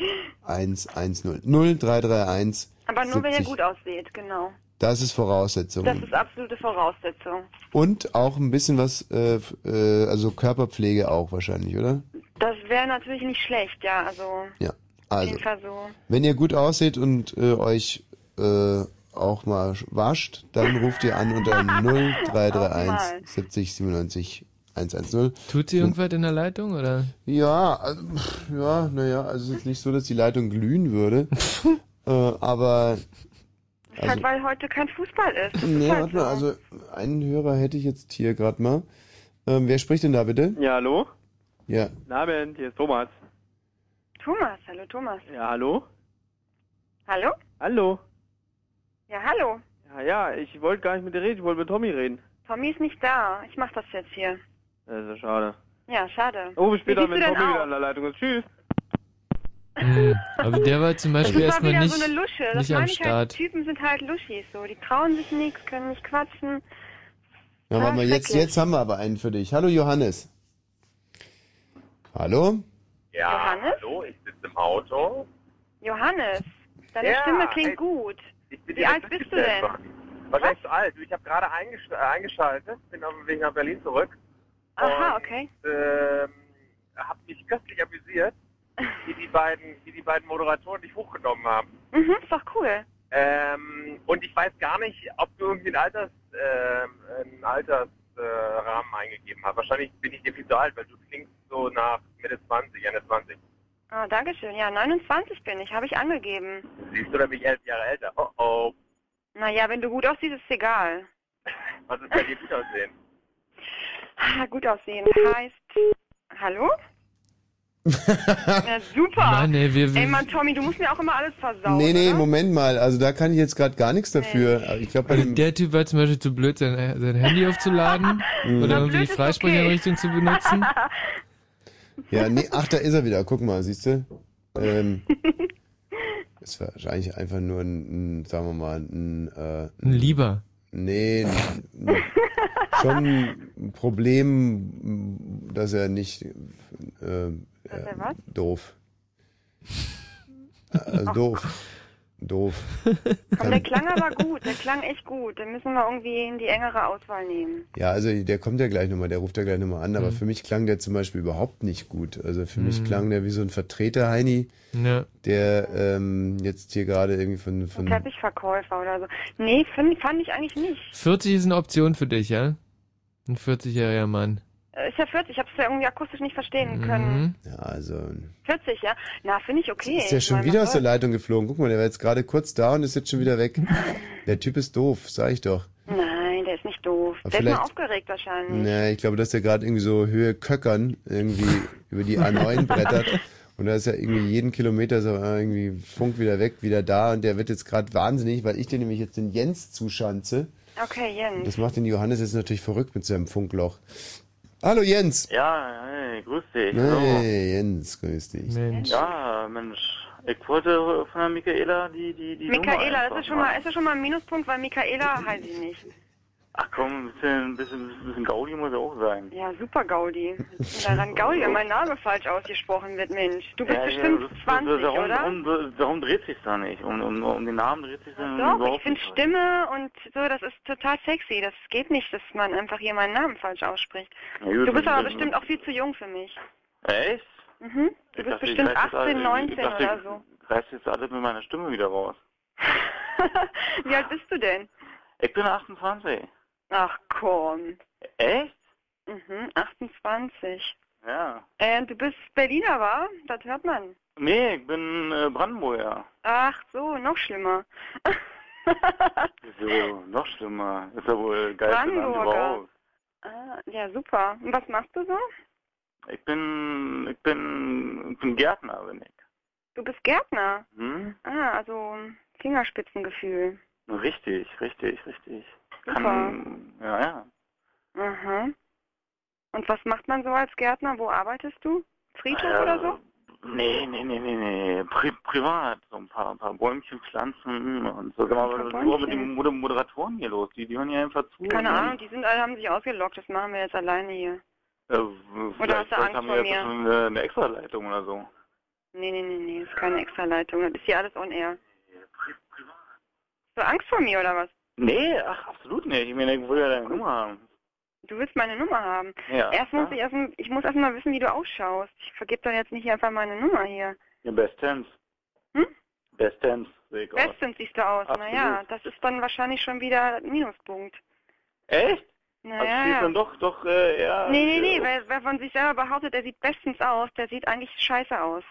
Speaker 3: 110. 0331
Speaker 14: Aber nur, wenn ihr
Speaker 3: 70.
Speaker 14: gut ausseht, genau.
Speaker 3: Das ist Voraussetzung.
Speaker 14: Das ist absolute Voraussetzung.
Speaker 3: Und auch ein bisschen was, äh, f- äh, also Körperpflege auch wahrscheinlich, oder?
Speaker 14: Das wäre natürlich nicht schlecht, ja, also.
Speaker 3: Ja.
Speaker 14: Auf
Speaker 3: Also.
Speaker 14: jeden Fall so.
Speaker 3: Wenn ihr gut ausseht und äh, euch äh, auch mal sch- wascht, dann ruft ihr an unter 0331 70 97 110.
Speaker 4: Tut sie irgendwas in der Leitung, oder?
Speaker 3: Ja, also, pff, ja, naja, also es ist jetzt nicht so, dass die Leitung glühen würde, äh, aber
Speaker 14: Ist halt,
Speaker 3: also,
Speaker 14: weil heute kein Fußball ist. Das ist
Speaker 3: nee,
Speaker 14: halt
Speaker 3: warte mal, also einen Hörer hätte ich jetzt hier gerade mal. Ähm, wer spricht denn da bitte?
Speaker 5: Ja, hallo?
Speaker 3: Ja,
Speaker 5: Guten Abend, hier ist Thomas.
Speaker 14: Thomas, hallo Thomas.
Speaker 5: Ja, hallo?
Speaker 14: Hallo?
Speaker 5: Hallo?
Speaker 14: Ja, hallo.
Speaker 5: Ja, ja, ich wollte gar nicht mit dir reden, ich wollte mit Tommy reden.
Speaker 14: Tommy ist nicht da. Ich mach das jetzt hier.
Speaker 5: Das ist ja schade.
Speaker 14: Ja, schade.
Speaker 5: Oh, bis später,
Speaker 14: Wie
Speaker 5: wenn
Speaker 14: siehst
Speaker 5: Tommy
Speaker 14: du denn
Speaker 5: wieder
Speaker 14: aus?
Speaker 5: an der Leitung ist. Tschüss.
Speaker 4: Hm. Aber der war zum
Speaker 14: Das
Speaker 4: Beispiel
Speaker 14: ist
Speaker 4: erstmal
Speaker 14: mal wieder
Speaker 4: nicht,
Speaker 14: so eine Lusche. Das
Speaker 4: nicht
Speaker 14: meine
Speaker 4: am
Speaker 14: ich halt,
Speaker 4: Start.
Speaker 14: Typen sind halt Luschis. So. Die trauen sich nichts, können nicht quatschen.
Speaker 3: ja
Speaker 14: Ah,
Speaker 3: warte mal, jetzt, jetzt haben wir aber einen für dich. Hallo Johannes. Hallo?
Speaker 16: Ja, hallo, ich sitze im Auto.
Speaker 14: Johannes, deine
Speaker 16: Ja,
Speaker 14: Stimme klingt
Speaker 16: ey,
Speaker 14: gut.
Speaker 16: bin
Speaker 14: Wie
Speaker 16: direkt
Speaker 14: alt bist du denn?
Speaker 16: Was heißt zu alt? Ich habe gerade eingesch äh, eingeschaltet, bin auf dem Weg nach Berlin zurück.
Speaker 14: Aha,
Speaker 16: und,
Speaker 14: okay.
Speaker 16: Ähm, habe mich köstlich amüsiert, wie die beiden, wie die beiden Moderatoren dich hochgenommen haben.
Speaker 14: Mhm, ist doch cool.
Speaker 16: Ähm, und ich weiß gar nicht, ob du irgendwie einen Alters, ähm, einen Altersrahmen eingegeben hast. Wahrscheinlich bin ich dir viel zu alt, weil du klingst so nach Mitte 20, Ende 20.
Speaker 14: Ah, Dankeschön. Ja, 29 bin ich, habe ich angegeben.
Speaker 16: Siehst du, da bin ich elf Jahre älter. Oh oh.
Speaker 14: Naja, wenn du gut aussiehst, ist egal.
Speaker 16: Was ist bei dir gut aussehen?
Speaker 14: Ah, gut aussehen heißt... Hallo? Na, super.
Speaker 3: Mann, ey, wir-
Speaker 14: ey, Mann, Tommy, du musst mir auch immer alles versauen.
Speaker 3: Nee, nee,
Speaker 14: oder?
Speaker 3: Moment mal. Also da kann ich jetzt gerade gar nichts dafür. Aber Ich glaube, bei
Speaker 4: Also
Speaker 3: dem
Speaker 4: der Typ war zum Beispiel zu blöd, sein, sein Handy aufzuladen
Speaker 15: Mm.
Speaker 4: oder irgendwie die Freisprecheinrichtung zu benutzen.
Speaker 3: Ja, nee, ach, da ist er wieder. Guck mal, siehst du? Ähm, ist wahrscheinlich einfach nur ein, ein sagen wir mal, ein, äh,
Speaker 4: Ein Lieber.
Speaker 3: Nee, ein, ein, schon ein Problem, dass er nicht äh,
Speaker 14: Dass er was?
Speaker 3: doof. Äh, doof. Doof.
Speaker 14: Komm, der Klang aber gut, der klang echt gut. Den müssen wir irgendwie in die engere Auswahl nehmen.
Speaker 3: Ja, also der kommt ja gleich nochmal, der ruft ja gleich nochmal an, aber
Speaker 14: Mhm.
Speaker 3: für mich klang der zum Beispiel überhaupt nicht gut. Also für
Speaker 4: Mhm.
Speaker 3: mich klang der wie so ein Vertreter Heini,
Speaker 4: Ja.
Speaker 3: der ähm, jetzt hier gerade irgendwie von, von
Speaker 14: Teppichverkäufer oder so. Nee, find, fand ich eigentlich nicht.
Speaker 4: 40 ist eine Option für dich, ja? Ein 40-jähriger Mann.
Speaker 14: Äh, Ist ja 40, ich hab's ja irgendwie akustisch nicht verstehen können.
Speaker 4: Mhm.
Speaker 3: Ja, also
Speaker 14: 40, ja? Na, finde ich okay.
Speaker 3: ist ja
Speaker 14: Ich
Speaker 3: schon
Speaker 14: mein,
Speaker 3: wieder
Speaker 14: was
Speaker 3: aus der
Speaker 14: soll's?
Speaker 3: Leitung geflogen. Guck mal, der war jetzt gerade kurz da und ist jetzt schon wieder weg. Der Typ ist doof, sag ich doch.
Speaker 14: Nein, der ist nicht doof.
Speaker 3: Aber
Speaker 14: der ist nur
Speaker 3: vielleicht-
Speaker 14: aufgeregt wahrscheinlich.
Speaker 3: Nee, ich glaube, dass der gerade irgendwie so Höhe Köckern irgendwie über die A9 brettert. Und da ist ja irgendwie jeden Kilometer so äh, irgendwie Funk wieder weg, wieder da. Und der wird jetzt gerade wahnsinnig, weil ich dir nämlich jetzt den Jens zuschanze.
Speaker 14: Okay,
Speaker 3: Und
Speaker 14: Jens.
Speaker 3: das macht den Johannes jetzt natürlich verrückt mit seinem Funkloch. Hallo Jens!
Speaker 17: Ja, hey, grüß dich. hallo.
Speaker 3: Hey Jens, grüß dich.
Speaker 17: Ja, Mensch. Ich wollte von der Michaela die, die, die Nummer
Speaker 14: Michaela,
Speaker 17: einfach
Speaker 14: das ist schon mal,
Speaker 17: machen.
Speaker 14: ist das schon mal ein Minuspunkt, weil Michaela heißt ich nicht.
Speaker 17: Ach komm, ein bisschen, ein bisschen, ein bisschen Gaudi muss ja auch sein.
Speaker 14: Ja, super Gaudi. Was ist denn Daran Gaudi, wenn mein Name falsch ausgesprochen wird, Mensch. Du bist
Speaker 17: Ja, ja,
Speaker 14: bestimmt
Speaker 17: das- das-
Speaker 14: 20,
Speaker 17: darum,
Speaker 14: oder?
Speaker 17: Darum, darum dreht sich da nicht. Um, um, um den Namen dreht sich dann
Speaker 14: Doch, ich
Speaker 17: überhaupt
Speaker 14: finde
Speaker 17: nicht.
Speaker 14: Stimme und so, das ist total sexy. Das geht nicht, dass man einfach hier meinen Namen falsch ausspricht.
Speaker 17: Na gut,
Speaker 14: Du bist aber
Speaker 17: das-
Speaker 14: bestimmt auch viel zu jung für mich.
Speaker 17: Echt?
Speaker 14: Mhm. Du
Speaker 17: Ich
Speaker 14: bist
Speaker 17: dachte, ich
Speaker 14: bestimmt
Speaker 17: reiß jetzt
Speaker 14: 18,
Speaker 17: alle-
Speaker 14: 19
Speaker 17: ich dachte,
Speaker 14: oder so.
Speaker 17: Ich reiß jetzt alle mit meiner Stimme wieder raus.
Speaker 14: Wie alt bist du denn?
Speaker 17: Ich bin 28.
Speaker 14: Ach komm.
Speaker 17: Echt?
Speaker 14: Mhm, 28.
Speaker 17: Ja.
Speaker 14: Äh, du bist Berliner, wa? Das hört man.
Speaker 17: Nee, ich bin äh, Brandenburger.
Speaker 14: Ach so, noch schlimmer.
Speaker 17: So, noch schlimmer. Ist ja wohl geil Land
Speaker 14: Brandenburger.
Speaker 17: überhaupt.
Speaker 14: Ah, ja, super. Und was machst du so?
Speaker 17: Ich bin, ich bin, ich bin Gärtner, bin ich.
Speaker 14: Du bist Gärtner.
Speaker 17: Hm?
Speaker 14: Ah, also Fingerspitzengefühl.
Speaker 17: Richtig, richtig, richtig.
Speaker 14: Super.
Speaker 17: Kann, ja, ja.
Speaker 14: Aha. Mhm. Und was macht man so als Gärtner? Wo arbeitest du? Friedhof
Speaker 17: Äh,
Speaker 14: oder so?
Speaker 17: Nee, nee, nee, nee, nee. Pri privat. So ein paar, ein paar Bäumchen pflanzen und so. Sag mal,
Speaker 14: Ein
Speaker 17: was
Speaker 14: paar
Speaker 17: ist überhaupt mit
Speaker 14: Bäumchen.
Speaker 17: den Mod- Moderatoren hier los? Die, die hören hier einfach zu.
Speaker 14: Keine
Speaker 17: Und dann-
Speaker 14: Ahnung, die sind alle, haben sich ausgelockt. Das machen wir jetzt alleine hier.
Speaker 17: Äh,
Speaker 14: Oder hast
Speaker 17: vielleicht
Speaker 14: du Angst
Speaker 17: haben
Speaker 14: vor
Speaker 17: wir
Speaker 14: mir?
Speaker 17: jetzt schon eine, eine Extraleitung oder so.
Speaker 14: Nee, nee, nee, nee. Ist keine Extraleitung. Das ist hier alles on air. Hast du Angst vor mir oder was?
Speaker 17: Nee, ach, absolut nicht. Ich meine, ich will ja deine Nummer haben.
Speaker 14: Du willst meine Nummer haben.
Speaker 17: Ja,
Speaker 14: erst muss
Speaker 17: klar.
Speaker 14: ich erst, ich muss erst mal wissen, wie du ausschaust. Ich vergebe doch jetzt nicht einfach meine Nummer hier.
Speaker 17: Ja, bestens.
Speaker 14: Hm?
Speaker 17: Bestens, sehe ich aus.
Speaker 14: Bestens siehst du aus.
Speaker 17: Absolut.
Speaker 14: Naja, das ist dann wahrscheinlich schon wieder Minuspunkt.
Speaker 17: Echt? Also
Speaker 14: Naja.
Speaker 17: spielt
Speaker 14: ja.
Speaker 17: dann doch, doch, äh, ja.
Speaker 14: Nee, nee, nee, wer, wer von sich selber behauptet, er sieht bestens aus, der sieht eigentlich scheiße aus.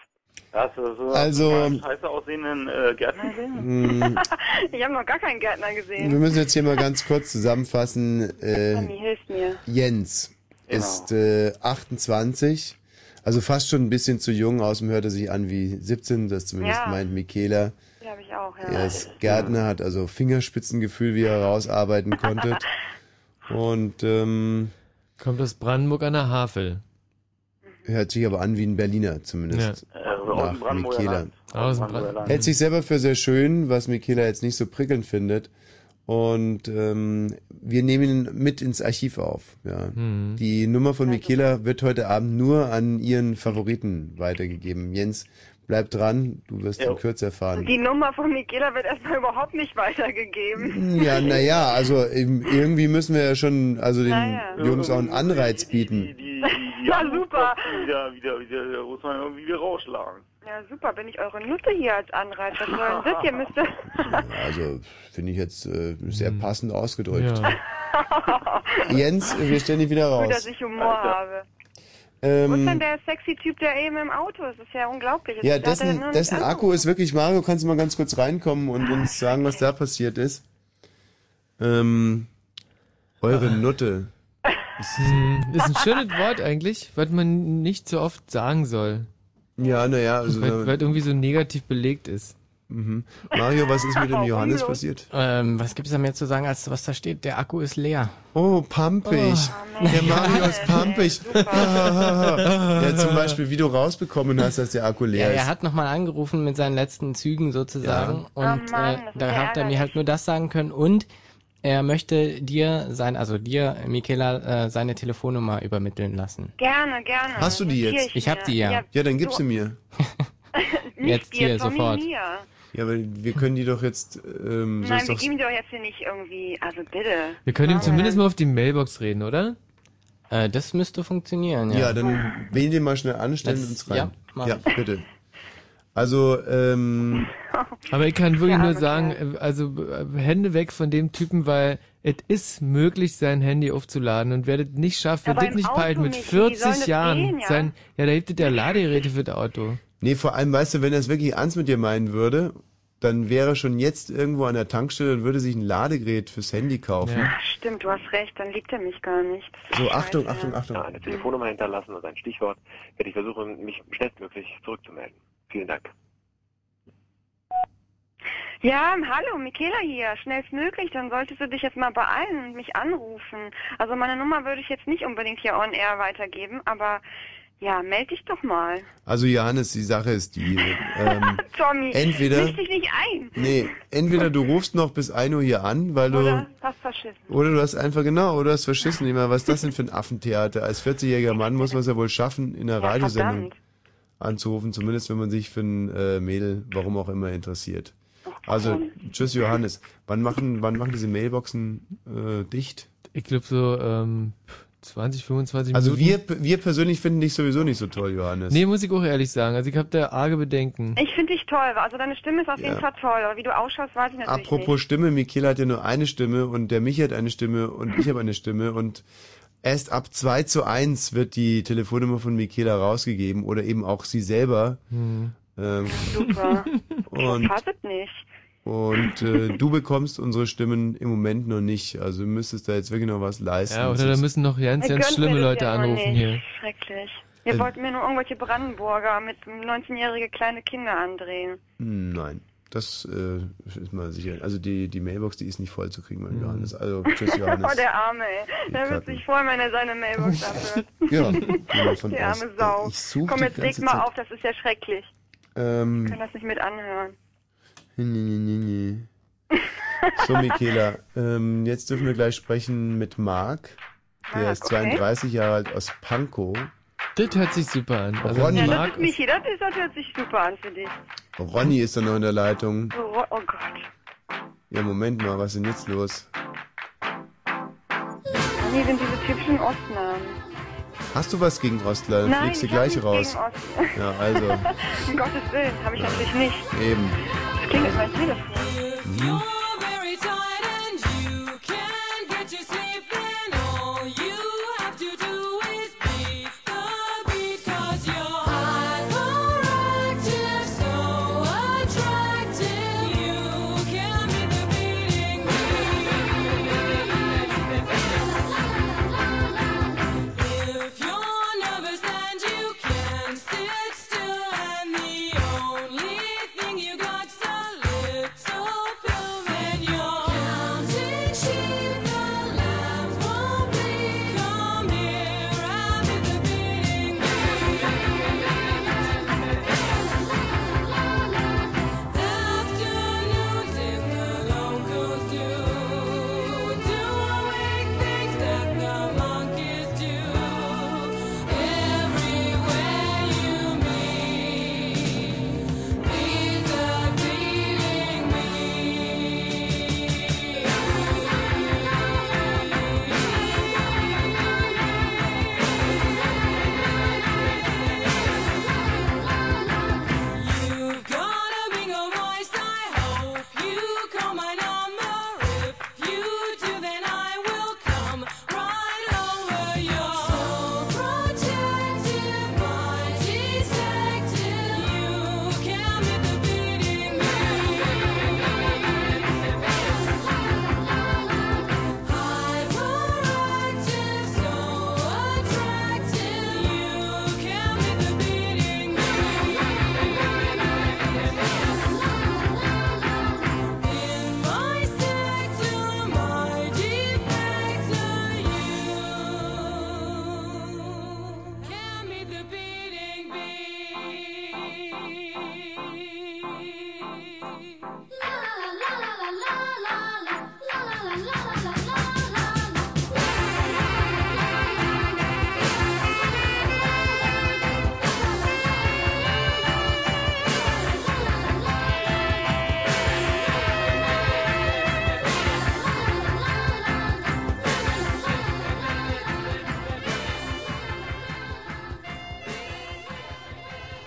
Speaker 17: Hast du so
Speaker 3: Also-
Speaker 17: einen scheiße aussehenden äh, Gärtner gesehen?
Speaker 3: Hm,
Speaker 14: ich habe noch gar keinen Gärtner gesehen.
Speaker 3: wir müssen jetzt hier mal ganz kurz zusammenfassen. Äh,
Speaker 14: Tommy, hilf mir. Genau.
Speaker 3: Jens ist äh, 28, also fast schon ein bisschen zu jung. Außen hört er sich an wie 17, das zumindest
Speaker 14: Ja.
Speaker 3: meint Michaela.
Speaker 14: Die habe ich auch, ja.
Speaker 3: Er ist Gärtner, hat also Fingerspitzengefühl, wie er rausarbeiten konnte. Und ähm,
Speaker 4: kommt aus Brandenburg an der Havel.
Speaker 3: Hört sich aber an wie ein Berliner zumindest.
Speaker 4: Ja. Äh, aus dem
Speaker 3: Nach
Speaker 4: Brandenburger
Speaker 3: Michaela.
Speaker 4: Land. Aus dem Brandenburger Land.
Speaker 3: Hält sich selber für sehr schön, was Michaela jetzt nicht so prickelnd findet. Und ähm, wir nehmen ihn mit ins Archiv auf. Ja.
Speaker 4: Mhm.
Speaker 3: Die Nummer von Michaela wird heute Abend nur an ihren Favoriten weitergegeben. Jens, bleib dran, du wirst
Speaker 14: Jo.
Speaker 3: in Kürze erfahren.
Speaker 14: Die Nummer von Michaela wird erstmal überhaupt nicht weitergegeben.
Speaker 3: Ja, naja, also eben, irgendwie müssen wir ja schon, also den
Speaker 14: Na ja.
Speaker 3: Jungs auch einen Anreiz bieten.
Speaker 14: Na super.
Speaker 17: Wieder, wieder, wieder, da muss man irgendwie wieder rausschlagen.
Speaker 14: Ja, super, bin ich eure Nutte hier als Anreiz. Was soll denn das? Ihr müsst das
Speaker 3: Also finde ich jetzt äh, sehr
Speaker 6: Hm.
Speaker 3: passend ausgedrückt. Jens, wir stellen dich wieder
Speaker 14: gut, dass
Speaker 3: raus.
Speaker 14: ich Humor habe. Wo ist denn
Speaker 3: Ähm,
Speaker 14: der sexy Typ, der eben im Auto ist? Das ist ja unglaublich. Das
Speaker 3: ja,
Speaker 14: hat er
Speaker 3: dessen,
Speaker 14: noch nicht
Speaker 3: dessen
Speaker 14: angerufen.
Speaker 3: Akku ist wirklich Mario. Kannst du mal ganz kurz reinkommen und uns sagen, was da passiert ist? Ähm, eure
Speaker 6: Ah.
Speaker 3: Nutte.
Speaker 4: Hm, Ist ein schönes Wort eigentlich, was man nicht so oft sagen soll.
Speaker 3: Ja, naja, also-
Speaker 4: Weil, weil irgendwie so negativ belegt ist.
Speaker 3: Mhm. Mario, was ist mit dem Johannes passiert?
Speaker 6: Ähm, was gibt's da mehr zu sagen, als was da steht? Der Akku ist leer.
Speaker 3: Oh, pampig. Der Mario ist pampig. ja, zum Beispiel, wie du rausbekommen hast, dass der Akku
Speaker 6: Ja,
Speaker 3: leer
Speaker 6: er
Speaker 3: ist.
Speaker 6: hat nochmal angerufen mit seinen letzten Zügen sozusagen und
Speaker 14: Oh Mann,
Speaker 6: äh,
Speaker 14: das ist
Speaker 6: da
Speaker 14: ja
Speaker 6: hat er mir halt nur das sagen können und er möchte dir sein, also dir, Michaela, äh, seine Telefonnummer übermitteln lassen.
Speaker 14: Genau, Gerne, gerne. Notier
Speaker 6: Ich hab
Speaker 14: mir.
Speaker 6: die ja.
Speaker 3: Ja, dann gib sie mir.
Speaker 14: Du, Nicht
Speaker 4: Jetzt
Speaker 14: dir,
Speaker 4: hier,
Speaker 14: Tommy,
Speaker 4: sofort.
Speaker 14: Mir.
Speaker 3: Ja, aber wir können die doch jetzt. Ähm, so
Speaker 14: Nein,
Speaker 3: ist
Speaker 14: wir
Speaker 3: doch,
Speaker 14: geben dir doch jetzt hier nicht irgendwie, also bitte.
Speaker 4: Wir
Speaker 3: Ah,
Speaker 4: können ihm
Speaker 14: Ja,
Speaker 4: zumindest mal auf die Mailbox reden, oder?
Speaker 6: Äh, das müsste funktionieren,
Speaker 3: ja. dann wählen den mal schnell an, stellen
Speaker 4: Jetzt-
Speaker 3: uns rein.
Speaker 4: ja, mach
Speaker 3: ja bitte. Also, ähm.
Speaker 4: Aber ich kann wirklich
Speaker 3: Ja,
Speaker 4: nur
Speaker 3: aber
Speaker 4: sagen, äh, also äh, Hände weg von dem Typen, weil es ist möglich, sein Handy aufzuladen und wer das nicht schafft,
Speaker 3: Ja,
Speaker 4: wird das
Speaker 3: beim
Speaker 4: nicht
Speaker 3: Auto
Speaker 4: peilt mit
Speaker 3: nicht. Wie sollen
Speaker 4: 40
Speaker 3: das
Speaker 4: Jahren.
Speaker 3: gehen, ja?
Speaker 4: Sein, ja, da hilft es der Ladegeräte für das Auto.
Speaker 3: Nee, vor allem, weißt du, wenn er es wirklich ernst mit dir meinen würde, dann wäre schon jetzt irgendwo an der Tankstelle und würde sich ein Ladegerät fürs Handy kaufen.
Speaker 14: Ach, stimmt, du hast recht, dann liebt er mich gar nicht.
Speaker 3: So, Achtung, Achtung, Achtung.
Speaker 16: Eine Telefonnummer hinterlassen und ein Stichwort, werde ich versuchen, mich schnellstmöglich zurückzumelden. Vielen Dank.
Speaker 14: Ja, hallo, Michaela hier, schnellstmöglich, dann solltest du dich jetzt mal beeilen und mich anrufen. Also meine Nummer würde ich jetzt nicht unbedingt hier on air weitergeben, aber ja, melde dich doch mal.
Speaker 3: Also, Johannes, die Sache ist die. Ähm,
Speaker 14: Tommy,
Speaker 3: Entweder-
Speaker 14: misch dich nicht ein.
Speaker 3: nee, entweder du rufst noch bis 1 Uhr hier an, weil du.
Speaker 14: Oder hast verschissen.
Speaker 3: Oder du hast einfach, genau, oder du hast verschissen. Ich meine, was ist das denn für ein Affentheater? Als 40-jähriger Mann muss man es ja wohl schaffen, in einer Radiosendung anzurufen, zumindest wenn man sich für ein äh, Mädel, warum auch immer, interessiert. Also, tschüss Johannes. Wann machen, wann machen diese Mailboxen äh, dicht?
Speaker 4: Ich glaube so ähm, 20, 25
Speaker 3: Also
Speaker 4: Minuten.
Speaker 3: wir, wir persönlich finden dich sowieso nicht so toll, Johannes.
Speaker 4: Nee, muss ich auch ehrlich sagen. Also ich habe da arge Bedenken.
Speaker 14: Ich finde dich toll, also deine Stimme ist auf
Speaker 3: Ja.
Speaker 14: jeden Fall toll, aber wie du ausschaust, weiß ich natürlich
Speaker 3: Apropos Stimme, Michaela hat ja nur eine Stimme und der Michi hat eine Stimme und ich habe eine Stimme und erst ab 2 zu 1 wird die Telefonnummer von Michaela rausgegeben oder eben auch sie selber.
Speaker 14: Hm.
Speaker 3: Ähm,
Speaker 14: nicht. Super.
Speaker 3: und
Speaker 14: Ich fass es nicht.
Speaker 3: und äh, du bekommst unsere Stimmen im Moment noch nicht. Also du müsstest da jetzt wirklich noch was leisten.
Speaker 4: Ja, oder da müssen noch ganz,
Speaker 14: Ihr
Speaker 4: ganz
Speaker 14: gönnt
Speaker 4: schlimme
Speaker 14: mir das
Speaker 4: Leute
Speaker 14: ja immer
Speaker 4: anrufen
Speaker 14: nicht.
Speaker 4: hier.
Speaker 14: Schrecklich. Ihr
Speaker 3: Äh,
Speaker 14: wollt mir nur irgendwelche Brandenburger mit 19-jährige kleine Kinder andrehen.
Speaker 3: Hm, Nein, das äh, ist mal sicher. Also die, die Mailbox, die ist nicht voll zu kriegen,
Speaker 4: Hm.
Speaker 3: mein Johannes. Also tschüss, Johannes.
Speaker 14: oh, der Arme, ey. Der wird
Speaker 3: Kacken.
Speaker 14: sich freuen, wenn er seine Mailbox abhört.
Speaker 3: Ja, gehen wir von
Speaker 14: Die
Speaker 3: aus.
Speaker 14: arme Sau.
Speaker 3: Ich suche
Speaker 14: Komm,
Speaker 3: die
Speaker 14: jetzt leg
Speaker 3: ganze
Speaker 14: mal
Speaker 3: Zeit.
Speaker 14: auf, das ist ja schrecklich. Ich
Speaker 3: Ähm,
Speaker 14: kann das nicht mit anhören.
Speaker 3: Nee, nee, nee, nee. nee. So, Michaela, ähm, jetzt dürfen wir gleich sprechen mit Marc. Der ist
Speaker 14: Ah, okay.
Speaker 3: 32 Jahre alt aus Pankow.
Speaker 4: Das hört sich super an.
Speaker 3: Also Ronny,
Speaker 14: ja, das ist Michi, das, ist, das hört sich super an für dich.
Speaker 3: Ronny ist dann noch in der Leitung.
Speaker 14: Oh, oh Gott.
Speaker 3: Ja, Moment mal, was ist denn jetzt los?
Speaker 14: Hier sind diese typischen Ostnamen.
Speaker 3: Hast du was gegen Ostler? Dann
Speaker 14: Nein,
Speaker 3: fliegst du
Speaker 14: ich hab
Speaker 3: gleich
Speaker 14: nichts
Speaker 3: raus.
Speaker 14: gegen Ost-
Speaker 3: Ja, also,
Speaker 14: um Gottes Willen, habe ich natürlich nicht.
Speaker 3: eben.
Speaker 14: Das klingelt mein Telefon.
Speaker 3: Mhm.
Speaker 2: very tired and you can't get your sleep, then all you have to do is beat the beat, cause you're hyperactive, so attractive, you can beat the beating beat. If you're nervous and you can sit still, and the only thing you got's a little
Speaker 1: Oh,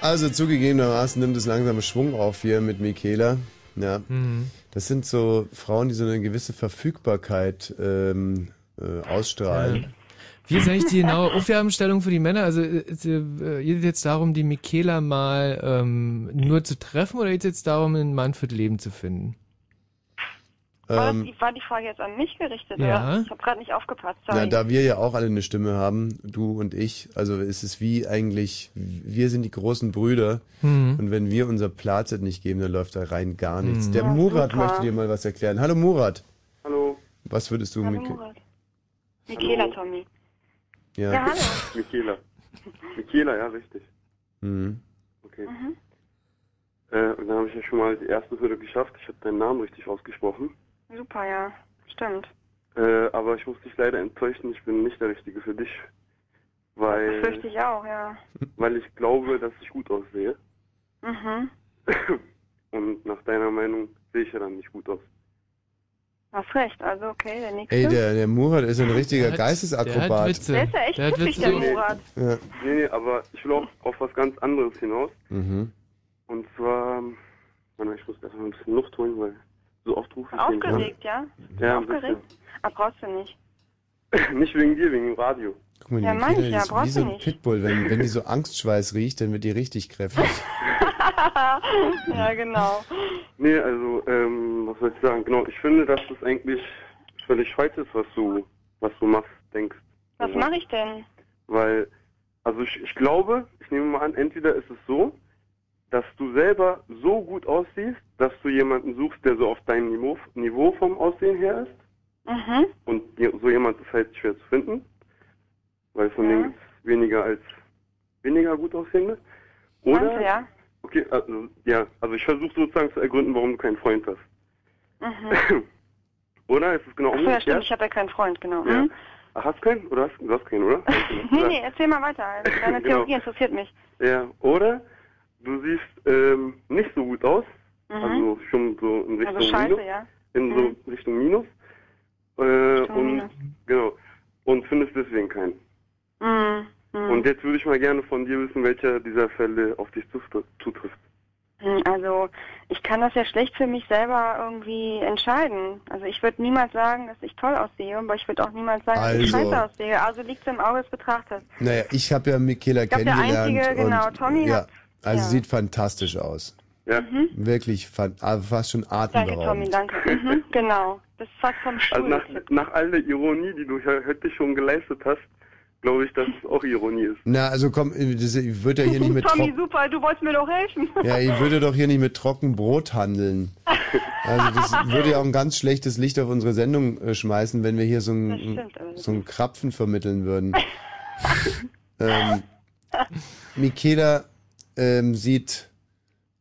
Speaker 3: Also zugegebenermaßen nimmt es langsame Schwung auf hier mit Michaela. Ja.
Speaker 4: Mhm.
Speaker 3: Das sind so Frauen, die so eine gewisse Verfügbarkeit ähm, äh, ausstrahlen.
Speaker 4: Ja. Wie ist eigentlich die genaue Aufgabenstellung für die Männer? Also äh, äh, geht es jetzt darum, die Michaela mal ähm, nur zu treffen oder geht es jetzt darum, einen Mann für das Leben zu finden?
Speaker 14: War,
Speaker 3: Ähm,
Speaker 14: das, war die Frage jetzt an mich gerichtet?
Speaker 3: Ja.
Speaker 14: Oder? Ich habe gerade nicht aufgepasst.
Speaker 3: Na,
Speaker 14: Sorry.
Speaker 3: da wir ja auch alle eine Stimme haben, du und ich, also es ist wie eigentlich, wir sind die großen Brüder
Speaker 4: Mhm.
Speaker 3: und wenn wir unser Plazet nicht geben, dann läuft da rein gar nichts.
Speaker 4: Mhm.
Speaker 3: Der
Speaker 4: Ja,
Speaker 3: Murat
Speaker 14: super.
Speaker 3: möchte dir mal was erklären. Hallo Murat.
Speaker 18: Hallo.
Speaker 3: Was würdest du
Speaker 14: Hallo,
Speaker 3: mit...
Speaker 14: Murat. Michaela,
Speaker 18: Hallo.
Speaker 14: Tommy.
Speaker 3: Ja.
Speaker 14: Ja, hallo.
Speaker 18: Michaela. Michaela, ja, richtig.
Speaker 3: Mhm.
Speaker 18: Okay. Äh, und dann habe ich ja schon mal die erste Hürde geschafft. Ich habe deinen Namen richtig ausgesprochen.
Speaker 14: Super, ja. Stimmt.
Speaker 18: Äh, aber ich muss dich leider enttäuschen, ich bin nicht der Richtige für dich.
Speaker 14: Das fürchte
Speaker 18: Weil,
Speaker 14: ich auch, ja.
Speaker 18: weil ich glaube, dass ich gut aussehe.
Speaker 14: Mhm.
Speaker 18: Und nach deiner Meinung sehe ich ja dann nicht gut aus.
Speaker 14: Hast recht, also okay, der nächste.
Speaker 3: Ey, der, der Murat ist ein richtiger
Speaker 18: Der hat-
Speaker 3: Geistesakrobat.
Speaker 18: der hat Witze.
Speaker 14: der ist ja echt pfiffig, der Murat.
Speaker 3: Ja.
Speaker 18: Nee, nee, aber ich will auch auf was ganz anderes hinaus.
Speaker 3: Mhm.
Speaker 18: Und zwar, ähm, warte mal, ich muss erstmal ein bisschen Luft holen, weil so oft rufe ich den an.
Speaker 14: Aufgeregt, ja?
Speaker 18: Ja, ein
Speaker 14: Aufgeregt? Ah, brauchst du nicht.
Speaker 18: bisschen. Nicht wegen dir, wegen dem Radio.
Speaker 3: Guck mal, die
Speaker 14: Ja,
Speaker 3: Michaela,
Speaker 14: manche,
Speaker 3: die
Speaker 14: ja,
Speaker 3: ist wie
Speaker 14: brauchst
Speaker 3: so
Speaker 14: du
Speaker 3: ein
Speaker 14: nicht.
Speaker 3: Pitbull. Wenn, wenn die so Angstschweiß riecht, dann wird die richtig kräftig.
Speaker 14: Ah, ja, genau.
Speaker 18: Nee, also, ähm, was soll ich sagen? Genau, ich finde, dass das eigentlich völlig falsch ist, was du, was du machst, denkst.
Speaker 14: Was
Speaker 18: Also,
Speaker 14: mache ich denn?
Speaker 18: Weil, also ich, ich glaube, ich nehme mal an, entweder ist es so, dass du selber so gut aussiehst, dass du jemanden suchst, der so auf deinem Niveau, Niveau vom Aussehen her ist.
Speaker 14: Mhm.
Speaker 1: Uh-huh.
Speaker 18: Und je- so jemand ist halt schwer zu finden, weil von denen gibt es weniger als weniger gut aussehende. Oder,
Speaker 14: Manche, ja.
Speaker 18: okay, also, ja, also ich versuche sozusagen zu ergründen, warum du keinen Freund hast.
Speaker 14: Mhm.
Speaker 18: Oder ist es genau
Speaker 14: Achso, ja, stimmt,
Speaker 18: umgekehrt?
Speaker 14: ich habe ja keinen Freund, genau.
Speaker 18: Ja.
Speaker 14: Mhm.
Speaker 18: Ah, Hast keinen? Oder hast, du hast keinen, oder?
Speaker 14: Nee, nee, erzähl mal weiter. Also, Deine
Speaker 18: Genau.
Speaker 14: Theorie interessiert mich.
Speaker 18: Ja, oder du siehst ähm, nicht so gut aus,
Speaker 14: Mhm.
Speaker 18: also schon so in Richtung
Speaker 14: Also scheiße,
Speaker 18: Minus,
Speaker 14: ja.
Speaker 18: in so
Speaker 14: Mhm.
Speaker 18: Richtung Minus, äh,
Speaker 14: Richtung
Speaker 18: und
Speaker 14: Minus.
Speaker 18: genau und findest deswegen keinen.
Speaker 14: Mhm. Mhm.
Speaker 18: Und jetzt würde ich mal gerne von dir wissen, welcher dieser Fälle auf dich zutr- zutrifft.
Speaker 14: Hm, Also ich kann das ja schlecht für mich selber irgendwie entscheiden. Also ich würde niemals sagen, dass ich toll aussehe, aber ich würde auch niemals sagen, dass ich
Speaker 3: Also.
Speaker 14: scheiße aussehe. Also liegt es im Auge des Betrachters.
Speaker 3: Naja, ich habe ja Michaela
Speaker 14: Ich glaub, der
Speaker 3: kennengelernt.
Speaker 14: Einzige, genau,
Speaker 3: und,
Speaker 14: Tommy
Speaker 3: ja,
Speaker 14: hat-
Speaker 3: also
Speaker 14: ja. Mhm.
Speaker 3: sieht fantastisch aus.
Speaker 18: Ja.
Speaker 3: Wirklich fan, ah, fast schon
Speaker 14: Danke, Tommy,
Speaker 3: atemberaubend.
Speaker 14: danke. Mhm, genau. Das ist fast vom
Speaker 18: Also
Speaker 14: Stuhl.
Speaker 18: nach, nach all der Ironie, die du he- heute schon geleistet hast, glaube ich, dass es auch Ironie ist.
Speaker 3: Na, also komm, das wird ja hier nicht mit
Speaker 14: Tommy,
Speaker 3: trocken,
Speaker 14: super, du wolltest mir doch helfen.
Speaker 3: ja, ich würde doch hier nicht mit trocken Brot handeln. Also das würde ja auch ein ganz schlechtes Licht auf unsere Sendung äh, schmeißen, wenn wir hier so einen
Speaker 14: stimmt allerdings.
Speaker 3: so einen Krapfen vermitteln würden. ähm, Michaela ähm, sieht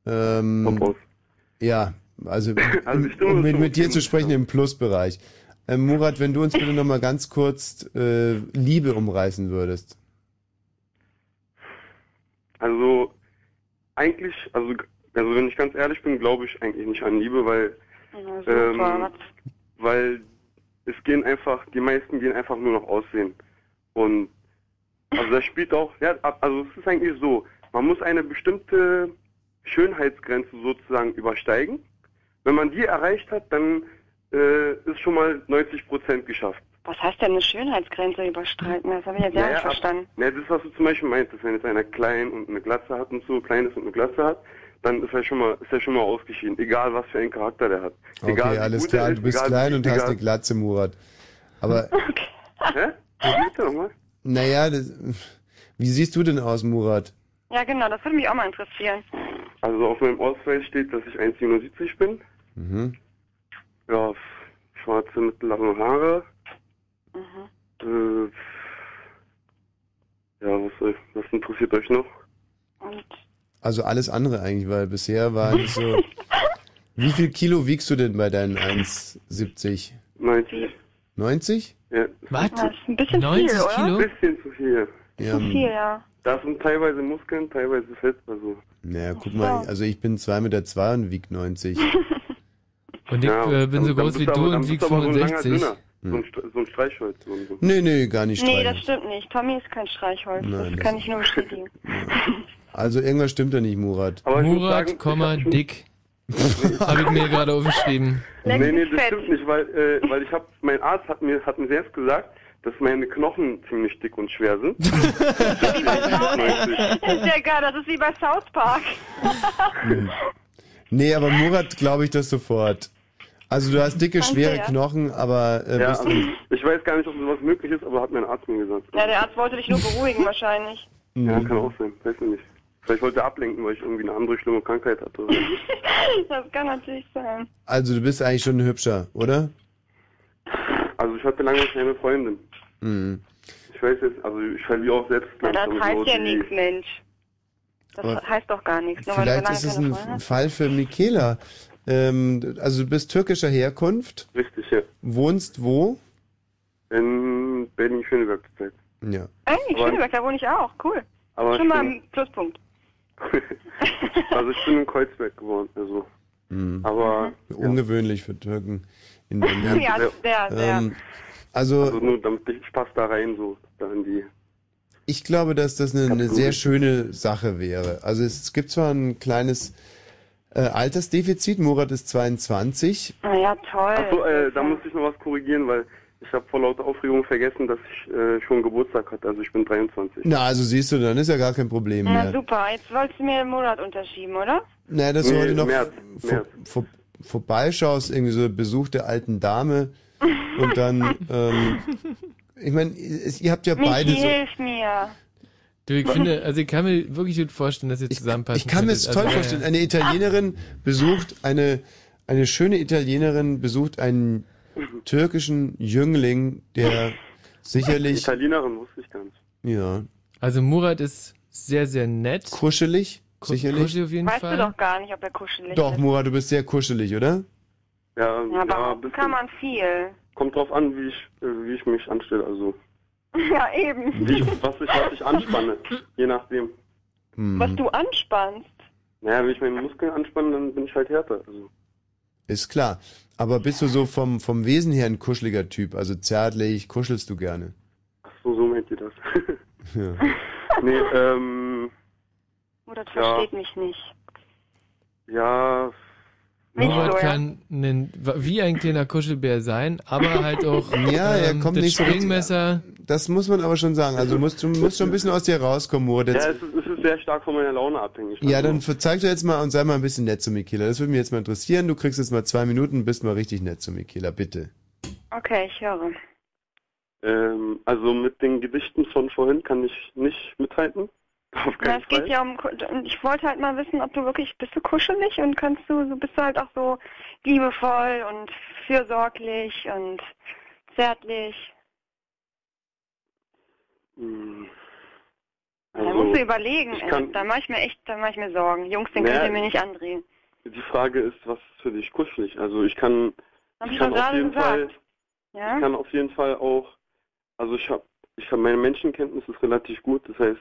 Speaker 3: ähm, ja, also,
Speaker 18: Also die Stimme
Speaker 3: um
Speaker 18: ist
Speaker 3: mit,
Speaker 18: schon
Speaker 3: mit dir
Speaker 18: okay,
Speaker 3: zu sprechen im Plusbereich. Ähm, Murat, wenn du uns bitte nochmal ganz kurz äh, Liebe umreißen würdest.
Speaker 18: Also eigentlich, also, also wenn ich ganz ehrlich bin, glaube ich eigentlich nicht an Liebe, weil
Speaker 14: Na, super,
Speaker 18: ähm, weil es gehen einfach, die meisten gehen einfach nur noch aussehen. Und also das spielt auch, ja, ab- also es ist eigentlich so, man muss eine bestimmte Schönheitsgrenze sozusagen übersteigen. Wenn man die erreicht hat, dann äh, ist schon mal 90 Prozent geschafft.
Speaker 14: was heißt denn eine Schönheitsgrenze überstreiten? Das habe ich jetzt ja nicht
Speaker 18: ab-
Speaker 14: verstanden.
Speaker 18: naja, ne, das, was du zum Beispiel meintest, wenn jetzt einer klein und eine Glatze hat und so, klein ist und eine Glatze hat, dann ist er schon mal, ist er schon mal ausgeschieden, egal was für einen Charakter der hat.
Speaker 3: Okay,
Speaker 18: egal, wie
Speaker 3: alles
Speaker 18: gut
Speaker 3: klar,
Speaker 18: er ist,
Speaker 3: du bist
Speaker 18: egal,
Speaker 3: klein
Speaker 18: wie-
Speaker 3: und hast
Speaker 18: egal,
Speaker 3: eine Glatze, Murat. Aber
Speaker 18: Hä? Was willst du nochmal?
Speaker 3: naja, das, wie siehst du denn aus, Murat?
Speaker 14: Ja, genau, das würde mich auch mal interessieren.
Speaker 18: Also auf meinem Ausweis steht, dass ich 1,77 bin.
Speaker 3: Mhm.
Speaker 18: Ja, f- schwarze, mittellange Haare.
Speaker 14: Mhm.
Speaker 18: Äh, ja, was, soll- was interessiert euch noch?
Speaker 3: Also alles andere eigentlich, weil bisher war nicht so. Wie viel Kilo wiegst du denn bei deinen 1,70?
Speaker 18: 90.
Speaker 3: 90?
Speaker 18: Ja.
Speaker 4: Was?
Speaker 14: Das ist ein bisschen viel, oder?
Speaker 18: Bisschen zu viel.
Speaker 3: Ja,
Speaker 14: Viel, ja.
Speaker 18: Da sind teilweise Muskeln, teilweise Fett. Also.
Speaker 3: naja, guck mal, also ich bin 2,2 Meter zwei und wieg 90.
Speaker 4: Und ich
Speaker 18: Ja, also
Speaker 4: äh, bin so
Speaker 18: dann
Speaker 4: groß
Speaker 18: bist
Speaker 4: wie
Speaker 18: aber-
Speaker 4: du
Speaker 18: dann
Speaker 4: und
Speaker 18: bist
Speaker 4: wieg
Speaker 18: aber so ein langer
Speaker 4: 65.
Speaker 18: Dünner. So ein,
Speaker 3: Hm.
Speaker 18: St- so ein Streichholz. So ein, so.
Speaker 3: Nee, nee, gar nicht
Speaker 14: Nee, das
Speaker 3: streichen.
Speaker 14: stimmt nicht. Tommy ist kein Streichholz.
Speaker 3: Nein,
Speaker 14: das
Speaker 3: das-
Speaker 14: kann ich nur bestätigen.
Speaker 3: Also irgendwas stimmt da nicht, Murat.
Speaker 4: Murat, Komma, dick. Habe ich mir gerade aufgeschrieben.
Speaker 18: Nee, nee, das stimmt nicht, weil, äh, weil ich habe, mein Arzt hat mir, hat mir selbst gesagt, dass meine Knochen ziemlich dick und schwer sind.
Speaker 3: Äh,
Speaker 14: Das ist ja geil, das ist wie bei South Park.
Speaker 3: Mhm. Nee, aber Murat glaube ich das sofort. Also du hast dicke,
Speaker 14: Danke,
Speaker 3: schwere
Speaker 14: ja.
Speaker 3: Knochen, aber äh,
Speaker 18: Ja,
Speaker 3: bist
Speaker 18: also, ich weiß gar nicht, ob sowas möglich ist, aber hat mein Arzt mir gesagt.
Speaker 14: Ja, der Arzt wollte dich nur beruhigen wahrscheinlich.
Speaker 3: Mhm.
Speaker 18: Ja, kann auch sein, weiß ich nicht. Vielleicht wollte er ablenken, weil ich irgendwie eine andere schlimme Krankheit hatte.
Speaker 14: Das kann natürlich sein.
Speaker 3: also du bist eigentlich schon ein hübscher, oder?
Speaker 18: Also ich hatte lange keine Freundin.
Speaker 3: Mhm.
Speaker 18: Ich weiß jetzt, also ich verliere auch selbst
Speaker 14: Na, das
Speaker 18: langsam so
Speaker 14: heißt ja
Speaker 18: die-
Speaker 14: nichts, Mensch. Das
Speaker 3: Aber
Speaker 14: heißt doch gar nichts, nur weil du so
Speaker 3: Vielleicht
Speaker 14: lange
Speaker 3: ist es
Speaker 14: keine
Speaker 3: ein
Speaker 14: Freunde hast.
Speaker 3: Fall für Michaela. Ähm, also du bist türkischer Herkunft.
Speaker 18: Richtig, ja.
Speaker 3: Wohnst wo?
Speaker 18: In Berlin-Schöneberg zurzeit.
Speaker 3: Ja.
Speaker 14: Ey,
Speaker 18: Aber-
Speaker 14: Schöneberg, da wohne ich auch, cool.
Speaker 18: Aber
Speaker 14: Schon mal
Speaker 18: stimmt.
Speaker 14: ein Pluspunkt.
Speaker 18: Also ich bin in Kreuzberg geworden, also.
Speaker 14: Mhm.
Speaker 18: Aber
Speaker 3: Ungewöhnlich für Türken in Berlin.
Speaker 18: Ja, sehr, sehr.
Speaker 3: Ähm, also
Speaker 18: also nur damit ich Spaß da rein, so, da in die.
Speaker 3: Ich glaube, dass das eine, eine sehr schöne Sache wäre. Also es gibt zwar ein kleines äh, Altersdefizit, Murat ist 22.
Speaker 14: Naja, toll.
Speaker 18: Achso, äh, da muss ich noch was korrigieren, weil ich habe vor lauter Aufregung vergessen, dass ich äh, schon Geburtstag hatte. Also ich bin 23.
Speaker 3: Na, also siehst du, dann ist ja gar kein Problem
Speaker 14: Na
Speaker 3: mehr.
Speaker 14: super, jetzt wolltest du mir den Monat unterschieben, oder?
Speaker 3: Na, dass du
Speaker 18: Nee,
Speaker 3: heute noch
Speaker 18: März,
Speaker 3: vor, Vor, vorbeischaust, irgendwie so Besuch der alten Dame und dann, ähm, ich meine, es- ihr habt ja beide
Speaker 14: Michi,
Speaker 3: so...
Speaker 14: hilf mir.
Speaker 4: Du, ich finde, also ich kann mir wirklich gut vorstellen, dass ihr zusammenpassen
Speaker 3: Ich kann mir das
Speaker 4: könntet.
Speaker 3: toll
Speaker 4: Also, ja,
Speaker 3: vorstellen.
Speaker 4: ja.
Speaker 3: Eine Italienerin besucht eine, eine schöne Italienerin besucht einen türkischen Jüngling, der sicherlich,
Speaker 18: Italienerin wusste ich gar nicht.
Speaker 3: ja,
Speaker 4: Also Murat ist sehr, sehr nett.
Speaker 3: Kuschelig, sicherlich.
Speaker 4: Kuschelig auf jeden
Speaker 14: Weißt
Speaker 4: Fall.
Speaker 14: du doch gar nicht, ob er kuschelig
Speaker 3: Doch,
Speaker 14: ist.
Speaker 3: Murat, du bist sehr kuschelig, oder?
Speaker 18: Ja,
Speaker 14: Ja, aber
Speaker 18: ja,
Speaker 14: auch kann man viel.
Speaker 18: kommt drauf an, wie ich, äh, wie ich mich anstelle, also
Speaker 14: Ja, eben.
Speaker 18: wie ich, was, ich, was ich anspanne, je nachdem.
Speaker 3: Hm.
Speaker 14: Was du anspannst.
Speaker 18: Naja, wenn ich meine Muskeln anspanne, dann bin ich halt härter. Also.
Speaker 3: Ist klar. Aber bist du so vom, vom Wesen her ein kuscheliger Typ? Also zärtlich, kuschelst du gerne?
Speaker 18: Ach so, so meint ihr das.
Speaker 3: Ja.
Speaker 18: nee, ähm,
Speaker 14: Oder das
Speaker 18: Ja.
Speaker 14: versteht mich nicht.
Speaker 18: ja,
Speaker 4: Murat
Speaker 14: so, ja.
Speaker 4: kann ein, wie ein kleiner Kuschelbär sein, aber halt auch
Speaker 3: Ja, er
Speaker 4: ähm,
Speaker 3: kommt
Speaker 4: das
Speaker 3: nicht so richtig-
Speaker 4: Springmesser.
Speaker 3: Das muss man aber schon sagen. Also du musst, du musst schon ein bisschen aus dir rauskommen, Murat.
Speaker 18: ja
Speaker 3: Jetzt,
Speaker 18: es, ist, es ist sehr stark von meiner Laune abhängig.
Speaker 3: ja, dann zeig dir jetzt mal und sei mal ein bisschen nett zu Mikela. Das würde mich jetzt mal interessieren. Du kriegst jetzt mal zwei Minuten und bist mal richtig nett zu Mikela, bitte.
Speaker 14: Okay, ich höre.
Speaker 18: Ähm, also mit den Gedichten von vorhin kann ich nicht mithalten. Auf
Speaker 14: Na,
Speaker 18: keinen
Speaker 14: es geht
Speaker 18: Fall.
Speaker 14: ja um, Ku- und ich wollte halt mal wissen, ob du wirklich, bist du kuschelig und kannst du, so bist du halt auch so liebevoll und fürsorglich und zärtlich.
Speaker 18: Hm.
Speaker 14: da
Speaker 18: Also,
Speaker 14: musst du überlegen,
Speaker 18: ich
Speaker 14: ey.
Speaker 18: kann-
Speaker 14: da mache ich mir echt, da mache ich mir Sorgen. Jungs, den
Speaker 18: Naja,
Speaker 14: könnt ihr mir nicht andrehen.
Speaker 18: die Frage ist, was ist für dich kuschelig? Also ich kann,
Speaker 14: Hab
Speaker 18: ich
Speaker 14: ich
Speaker 18: kann
Speaker 14: doch
Speaker 18: auf
Speaker 14: gerade
Speaker 18: jeden
Speaker 14: gesagt.
Speaker 18: Fall
Speaker 14: Ja?
Speaker 18: Ich kann auf jeden Fall auch, also ich habe, ich hab, meine Menschenkenntnis ist relativ gut, das heißt,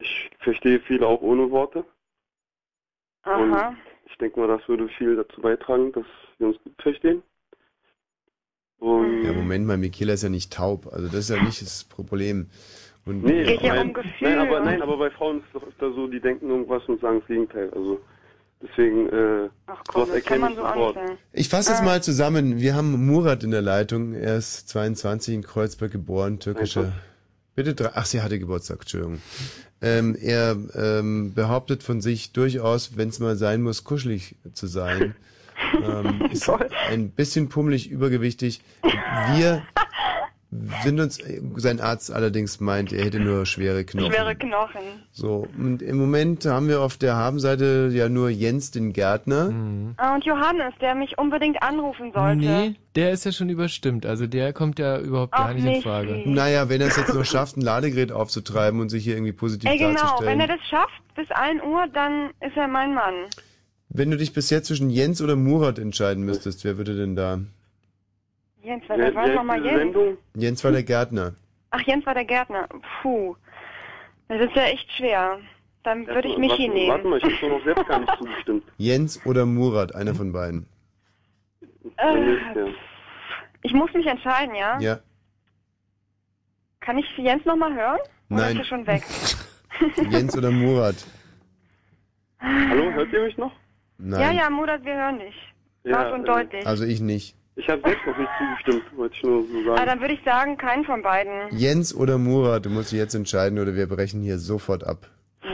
Speaker 18: ich verstehe viele auch ohne Worte.
Speaker 14: Aha.
Speaker 18: Ich denke mal, das würde viel dazu beitragen, dass wir uns gut verstehen. Und
Speaker 3: Ja, Moment mal, Mikela ist ja nicht taub. Also das ist ja nicht das Problem. Und
Speaker 14: um
Speaker 18: nein, Nein, aber, nein, aber bei Frauen ist es doch öfter so, die denken irgendwas und sagen das Gegenteil. Also deswegen, äh, sowas
Speaker 14: das kann
Speaker 18: erkenne
Speaker 14: man
Speaker 18: ich
Speaker 14: so Ah, auch nicht
Speaker 18: sofort.
Speaker 14: sagen.
Speaker 3: Ich fasse
Speaker 18: Ah.
Speaker 3: es mal zusammen. Wir haben Murat in der Leitung. Er ist 22 in Kreuzberg geboren, türkischer. Bitte drei. Ach, sie hatte Geburtstag, Entschuldigung. Ähm, er ähm, behauptet von sich durchaus, wenn es mal sein muss, kuschelig zu sein. Ähm, ist ein bisschen pummelig, übergewichtig. Wir sind uns, sein Arzt allerdings meint, er hätte nur schwere Knochen.
Speaker 14: Schwere Knochen.
Speaker 3: So, und im Moment haben wir auf der Habenseite ja nur Jens, den Gärtner.
Speaker 14: Ah, Und Johannes, der mich unbedingt anrufen sollte.
Speaker 4: Nee, der ist ja schon überstimmt. Also der kommt ja überhaupt gar
Speaker 14: Ach,
Speaker 4: nicht in
Speaker 14: Michi.
Speaker 4: Frage.
Speaker 3: Naja, wenn er es jetzt noch schafft, ein Ladegerät aufzutreiben und sich hier irgendwie positiv
Speaker 14: Ey, genau,
Speaker 3: darzustellen.
Speaker 14: wenn er das schafft bis 1 Uhr, dann ist er mein Mann.
Speaker 3: wenn du dich bisher zwischen Jens oder Murat entscheiden müsstest, wer würde denn da?
Speaker 14: Jens, wer, wer war doch mal Jens?
Speaker 3: Jens war der Gärtner.
Speaker 14: Ach, Jens war der Gärtner. Puh. Das ist ja echt schwer. Dann würde ich mich
Speaker 18: warte,
Speaker 14: hinnehmen.
Speaker 18: Warte mal, ich habe so noch selbst gar nicht zugestimmt.
Speaker 3: Jens oder Murat, einer von beiden.
Speaker 14: Äh, ich muss mich entscheiden, ja?
Speaker 3: Ja.
Speaker 14: Kann ich Jens nochmal hören? Oder
Speaker 3: Nein.
Speaker 14: ist er schon weg?
Speaker 3: Jens oder Murat.
Speaker 18: Oh,
Speaker 5: Hallo, hört ihr mich noch?
Speaker 3: Nein.
Speaker 14: Ja, ja, Murat, wir hören dich. Laut und
Speaker 5: äh,
Speaker 14: deutlich.
Speaker 3: Also ich nicht.
Speaker 5: Ich habe selbst noch nicht zugestimmt, wollte ich nur so
Speaker 14: Ah,
Speaker 5: sagen.
Speaker 14: dann würde ich sagen, keinen von beiden.
Speaker 3: Jens oder Murat, du musst dich jetzt entscheiden oder wir brechen hier sofort ab.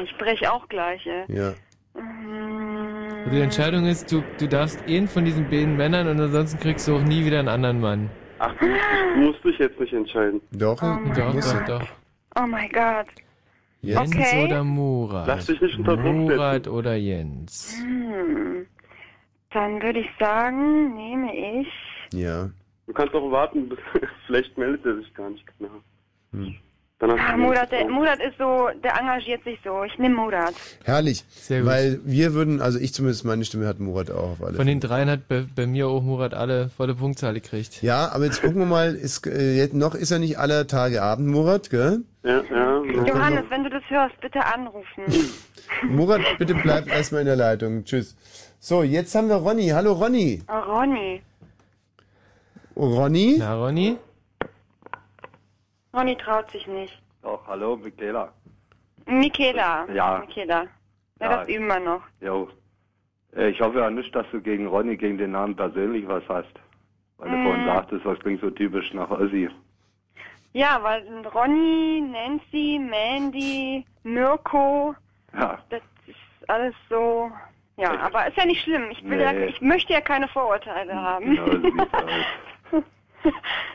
Speaker 14: Ich breche auch gleich. Ey.
Speaker 3: Ja.
Speaker 4: Also die Entscheidung ist, du, du darfst einen von diesen beiden Männern und ansonsten kriegst du auch nie wieder einen anderen Mann.
Speaker 5: Ach, du musst, du musst dich jetzt nicht entscheiden.
Speaker 3: Doch,
Speaker 14: Oh mein
Speaker 4: doch,
Speaker 14: Gott.
Speaker 4: doch, doch.
Speaker 14: Oh mein Gott.
Speaker 4: Jens
Speaker 14: Okay.
Speaker 4: oder Murat?
Speaker 5: Lass dich nicht unter Druck
Speaker 4: Murat oder Jens?
Speaker 14: Hm. Dann würde ich sagen, nehme ich.
Speaker 3: Ja.
Speaker 5: Du kannst auch warten, bis vielleicht meldet er sich gar nicht mehr.
Speaker 3: Hm.
Speaker 5: Dann hast
Speaker 14: Ah,
Speaker 5: du
Speaker 14: Murat, der, Murat ist so, der engagiert sich so. Ich nehme Murat.
Speaker 3: Herrlich. Sehr gut. Weil wir würden, also ich zumindest, meine Stimme hat Murat auch auf alle.
Speaker 4: Von den dreien hat bei, bei mir auch Murat alle volle Punktzahl gekriegt.
Speaker 3: Ja, aber jetzt gucken wir mal, ist, äh, jetzt noch ist er nicht aller Tage Abend, Murat, gell?
Speaker 5: Ja, ja.
Speaker 14: Johannes, wenn du das hörst, bitte anrufen.
Speaker 3: Murat, bitte bleib erstmal in der Leitung. Tschüss. So, jetzt haben wir Ronny. Hallo Ronny.
Speaker 14: Oh, Ronny.
Speaker 3: Oh, Ronny?
Speaker 4: Na, Ronny?
Speaker 14: Ronny traut sich nicht.
Speaker 19: Doch, hallo, Michaela.
Speaker 14: Michaela.
Speaker 19: Ja.
Speaker 14: Michaela. Ja,
Speaker 19: Ja.
Speaker 14: das üben wir noch.
Speaker 19: Jo. Äh, Ich hoffe ja nicht, dass du gegen Ronny, gegen den Namen persönlich was hast. Weil du
Speaker 14: Mm.
Speaker 19: vorhin sagtest, was klingt so typisch nach Ossi.
Speaker 14: Ja, weil Ronny, Nancy, Mandy, Mirko,
Speaker 19: Ja.
Speaker 14: das ist alles so. Ja, aber ist ja nicht schlimm. Ich, will ja,
Speaker 19: Nee.
Speaker 14: ich möchte ja keine Vorurteile haben.
Speaker 19: Genau so sieht's aus.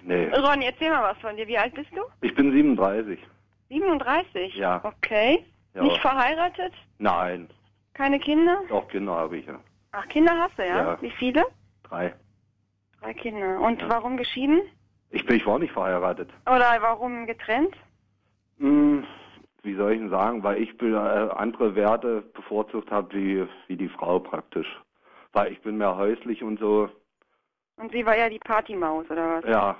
Speaker 19: Nee.
Speaker 14: Ronny, erzähl mal was von dir. Wie alt bist du?
Speaker 19: Ich bin 37.
Speaker 14: 37?
Speaker 19: Ja.
Speaker 14: Okay.
Speaker 19: Ja.
Speaker 14: Nicht verheiratet?
Speaker 19: Nein.
Speaker 14: Keine Kinder?
Speaker 19: Doch, Kinder habe ich ja.
Speaker 14: Ach, Kinder hast du, ja?
Speaker 19: Ja.
Speaker 14: Wie viele?
Speaker 19: Drei.
Speaker 14: Drei Kinder. Und warum geschieden?
Speaker 19: Ich bin, ich war nicht verheiratet.
Speaker 14: Oder warum getrennt?
Speaker 19: Hm, wie soll ich denn sagen? Weil ich be- äh, andere Werte bevorzugt habe, wie, wie die Frau praktisch. Weil ich bin mehr häuslich und so,
Speaker 14: Und sie war ja die Partymaus, oder was?
Speaker 19: ja,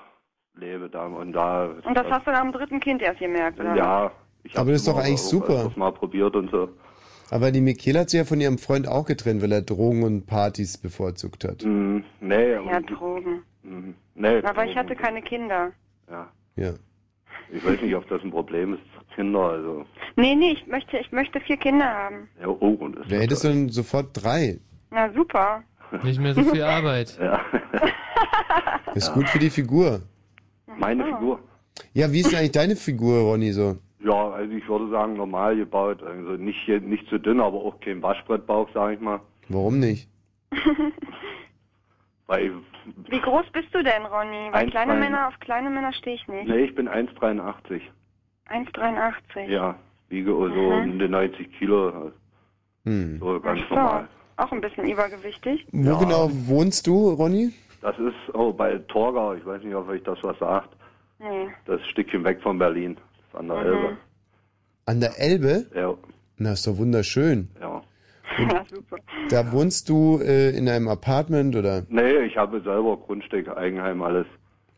Speaker 19: lebe da und da.
Speaker 14: Und das hast du nach dem dritten Kind erst gemerkt, oder?
Speaker 19: Ja,
Speaker 3: Aber das ist doch eigentlich super.
Speaker 19: Das mal probiert und so.
Speaker 3: Aber die Michaela hat sich ja von ihrem Freund auch getrennt, weil er Drogen und Partys bevorzugt hat.
Speaker 19: Hm, nee,
Speaker 14: Ja, Drogen.
Speaker 19: hm, nee.
Speaker 14: Aber ich hatte keine Kinder.
Speaker 19: Ja.
Speaker 3: ja.
Speaker 19: Ich weiß nicht, ob das ein Problem ist. Kinder, also.
Speaker 14: Nee, nee, ich möchte, ich möchte vier Kinder haben.
Speaker 19: Ja, oh, und ist
Speaker 3: Da hättest du dann sofort drei.
Speaker 14: Na super.
Speaker 4: Nicht mehr so viel Arbeit.
Speaker 19: Ja.
Speaker 3: Das ist gut für die Figur.
Speaker 19: Meine Figur.
Speaker 3: Ja, wie ist denn eigentlich deine Figur, Ronny, so?
Speaker 19: Ja, also ich würde sagen, normal gebaut. Also nicht, hier- nicht zu dünn, aber auch kein Waschbrettbauch, sage ich mal.
Speaker 3: Warum nicht?
Speaker 19: Weil ich,
Speaker 14: Wie groß bist du denn, Ronny? Weil
Speaker 19: Eins,
Speaker 14: kleine
Speaker 19: zwei.
Speaker 14: Männer, auf kleine Männer stehe ich nicht.
Speaker 19: nee, ich bin 1,83.
Speaker 14: 1,83.
Speaker 19: Ja, wiege so
Speaker 14: Mhm.
Speaker 19: um die 90 Kilo. So ganz
Speaker 14: So,
Speaker 19: normal.
Speaker 14: auch ein bisschen übergewichtig.
Speaker 3: Wo genau wohnst du, Ronny?
Speaker 19: Das ist, oh, bei Torgau, ich weiß nicht, ob euch das was sagt.
Speaker 14: Nee.
Speaker 19: Das Stückchen weg von Berlin. Das ist an der
Speaker 14: Mhm.
Speaker 19: Elbe.
Speaker 3: An der Elbe?
Speaker 19: Ja.
Speaker 3: Na, ist doch wunderschön.
Speaker 19: Ja.
Speaker 14: Ja, super.
Speaker 3: Da wohnst du äh, in einem Apartment oder?
Speaker 19: Nee, ich habe selber Grundstück, Eigenheim, alles.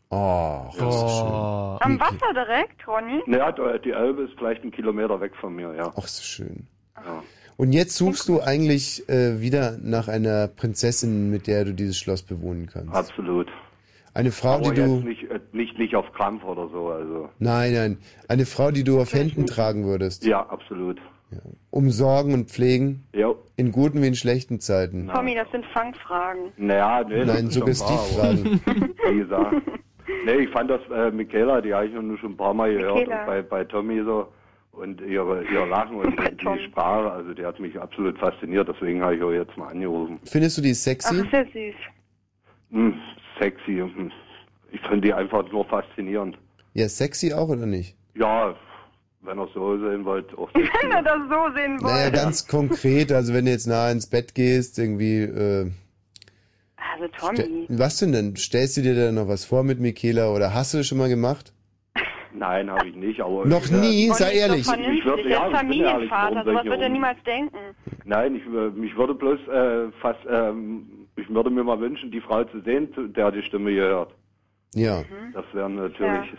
Speaker 3: Oh, das ist
Speaker 4: schön.
Speaker 14: Am Wasser direkt, Ronny?
Speaker 19: Naja, die die Elbe ist vielleicht ein Kilometer weg von mir, ja.
Speaker 3: Ach, so schön.
Speaker 19: Ja.
Speaker 3: Und jetzt suchst du eigentlich äh, wieder nach einer Prinzessin, mit der du dieses Schloss bewohnen kannst.
Speaker 19: Absolut.
Speaker 3: Eine Frau,
Speaker 19: Aber
Speaker 3: die du.
Speaker 19: jetzt nicht, äh, nicht, nicht auf Krampf oder so, also.
Speaker 3: Nein, nein. Eine Frau, die du auf Händen tragen würdest.
Speaker 19: Ja, absolut.
Speaker 3: Umsorgen und pflegen.
Speaker 19: Ja.
Speaker 3: In guten wie in schlechten Zeiten.
Speaker 14: Tommy, das sind Fangfragen.
Speaker 19: Naja, nee,
Speaker 3: Nein,
Speaker 19: das ist schon
Speaker 3: Suggestivfragen.
Speaker 19: wahr, aber Wie gesagt. Nee, ich fand das, äh, Michaela, die habe ich nur schon ein paar Mal gehört
Speaker 14: Michaela.
Speaker 19: und bei, bei Tommy so und ihre, ihr Lachen und die Sprache, also die hat mich absolut fasziniert, deswegen habe ich auch jetzt mal angerufen.
Speaker 3: Findest du die
Speaker 14: Ach,
Speaker 3: sexy?
Speaker 14: ist ja süß.
Speaker 19: Hm, sexy. Hm. Ich finde die einfach nur faszinierend.
Speaker 3: Ja, sexy auch oder nicht?
Speaker 19: Ja, wenn ihr so sehen wollt, oh, auch
Speaker 14: Wenn er das so sehen wollte.
Speaker 3: Naja, ganz konkret. Also wenn du jetzt nahe ins Bett gehst, irgendwie. Äh,
Speaker 14: Also
Speaker 3: ste-
Speaker 14: Tommy.
Speaker 3: was denn denn? Stellst du dir da noch was vor mit Michaela oder hast du das schon mal gemacht?
Speaker 19: Nein, habe ich nicht, aber.
Speaker 3: Noch nie?
Speaker 19: Äh,
Speaker 3: Sei
Speaker 19: ich-
Speaker 3: ehrlich.
Speaker 19: Ich, ich
Speaker 14: Vernünftig,
Speaker 19: würde,
Speaker 14: er
Speaker 19: ja,
Speaker 14: ist
Speaker 19: ich bin ehrlich,
Speaker 14: Familienvater,
Speaker 19: warum soll
Speaker 14: sowas
Speaker 19: ich
Speaker 14: wird er
Speaker 19: hier
Speaker 14: niemals denken.
Speaker 19: oben- Nein, ich, wür- mich würde bloß, äh, fast, ähm, ich würde mir mal wünschen, die Frau zu sehen, zu der die Stimme gehört.
Speaker 3: Ja.
Speaker 14: Mhm.
Speaker 19: Das wäre natürlich,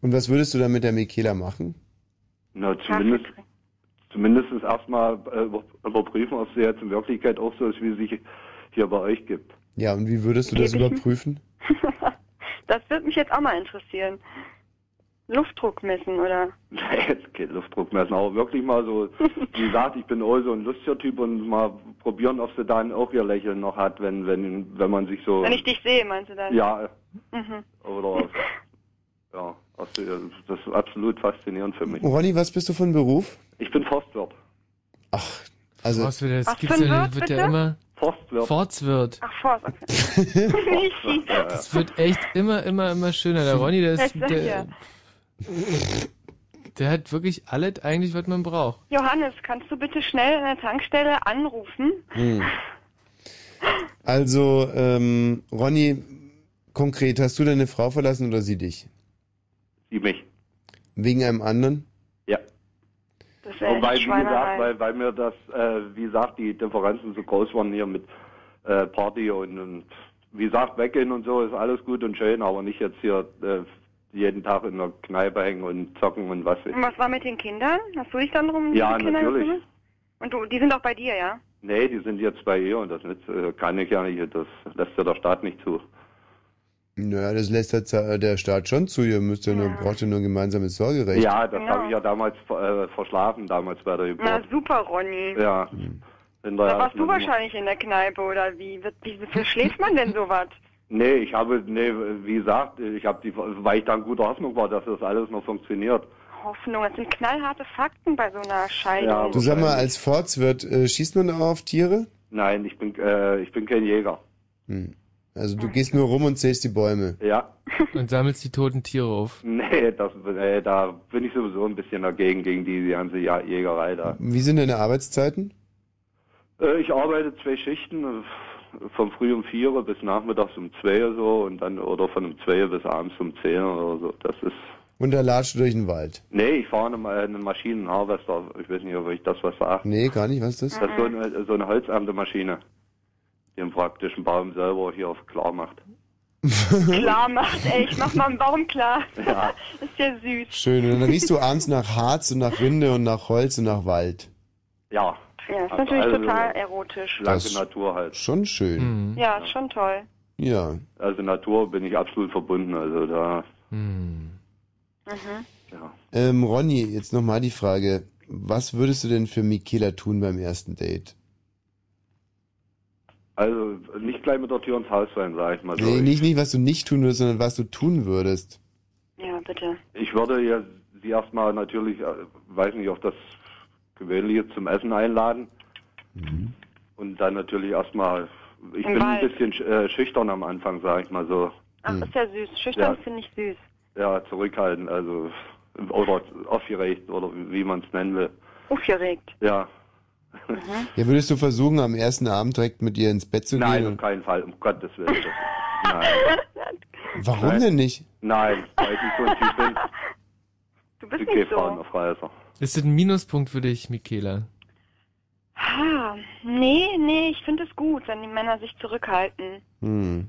Speaker 3: Und was würdest du dann mit der Michaela machen?
Speaker 19: na, zumindest, zumindest erstmal äh, über- überprüfen, ob sie jetzt in Wirklichkeit auch so ist, wie sie sich hier bei euch gibt.
Speaker 3: Ja, und wie würdest du das
Speaker 14: Gebe ich-
Speaker 3: überprüfen?
Speaker 14: Das wird mich jetzt auch mal interessieren. Luftdruck messen oder
Speaker 19: Nee, jetzt kein Luftdruck messen, aber wirklich mal so, wie gesagt, ich bin auch so ein lustiger Typ und mal probieren, ob sie dann auch ihr Lächeln noch hat, wenn, wenn, wenn man sich so.
Speaker 14: wenn ich dich sehe, meinst du dann?
Speaker 19: Ja,
Speaker 14: Mhm.
Speaker 19: oder. ja, also, das ist absolut faszinierend für mich.
Speaker 3: Ronny, was bist du von Beruf?
Speaker 19: Ich bin Forstwirt.
Speaker 3: Also,
Speaker 4: Forstwirt, das
Speaker 19: Was
Speaker 4: gibt's
Speaker 19: für
Speaker 4: ja
Speaker 19: ein Wirt,
Speaker 4: nicht, wird
Speaker 19: bitte?
Speaker 4: ja immer.
Speaker 19: Forstwirt.
Speaker 4: Forstwirt.
Speaker 14: Ach, Forst, okay.
Speaker 4: Das wird echt immer, immer, immer schöner. Der Äh, Ronny, der ist,
Speaker 14: Ich sag
Speaker 4: der,
Speaker 14: ja.
Speaker 4: der hat wirklich alles eigentlich, was man braucht.
Speaker 14: Johannes, kannst du bitte schnell an der Tankstelle anrufen?
Speaker 3: Hm. Also, ähm, Ronny, konkret, hast du deine Frau verlassen oder sie dich?
Speaker 19: Sie mich.
Speaker 3: Wegen einem anderen?
Speaker 19: Ja.
Speaker 14: Das ist
Speaker 19: Und weil, wie
Speaker 14: echt
Speaker 19: gesagt,
Speaker 14: Schweinerei.
Speaker 19: weil, weil mir das, äh, wie gesagt, die Differenzen so groß waren hier mit äh, Party und, und wie gesagt, weggehen und so ist alles gut und schön, aber nicht jetzt hier äh, jeden Tag in der Kneipe hängen und zocken und was. weiß
Speaker 14: Und was war mit den Kindern? Hast du dich dann drum um
Speaker 19: Ja,
Speaker 14: die Kinder
Speaker 19: natürlich.
Speaker 14: gekümmert? Und du, die sind auch bei dir, ja?
Speaker 19: Nee, die sind jetzt bei ihr und das nützt, äh, kann ich ja nicht, das lässt ja der Staat nicht zu.
Speaker 3: Naja, das lässt der, Za- der Staat schon zu. Ihr müsst ja nur, braucht ja nur ein gemeinsames Sorgerecht.
Speaker 19: Ja, das
Speaker 14: Genau.
Speaker 19: habe ich ja damals äh, verschlafen, damals bei der
Speaker 14: Na
Speaker 19: Geburt.
Speaker 14: super, Ronny.
Speaker 19: Ja. Hinterher
Speaker 14: Da
Speaker 19: ist
Speaker 14: warst
Speaker 19: mir
Speaker 14: du
Speaker 19: nur-
Speaker 14: wahrscheinlich in der Kneipe oder wie? Wie, wie, wie schläft man denn sowas?
Speaker 19: Nee, ich habe, nee, wie gesagt, ich habe die, weil ich dann guter Hoffnung war, dass das alles noch funktioniert.
Speaker 14: Hoffnung, das sind knallharte Fakten bei so einer Scheidung.
Speaker 19: Ja,
Speaker 3: du sag mal, als Forstwirt äh, schießt man auch auf Tiere?
Speaker 19: Nein, ich bin, äh, ich bin kein Jäger.
Speaker 3: Hm. Also du gehst nur rum und zählst die Bäume.
Speaker 19: Ja,
Speaker 4: Und sammelst die toten Tiere auf.
Speaker 19: nee, das, nee, da bin ich sowieso ein bisschen dagegen, gegen die, die ganze Ja- Jägerei da.
Speaker 3: Wie sind deine Arbeitszeiten?
Speaker 19: Äh, ich arbeite zwei Schichten, äh, von früh um vier bis nachmittags um zwei so und dann, oder von um zwei bis abends um zehn oder so. Das ist,
Speaker 3: Und da latscht du durch den Wald.
Speaker 19: nee, ich fahre einen, einen Maschinenharvester. Ich weiß nicht, ob ich das was sage.
Speaker 3: Nee, gar nicht, was ist
Speaker 19: Das
Speaker 3: das?
Speaker 19: ist so eine, so eine Holzerntemaschine, die den praktischen Baum selber hier auf klar macht.
Speaker 14: Klar macht, ey, ich mach mal einen Baum klar.
Speaker 19: Ja.
Speaker 14: ist ja süß.
Speaker 3: Schön. Und dann riechst du abends nach Harz und nach Rinde und nach Holz und nach Wald.
Speaker 19: Ja.
Speaker 14: Ja, ist
Speaker 19: Also
Speaker 14: natürlich
Speaker 19: also
Speaker 14: total
Speaker 19: eine
Speaker 14: erotisch.
Speaker 19: Schlanke
Speaker 3: Das-
Speaker 19: Natur halt.
Speaker 3: Schon schön.
Speaker 14: Ja, ist schon toll.
Speaker 3: Ja.
Speaker 19: Also Natur bin ich absolut verbunden. Also da,
Speaker 14: Mhm.
Speaker 19: ja.
Speaker 3: Ähm, Ronny, jetzt nochmal die Frage. Was würdest du denn für Michaela tun beim ersten Date?
Speaker 19: Also nicht gleich mit der Tür ins Haus fallen, sag ich mal so.
Speaker 3: Nee, nicht, nicht, was du nicht tun würdest, sondern was du tun würdest.
Speaker 14: Ja, bitte.
Speaker 19: Ich würde ja sie erstmal natürlich, äh, weiß nicht, auf das Gewöhnliche zum Essen einladen.
Speaker 3: Mhm.
Speaker 19: Und dann natürlich erstmal, ich
Speaker 14: Im
Speaker 19: bin
Speaker 14: Wald.
Speaker 19: ein bisschen sch- äh, schüchtern am Anfang, sag ich mal so.
Speaker 14: Ach,
Speaker 3: Hm.
Speaker 14: ist ja süß. Schüchtern
Speaker 19: Ja.
Speaker 14: finde ich süß.
Speaker 19: Ja, zurückhalten, also oder aufgeregt oder wie man es nennen will.
Speaker 14: Aufgeregt. Mhm.
Speaker 19: Ja,
Speaker 3: Ja, würdest du versuchen, am ersten Abend direkt mit ihr ins Bett zu
Speaker 19: nein,
Speaker 3: gehen?
Speaker 19: auf keinen Fall, um Gottes Willen. Das- Nein,
Speaker 3: Warum
Speaker 19: Nein.
Speaker 3: denn nicht?
Speaker 19: nein, weil ich nicht so ein Typ bin.
Speaker 14: Du
Speaker 19: bist
Speaker 14: nicht so.
Speaker 19: Frauen auf Reiser.
Speaker 4: Ist das ein Minuspunkt für dich, Michaela?
Speaker 14: Ah, nee, nee, ich finde es gut, wenn die Männer sich zurückhalten.
Speaker 3: Hm.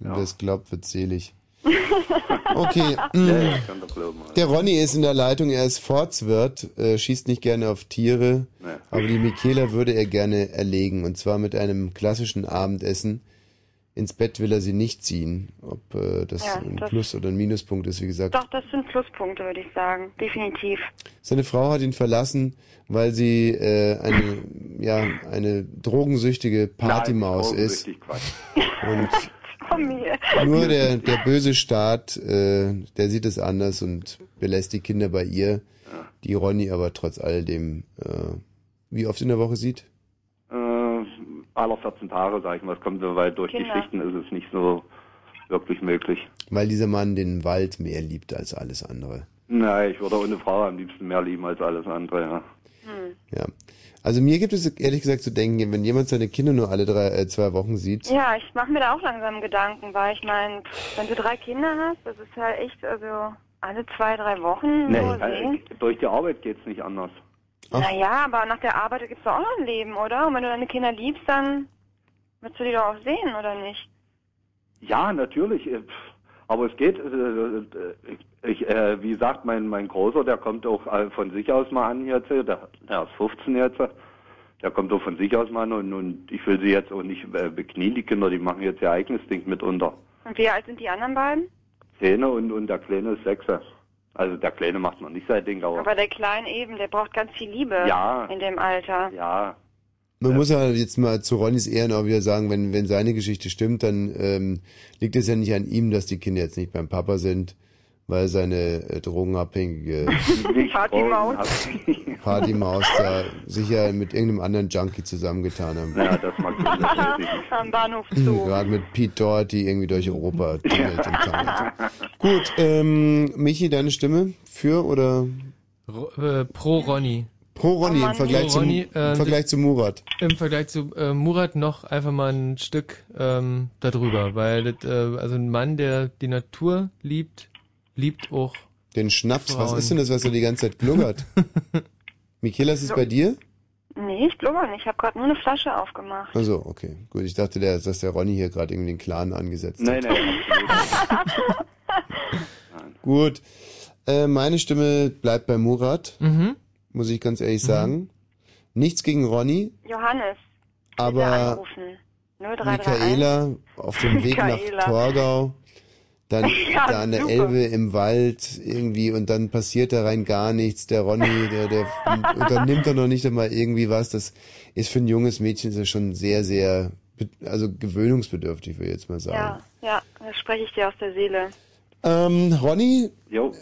Speaker 3: Wer es glaubt, wird selig. Okay. hm.
Speaker 19: Ja, ich kann doch glauben.
Speaker 3: Der Ronny ist in der Leitung, er ist Forstwirt, äh, schießt nicht gerne auf Tiere,
Speaker 19: Nee.
Speaker 3: aber die Michaela würde er gerne erlegen und zwar mit einem klassischen Abendessen. Ins Bett will er sie nicht ziehen, ob äh, das
Speaker 14: Ja,
Speaker 3: ein
Speaker 14: das-
Speaker 3: Plus oder ein Minuspunkt ist, wie gesagt.
Speaker 14: Doch, das sind Pluspunkte, würde ich sagen. Definitiv.
Speaker 3: Seine Frau hat ihn verlassen, weil sie äh, eine, ja, eine drogensüchtige Partymaus ist.
Speaker 19: drogensüchtig,
Speaker 3: Und
Speaker 14: Von mir.
Speaker 3: Nur der, der böse Staat, äh, der sieht es anders und belässt die Kinder bei ihr, die Ronny aber trotz alledem äh, wie oft in der Woche sieht.
Speaker 19: Äh, aller 14 Tage, sag ich mal, es kommt so weit durch
Speaker 14: Kinder.
Speaker 19: die Schichten, ist es nicht so wirklich möglich.
Speaker 3: Weil dieser Mann den Wald mehr liebt als alles andere.
Speaker 19: Nein, ich würde auch eine Frau am liebsten mehr lieben als alles andere, ja.
Speaker 3: Ja. Also mir gibt es ehrlich gesagt zu denken, wenn jemand seine Kinder nur alle drei, äh, zwei Wochen sieht,
Speaker 14: Ja, ich mache mir da auch langsam Gedanken, weil ich meine, wenn du drei Kinder hast, das ist ja echt, also alle zwei, drei Wochen
Speaker 19: Nee,
Speaker 14: so
Speaker 19: äh,
Speaker 14: sehen.
Speaker 19: durch die Arbeit geht's nicht anders.
Speaker 14: Naja, aber nach der Arbeit gibt's doch auch noch ein Leben, oder? Und wenn du deine Kinder liebst, dann willst du die doch auch sehen, oder nicht?
Speaker 19: Ja, natürlich. äh, pff, Aber es geht, äh, äh, ich, äh, wie gesagt, mein, mein Großer, der kommt auch äh, von sich aus mal an jetzt, äh, der, der ist 15 jetzt, äh, der kommt auch von sich aus mal an und, und ich will sie jetzt auch nicht äh, beknien, die Kinder, die machen jetzt ihr eigenes Ding mitunter.
Speaker 14: Und wie alt sind die anderen beiden?
Speaker 19: Zähne und, und der Kleine ist Sechser. Also der Kleine macht noch nicht sein Ding, aber,
Speaker 14: Aber der Kleine eben, der braucht ganz viel Liebe
Speaker 19: Ja.
Speaker 14: in dem Alter.
Speaker 19: ja,
Speaker 3: Man muss ja jetzt mal zu Ronnys Ehren auch wieder sagen, wenn, wenn seine Geschichte stimmt, dann ähm, liegt es ja nicht an ihm, dass die Kinder jetzt nicht beim Papa sind, weil seine äh, drogenabhängige
Speaker 14: Partymaus.
Speaker 3: Partymaus da sicher mit irgendeinem anderen Junkie zusammengetan haben. Hm.
Speaker 19: Ja, das mag
Speaker 14: Am Bahnhof zu.
Speaker 3: Gerade mit Pete Doherty irgendwie durch Europa tunnelt und tunnelt. Gut, ähm, Michi, deine Stimme für oder
Speaker 4: Ro äh, pro Ronny.
Speaker 3: pro Ronny im Vergleich,
Speaker 4: Pro Ronny,
Speaker 3: zum,
Speaker 4: äh,
Speaker 3: im Vergleich zu Murat?
Speaker 4: Im Vergleich zu äh, Murat noch einfach mal ein Stück ähm, darüber, weil das, äh, also ein Mann, der die Natur liebt, liebt auch.
Speaker 3: Den Schnaps, was
Speaker 4: Frauen.
Speaker 3: ist denn das, was da die ganze Zeit glubbert? Michaela, ist es bei dir?
Speaker 14: Nee, ich blubber nicht. Ich habe gerade nur eine Flasche aufgemacht.
Speaker 3: Also okay, gut. Ich dachte, der, dass der Ronny hier gerade irgendwie den Clan angesetzt
Speaker 19: Nein,
Speaker 3: hat.
Speaker 19: nein.
Speaker 3: Gut. Äh, meine Stimme bleibt bei Murat,
Speaker 4: Mhm.
Speaker 3: muss ich ganz ehrlich sagen. Nichts gegen Ronny,
Speaker 14: Johannes,
Speaker 3: aber
Speaker 14: anrufen. 0331.
Speaker 3: Michaela auf dem Weg nach
Speaker 14: Michaela.
Speaker 3: Torgau, dann
Speaker 14: Ja,
Speaker 3: da an der
Speaker 14: super.
Speaker 3: Elbe im Wald irgendwie und dann passiert da rein gar nichts. Der Ronny, der, der unternimmt doch noch nicht einmal irgendwie was. Das ist für ein junges Mädchen ist das schon sehr, sehr, be- also gewöhnungsbedürftig, würde ich jetzt mal sagen.
Speaker 14: Ja, ja, da spreche ich dir aus der Seele.
Speaker 3: Ähm, Ronny,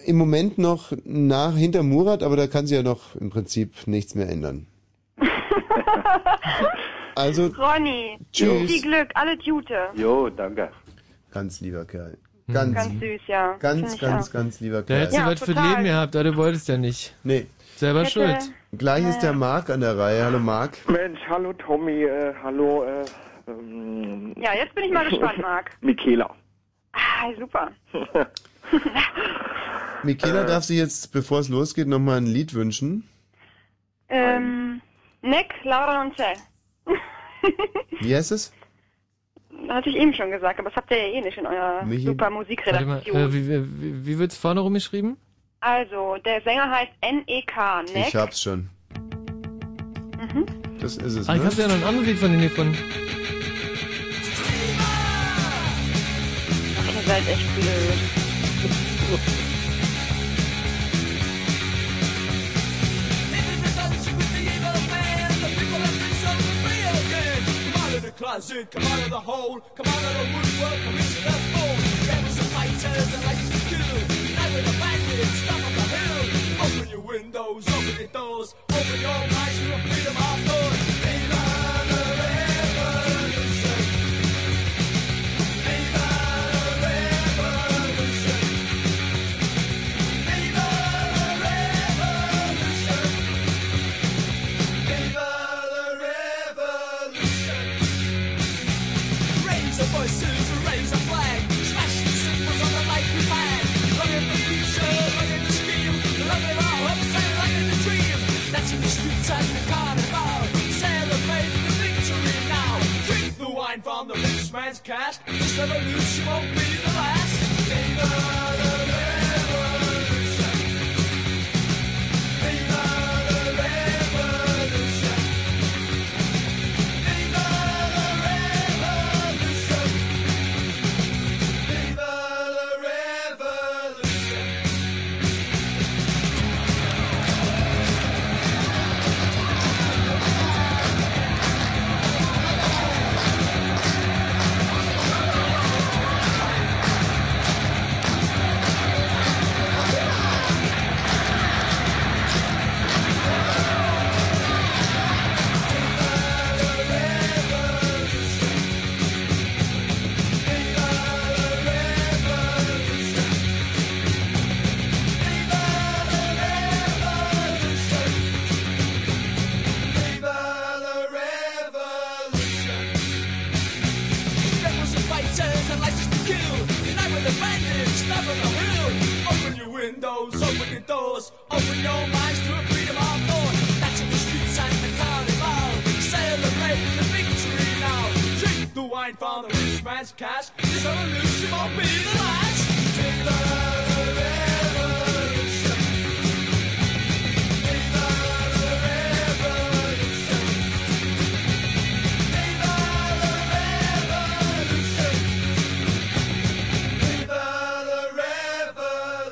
Speaker 3: im Moment noch nach hinter Murat, aber da kann sie ja noch im Prinzip nichts mehr ändern. also,
Speaker 14: Ronny,
Speaker 3: Tschüss.
Speaker 14: viel Glück, alle Jute.
Speaker 19: jo, danke.
Speaker 3: Ganz lieber Kerl. Ganz,
Speaker 14: Ganz süß, ja. Finde
Speaker 3: ganz,
Speaker 14: ich
Speaker 3: ganz,
Speaker 14: auch.
Speaker 3: ganz
Speaker 4: Da
Speaker 3: lieber Kerl.
Speaker 4: hättest du was für
Speaker 14: total.
Speaker 4: Leben gehabt, aber du wolltest ja nicht.
Speaker 3: Nee.
Speaker 4: Selber
Speaker 14: Hätte-
Speaker 4: schuld.
Speaker 3: Gleich
Speaker 14: Ja,
Speaker 3: ist der Marc an der Reihe. Hallo Marc.
Speaker 20: Mensch, hallo Tommy, äh, hallo, äh, ähm,
Speaker 14: Ja, jetzt bin ich mal gespannt, Marc.
Speaker 20: Michaela.
Speaker 14: Ah, super.
Speaker 3: Michaela darf sich jetzt, bevor es losgeht, nochmal ein Lied wünschen.
Speaker 14: Ähm, Nick, Laura und Cell.
Speaker 3: Wie heißt es?
Speaker 14: Hatte ich eben schon gesagt, aber das habt ihr ja eh nicht in eurer
Speaker 4: Michi,
Speaker 14: super
Speaker 4: Warte mal,
Speaker 14: Musikredaktion.
Speaker 4: äh, wie, wie, wie wird's vorne rumgeschrieben?
Speaker 14: also, der Sänger heißt N.E.K. Nick.
Speaker 3: Ich hab's schon.
Speaker 14: Mhm.
Speaker 3: Das ist es.
Speaker 4: Ah, ich
Speaker 3: ne?
Speaker 4: hab ja noch ein anderes Lied von denen gefunden.
Speaker 14: Ach, ihr seid echt blöd.
Speaker 1: Come out of the closet, come out of the hole, come out of the woodwork, come into the fold. Devils and fighters and lights to kill. Night with a bandit, stop on the hill. Open your windows, open your doors, open your eyes, you will freedom of thought. Viva the revolution. Viva the revolution. Viva the revolution. Viva the revolution! Raise the voices, raise the flag, smash the symbols on the mighty flag. Running the future, running the stream, loving our hopes and running the dream. Dancing the streets at the carnival, celebrate the victory now. Drink the wine from the rich man's cask. This revolution won't be the last. Viva the revolution! Viva the revolution! Viva the revolution! Viva the revolution! Viva the revolution! Rebels and fighters and license to kill. Unite with the bandits, stop on the hill. Open your windows, open your doors, open your minds to a freedom of thought. Dancing the streets and the carnival, celebrate the victory now. Drink the wine from the rich man's cash. This revolution won't be the last. Viva the revolution! Viva the revolution! Viva the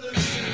Speaker 1: revolution!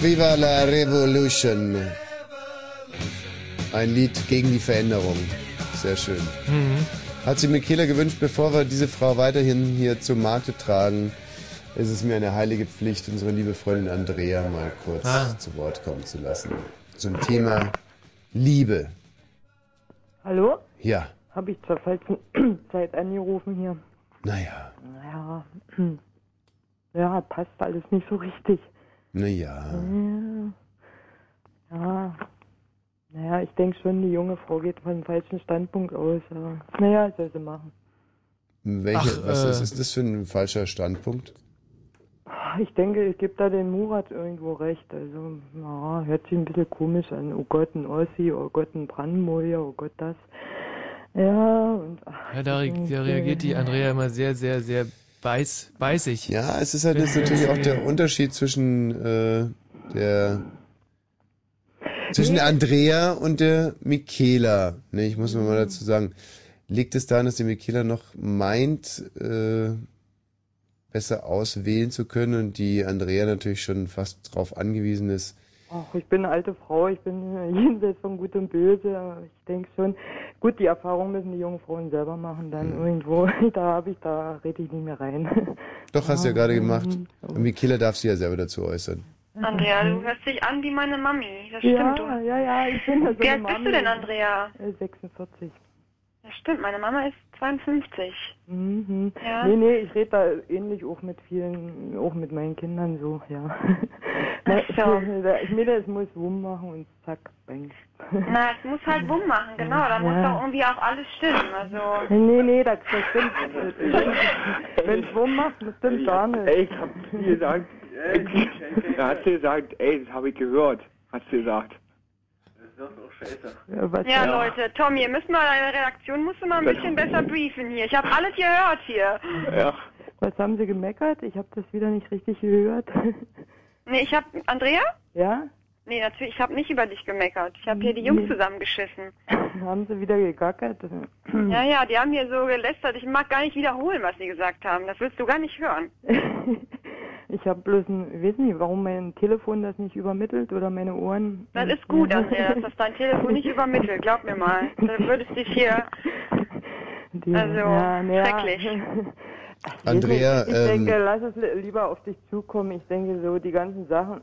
Speaker 3: Viva la Revolution. Ein Lied gegen die Veränderung. Sehr schön.
Speaker 4: Mhm.
Speaker 3: Hat sie mir Kehler gewünscht, bevor wir diese Frau weiterhin hier zum Markte tragen, ist es mir eine heilige Pflicht, unsere liebe Freundin Andrea mal kurz
Speaker 4: Ah.
Speaker 3: zu Wort kommen zu lassen. Zum Thema Liebe.
Speaker 21: Hallo?
Speaker 3: Ja,
Speaker 21: Habe ich zur falschen Zeit angerufen hier.
Speaker 3: naja,
Speaker 21: Ja. Ja, passt alles nicht so richtig.
Speaker 3: naja.
Speaker 21: Ja. Naja, ich denke schon, die junge Frau geht von einem falschen Standpunkt aus. Aber naja, soll sie machen.
Speaker 3: Welche,
Speaker 21: Ach,
Speaker 3: was
Speaker 21: äh.
Speaker 3: ist, ist das für ein falscher Standpunkt?
Speaker 21: Ah, Ich denke, ich gebe da den Murat irgendwo recht. Also, ja, hört sich ein bisschen komisch an. Oh Gott, ein Ossi, oh Gott, ein Brandenburger, oh Gott, das. Ja, und ach,
Speaker 4: Ja, da, re da reagiert die Andrea immer sehr, sehr, sehr beiß, beißig.
Speaker 3: Ja, es ist halt jetzt natürlich auch der Unterschied zwischen äh, der zwischen der Andrea und der Michaela. Ne, ich muss mir mal dazu sagen, liegt es daran, dass die Michaela noch meint, äh, besser auswählen zu können und die Andrea natürlich schon fast drauf angewiesen ist.
Speaker 21: ach, ich bin eine alte Frau, ich bin äh, jenseits von Gut und Böse. aber Ich denke schon, gut, die Erfahrung müssen die jungen Frauen selber machen, dann irgendwo. Da habe ich, da rede ich nicht mehr rein.
Speaker 3: Doch, hast du ja gerade gemacht. Und Michaela darf sich ja selber dazu äußern.
Speaker 14: Andrea, du hörst dich an wie meine Mami. Das
Speaker 21: Ja,
Speaker 14: stimmt. Du.
Speaker 21: ja, ja, ich bin ja so
Speaker 14: Wie
Speaker 21: eine
Speaker 14: alt bist
Speaker 21: Mami.
Speaker 14: du denn, Andrea?
Speaker 21: Äh, 46.
Speaker 14: Das stimmt, meine Mama ist 52.
Speaker 21: Mhm.
Speaker 14: Ja.
Speaker 21: Nee, nee, ich rede da ähnlich auch mit vielen, auch mit meinen Kindern so, ja. Na, Ich mir das muss Wumm machen und zack, bang.
Speaker 14: Na, es muss halt Bumm machen, genau. Da muss
Speaker 21: Ja.
Speaker 14: doch irgendwie auch alles stimmen. Also,
Speaker 21: Nee, nee, das, das stimmt. Wenn es Wumm macht, das stimmt gar nicht.
Speaker 22: Ey, ich hab sie gesagt, Äh, da hat sie gesagt, ey, das habe ich gehört, hat sie gesagt.
Speaker 14: ja, Leute, Tommy, ihr müsst mal, deine Redaktion musst du mal ein
Speaker 21: Ja.
Speaker 14: bisschen besser briefen hier. Ich habe alles gehört hier.
Speaker 22: Ja.
Speaker 21: Was haben Sie gemeckert? Ich habe das wieder nicht richtig gehört.
Speaker 14: Nee, ich habe, Andrea?
Speaker 21: Ja?
Speaker 14: Nee, natürlich, ich habe nicht über dich gemeckert. Ich habe hier die Jungs
Speaker 21: Nee.
Speaker 14: zusammengeschissen.
Speaker 21: Haben Sie wieder gegackert?
Speaker 14: Ja, ja, die haben hier so gelästert. Ich mag gar nicht wiederholen, was sie gesagt haben. Das willst du gar nicht hören.
Speaker 21: Ich habe bloß ein, weiß nicht, warum mein Telefon das nicht übermittelt oder meine Ohren.
Speaker 14: Das ist gut, Andrea, dass das dein Telefon nicht übermittelt. Glaub mir mal. Da würdest dich hier...
Speaker 21: Die-
Speaker 14: Also,
Speaker 21: ja, na ja.
Speaker 14: schrecklich.
Speaker 3: Andrea,
Speaker 21: Ich
Speaker 3: ähm,
Speaker 21: denke, lass es li- lieber auf dich zukommen. Ich denke, so die ganzen Sachen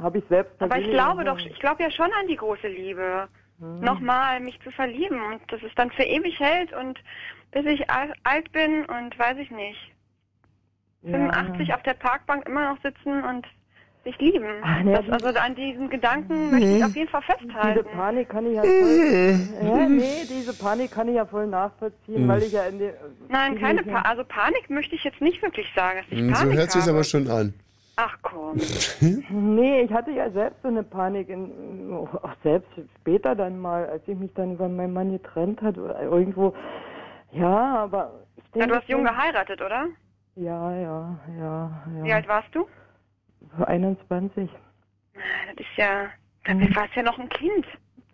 Speaker 21: habe ich selbst.
Speaker 14: Aber ich
Speaker 21: persönlich
Speaker 14: glaube
Speaker 21: nicht.
Speaker 14: doch, ich glaube ja schon an die große Liebe.
Speaker 21: Mhm. Hm.
Speaker 14: Nochmal mich zu verlieben und dass es dann für ewig hält und bis ich al- alt bin und weiß ich nicht.
Speaker 21: Ja.
Speaker 14: 85 auf der Parkbank immer noch sitzen und sich lieben.
Speaker 21: nee,
Speaker 14: das, also an diesem Gedanken möchte ich auf jeden Fall
Speaker 21: Diese
Speaker 14: festhalten.
Speaker 21: Panik kann ich ja
Speaker 3: Äh.
Speaker 21: voll, ja, nee, diese Panik kann ich ja voll nachvollziehen,
Speaker 3: Mhm.
Speaker 21: weil ich ja in äh, dem
Speaker 14: Nein, keine pa also Panik möchte ich jetzt nicht wirklich sagen, dass ich
Speaker 3: mh, Hm, so
Speaker 14: Panik
Speaker 3: hört sich
Speaker 14: habe.
Speaker 3: aber schon an.
Speaker 14: Ach komm.
Speaker 21: Nee, ich hatte ja selbst so eine Panik, in, auch selbst später dann mal, als ich mich dann über meinen Mann getrennt hat oder irgendwo. Ja, aber ich denke.
Speaker 14: Ja, du hast jung
Speaker 21: schon-
Speaker 14: geheiratet, oder?
Speaker 21: Ja, ja, ja, ja.
Speaker 14: Wie alt warst du?
Speaker 21: 21.
Speaker 14: Na, Das ist ja, da
Speaker 21: Hm.
Speaker 14: warst ja noch ein Kind.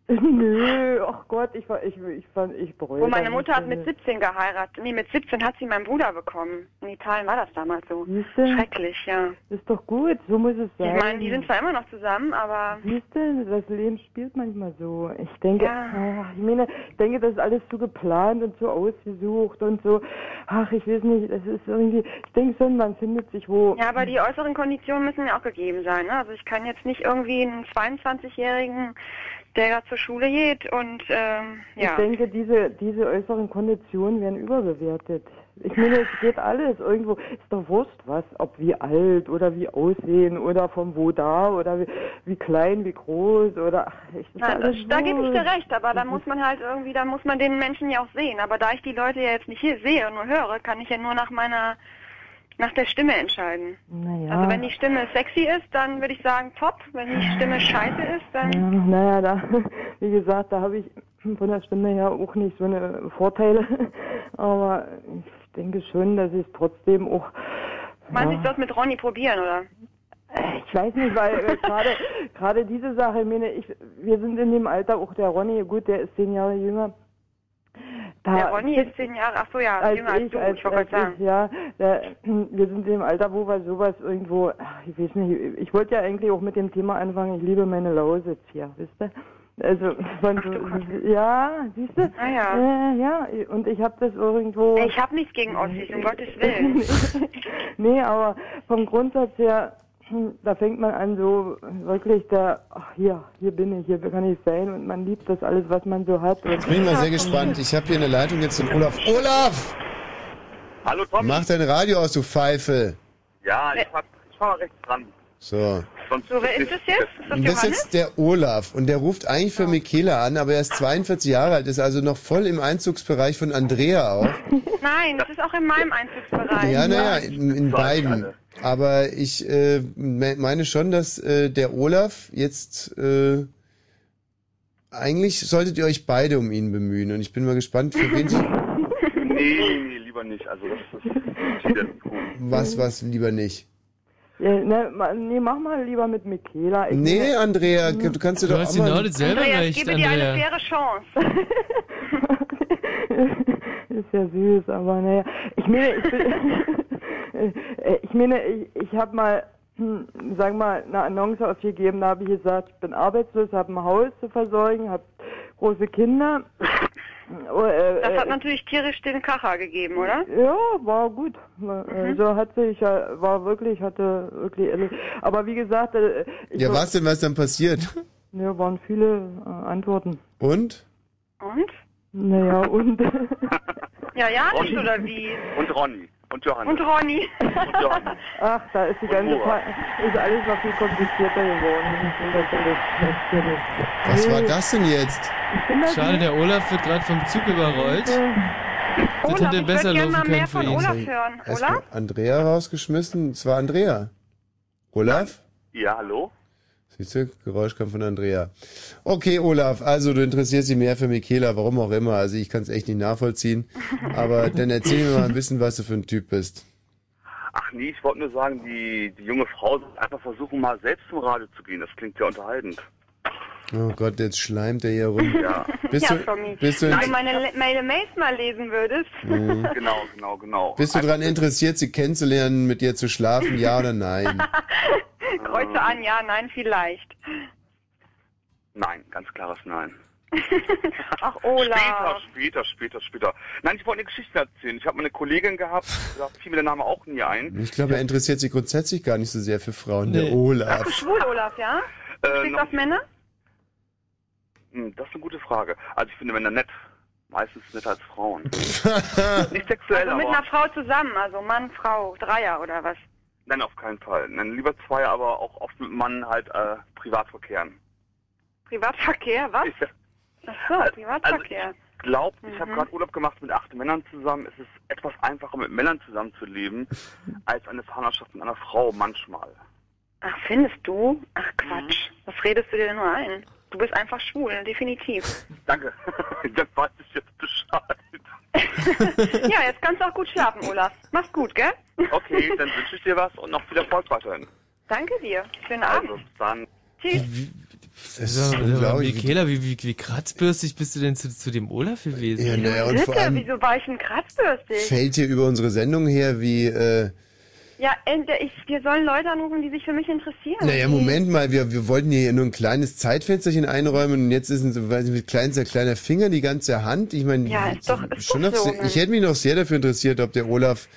Speaker 21: Nö, ach Gott, ich war, ich, ich fand, ich bereue.
Speaker 14: Wo Oh, meine
Speaker 21: das
Speaker 14: Mutter hat
Speaker 21: nicht.
Speaker 14: mit 17 geheiratet. Nee, mit 17 hat sie meinen Bruder bekommen. In Italien war das damals so.
Speaker 21: du?
Speaker 14: Schrecklich, ja.
Speaker 21: Ist doch gut, so muss es
Speaker 14: Ich
Speaker 21: sein.
Speaker 14: meine, die sind zwar immer noch zusammen, aber
Speaker 21: Siehst du, das Leben spielt manchmal so. Ich denke,
Speaker 14: Ja.
Speaker 21: ach, ich meine, ich denke, das ist alles so geplant und so ausgesucht und so. Ach, ich weiß nicht, das ist irgendwie, ich denke schon, man findet sich wo.
Speaker 14: ja, aber die äußeren Konditionen müssen ja auch gegeben sein. Ne? Also ich kann jetzt nicht irgendwie einen 22-Jährigen, der gerade zur Schule geht und ähm,
Speaker 21: ich
Speaker 14: ja.
Speaker 21: denke, diese, diese äußeren Konditionen werden überbewertet. Ich meine, es geht alles irgendwo. Ist doch wurscht was, ob wie alt oder wie aussehen oder vom wo da oder wie, wie klein, wie groß oder ach, ich, ist
Speaker 14: Nein, das,
Speaker 21: alles
Speaker 14: da gebe ich dir
Speaker 21: wurscht.
Speaker 14: recht, aber da muss man halt irgendwie, da muss man den Menschen ja auch sehen. Aber da ich die Leute ja jetzt nicht hier sehe und nur höre, kann ich ja nur nach meiner, nach der Stimme entscheiden.
Speaker 21: Naja.
Speaker 14: Also wenn die Stimme sexy ist, dann würde ich sagen top. Wenn die Stimme scheiße ist, dann
Speaker 21: Ja, naja, da, wie gesagt, da habe ich von der Stimme her auch nicht so eine Vorteile. Aber ich denke schon, dass ich trotzdem auch.
Speaker 14: man
Speaker 21: ja,
Speaker 14: sieht das mit Ronny probieren, oder?
Speaker 21: ich weiß nicht, weil äh, gerade gerade diese Sache, ich meine, ich, wir sind in dem Alter, auch der Ronny, gut, der ist zehn Jahre jünger. Da
Speaker 14: Der Ronny ist zehn Jahre, ach so, ja,
Speaker 21: als
Speaker 14: jünger als
Speaker 21: ich,
Speaker 14: Ah, du,
Speaker 21: als,
Speaker 14: ich wollte
Speaker 21: als
Speaker 14: gerade sagen.
Speaker 21: ich, ja, da, wir sind im Alter, wo wir sowas irgendwo, ach, ich weiß nicht, ich wollte ja eigentlich auch mit dem Thema anfangen, ich liebe meine Lausitz hier, wisst ihr? Also, von, ja, siehst du?
Speaker 14: Ah ja.
Speaker 21: Äh, ja, und ich habe das irgendwo.
Speaker 14: Ich habe nichts gegen Ossis, um Gottes Willen.
Speaker 21: nee, aber vom Grundsatz her, hm, da fängt man an so wirklich da, ach hier, hier bin ich, hier kann ich sein und man liebt das alles, was man so hat.
Speaker 3: Jetzt bin ich mal sehr gespannt. Ich habe hier eine Leitung jetzt zum Olaf. Olaf!
Speaker 16: Hallo
Speaker 3: Mach dein Radio aus, du Pfeife.
Speaker 16: Ja, ich, hab, ich fahr mal rechts ran.
Speaker 3: So.
Speaker 16: Sonst
Speaker 14: So, wer ist das jetzt? Ist das
Speaker 3: Und das ist
Speaker 14: Johannes?
Speaker 3: jetzt der Olaf und der ruft eigentlich für Michaela an, aber er ist 42 Jahre alt, ist also noch voll im Einzugsbereich von Andrea auch.
Speaker 14: Nein, das ist auch in meinem Einzugsbereich.
Speaker 3: Ja, naja, in, in beiden. Aber ich äh, me- meine schon, dass äh, der Olaf jetzt äh, eigentlich solltet ihr euch beide um ihn bemühen und ich bin mal gespannt, für wen
Speaker 16: Nee, nee, lieber nicht. Also das ist wieder cool.
Speaker 3: was was lieber nicht.
Speaker 21: Ja, ne, ma- nee, mach mal lieber mit Michaela. Ich-
Speaker 3: Nee, Andrea, du kannst dir
Speaker 4: Du
Speaker 3: doch
Speaker 4: hast
Speaker 3: auch mal-
Speaker 4: genau dasselbe
Speaker 14: Andreas, gebe dir eine faire Chance.
Speaker 21: Ist ja süß, aber naja. Ich meine, ich, bin, Äh, ich, meine, ich, ich habe mal, hm, sagen wir mal, eine Annonce aufgegeben, da habe ich gesagt, ich bin arbeitslos, habe ein Haus zu versorgen, habe große Kinder. Oh, äh,
Speaker 14: Das hat
Speaker 21: äh,
Speaker 14: natürlich tierisch den Kacher gegeben, oder?
Speaker 21: Ja, war gut. Also hat sich ja, war wirklich, hatte wirklich ehrlich. Aber wie gesagt, äh, ich
Speaker 3: Ja, was denn, was dann passiert?
Speaker 21: Ja, waren viele äh, Antworten.
Speaker 3: Und?
Speaker 14: Und?
Speaker 21: Naja, und.
Speaker 14: Ja, ja, nicht oder wie?
Speaker 16: Und Ronny. Und Johannes.
Speaker 14: Und Ronny.
Speaker 21: Ach, da ist die ganze Zeit, ist alles noch viel komplizierter geworden.
Speaker 3: Was war das denn jetzt?
Speaker 4: Schade, der Olaf wird gerade vom Zug überrollt. Das
Speaker 14: Olaf,
Speaker 4: hätte
Speaker 14: Oh, ich
Speaker 4: besser
Speaker 14: würd gern
Speaker 4: laufen
Speaker 14: mal
Speaker 4: können
Speaker 14: mehr
Speaker 4: für
Speaker 14: von
Speaker 4: ihn.
Speaker 14: Olaf hören.
Speaker 3: Erst mal Andrea rausgeschmissen, es war Andrea. Olaf?
Speaker 16: Ja, hallo?
Speaker 3: Siehst du, Geräusch kam von Andrea. Okay, Olaf, also du interessierst dich mehr für Michaela, warum auch immer. Also ich kann es echt nicht nachvollziehen. Aber dann erzähl mir mal ein bisschen, was du für ein Typ bist.
Speaker 16: Ach nee, ich wollte nur sagen, die, die junge Frau soll einfach versuchen, mal selbst zum Radio zu gehen. Das klingt ja unterhaltend.
Speaker 3: Oh Gott, jetzt schleimt er hier rum.
Speaker 16: Ja.
Speaker 3: Bist
Speaker 14: ja,
Speaker 3: du,
Speaker 14: Tommy.
Speaker 3: bist du,
Speaker 14: Wenn du meine Le- meine Mails mal lesen würdest.
Speaker 3: Mhm.
Speaker 16: Genau, genau, genau.
Speaker 3: bist du daran interessiert, sie kennenzulernen, mit ihr zu schlafen, ja oder nein? Ah.
Speaker 14: Kreuze an, ja, nein, vielleicht.
Speaker 16: Nein, ganz klares Nein.
Speaker 14: Ach, Olaf.
Speaker 16: Später, später, später, später. Nein, ich wollte eine Geschichte erzählen. Ich habe meine Kollegin gehabt, da fiel mir der Name auch nie ein.
Speaker 3: Ich glaube, er interessiert sich grundsätzlich gar nicht so sehr für Frauen. Der
Speaker 16: Nee.
Speaker 3: Olaf.
Speaker 14: Bist du schwul, Olaf, ja?
Speaker 16: Äh,
Speaker 14: Du stehst
Speaker 16: noch-
Speaker 14: auf Männer?
Speaker 16: Hm, Das ist eine gute Frage. Also ich finde Männer nett. Meistens netter als Frauen. Nicht sexuell,
Speaker 14: Also mit
Speaker 16: aber.
Speaker 14: einer Frau zusammen, also Mann, Frau, Dreier oder was?
Speaker 16: Nein, auf keinen Fall. Nein, lieber zwei, aber auch oft mit Mann halt äh, privat verkehren.
Speaker 14: Privatverkehr, was? Ach so,
Speaker 3: Also
Speaker 14: Privatverkehr.
Speaker 16: Glaubt, ich habe
Speaker 14: Mhm.
Speaker 16: gerade Urlaub gemacht mit acht Männern zusammen. Es ist etwas einfacher, mit Männern zusammen zu leben, als eine Partnerschaft mit einer Frau manchmal.
Speaker 14: Ach, findest du?
Speaker 3: Mhm.
Speaker 14: Ach, Quatsch. Was redest du dir denn nur ein? Du bist einfach schwul, definitiv.
Speaker 16: Danke. das weiß ich jetzt Bescheid.
Speaker 14: ja, jetzt kannst du auch gut schlafen, Olaf. Mach's gut, gell?
Speaker 16: Okay, dann wünsche ich dir was und noch viel Erfolg weiterhin.
Speaker 14: Danke dir. Schönen
Speaker 16: Also,
Speaker 14: Abend.
Speaker 16: dann.
Speaker 14: Tschüss.
Speaker 3: Das
Speaker 4: ist
Speaker 3: unglaublich.
Speaker 4: Michaela, wie, wie, wie kratzbürstig bist du denn zu, zu dem Olaf gewesen?
Speaker 3: Ja, naja, und vor
Speaker 14: Lücke,
Speaker 3: allem
Speaker 14: wieso war ich ein kratzbürstig?
Speaker 3: fällt hier über unsere Sendung her wie, äh,
Speaker 14: Ja, ent- ich, wir sollen Leute anrufen, die sich für mich interessieren.
Speaker 3: naja, Moment mal, wir, wir wollten hier nur ein kleines Zeitfensterchen einräumen und jetzt ist ein so, weiß nicht, kleinster kleiner Finger die ganze Hand. Ich meine,
Speaker 14: Ja, ist doch- ist
Speaker 3: schon
Speaker 14: doch
Speaker 3: noch
Speaker 14: so, ne?
Speaker 3: sehr, ich
Speaker 14: Mann.
Speaker 3: hätte mich noch sehr dafür interessiert, ob der Olaf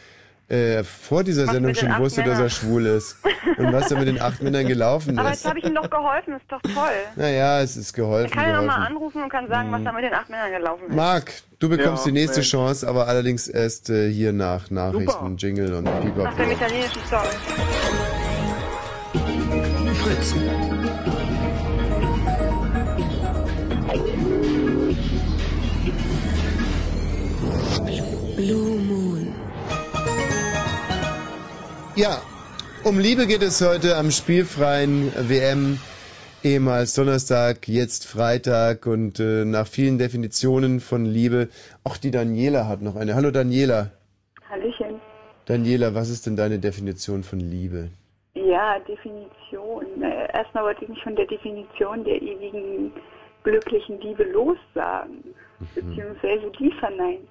Speaker 3: äh, vor dieser
Speaker 14: Was
Speaker 3: Sendung
Speaker 14: mit den
Speaker 3: schon
Speaker 14: acht
Speaker 3: wusste, dass
Speaker 14: Männern?
Speaker 3: er schwul ist und was da mit den acht Männern gelaufen
Speaker 14: Aber jetzt
Speaker 3: ist.
Speaker 14: habe ich ihm doch geholfen, ist doch toll.
Speaker 3: Naja, es ist
Speaker 14: Er
Speaker 3: geholfen.
Speaker 14: kann ja nochmal
Speaker 3: geholfen. Mhm.
Speaker 14: anrufen und kann sagen, was da mit den acht Männern gelaufen ist.
Speaker 3: Marc, du bekommst
Speaker 14: Ja,
Speaker 3: die nächste
Speaker 14: Mensch.
Speaker 3: Chance, aber allerdings erst äh, hier nach Nachrichten, Jingle und Pipapo.
Speaker 14: Nach dem italienischen Song.
Speaker 23: Fritz.
Speaker 1: Blue Moon.
Speaker 3: Ja, um Liebe geht es heute am spielfreien WM. Ehemals Donnerstag, jetzt Freitag und äh, nach vielen Definitionen von Liebe. Auch die Daniela hat noch eine. Hallo Daniela.
Speaker 24: Hallöchen.
Speaker 3: Daniela, was ist denn deine Definition von Liebe?
Speaker 24: Ja, Definition. Äh, Erstmal wollte ich mich von der Definition der ewigen glücklichen Liebe lossagen.
Speaker 3: Mhm.
Speaker 24: beziehungsweise die verneinen.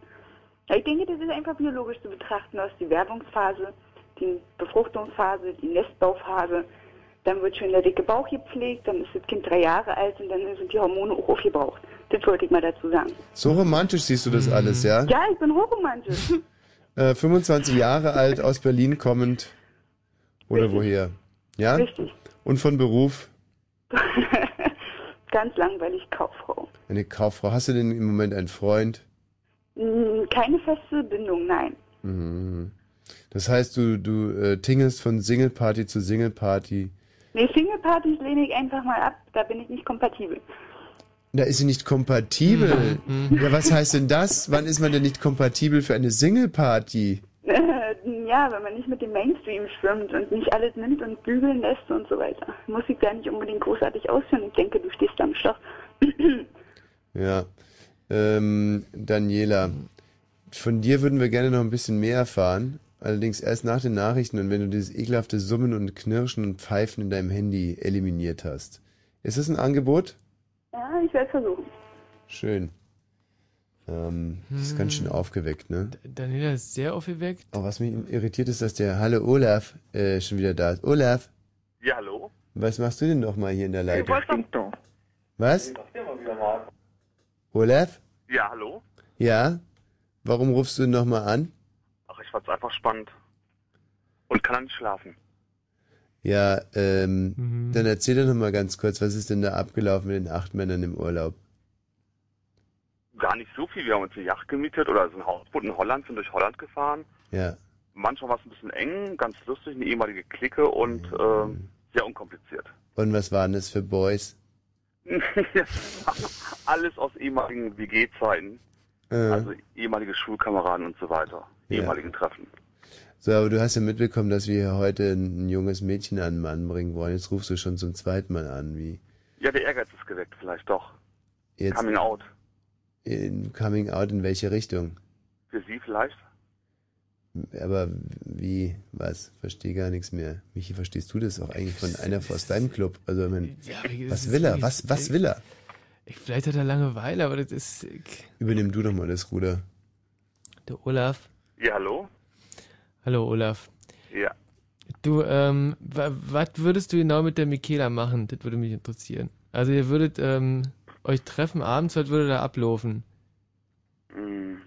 Speaker 24: Ja, ich denke, das ist einfach biologisch zu betrachten aus die Werbungsphase, die Befruchtungsphase, die Nestbauphase. Dann wird schon der dicke Bauch gepflegt, dann ist das Kind drei Jahre alt und dann sind die Hormone auch aufgebraucht. Das wollte ich mal dazu sagen.
Speaker 3: So romantisch siehst du
Speaker 14: Mhm.
Speaker 3: das alles, ja?
Speaker 24: Ja, ich bin hochromantisch.
Speaker 3: Äh, 25 Jahre alt, aus Berlin kommend. Oder woher? Ja?
Speaker 24: Richtig.
Speaker 3: Und von Beruf
Speaker 24: Ganz langweilig Kauffrau.
Speaker 3: eine Kauffrau. Hast du denn im Moment einen Freund?
Speaker 24: Hm, Keine feste Bindung, nein.
Speaker 3: Mhm. Das heißt, du, du äh, tingelst von Singleparty zu Singleparty.
Speaker 24: Nee, Singlepartys lehne ich einfach mal ab, da bin ich nicht kompatibel.
Speaker 3: Da ist sie nicht kompatibel. Ja, was heißt denn das? Wann ist man denn nicht kompatibel für eine Singleparty?
Speaker 24: ja, wenn man nicht mit dem Mainstream schwimmt und nicht alles nimmt und bügeln lässt und so weiter. Muss ich gar nicht unbedingt großartig ausführen. Ich denke, du stehst am Stoff.
Speaker 3: Ja. Ähm, Daniela, von dir würden wir gerne noch ein bisschen mehr erfahren. Allerdings erst nach den Nachrichten und wenn du dieses ekelhafte Summen und Knirschen und Pfeifen in deinem Handy eliminiert hast. Ist das ein Angebot?
Speaker 24: ja, ich werde es versuchen.
Speaker 3: Schön. Ähm, die ist ganz schön aufgeweckt, ne?
Speaker 4: Daniela ist sehr aufgeweckt.
Speaker 3: Aber was mich irritiert ist, dass der Hallo Olaf äh, schon wieder da ist. Olaf,
Speaker 16: Ja, hallo?
Speaker 3: was machst du denn noch mal hier in der Leitung?
Speaker 16: doch.
Speaker 3: Was? Olaf?
Speaker 16: Ja, hallo?
Speaker 3: Ja? Warum rufst du noch mal an?
Speaker 16: Ach, ich fand's einfach spannend. Und kann dann nicht schlafen.
Speaker 3: Ja, ähm,
Speaker 4: Mhm.
Speaker 3: dann erzähl doch noch mal ganz kurz, was ist denn da abgelaufen mit den acht Männern im Urlaub?
Speaker 16: Gar nicht so viel. Wir haben uns eine Yacht gemietet oder so ein Hausboot in Holland, sind durch Holland gefahren.
Speaker 3: Ja.
Speaker 16: Manchmal war es ein bisschen eng, ganz lustig, eine ehemalige Clique und
Speaker 3: Mhm.
Speaker 16: ähm, sehr unkompliziert.
Speaker 3: Und was waren das für Boys?
Speaker 16: Alles aus ehemaligen WG-Zeiten,
Speaker 3: Äh,
Speaker 16: also ehemalige Schulkameraden und so weiter,
Speaker 3: Ja.
Speaker 16: ehemaligen Treffen.
Speaker 3: So, aber du hast ja mitbekommen, dass wir hier heute ein junges Mädchen an den Mann bringen wollen. Jetzt rufst du schon zum zweiten Mal an, wie?
Speaker 16: Ja, der Ehrgeiz ist geweckt, vielleicht doch.
Speaker 3: Jetzt
Speaker 16: Coming out.
Speaker 3: In Coming Out in welche Richtung?
Speaker 16: Für Sie vielleicht?
Speaker 3: Aber wie, was? Verstehe gar nichts mehr. Michi, verstehst du das auch eigentlich von einer aus deinem Club? Also, ich meine,
Speaker 4: aber das
Speaker 3: was
Speaker 4: ist
Speaker 3: will er?
Speaker 4: wirklich-
Speaker 3: Was, was will er?
Speaker 4: Ich, vielleicht hat er Langeweile, aber das ist. Ich,
Speaker 3: Übernimm du doch mal das Ruder.
Speaker 4: der Olaf.
Speaker 16: Ja, hallo?
Speaker 4: Hallo Olaf.
Speaker 16: Ja.
Speaker 4: Du, ähm, was würdest du genau mit der Michaela machen? Das würde mich interessieren. Also ihr würdet ähm, euch treffen abends, was würde da ablaufen?
Speaker 16: Hm.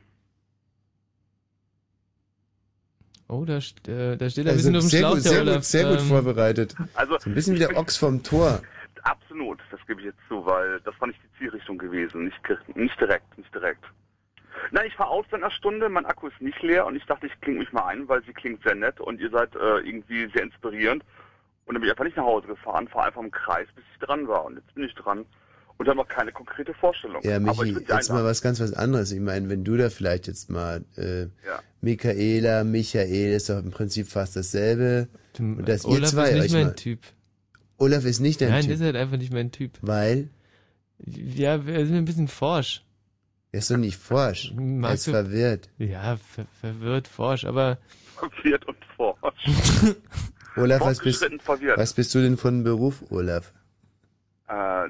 Speaker 4: Oh, da, st- äh, da steht ein
Speaker 3: Also,
Speaker 4: bisschen auf dem
Speaker 3: sehr
Speaker 4: Schlauch
Speaker 3: gut,
Speaker 4: der
Speaker 3: sehr
Speaker 4: Olaf.
Speaker 3: gut, sehr gut
Speaker 4: ähm,
Speaker 3: vorbereitet.
Speaker 16: Also-
Speaker 3: so ein bisschen wie der Ochs vom Tor.
Speaker 16: Absolut, das gebe ich jetzt zu, weil das war nicht die Zielrichtung gewesen. Nicht, ge- nicht direkt, nicht direkt. Nein, ich war aus in einer Stunde, mein Akku ist nicht leer und ich dachte, ich klinge mich mal ein, weil sie klingt sehr nett und ihr seid äh, irgendwie sehr inspirierend. Und dann bin ich einfach nicht nach Hause gefahren, fahre einfach im Kreis, bis ich dran war. Und jetzt bin ich dran und habe noch keine konkrete Vorstellung.
Speaker 3: Ja,
Speaker 16: Aber ich
Speaker 3: Michi,
Speaker 16: bin die
Speaker 3: jetzt mal
Speaker 16: Einladung.
Speaker 3: was ganz was anderes. Ich meine, wenn du da vielleicht jetzt mal äh,
Speaker 16: Ja.
Speaker 3: Michaela, Michael ist doch im Prinzip fast dasselbe. Und dass ihr
Speaker 4: Olaf
Speaker 3: zwei
Speaker 4: ist nicht
Speaker 3: euch
Speaker 4: mein
Speaker 3: mal-
Speaker 4: Typ.
Speaker 3: Olaf ist nicht dein
Speaker 4: Nein,
Speaker 3: Typ.
Speaker 4: das ist halt einfach nicht mein Typ.
Speaker 3: Weil?
Speaker 4: Ja, er ist mir ein bisschen forsch.
Speaker 3: Er ist doch nicht forsch. er ist
Speaker 4: Magst du-
Speaker 3: verwirrt.
Speaker 4: Ja, ver verwirrt, forsch, aber.
Speaker 16: Verwirrt und forsch.
Speaker 3: Olaf, was bist,
Speaker 16: Fortgeschritten verwirrt.
Speaker 3: was bist du denn von Beruf, Olaf?
Speaker 16: Äh,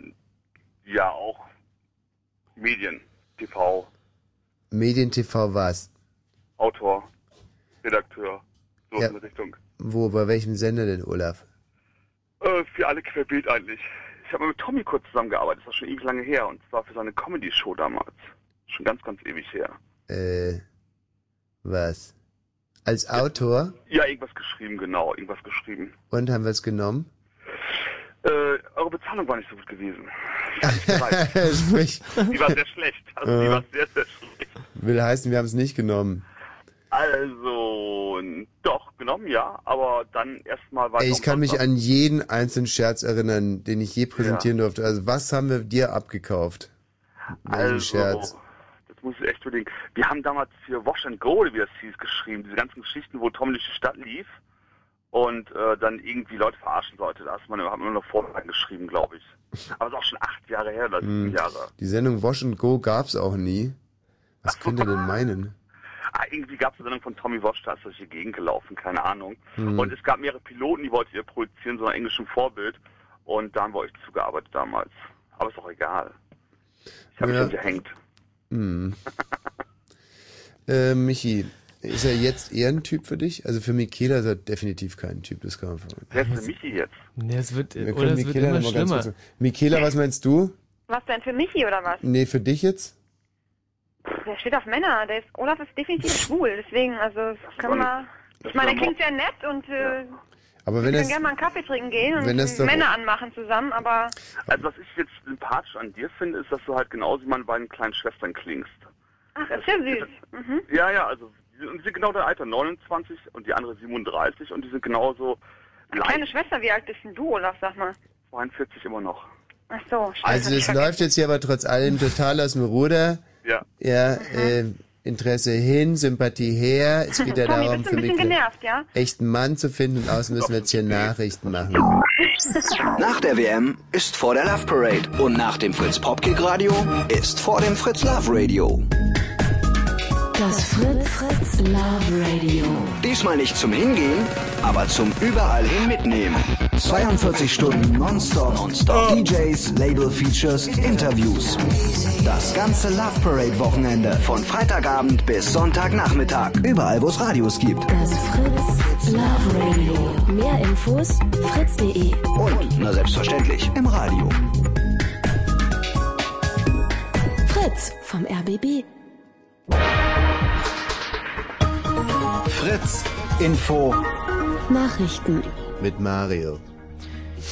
Speaker 16: ja, auch Medien, TV,
Speaker 3: Medien-TV was?
Speaker 16: Autor, Redakteur, so
Speaker 3: Ja.
Speaker 16: in die Richtung.
Speaker 3: Wo, bei welchem Sender denn, Olaf?
Speaker 16: Äh, für alle querbeet eigentlich. Ich habe mal mit Tommy kurz zusammengearbeitet, das war schon ewig lange her. Und zwar für seine Comedy-Show damals. Schon ganz, ganz ewig her.
Speaker 3: Äh, was? Als Autor?
Speaker 16: Ja, irgendwas geschrieben, genau, irgendwas geschrieben.
Speaker 3: Und haben wir es genommen?
Speaker 16: Äh, eure Bezahlung war nicht so gut gewesen.
Speaker 3: Sprich.
Speaker 16: Die war sehr schlecht. Also, die
Speaker 3: Äh.
Speaker 16: war sehr, sehr schlecht.
Speaker 3: Will heißen, wir haben es nicht genommen.
Speaker 16: Also, doch, genommen, ja. Aber dann erstmal war
Speaker 3: Ey,
Speaker 16: noch
Speaker 3: ich kann
Speaker 16: was
Speaker 3: mich
Speaker 16: ab-
Speaker 3: an jeden einzelnen Scherz erinnern, den ich je präsentieren durfte. Also was haben wir dir abgekauft? Welchen
Speaker 16: Also,
Speaker 3: Scherz?
Speaker 16: das muss ich echt überlegen. Wir haben damals für Wash and Go, wie das hieß, geschrieben. Diese ganzen Geschichten, wo Tom durch die Stadt lief und äh, dann irgendwie Leute verarschen sollte. Da hat man, hat man noch Vorlagen geschrieben, glaube ich. Aber das ist auch schon acht Jahre her, oder sieben
Speaker 3: Hm.
Speaker 16: Jahre.
Speaker 3: Die Sendung Wash and Go gab's auch nie. Was könnt ihr denn meinen?
Speaker 16: Ah, irgendwie gab es eine Sendung von Tommy Wash, da ist durch die Gegend gelaufen, keine Ahnung.
Speaker 3: Hm.
Speaker 16: Und es gab mehrere Piloten, die wolltet ihr produzieren, so ein englischem Vorbild. Und da haben wir euch zugearbeitet damals. Aber ist auch egal. Ich habe mich
Speaker 3: Ja.
Speaker 16: schon gehängt.
Speaker 3: Hm. Äh, Michi, ist er jetzt eher ein Typ für dich? Also für Michaela ist er definitiv kein Typ, das kann man vermuten.
Speaker 16: Wer ist denn Michi jetzt?
Speaker 4: Nee, es wird,
Speaker 3: Wir
Speaker 4: oder
Speaker 3: können
Speaker 4: es wird
Speaker 3: Michaela
Speaker 4: immer
Speaker 3: nochmal ganz
Speaker 4: schlimmer.
Speaker 3: kurz. Michaela, was meinst du?
Speaker 14: Was denn für Michi oder was?
Speaker 3: Nee, für dich jetzt?
Speaker 14: Pff, Der steht auf Männer. Der ist, Olaf ist definitiv schwul. Deswegen, also, das kann man. Ich meine, er klingt sehr nett und äh,
Speaker 3: Aber
Speaker 14: wir
Speaker 3: wenn
Speaker 14: können
Speaker 3: es.
Speaker 14: gerne mal einen Kaffee trinken gehen und
Speaker 3: wenn das doch-
Speaker 14: Männer anmachen zusammen, aber
Speaker 16: Also was ich jetzt sympathisch an dir finde, ist, dass du halt genauso wie meine beiden kleinen Schwestern klingst.
Speaker 14: ach, ist ja süß. Mhm.
Speaker 16: Ja, ja, also die sind- die sind genau dein Alter, 29 und die andere 37 und die sind genauso
Speaker 14: Kleine Schwester, wie alt bist denn du, Olaf, sag mal?
Speaker 16: 42 immer noch.
Speaker 14: Ach so, stimmt.
Speaker 3: Also das läuft jetzt hier aber trotz allem total aus dem Ruder.
Speaker 16: Ja.
Speaker 3: Ja, äh, Interesse hin, Sympathie her. Es geht ja
Speaker 14: Tommy,
Speaker 3: darum,
Speaker 14: bist du
Speaker 3: für
Speaker 14: ein
Speaker 3: mich
Speaker 14: bisschen
Speaker 3: einen
Speaker 14: genervt, ja?
Speaker 3: echten Mann zu finden. Und außen müssen wir jetzt hier Nachrichten machen.
Speaker 7: Nach der WM ist vor der Love Parade und nach dem Fritz Popkick Radio ist vor dem Fritz Love Radio.
Speaker 9: Das Fritz, Fritz Love Radio.
Speaker 7: Diesmal nicht zum Hingehen, aber zum überall hin mitnehmen. 42 Stunden nonstop, nonstop. DJs, Label Features, Interviews. Das ganze Love Parade Wochenende von Freitagabend bis Sonntagnachmittag. Überall, wo es Radios gibt.
Speaker 9: Das Fritz Love Radio. Mehr Infos fritz.de.
Speaker 7: Und, na selbstverständlich, im Radio.
Speaker 9: Fritz vom RBB.
Speaker 3: Fritz, Info.
Speaker 9: Nachrichten.
Speaker 3: Mit Mario.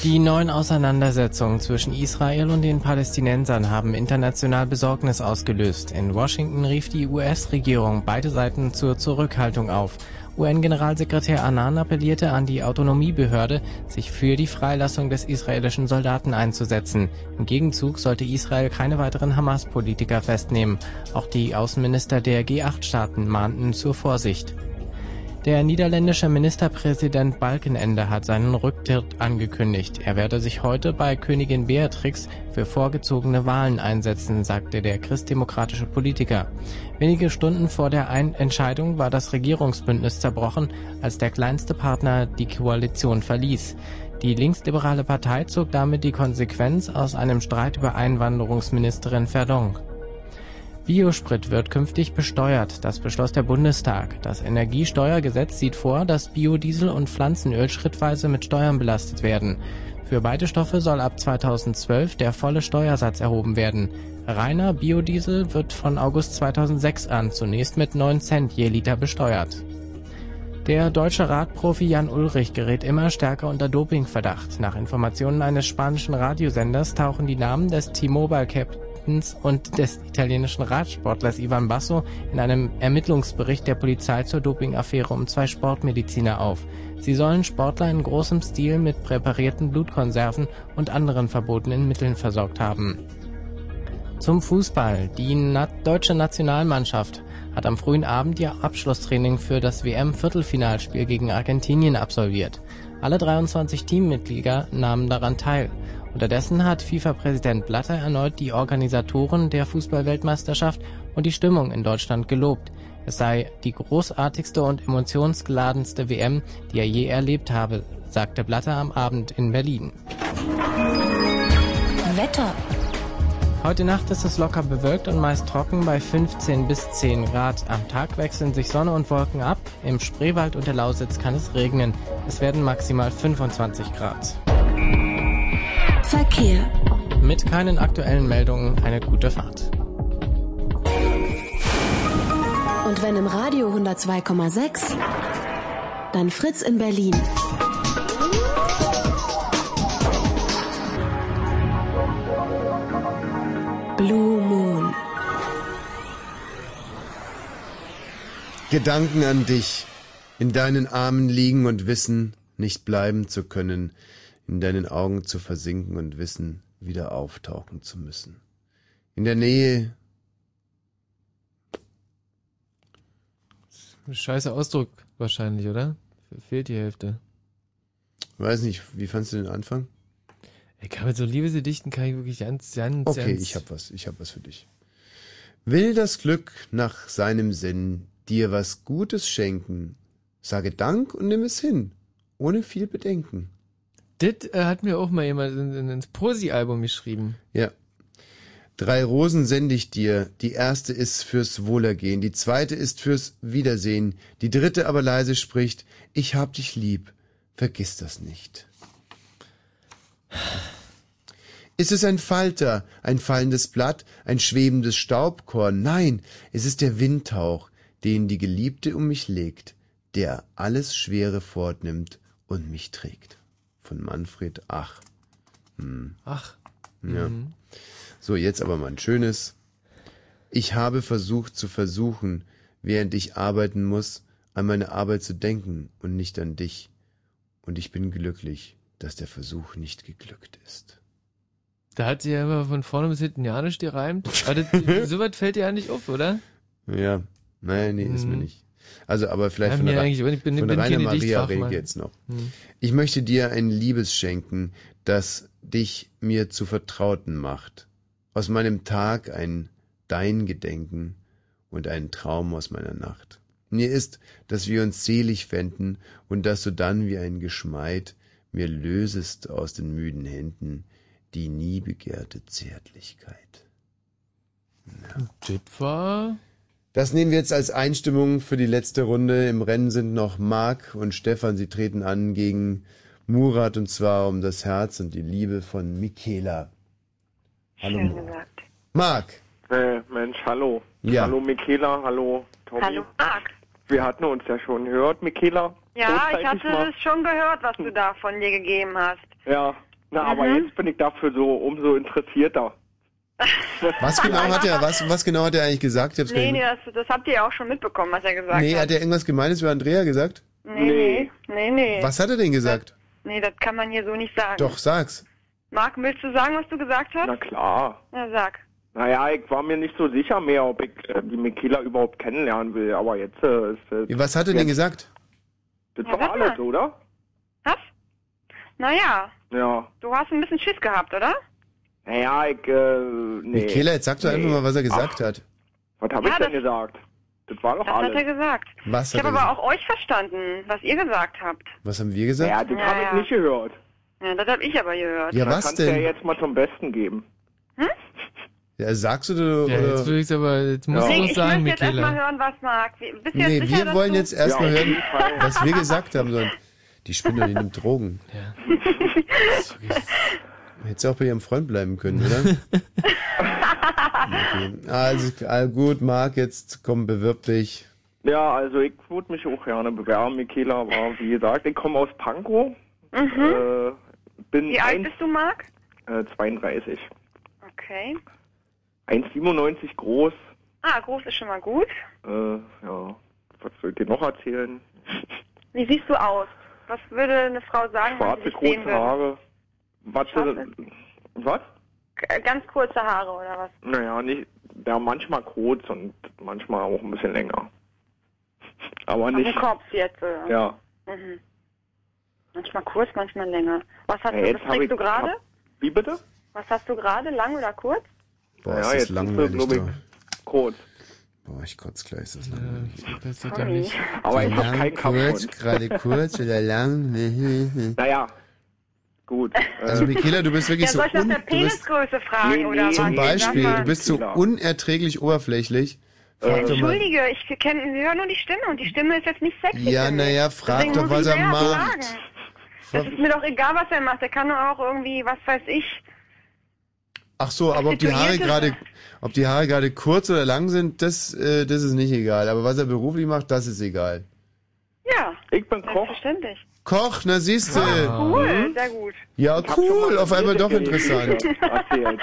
Speaker 6: Die neuen Auseinandersetzungen zwischen Israel und den Palästinensern haben international Besorgnis ausgelöst. In Washington rief die US-Regierung beide Seiten zur Zurückhaltung auf. UN-Generalsekretär Annan appellierte an die Autonomiebehörde, sich für die Freilassung des israelischen Soldaten einzusetzen. Im Gegenzug sollte Israel keine weiteren Hamas-Politiker festnehmen. Auch die Außenminister der G8-Staaten mahnten zur Vorsicht. Der niederländische Ministerpräsident Balkenende hat seinen Rücktritt angekündigt. Er werde sich heute bei Königin Beatrix für vorgezogene Wahlen einsetzen, sagte der christdemokratische Politiker. Wenige Stunden vor der Ein Entscheidung war das Regierungsbündnis zerbrochen, als der kleinste Partner die Koalition verließ. Die linksliberale Partei zog damit die Konsequenz aus einem Streit über Einwanderungsministerin Verdonk. Biosprit wird künftig besteuert. Das beschloss der Bundestag. Das Energiesteuergesetz sieht vor, dass Biodiesel und Pflanzenöl schrittweise mit Steuern belastet werden. Für beide Stoffe soll ab 2012 der volle Steuersatz erhoben werden. Reiner Biodiesel wird von August 2006 an zunächst mit 9 Cent je Liter besteuert. Der deutsche Radprofi Jan Ulrich gerät immer stärker unter Dopingverdacht. Nach Informationen eines spanischen Radiosenders tauchen die Namen des T-Mobile-Captains und des italienischen Radsportlers Ivan Basso in einem Ermittlungsbericht der Polizei zur Dopingaffäre um zwei Sportmediziner auf. Sie sollen Sportler in großem Stil mit präparierten Blutkonserven und anderen verbotenen Mitteln versorgt haben. Zum Fußball. Die Na deutsche Nationalmannschaft hat am frühen Abend ihr Abschlusstraining für das WM-Viertelfinalspiel gegen Argentinien absolviert. Alle 23 Teammitglieder nahmen daran teil. Unterdessen hat FIFA-Präsident Blatter erneut die Organisatoren der Fußballweltmeisterschaft und die Stimmung in Deutschland gelobt. Es sei die großartigste und emotionsgeladenste WM, die er je erlebt habe, sagte Blatter am Abend in Berlin.
Speaker 9: Wetter.
Speaker 6: Heute Nacht ist es locker bewölkt und meist trocken bei 15 bis 10 Grad. Am Tag wechseln sich Sonne und Wolken ab. Im Spreewald und der Lausitz kann es regnen. Es werden maximal 25 Grad.
Speaker 9: Verkehr.
Speaker 6: Mit keinen aktuellen Meldungen eine gute Fahrt.
Speaker 9: Und wenn im Radio 102,6, dann Fritz in Berlin. Blue Moon.
Speaker 3: Gedanken an dich, in deinen Armen liegen und wissen, nicht bleiben zu können, in deinen Augen zu versinken und wissen, wieder auftauchen zu müssen. In der Nähe
Speaker 4: Scheiße Ausdruck wahrscheinlich, oder? Fehlt die Hälfte.
Speaker 3: Weiß nicht, wie fandst du den Anfang?
Speaker 4: Ich kann mit so Liebesgedichten kann ich wirklich ganz, ganz,
Speaker 3: Okay,
Speaker 4: ganz
Speaker 3: ich hab was, ich hab was für dich. Will das Glück nach seinem Sinn dir was Gutes schenken, sage Dank und nimm es hin, ohne viel Bedenken.
Speaker 4: Das äh, hat mir auch mal jemand in, in, ins Posi-Album geschrieben.
Speaker 3: Ja. Drei Rosen sende ich dir. Die erste ist fürs Wohlergehen, die zweite ist fürs Wiedersehen, die dritte aber leise spricht, ich hab dich lieb, vergiss das nicht. Ist es ein Falter, ein fallendes Blatt, ein schwebendes Staubkorn? Nein, es ist der Windhauch, den die Geliebte um mich legt, der alles Schwere fortnimmt und mich trägt. Von Manfred Ach. Hm.
Speaker 4: Ach.
Speaker 3: Ja.
Speaker 4: Mhm.
Speaker 3: So, jetzt aber mal ein schönes. Ich habe versucht zu versuchen, während ich arbeiten muss, an meine Arbeit zu denken und nicht an dich. Und ich bin glücklich, dass der Versuch nicht geglückt ist.
Speaker 4: Da hat sie ja immer von vorne bis hinten Janisch gereimt. Aber das, so weit fällt dir ja nicht auf, oder?
Speaker 3: Ja, nein, nee, ist mir
Speaker 4: Mhm.
Speaker 3: nicht. Also, aber vielleicht
Speaker 4: Ja,
Speaker 3: von
Speaker 4: mir
Speaker 3: der, Ra-
Speaker 4: eigentlich auch nicht. Ich bin-
Speaker 3: von der
Speaker 4: bin
Speaker 3: Rainer
Speaker 4: keine
Speaker 3: Maria
Speaker 4: Dichtfachmann.
Speaker 3: rede jetzt noch.
Speaker 4: Mhm.
Speaker 3: Ich möchte dir ein Liebes schenken, das dich mir zu Vertrauten macht. Aus meinem Tag ein Dein Gedenken und ein Traum aus meiner Nacht. Mir ist, dass wir uns selig fänden und dass du dann wie ein Geschmeid mir lösest aus den müden Händen die nie begehrte Zärtlichkeit.
Speaker 4: Tipp war.
Speaker 3: Das nehmen wir jetzt als Einstimmung für die letzte Runde. Im Rennen sind noch Marc und Stefan. Sie treten an gegen Murat und zwar um das Herz und die Liebe von Michaela. Hallo.
Speaker 22: Schön
Speaker 3: Murat. Marc.
Speaker 22: Äh, Mensch, hallo.
Speaker 3: Ja.
Speaker 22: Hallo Michaela, hallo Tommy.
Speaker 14: Hallo Marc.
Speaker 22: Wir hatten uns ja schon gehört, Michaela.
Speaker 14: Ja, ich
Speaker 22: Großzeitig
Speaker 14: hatte
Speaker 22: mal. Hm.
Speaker 14: es schon gehört, was du da von dir gegeben hast.
Speaker 22: Ja, na, aber
Speaker 14: Mhm.
Speaker 22: jetzt bin ich dafür so umso interessierter.
Speaker 3: Was genau hat er, was, was genau hat er eigentlich gesagt? Ich hab's gar
Speaker 14: Nee, nee,
Speaker 3: nicht-
Speaker 14: das, das habt ihr ja auch schon mitbekommen, was er gesagt
Speaker 3: nee,
Speaker 14: hat.
Speaker 3: hat er irgendwas Gemeines über Andrea gesagt?
Speaker 14: Nee, nee, nee, nee.
Speaker 3: Was hat er denn gesagt?
Speaker 14: Nee, das kann man hier so nicht sagen.
Speaker 3: Doch, sag's.
Speaker 14: Marc, willst du sagen, was du gesagt hast?
Speaker 22: Na klar.
Speaker 14: Na sag.
Speaker 22: Naja, ich war mir nicht so sicher mehr, ob ich äh, die Michaela überhaupt kennenlernen will, aber jetzt äh, ist äh,
Speaker 3: Was hat er denn gesagt?
Speaker 22: das
Speaker 14: Ja,
Speaker 22: war
Speaker 14: sag mal.
Speaker 22: alles, oder?
Speaker 14: Naja,
Speaker 22: Ja.
Speaker 14: du hast ein bisschen Schiss gehabt, oder?
Speaker 22: Naja, ich, äh, nee.
Speaker 3: Michaela, jetzt sag doch einfach mal, was er gesagt hat.
Speaker 22: Was habe
Speaker 14: Ja,
Speaker 22: ich denn gesagt? Das war doch
Speaker 14: Das
Speaker 22: alles.
Speaker 14: hat er gesagt.
Speaker 3: Was
Speaker 14: ich
Speaker 3: hat er
Speaker 14: habe aber auch euch verstanden, was ihr gesagt habt.
Speaker 3: Was haben wir gesagt?
Speaker 22: Ja, das
Speaker 14: Ja,
Speaker 22: habe
Speaker 14: ja.
Speaker 22: ich nicht gehört.
Speaker 14: Ja, das habe ich aber gehört.
Speaker 3: Ja, was
Speaker 22: kannst
Speaker 3: denn?
Speaker 22: ja jetzt mal zum Besten geben.
Speaker 3: Ja, sagst du oder?
Speaker 4: Ja, jetzt will ich's aber, jetzt musst du
Speaker 14: Deswegen,
Speaker 4: was
Speaker 14: ich
Speaker 4: sagen,
Speaker 14: möchte jetzt erstmal
Speaker 4: Michaela.
Speaker 14: hören, was Marc. Wie- Bist du
Speaker 3: Nee,
Speaker 14: jetzt sicher,
Speaker 3: wir wollen
Speaker 14: dass
Speaker 3: jetzt
Speaker 14: du...
Speaker 3: erstmal hören, was wir gesagt haben sollen. Die Spinner, die nimmt Drogen. Hätte sie auch bei ihrem Freund bleiben können, oder? Okay. Also, all gut, Marc, jetzt komm, bewirb dich.
Speaker 22: Ja, also ich würde mich auch gerne bewerben, Michaela, aber wie gesagt, ich komme aus Pankow. Äh, bin
Speaker 14: Mhm. Wie alt
Speaker 22: ein-
Speaker 14: bist du, Marc?
Speaker 22: Äh, 32.
Speaker 14: Okay.
Speaker 22: 1,97 groß.
Speaker 14: Ah, groß ist schon mal gut.
Speaker 22: Äh, ja, was soll ich dir noch erzählen?
Speaker 14: Wie siehst du aus? Was würde eine Frau sagen,
Speaker 22: Schwarze,
Speaker 14: wenn sie dich sehen
Speaker 22: große
Speaker 14: würde?
Speaker 22: Haare. Was? äh,
Speaker 14: Schwarze?
Speaker 22: Was?
Speaker 14: G- Ganz kurze Haare oder was?
Speaker 22: Naja, nicht, ja, manchmal kurz und manchmal auch ein bisschen länger. Aber
Speaker 14: Auf
Speaker 22: nicht.
Speaker 14: dem Kopf jetzt. äh.
Speaker 22: Ja.
Speaker 14: Mhm. Manchmal kurz, manchmal länger. Was hast
Speaker 22: Ja,
Speaker 14: du,
Speaker 22: jetzt
Speaker 14: was
Speaker 22: hab ich-
Speaker 14: trägst du gerade?
Speaker 22: hab- Wie bitte?
Speaker 14: Was hast du gerade, lang oder kurz?
Speaker 3: Boah,
Speaker 22: Ja,
Speaker 3: ist das
Speaker 22: jetzt ist
Speaker 3: langweilig.
Speaker 22: so, glaub ich,
Speaker 3: da.
Speaker 22: Kurz.
Speaker 3: Boah, ich kotze gleich, ist das langweilig.
Speaker 4: das
Speaker 14: sieht doch nicht.
Speaker 22: Aber ich hab
Speaker 3: Lang,
Speaker 22: keinen
Speaker 3: kurz,
Speaker 22: Kampfhund.
Speaker 3: gerade kurz oder lang.
Speaker 22: Naja, gut. Äh.
Speaker 3: Also, Michaela, du bist wirklich
Speaker 14: ja,
Speaker 3: so
Speaker 14: soll ich nach
Speaker 3: un-
Speaker 14: der
Speaker 3: du bist-
Speaker 14: Penisgröße fragen
Speaker 22: Nee, nee. Genau.
Speaker 14: oder was?
Speaker 3: Zum
Speaker 14: Sag
Speaker 3: Beispiel,
Speaker 14: mal.
Speaker 3: du bist so unerträglich oberflächlich.
Speaker 22: Äh,
Speaker 14: Ja,
Speaker 3: Frag doch mal.
Speaker 14: Entschuldige, ich kenne, Sie hören nur die Stimme und die Stimme ist jetzt nicht sexy.
Speaker 3: Ja,
Speaker 14: finde ich.
Speaker 3: naja, frag
Speaker 14: Deswegen
Speaker 3: doch,
Speaker 14: muss
Speaker 3: was
Speaker 14: ich
Speaker 3: er
Speaker 14: mehr
Speaker 3: macht.
Speaker 14: Fragen. Das ist mir doch egal, was er macht. Er kann doch auch irgendwie, was weiß ich.
Speaker 3: Ach so, aber ob die Haare
Speaker 14: Prostituierte
Speaker 3: gerade, ob die Haare gerade kurz oder lang sind, das, äh, das ist nicht egal. Aber was er beruflich macht, das ist egal.
Speaker 14: Ja.
Speaker 22: Ich bin Mhm.
Speaker 14: Koch. Selbstverständlich. Ah,
Speaker 3: Koch, na siehst du. Mhm.
Speaker 14: Cool, sehr gut.
Speaker 3: äh, Ja,
Speaker 22: Ich hab schon mal
Speaker 3: cool,
Speaker 22: mit
Speaker 3: auf einmal
Speaker 22: Mitte
Speaker 3: doch
Speaker 22: geredet,
Speaker 3: interessant.
Speaker 22: Erzählt.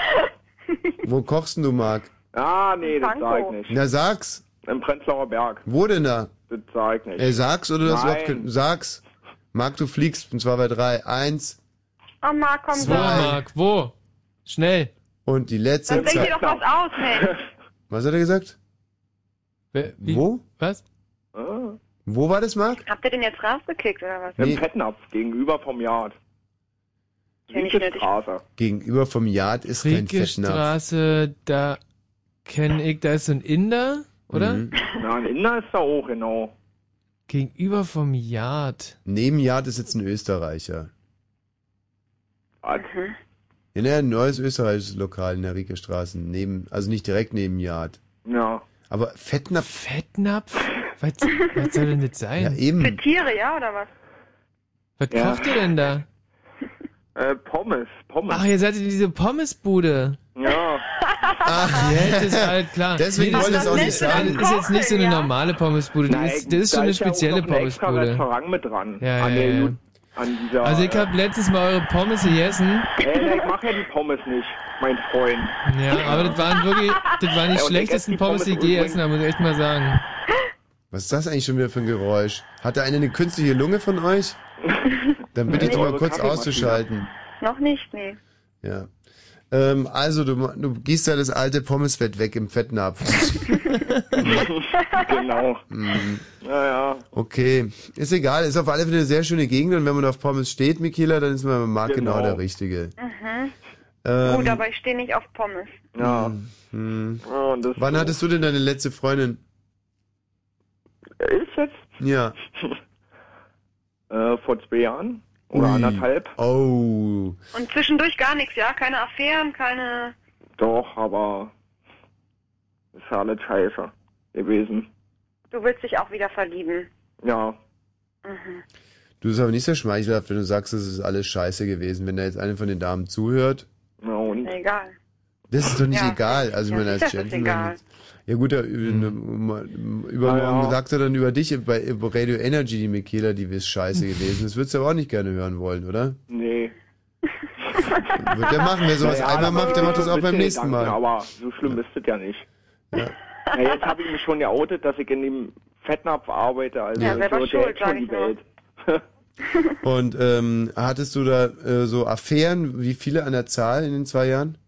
Speaker 3: Wo kochst denn du, Marc?
Speaker 22: Ah, nee, das sag ich nicht.
Speaker 3: Na, sag's.
Speaker 22: Im Prenzlauer Berg.
Speaker 3: Wo denn da?
Speaker 22: Das sag ich nicht.
Speaker 3: Ey, sag's oder das
Speaker 22: Nein.
Speaker 3: überhaupt kein- Sag's. Marc, du fliegst. Und zwar bei drei. Eins,
Speaker 14: Oh, Marc, komm
Speaker 3: zwei.
Speaker 14: da.
Speaker 3: wo? Schnell. Und die letzte
Speaker 14: Dann denk dir
Speaker 3: Zeit.
Speaker 14: doch was aus, ne? Mensch.
Speaker 3: Was hat er gesagt? Wo? Was? Wo war das, Marc?
Speaker 14: Habt ihr den jetzt rausgekickt oder was?
Speaker 22: Im Fettnapf gegenüber vom Yard.
Speaker 14: Kenn ich nicht.
Speaker 22: Straße.
Speaker 3: Gegenüber vom Yard ist kein
Speaker 4: Rieke
Speaker 3: Fettnapf.
Speaker 4: Straße, da kenne ich, da ist so ein Inder, oder?
Speaker 3: Mhm.
Speaker 22: Na, ein Inder ist da auch, genau.
Speaker 4: Gegenüber vom Yard.
Speaker 3: Neben Yard ist jetzt ein Österreicher.
Speaker 22: Was?
Speaker 3: Ja, ne, ein neues österreichisches Lokal in der Rieker Straße, neben, also nicht direkt neben Yard.
Speaker 22: Ja.
Speaker 3: Aber Fettnapf.
Speaker 4: Fettnapf? Was, was soll denn das sein?
Speaker 3: Ja, eben.
Speaker 14: Für Tiere, ja, oder was?
Speaker 4: Was
Speaker 22: Ja.
Speaker 4: kocht ihr denn da?
Speaker 22: Äh, Pommes, Pommes.
Speaker 4: Ach, ihr seid in diese Pommesbude.
Speaker 22: Ja.
Speaker 4: Ach, ja, das ist halt klar.
Speaker 22: Deswegen
Speaker 4: das
Speaker 22: wollte
Speaker 4: ist-
Speaker 22: ich es auch nicht
Speaker 4: das
Speaker 22: sagen.
Speaker 4: ist jetzt nicht so eine
Speaker 22: Ja.
Speaker 4: normale Pommesbude. Das
Speaker 22: Nein,
Speaker 4: ist, das ist
Speaker 22: da
Speaker 4: schon eine
Speaker 22: ist ja auch
Speaker 4: spezielle
Speaker 22: noch ein extra
Speaker 4: Pommesbude.
Speaker 22: Restaurant mit dran.
Speaker 4: Ja,
Speaker 22: an
Speaker 4: ja,
Speaker 22: der
Speaker 4: ja.
Speaker 22: Ju- An dieser,
Speaker 4: Also ich habe letztens mal eure Pommes gegessen.
Speaker 22: Äh, na, ich mache ja die Pommes nicht, mein Freund.
Speaker 4: Ja, aber das waren wirklich, das waren die
Speaker 22: Ja, und ich esse
Speaker 4: schlechtesten
Speaker 22: die
Speaker 4: Pommes,
Speaker 22: Pommes
Speaker 4: die ich je
Speaker 3: übrigens.
Speaker 4: essen habe, muss ich echt mal sagen.
Speaker 3: Was ist das eigentlich schon wieder für ein Geräusch? Hat da einer eine künstliche Lunge von euch? Dann bitte ich
Speaker 14: Nee.
Speaker 3: die mal
Speaker 14: Eure
Speaker 3: kurz
Speaker 14: Kaffeemaschine.
Speaker 3: auszuschalten.
Speaker 14: Noch nicht, nee.
Speaker 3: Ja. Ähm, also, du, ma- du gießt da das alte Pommesfett weg im Fettnapf.
Speaker 22: genau.
Speaker 3: Mhm.
Speaker 22: Naja.
Speaker 3: Okay, ist egal. Ist auf alle Fälle eine sehr schöne Gegend und wenn man auf Pommes steht, Michaela, dann ist man beim Markt genau,
Speaker 22: Genau.
Speaker 3: der Richtige.
Speaker 14: Mhm.
Speaker 3: Ähm,
Speaker 14: Gut, aber ich stehe nicht auf Pommes.
Speaker 22: Ja.
Speaker 3: Mhm.
Speaker 22: das
Speaker 3: Wann hattest du denn deine letzte Freundin?
Speaker 22: Ich jetzt?
Speaker 3: Ja.
Speaker 22: Äh, vor zwei Jahren? Oder
Speaker 3: Ui.
Speaker 22: anderthalb?
Speaker 3: Oh.
Speaker 14: Und zwischendurch gar nichts, ja? Keine Affären, keine...
Speaker 22: Doch, aber ist ja alles scheiße gewesen.
Speaker 14: Du willst dich auch wieder verlieben.
Speaker 22: Ja.
Speaker 14: Mhm.
Speaker 3: Du bist aber nicht so schmeichelhaft, wenn du sagst, es ist alles scheiße gewesen. Wenn da jetzt eine von den Damen zuhört,
Speaker 22: Na und?
Speaker 14: Egal.
Speaker 3: das ist doch nicht
Speaker 14: Ja,
Speaker 3: egal. Also, ich
Speaker 14: ja,
Speaker 3: meine, als
Speaker 14: sicher ist es
Speaker 3: Gentleman.
Speaker 14: egal.
Speaker 3: Ja, gut, da, übermorgen
Speaker 22: Hm. Ah, ja.
Speaker 3: sagt er dann über dich bei Radio Energy, die Michaela, die ist scheiße gewesen. Das würdest du aber auch nicht gerne hören wollen, oder?
Speaker 22: Nee.
Speaker 3: Wird der machen. Wer sowas
Speaker 22: Naja,
Speaker 3: einmal
Speaker 22: das-
Speaker 3: macht, der macht das auch
Speaker 22: bitte,
Speaker 3: beim nächsten
Speaker 22: danke,
Speaker 3: Mal.
Speaker 22: Aber so schlimm ist es ja nicht. Ja. jetzt habe ich mich schon geoutet, dass ich in dem Fettnapf arbeite. Also ich
Speaker 14: Ja, selber
Speaker 22: würde
Speaker 14: schuld,
Speaker 22: jetzt
Speaker 14: sag
Speaker 22: schon
Speaker 14: ich
Speaker 22: die Welt.
Speaker 3: Und ähm, hattest du da äh, so Affären, wie viele an der Zahl in den zwei Jahren?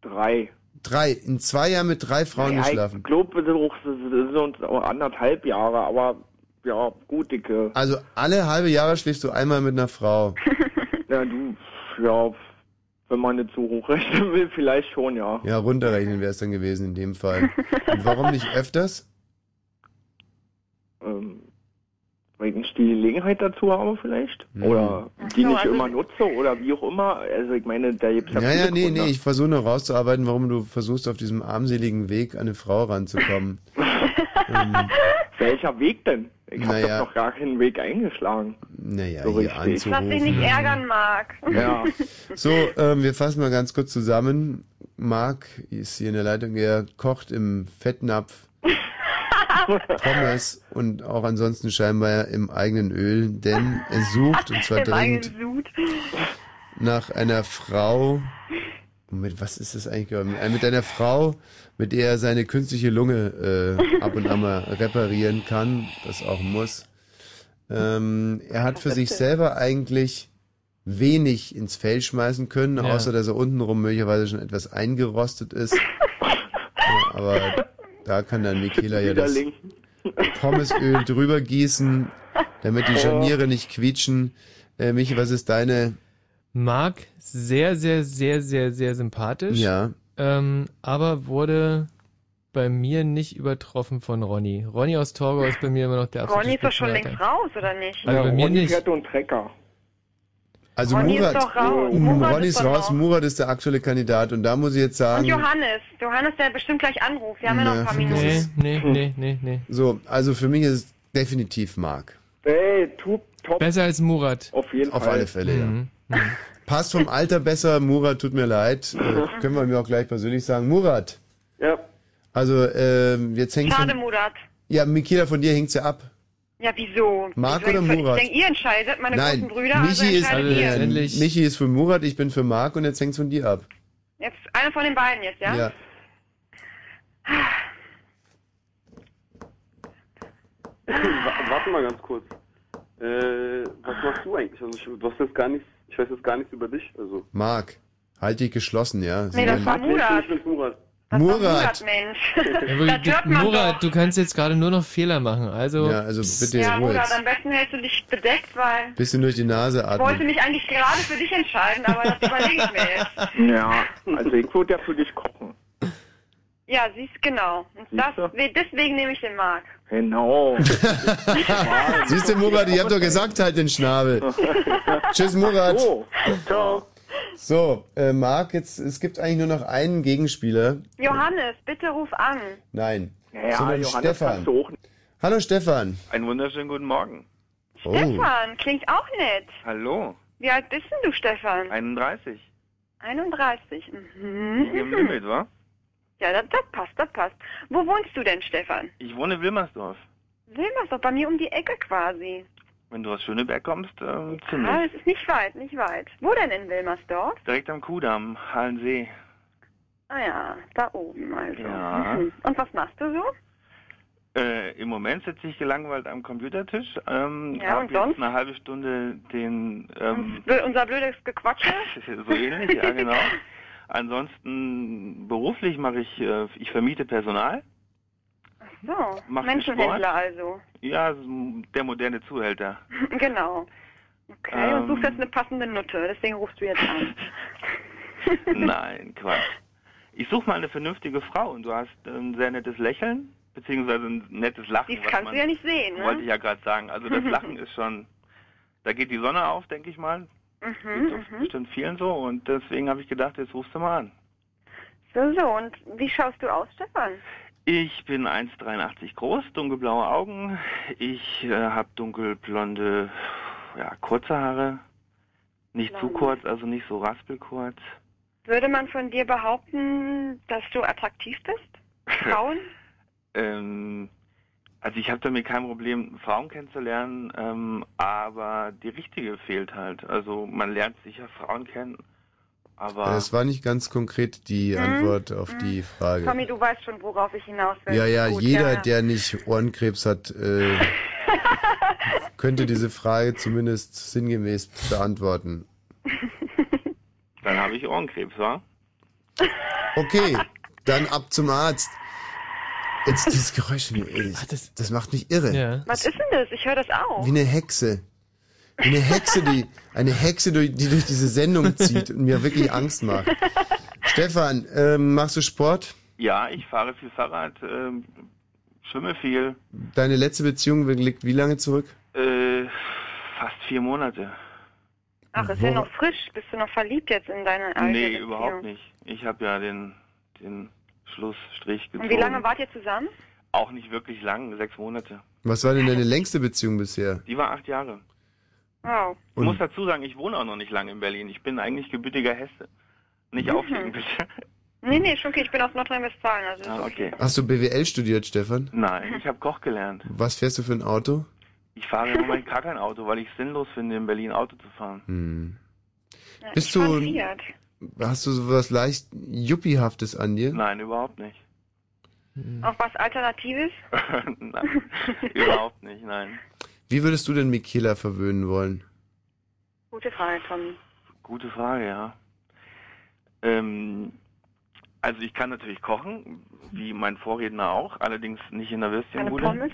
Speaker 22: Drei.
Speaker 3: Drei. In zwei Jahren mit drei Frauen
Speaker 22: Naja,
Speaker 3: geschlafen.
Speaker 22: Ich glaube, das auch- das sind auch anderthalb Jahre, aber ja, gut, dicke.
Speaker 3: Also alle halbe Jahre schläfst du einmal mit einer Frau.
Speaker 22: Ja, du, ja, wenn man nicht so hochrechnen will, vielleicht schon, ja.
Speaker 3: Ja, runterrechnen wäre es dann gewesen in dem Fall. Und warum nicht öfters?
Speaker 22: Ähm, weil ich nicht die Gelegenheit dazu habe vielleicht. Oder die
Speaker 3: so,
Speaker 22: nicht
Speaker 3: also-
Speaker 22: immer nutze oder wie auch immer. Also ich meine, da gibt's
Speaker 3: Ja, ja,
Speaker 22: viele
Speaker 3: nee,
Speaker 22: Gründe.
Speaker 3: nee, ich versuche nur rauszuarbeiten, warum du versuchst, auf diesem armseligen Weg an eine Frau ranzukommen. Ähm,
Speaker 22: Welcher Weg denn? Ich habe
Speaker 3: Naja.
Speaker 22: doch noch gar keinen Weg eingeschlagen.
Speaker 3: Naja,
Speaker 22: so
Speaker 3: hier
Speaker 22: richtig.
Speaker 14: Lass dich nicht ärgern, Marc.
Speaker 22: Ja.
Speaker 3: So, ähm, wir fassen mal ganz kurz zusammen. Marc ist hier in der Leitung, er kocht im Fettnapf Pommes und auch ansonsten scheinbar im eigenen Öl, denn er sucht und zwar
Speaker 14: Im
Speaker 3: dringend
Speaker 14: eigenen Sud.
Speaker 3: nach einer Frau. Mit was ist das eigentlich? Äh, Mit einer Frau, mit der er seine künstliche Lunge äh, ab und an mal reparieren kann, das auch muss. Ähm, er hat für sich selber eigentlich wenig ins Fell schmeißen können,
Speaker 4: Ja.
Speaker 3: außer dass er untenrum möglicherweise schon etwas eingerostet ist. ja, aber da kann dann Michaela ja das
Speaker 22: Widerling.
Speaker 3: Pommesöl drüber gießen, damit die Scharniere nicht quietschen. Äh, Michi, was ist deine
Speaker 4: Marc, sehr, sehr, sehr, sehr, sehr sympathisch.
Speaker 3: Ja.
Speaker 4: Ähm, aber wurde bei mir nicht übertroffen von Ronny. Ronny aus Torgau ist bei mir immer noch der absolute
Speaker 14: Ronny ist doch schon
Speaker 4: Spitzenreiter.
Speaker 14: längst raus, oder nicht?
Speaker 4: Also bei mir
Speaker 22: Ronny
Speaker 4: nicht.
Speaker 22: fährt und Trecker.
Speaker 3: Also
Speaker 14: Ronny
Speaker 3: Murat,
Speaker 14: ist doch raus.
Speaker 3: M-
Speaker 14: Murat
Speaker 3: Ronny
Speaker 14: ist
Speaker 3: ist
Speaker 14: doch
Speaker 3: raus,
Speaker 14: raus.
Speaker 3: Murat ist der aktuelle Kandidat und da muss ich jetzt
Speaker 14: Und
Speaker 3: sagen,
Speaker 14: Johannes. Johannes, der bestimmt gleich anruft. Wir haben ja noch ein paar Minuten.
Speaker 3: vergiss
Speaker 4: Nee,
Speaker 3: es.
Speaker 4: nee, nee, nee.
Speaker 3: So, also für mich ist es definitiv Marc.
Speaker 22: Ey, tu, top.
Speaker 4: Besser als Murat.
Speaker 22: Auf jeden
Speaker 3: Auf
Speaker 22: Fall.
Speaker 3: alle Fälle,
Speaker 4: Mhm.
Speaker 3: ja. Passt vom Alter besser, Murat, tut mir leid.
Speaker 14: Mhm.
Speaker 3: Äh, können wir mir auch gleich persönlich sagen. Murat.
Speaker 22: Ja.
Speaker 3: Also, ähm, jetzt hängt
Speaker 14: Schade,
Speaker 3: von,
Speaker 14: Murat.
Speaker 3: Ja, Mikela, von dir hängt's ja ab.
Speaker 14: Ja, wieso?
Speaker 3: Marc
Speaker 14: Wieso
Speaker 3: oder
Speaker 14: hängt-
Speaker 3: Murat?
Speaker 14: Ich denke, ihr entscheidet, meine
Speaker 3: Nein,
Speaker 14: großen Brüder, also
Speaker 3: Michi, ist,
Speaker 14: entscheidet ihr.
Speaker 3: äh, Michi ist für Murat, ich bin für Marc und jetzt hängt's von dir ab.
Speaker 14: Jetzt einer von den beiden jetzt, ja?
Speaker 3: Ja.
Speaker 18: Wa- Warte mal ganz kurz. Äh, was machst du eigentlich? Also ich, du hast jetzt gar nichts, ich weiß jetzt gar nichts über dich. Also.
Speaker 3: Marc, halt dich geschlossen, ja.
Speaker 14: Nee, das war Murat.
Speaker 18: Ich bin Murat.
Speaker 3: Murat.
Speaker 14: Murat, Mensch.
Speaker 4: Ja,
Speaker 14: das
Speaker 4: wirklich,
Speaker 14: hört man
Speaker 4: Murat,
Speaker 14: doch.
Speaker 4: du kannst jetzt gerade nur noch Fehler machen. Also,
Speaker 3: Ja, also bitte
Speaker 14: ja,
Speaker 3: Ruhe
Speaker 14: Murat,
Speaker 3: jetzt.
Speaker 14: am besten hältst du dich bedeckt, weil
Speaker 3: Bisschen durch die Nase
Speaker 14: ich
Speaker 3: atmen.
Speaker 14: wollte mich eigentlich gerade für dich entscheiden, aber das überlege ich mir jetzt.
Speaker 22: Ja, also ich würde ja für dich kochen.
Speaker 14: Ja, siehst genau. Und das, we- deswegen nehme ich den Mark.
Speaker 25: Genau.
Speaker 3: Siehst du, Murat, ich hab doch gesagt, halt den Schnabel. Tschüss, Murat.
Speaker 26: So,
Speaker 14: ciao.
Speaker 3: So, äh, Marc, jetzt, es gibt eigentlich nur noch einen Gegenspieler.
Speaker 14: Johannes, bitte ruf an.
Speaker 3: Nein.
Speaker 14: Naja,
Speaker 3: sondern
Speaker 14: Johannes
Speaker 3: Stefan.
Speaker 14: kannst du
Speaker 3: Hallo, Stefan.
Speaker 17: Einen wunderschönen guten Morgen. Oh.
Speaker 14: Stefan, klingt auch nett.
Speaker 17: Hallo,
Speaker 14: Wie alt bist denn du, Stefan?
Speaker 17: 31.
Speaker 14: 31.
Speaker 17: Wir haben
Speaker 14: Mhm.
Speaker 17: Limit, wa?
Speaker 14: Ja, das, das passt, das passt. Wo wohnst du denn, Stefan?
Speaker 17: Ich wohne in Wilmersdorf.
Speaker 14: Wilmersdorf, doch bei mir um die Ecke quasi.
Speaker 17: Wenn du aus Schöneberg kommst, ähm,
Speaker 14: Ah,
Speaker 17: ziemlich.
Speaker 14: das ist nicht weit, nicht weit. Wo denn in Wilmersdorf?
Speaker 17: Direkt am Kudamm, Hallensee.
Speaker 14: Ah ja, da oben also.
Speaker 17: Ja.
Speaker 14: Mhm. Und was machst du so?
Speaker 17: Äh, Im Moment sitze ich gelangweilt am Computertisch. Ähm,
Speaker 14: Ja,
Speaker 17: hab
Speaker 14: und
Speaker 17: jetzt
Speaker 14: sonst?
Speaker 17: eine halbe Stunde den ähm,
Speaker 14: Bl- Unser blödes Gequatsche?
Speaker 17: so ähnlich, ja genau. Ansonsten beruflich mache ich, äh, ich vermiete Personal.
Speaker 14: So,
Speaker 17: Machst du
Speaker 14: Menschenhändler
Speaker 17: Sport?
Speaker 14: also.
Speaker 17: Ja, so der moderne Zuhälter.
Speaker 14: Genau. Okay, und suchst
Speaker 17: Ähm.
Speaker 14: jetzt eine passende Nutte, deswegen rufst du jetzt an.
Speaker 17: Ähm, Nein, Quatsch. Ich suche mal eine vernünftige Frau und du hast ein sehr nettes Lächeln, beziehungsweise ein nettes Lachen.
Speaker 14: Dies
Speaker 17: was
Speaker 14: kannst
Speaker 17: man-
Speaker 14: du ja nicht sehen, ne?
Speaker 17: Wollte ich ja gerade sagen. Also das Lachen ist schon, da geht die Sonne auf, denke ich mal.
Speaker 14: Mhm, mhm.
Speaker 17: Bestimmt vielen so und deswegen habe ich gedacht, jetzt rufst du mal an.
Speaker 14: So, so, und wie schaust du aus, Stefan?
Speaker 17: Ich bin 1,83 groß, dunkelblaue Augen. Ich äh, habe dunkelblonde, ja, kurze Haare. Nicht zu
Speaker 14: Blonde.
Speaker 17: kurz, also nicht so raspelkurz.
Speaker 14: Würde man von dir behaupten, dass du attraktiv bist? Frauen?
Speaker 17: Ähm, also ich habe damit kein Problem, Frauen kennenzulernen, ähm, aber die richtige fehlt halt. Also man lernt sicher Frauen kennen, aber
Speaker 3: Das war nicht ganz konkret die
Speaker 14: Mhm.
Speaker 3: Antwort auf die
Speaker 14: Tommy,
Speaker 3: Frage.
Speaker 14: du weißt schon, worauf ich hinaus will.
Speaker 3: Ja, ja,
Speaker 14: Gut,
Speaker 3: jeder,
Speaker 14: ja.
Speaker 3: der nicht Ohrenkrebs hat, äh, könnte diese Frage zumindest sinngemäß beantworten.
Speaker 17: dann habe ich Ohrenkrebs, wa?
Speaker 3: Okay, dann ab zum Arzt. Jetzt dieses Geräusch, schon, ey, das, das macht mich irre.
Speaker 14: Was ist denn das? Ich höre das auch.
Speaker 3: Wie eine Hexe. Wie eine Hexe, die, eine Hexe, durch- die durch diese Sendung zieht und mir wirklich Angst macht. Stefan, ähm, machst du Sport?
Speaker 17: Ja, ich fahre viel Fahrrad, ähm, schwimme viel,
Speaker 3: Deine letzte Beziehung liegt wie lange zurück?
Speaker 17: äh, fast vier Monate.
Speaker 14: Ach, ist ja noch frisch. Bist du noch verliebt jetzt in deine alte
Speaker 17: nee,
Speaker 14: Beziehung?
Speaker 17: überhaupt nicht. Ich habe ja den, den Schlussstrich gezogen.
Speaker 14: Und wie lange wart ihr zusammen?
Speaker 17: Auch nicht wirklich lang, sechs Monate.
Speaker 3: Was war denn deine längste Beziehung bisher?
Speaker 17: Die war acht Jahre.
Speaker 14: Wow.
Speaker 17: Ich muss dazu sagen, ich wohne auch noch nicht lange in Berlin. Ich bin eigentlich gebürtiger Hesse. Nicht
Speaker 14: Mhm.
Speaker 17: auflegen, bitte.
Speaker 14: Nee, nee, schon okay. Ich bin aus Nordrhein-Westfalen. Also
Speaker 17: Ah, okay.
Speaker 3: Hast du BWL studiert, Stefan?
Speaker 17: Nein, ich habe Koch gelernt.
Speaker 3: Was fährst du für ein Auto?
Speaker 17: Ich fahre im Moment gar kein Auto, weil ich es sinnlos finde, in Berlin Auto zu fahren.
Speaker 3: Hm.
Speaker 14: Ja,
Speaker 3: Bist
Speaker 14: ich
Speaker 3: du-
Speaker 14: fahr Fiat.
Speaker 3: Hast du sowas leicht Yuppie-haftes an dir?
Speaker 17: Nein, überhaupt nicht.
Speaker 14: Auch was Alternatives?
Speaker 17: nein, überhaupt nicht, nein.
Speaker 3: Wie würdest du denn Michaela verwöhnen wollen?
Speaker 14: Gute Frage, Tommy.
Speaker 17: Gute Frage, ja. Ähm, also ich kann natürlich kochen, wie mein Vorredner auch, allerdings nicht in der
Speaker 14: Eine
Speaker 17: Würstchenbude.
Speaker 14: Pommes?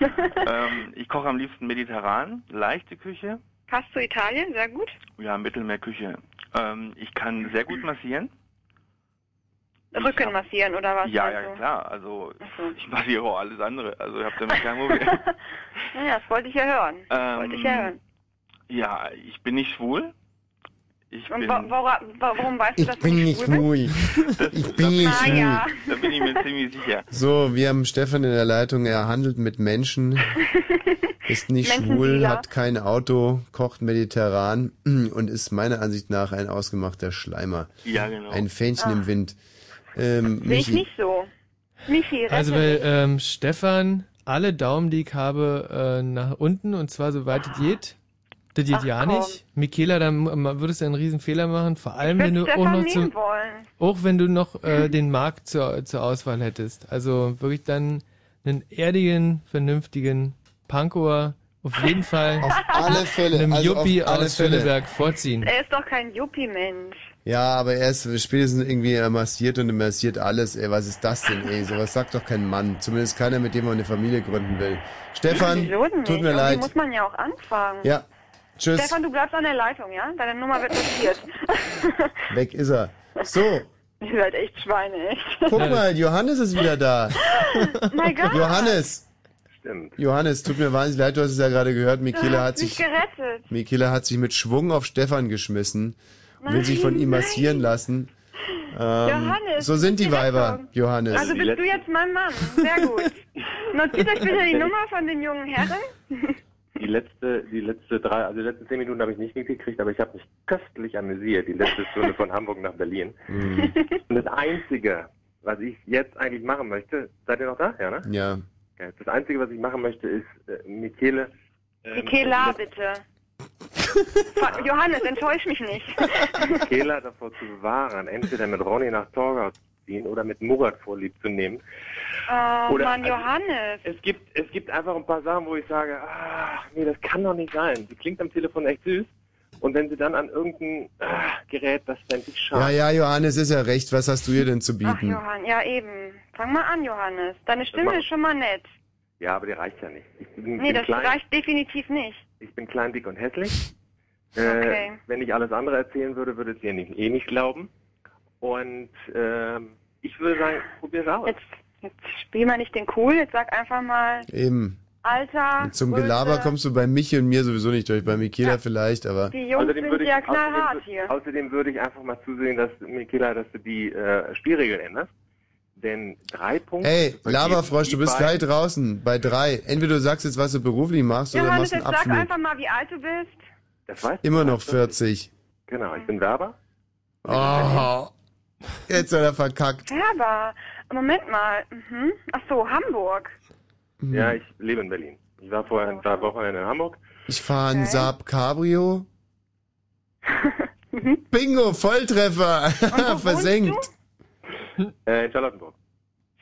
Speaker 17: Ähm, ich koche am liebsten mediterran, leichte Küche,
Speaker 14: Passt zu Italien? Sehr gut.
Speaker 17: ja, Mittelmeerküche. Ähm, ich kann sehr gut massieren.
Speaker 14: Rücken massieren oder was?
Speaker 17: Ja,
Speaker 14: Also.
Speaker 17: ja, klar. Also
Speaker 14: Ach so.
Speaker 17: ich massiere auch alles andere. Also ich habe damit kein Problem.
Speaker 14: Naja, das wollte ich ja hören.
Speaker 17: ähm,
Speaker 14: Wollte ich ja hören.
Speaker 17: ja, ich bin nicht schwul. Ich
Speaker 14: Und
Speaker 17: bin,
Speaker 14: wa wora, wa warum weißt du, dass du schwul bist?
Speaker 3: ruhig. Ich bin nicht
Speaker 14: Ah, ja.
Speaker 3: ruhig.
Speaker 17: da bin ich mir ziemlich sicher.
Speaker 3: So, wir haben Stefan in der Leitung. Er handelt mit Menschen, ist nicht schwul,
Speaker 17: Menschendealer.
Speaker 3: hat kein Auto, kocht mediterran und ist meiner Ansicht nach ein ausgemachter Schleimer.
Speaker 17: Ja, genau.
Speaker 3: Ein Fähnchen
Speaker 14: Ah.
Speaker 3: im Wind. Ähm,
Speaker 14: Sehe ich
Speaker 3: Michi,
Speaker 14: nicht so. Michi, rette
Speaker 4: Also weil ähm, Stefan alle Daumen, die ich habe, äh, nach unten und zwar so weit es geht. Das geht
Speaker 14: Ach,
Speaker 4: ja
Speaker 14: komm.
Speaker 4: nicht. Michaela, dann ähm, würdest du einen riesen Fehler machen, vor allem
Speaker 14: mich.
Speaker 4: wenn
Speaker 14: Ich
Speaker 4: du
Speaker 14: würde
Speaker 4: auch
Speaker 14: Stefan
Speaker 4: noch
Speaker 14: nehmen
Speaker 4: zum,
Speaker 14: wollen.
Speaker 4: auch wenn du noch äh, den Markt zur, zur Auswahl hättest. Also wirklich dann einen erdigen, vernünftigen Pankower auf jeden Fall.
Speaker 3: Auf alle Fälle,
Speaker 4: Einem
Speaker 3: also auf
Speaker 4: Yuppie
Speaker 3: alle
Speaker 4: aus
Speaker 3: Fälle.
Speaker 4: Schöneberg vorziehen.
Speaker 14: Er ist doch kein Yuppie-Mensch.
Speaker 3: Ja, aber er ist spätestens irgendwie er massiert und er massiert alles. Ey, was ist das denn, ey? Sowas sagt doch kein Mann. Zumindest keiner, mit dem man eine Familie gründen will. Stefan,
Speaker 14: Wieso denn nicht?
Speaker 3: tut mir
Speaker 14: Irgendwie
Speaker 3: leid.
Speaker 14: muss man ja auch anfangen.
Speaker 3: Ja, tschüss.
Speaker 14: Stefan, du bleibst an der Leitung, ja? Deine Nummer wird notiert.
Speaker 3: Weg ist er. So,
Speaker 14: Ihr seid echt Schweine, echt. Oh
Speaker 3: Guck mal, Johannes ist wieder da.
Speaker 14: mein Gott.
Speaker 3: Johannes! Stimmt. Johannes, tut mir wahnsinnig leid, du hast es ja gerade gehört. Michaela hat
Speaker 14: mich
Speaker 3: sich,
Speaker 14: gerettet.
Speaker 3: Michaela hat sich mit Schwung auf Stefan geschmissen und will sich
Speaker 14: Nein,
Speaker 3: von ihm
Speaker 14: nein.
Speaker 3: massieren lassen. Ähm,
Speaker 14: Johannes,
Speaker 3: so sind die Weiber, Johannes.
Speaker 14: Also bist du jetzt mein Mann. Sehr gut. Notiert euch bitte die Nummer von den jungen Herren.
Speaker 20: Die letzte, die letzte drei, also die letzten zehn Minuten habe ich nicht mitgekriegt, aber ich habe mich köstlich amüsiert, die letzte Stunde von Hamburg nach Berlin.
Speaker 3: Mhm.
Speaker 20: Und das Einzige, was ich jetzt eigentlich machen möchte, seid ihr noch da? Ja, ne?
Speaker 3: Ja.
Speaker 20: Geil. Das Einzige, was ich machen möchte, ist, äh, Michele, ähm,
Speaker 14: Michaela, bitte. Von- Johannes, enttäusch mich nicht.
Speaker 20: Michela davor zu bewahren, entweder mit Ronny nach Torgau zu ziehen oder mit Murat vorlieb zu nehmen.
Speaker 14: Oh
Speaker 20: Oder-
Speaker 14: Mann,
Speaker 20: also-
Speaker 14: Johannes.
Speaker 20: Es gibt, es gibt einfach ein paar Sachen, wo ich sage, ach, nee, das kann doch nicht sein. Sie klingt am Telefon echt süß. Und wenn sie dann an irgendein ah, Gerät, das fände ich
Speaker 3: Ja,
Speaker 20: schade.
Speaker 3: ja, Johannes ist ja recht. Was hast du ihr denn zu bieten?
Speaker 14: Johann, ja eben. Fang mal an, Johannes. Deine Stimme
Speaker 20: mach-
Speaker 14: ist schon mal nett.
Speaker 20: Ja, aber die reicht ja nicht. Ich bin,
Speaker 14: Nee,
Speaker 20: bin
Speaker 14: das
Speaker 20: klein,
Speaker 14: reicht definitiv nicht.
Speaker 20: ich bin klein, dick und hässlich.
Speaker 14: Okay.
Speaker 20: Äh, wenn ich alles andere erzählen würde, würdet ihr nicht, eh nicht glauben. Und ähm, ich würde sagen, probier's aus.
Speaker 14: Spiel mal nicht den cool, jetzt sag einfach mal
Speaker 3: Eben.
Speaker 14: Alter.
Speaker 3: Und zum
Speaker 14: Größe.
Speaker 3: Gelaber kommst du bei Michi und mir sowieso nicht durch. Bei Michaela vielleicht, aber.
Speaker 14: Die Jungs
Speaker 20: Außerdem
Speaker 14: sind
Speaker 20: Also würde ich-
Speaker 14: ja knallhart
Speaker 20: außerdem,
Speaker 14: hier.
Speaker 20: Außerdem würde ich einfach mal zusehen, dass Michaela, dass du die äh, Spielregeln änderst. Denn drei Punkte.
Speaker 3: Hey,
Speaker 20: vergeben
Speaker 3: Laberfrosch, du
Speaker 20: die
Speaker 3: bist gleich
Speaker 20: beiden-
Speaker 3: draußen bei drei. Entweder du sagst jetzt, was du beruflich machst, oder
Speaker 14: Johannes,
Speaker 3: machst einen
Speaker 14: jetzt sag
Speaker 3: Abflug.
Speaker 14: einfach mal, wie alt du bist.
Speaker 20: Das weißt
Speaker 3: Immer noch 40.
Speaker 20: Genau, ich bin Werber.
Speaker 3: Oh, jetzt hat er verkackt.
Speaker 14: Werber. Moment mal. Mhm. Ach so, Hamburg.
Speaker 3: Mhm.
Speaker 20: Ja, ich lebe in Berlin. Ich war vorher ein paar Wochen in Hamburg.
Speaker 3: Ich fahre ein Saab Cabrio.
Speaker 14: Mhm.
Speaker 3: Bingo, Volltreffer. Versenkt.
Speaker 20: Äh, in Charlottenburg.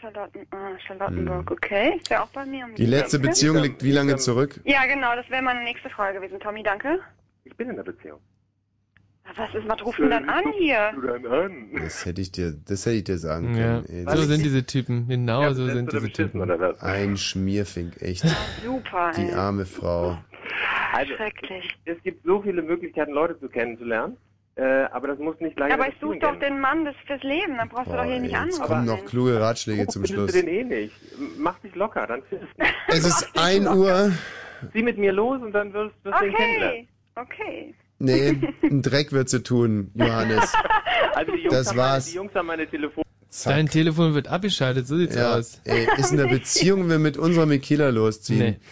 Speaker 14: Charlotten, ah, Charlottenburg, okay. Ist ja auch bei mir. um
Speaker 3: Hm. Die letzte
Speaker 14: Ecke.
Speaker 3: Beziehung liegt wie lange zurück?
Speaker 14: Ja, genau, das wäre meine nächste Frage gewesen. Tommy, danke.
Speaker 20: Ich bin in der Beziehung.
Speaker 14: Was ist, was rufen dann an hier?
Speaker 3: Das hätte ich dir, das hätte ich dir sagen
Speaker 4: Ja.
Speaker 3: können. ey.
Speaker 4: So
Speaker 3: Das-
Speaker 4: Also sind diese Typen, genau so sind diese Typen.
Speaker 3: Ein Schmierfink, echt.
Speaker 14: Super,
Speaker 3: Die
Speaker 14: ey.
Speaker 3: arme Frau.
Speaker 20: Also,
Speaker 14: Schrecklich.
Speaker 20: Es gibt so viele Möglichkeiten, Leute zu kennenzulernen. Äh, aber das muss nicht gleich.
Speaker 14: Ja, aber
Speaker 20: in
Speaker 14: ich
Speaker 20: der
Speaker 14: suche
Speaker 20: Beziehung
Speaker 14: doch den Mann des, fürs Leben, dann brauchst du doch hier nicht
Speaker 3: jetzt
Speaker 14: anrufen.
Speaker 3: kommen noch kluge Ratschläge zum
Speaker 20: enden.
Speaker 3: Schluss.
Speaker 20: Findest du den eh nicht. M- Mach dich locker, dann findest du.
Speaker 3: Es ist 1 Uhr.
Speaker 20: Zieh mit mir los und dann wirst wirst du ihn kennenlernen.
Speaker 14: Okay, okay.
Speaker 3: Nee, ein Dreck wird sie tun, Johannes.
Speaker 20: Also die Jungs,
Speaker 3: Das
Speaker 20: haben
Speaker 3: war's.
Speaker 20: Meine, die Jungs haben meine Telefon.
Speaker 4: Dein Telefon wird abgeschaltet, so sieht's
Speaker 3: Ja,
Speaker 4: aus.
Speaker 3: ey, ist in der Beziehung, wir mit unserer Mikela losziehen.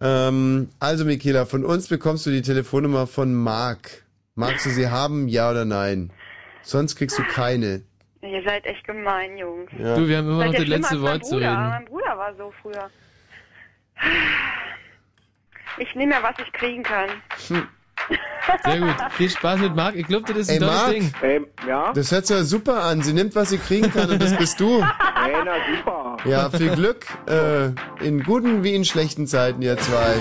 Speaker 3: Ähm, also Mikela, von uns bekommst du die Telefonnummer von Marc. Magst du sie haben, ja oder nein? Sonst kriegst du keine.
Speaker 14: Ihr seid echt gemein, Jungs.
Speaker 3: Ja. Du, wir haben immer
Speaker 14: Seid
Speaker 3: noch
Speaker 14: ihr
Speaker 3: das
Speaker 14: schlimmer
Speaker 3: letzte
Speaker 14: als mein
Speaker 3: Wort zu
Speaker 14: Bruder.
Speaker 3: reden.
Speaker 14: Mein Bruder war so früher. Ich nehme ja, was ich kriegen kann.
Speaker 3: Hm.
Speaker 4: Sehr gut. Viel Spaß mit Marc. Ich glaube, das ist ein
Speaker 3: Ey,
Speaker 4: tolles
Speaker 3: Marc.
Speaker 4: Ding.
Speaker 20: Ähm, ja?
Speaker 3: Das hört sich ja super an. Sie nimmt, was sie kriegen kann und das bist du.
Speaker 20: Ey, na super.
Speaker 3: Ja, viel Glück äh, in guten wie in schlechten Zeiten, ihr zwei.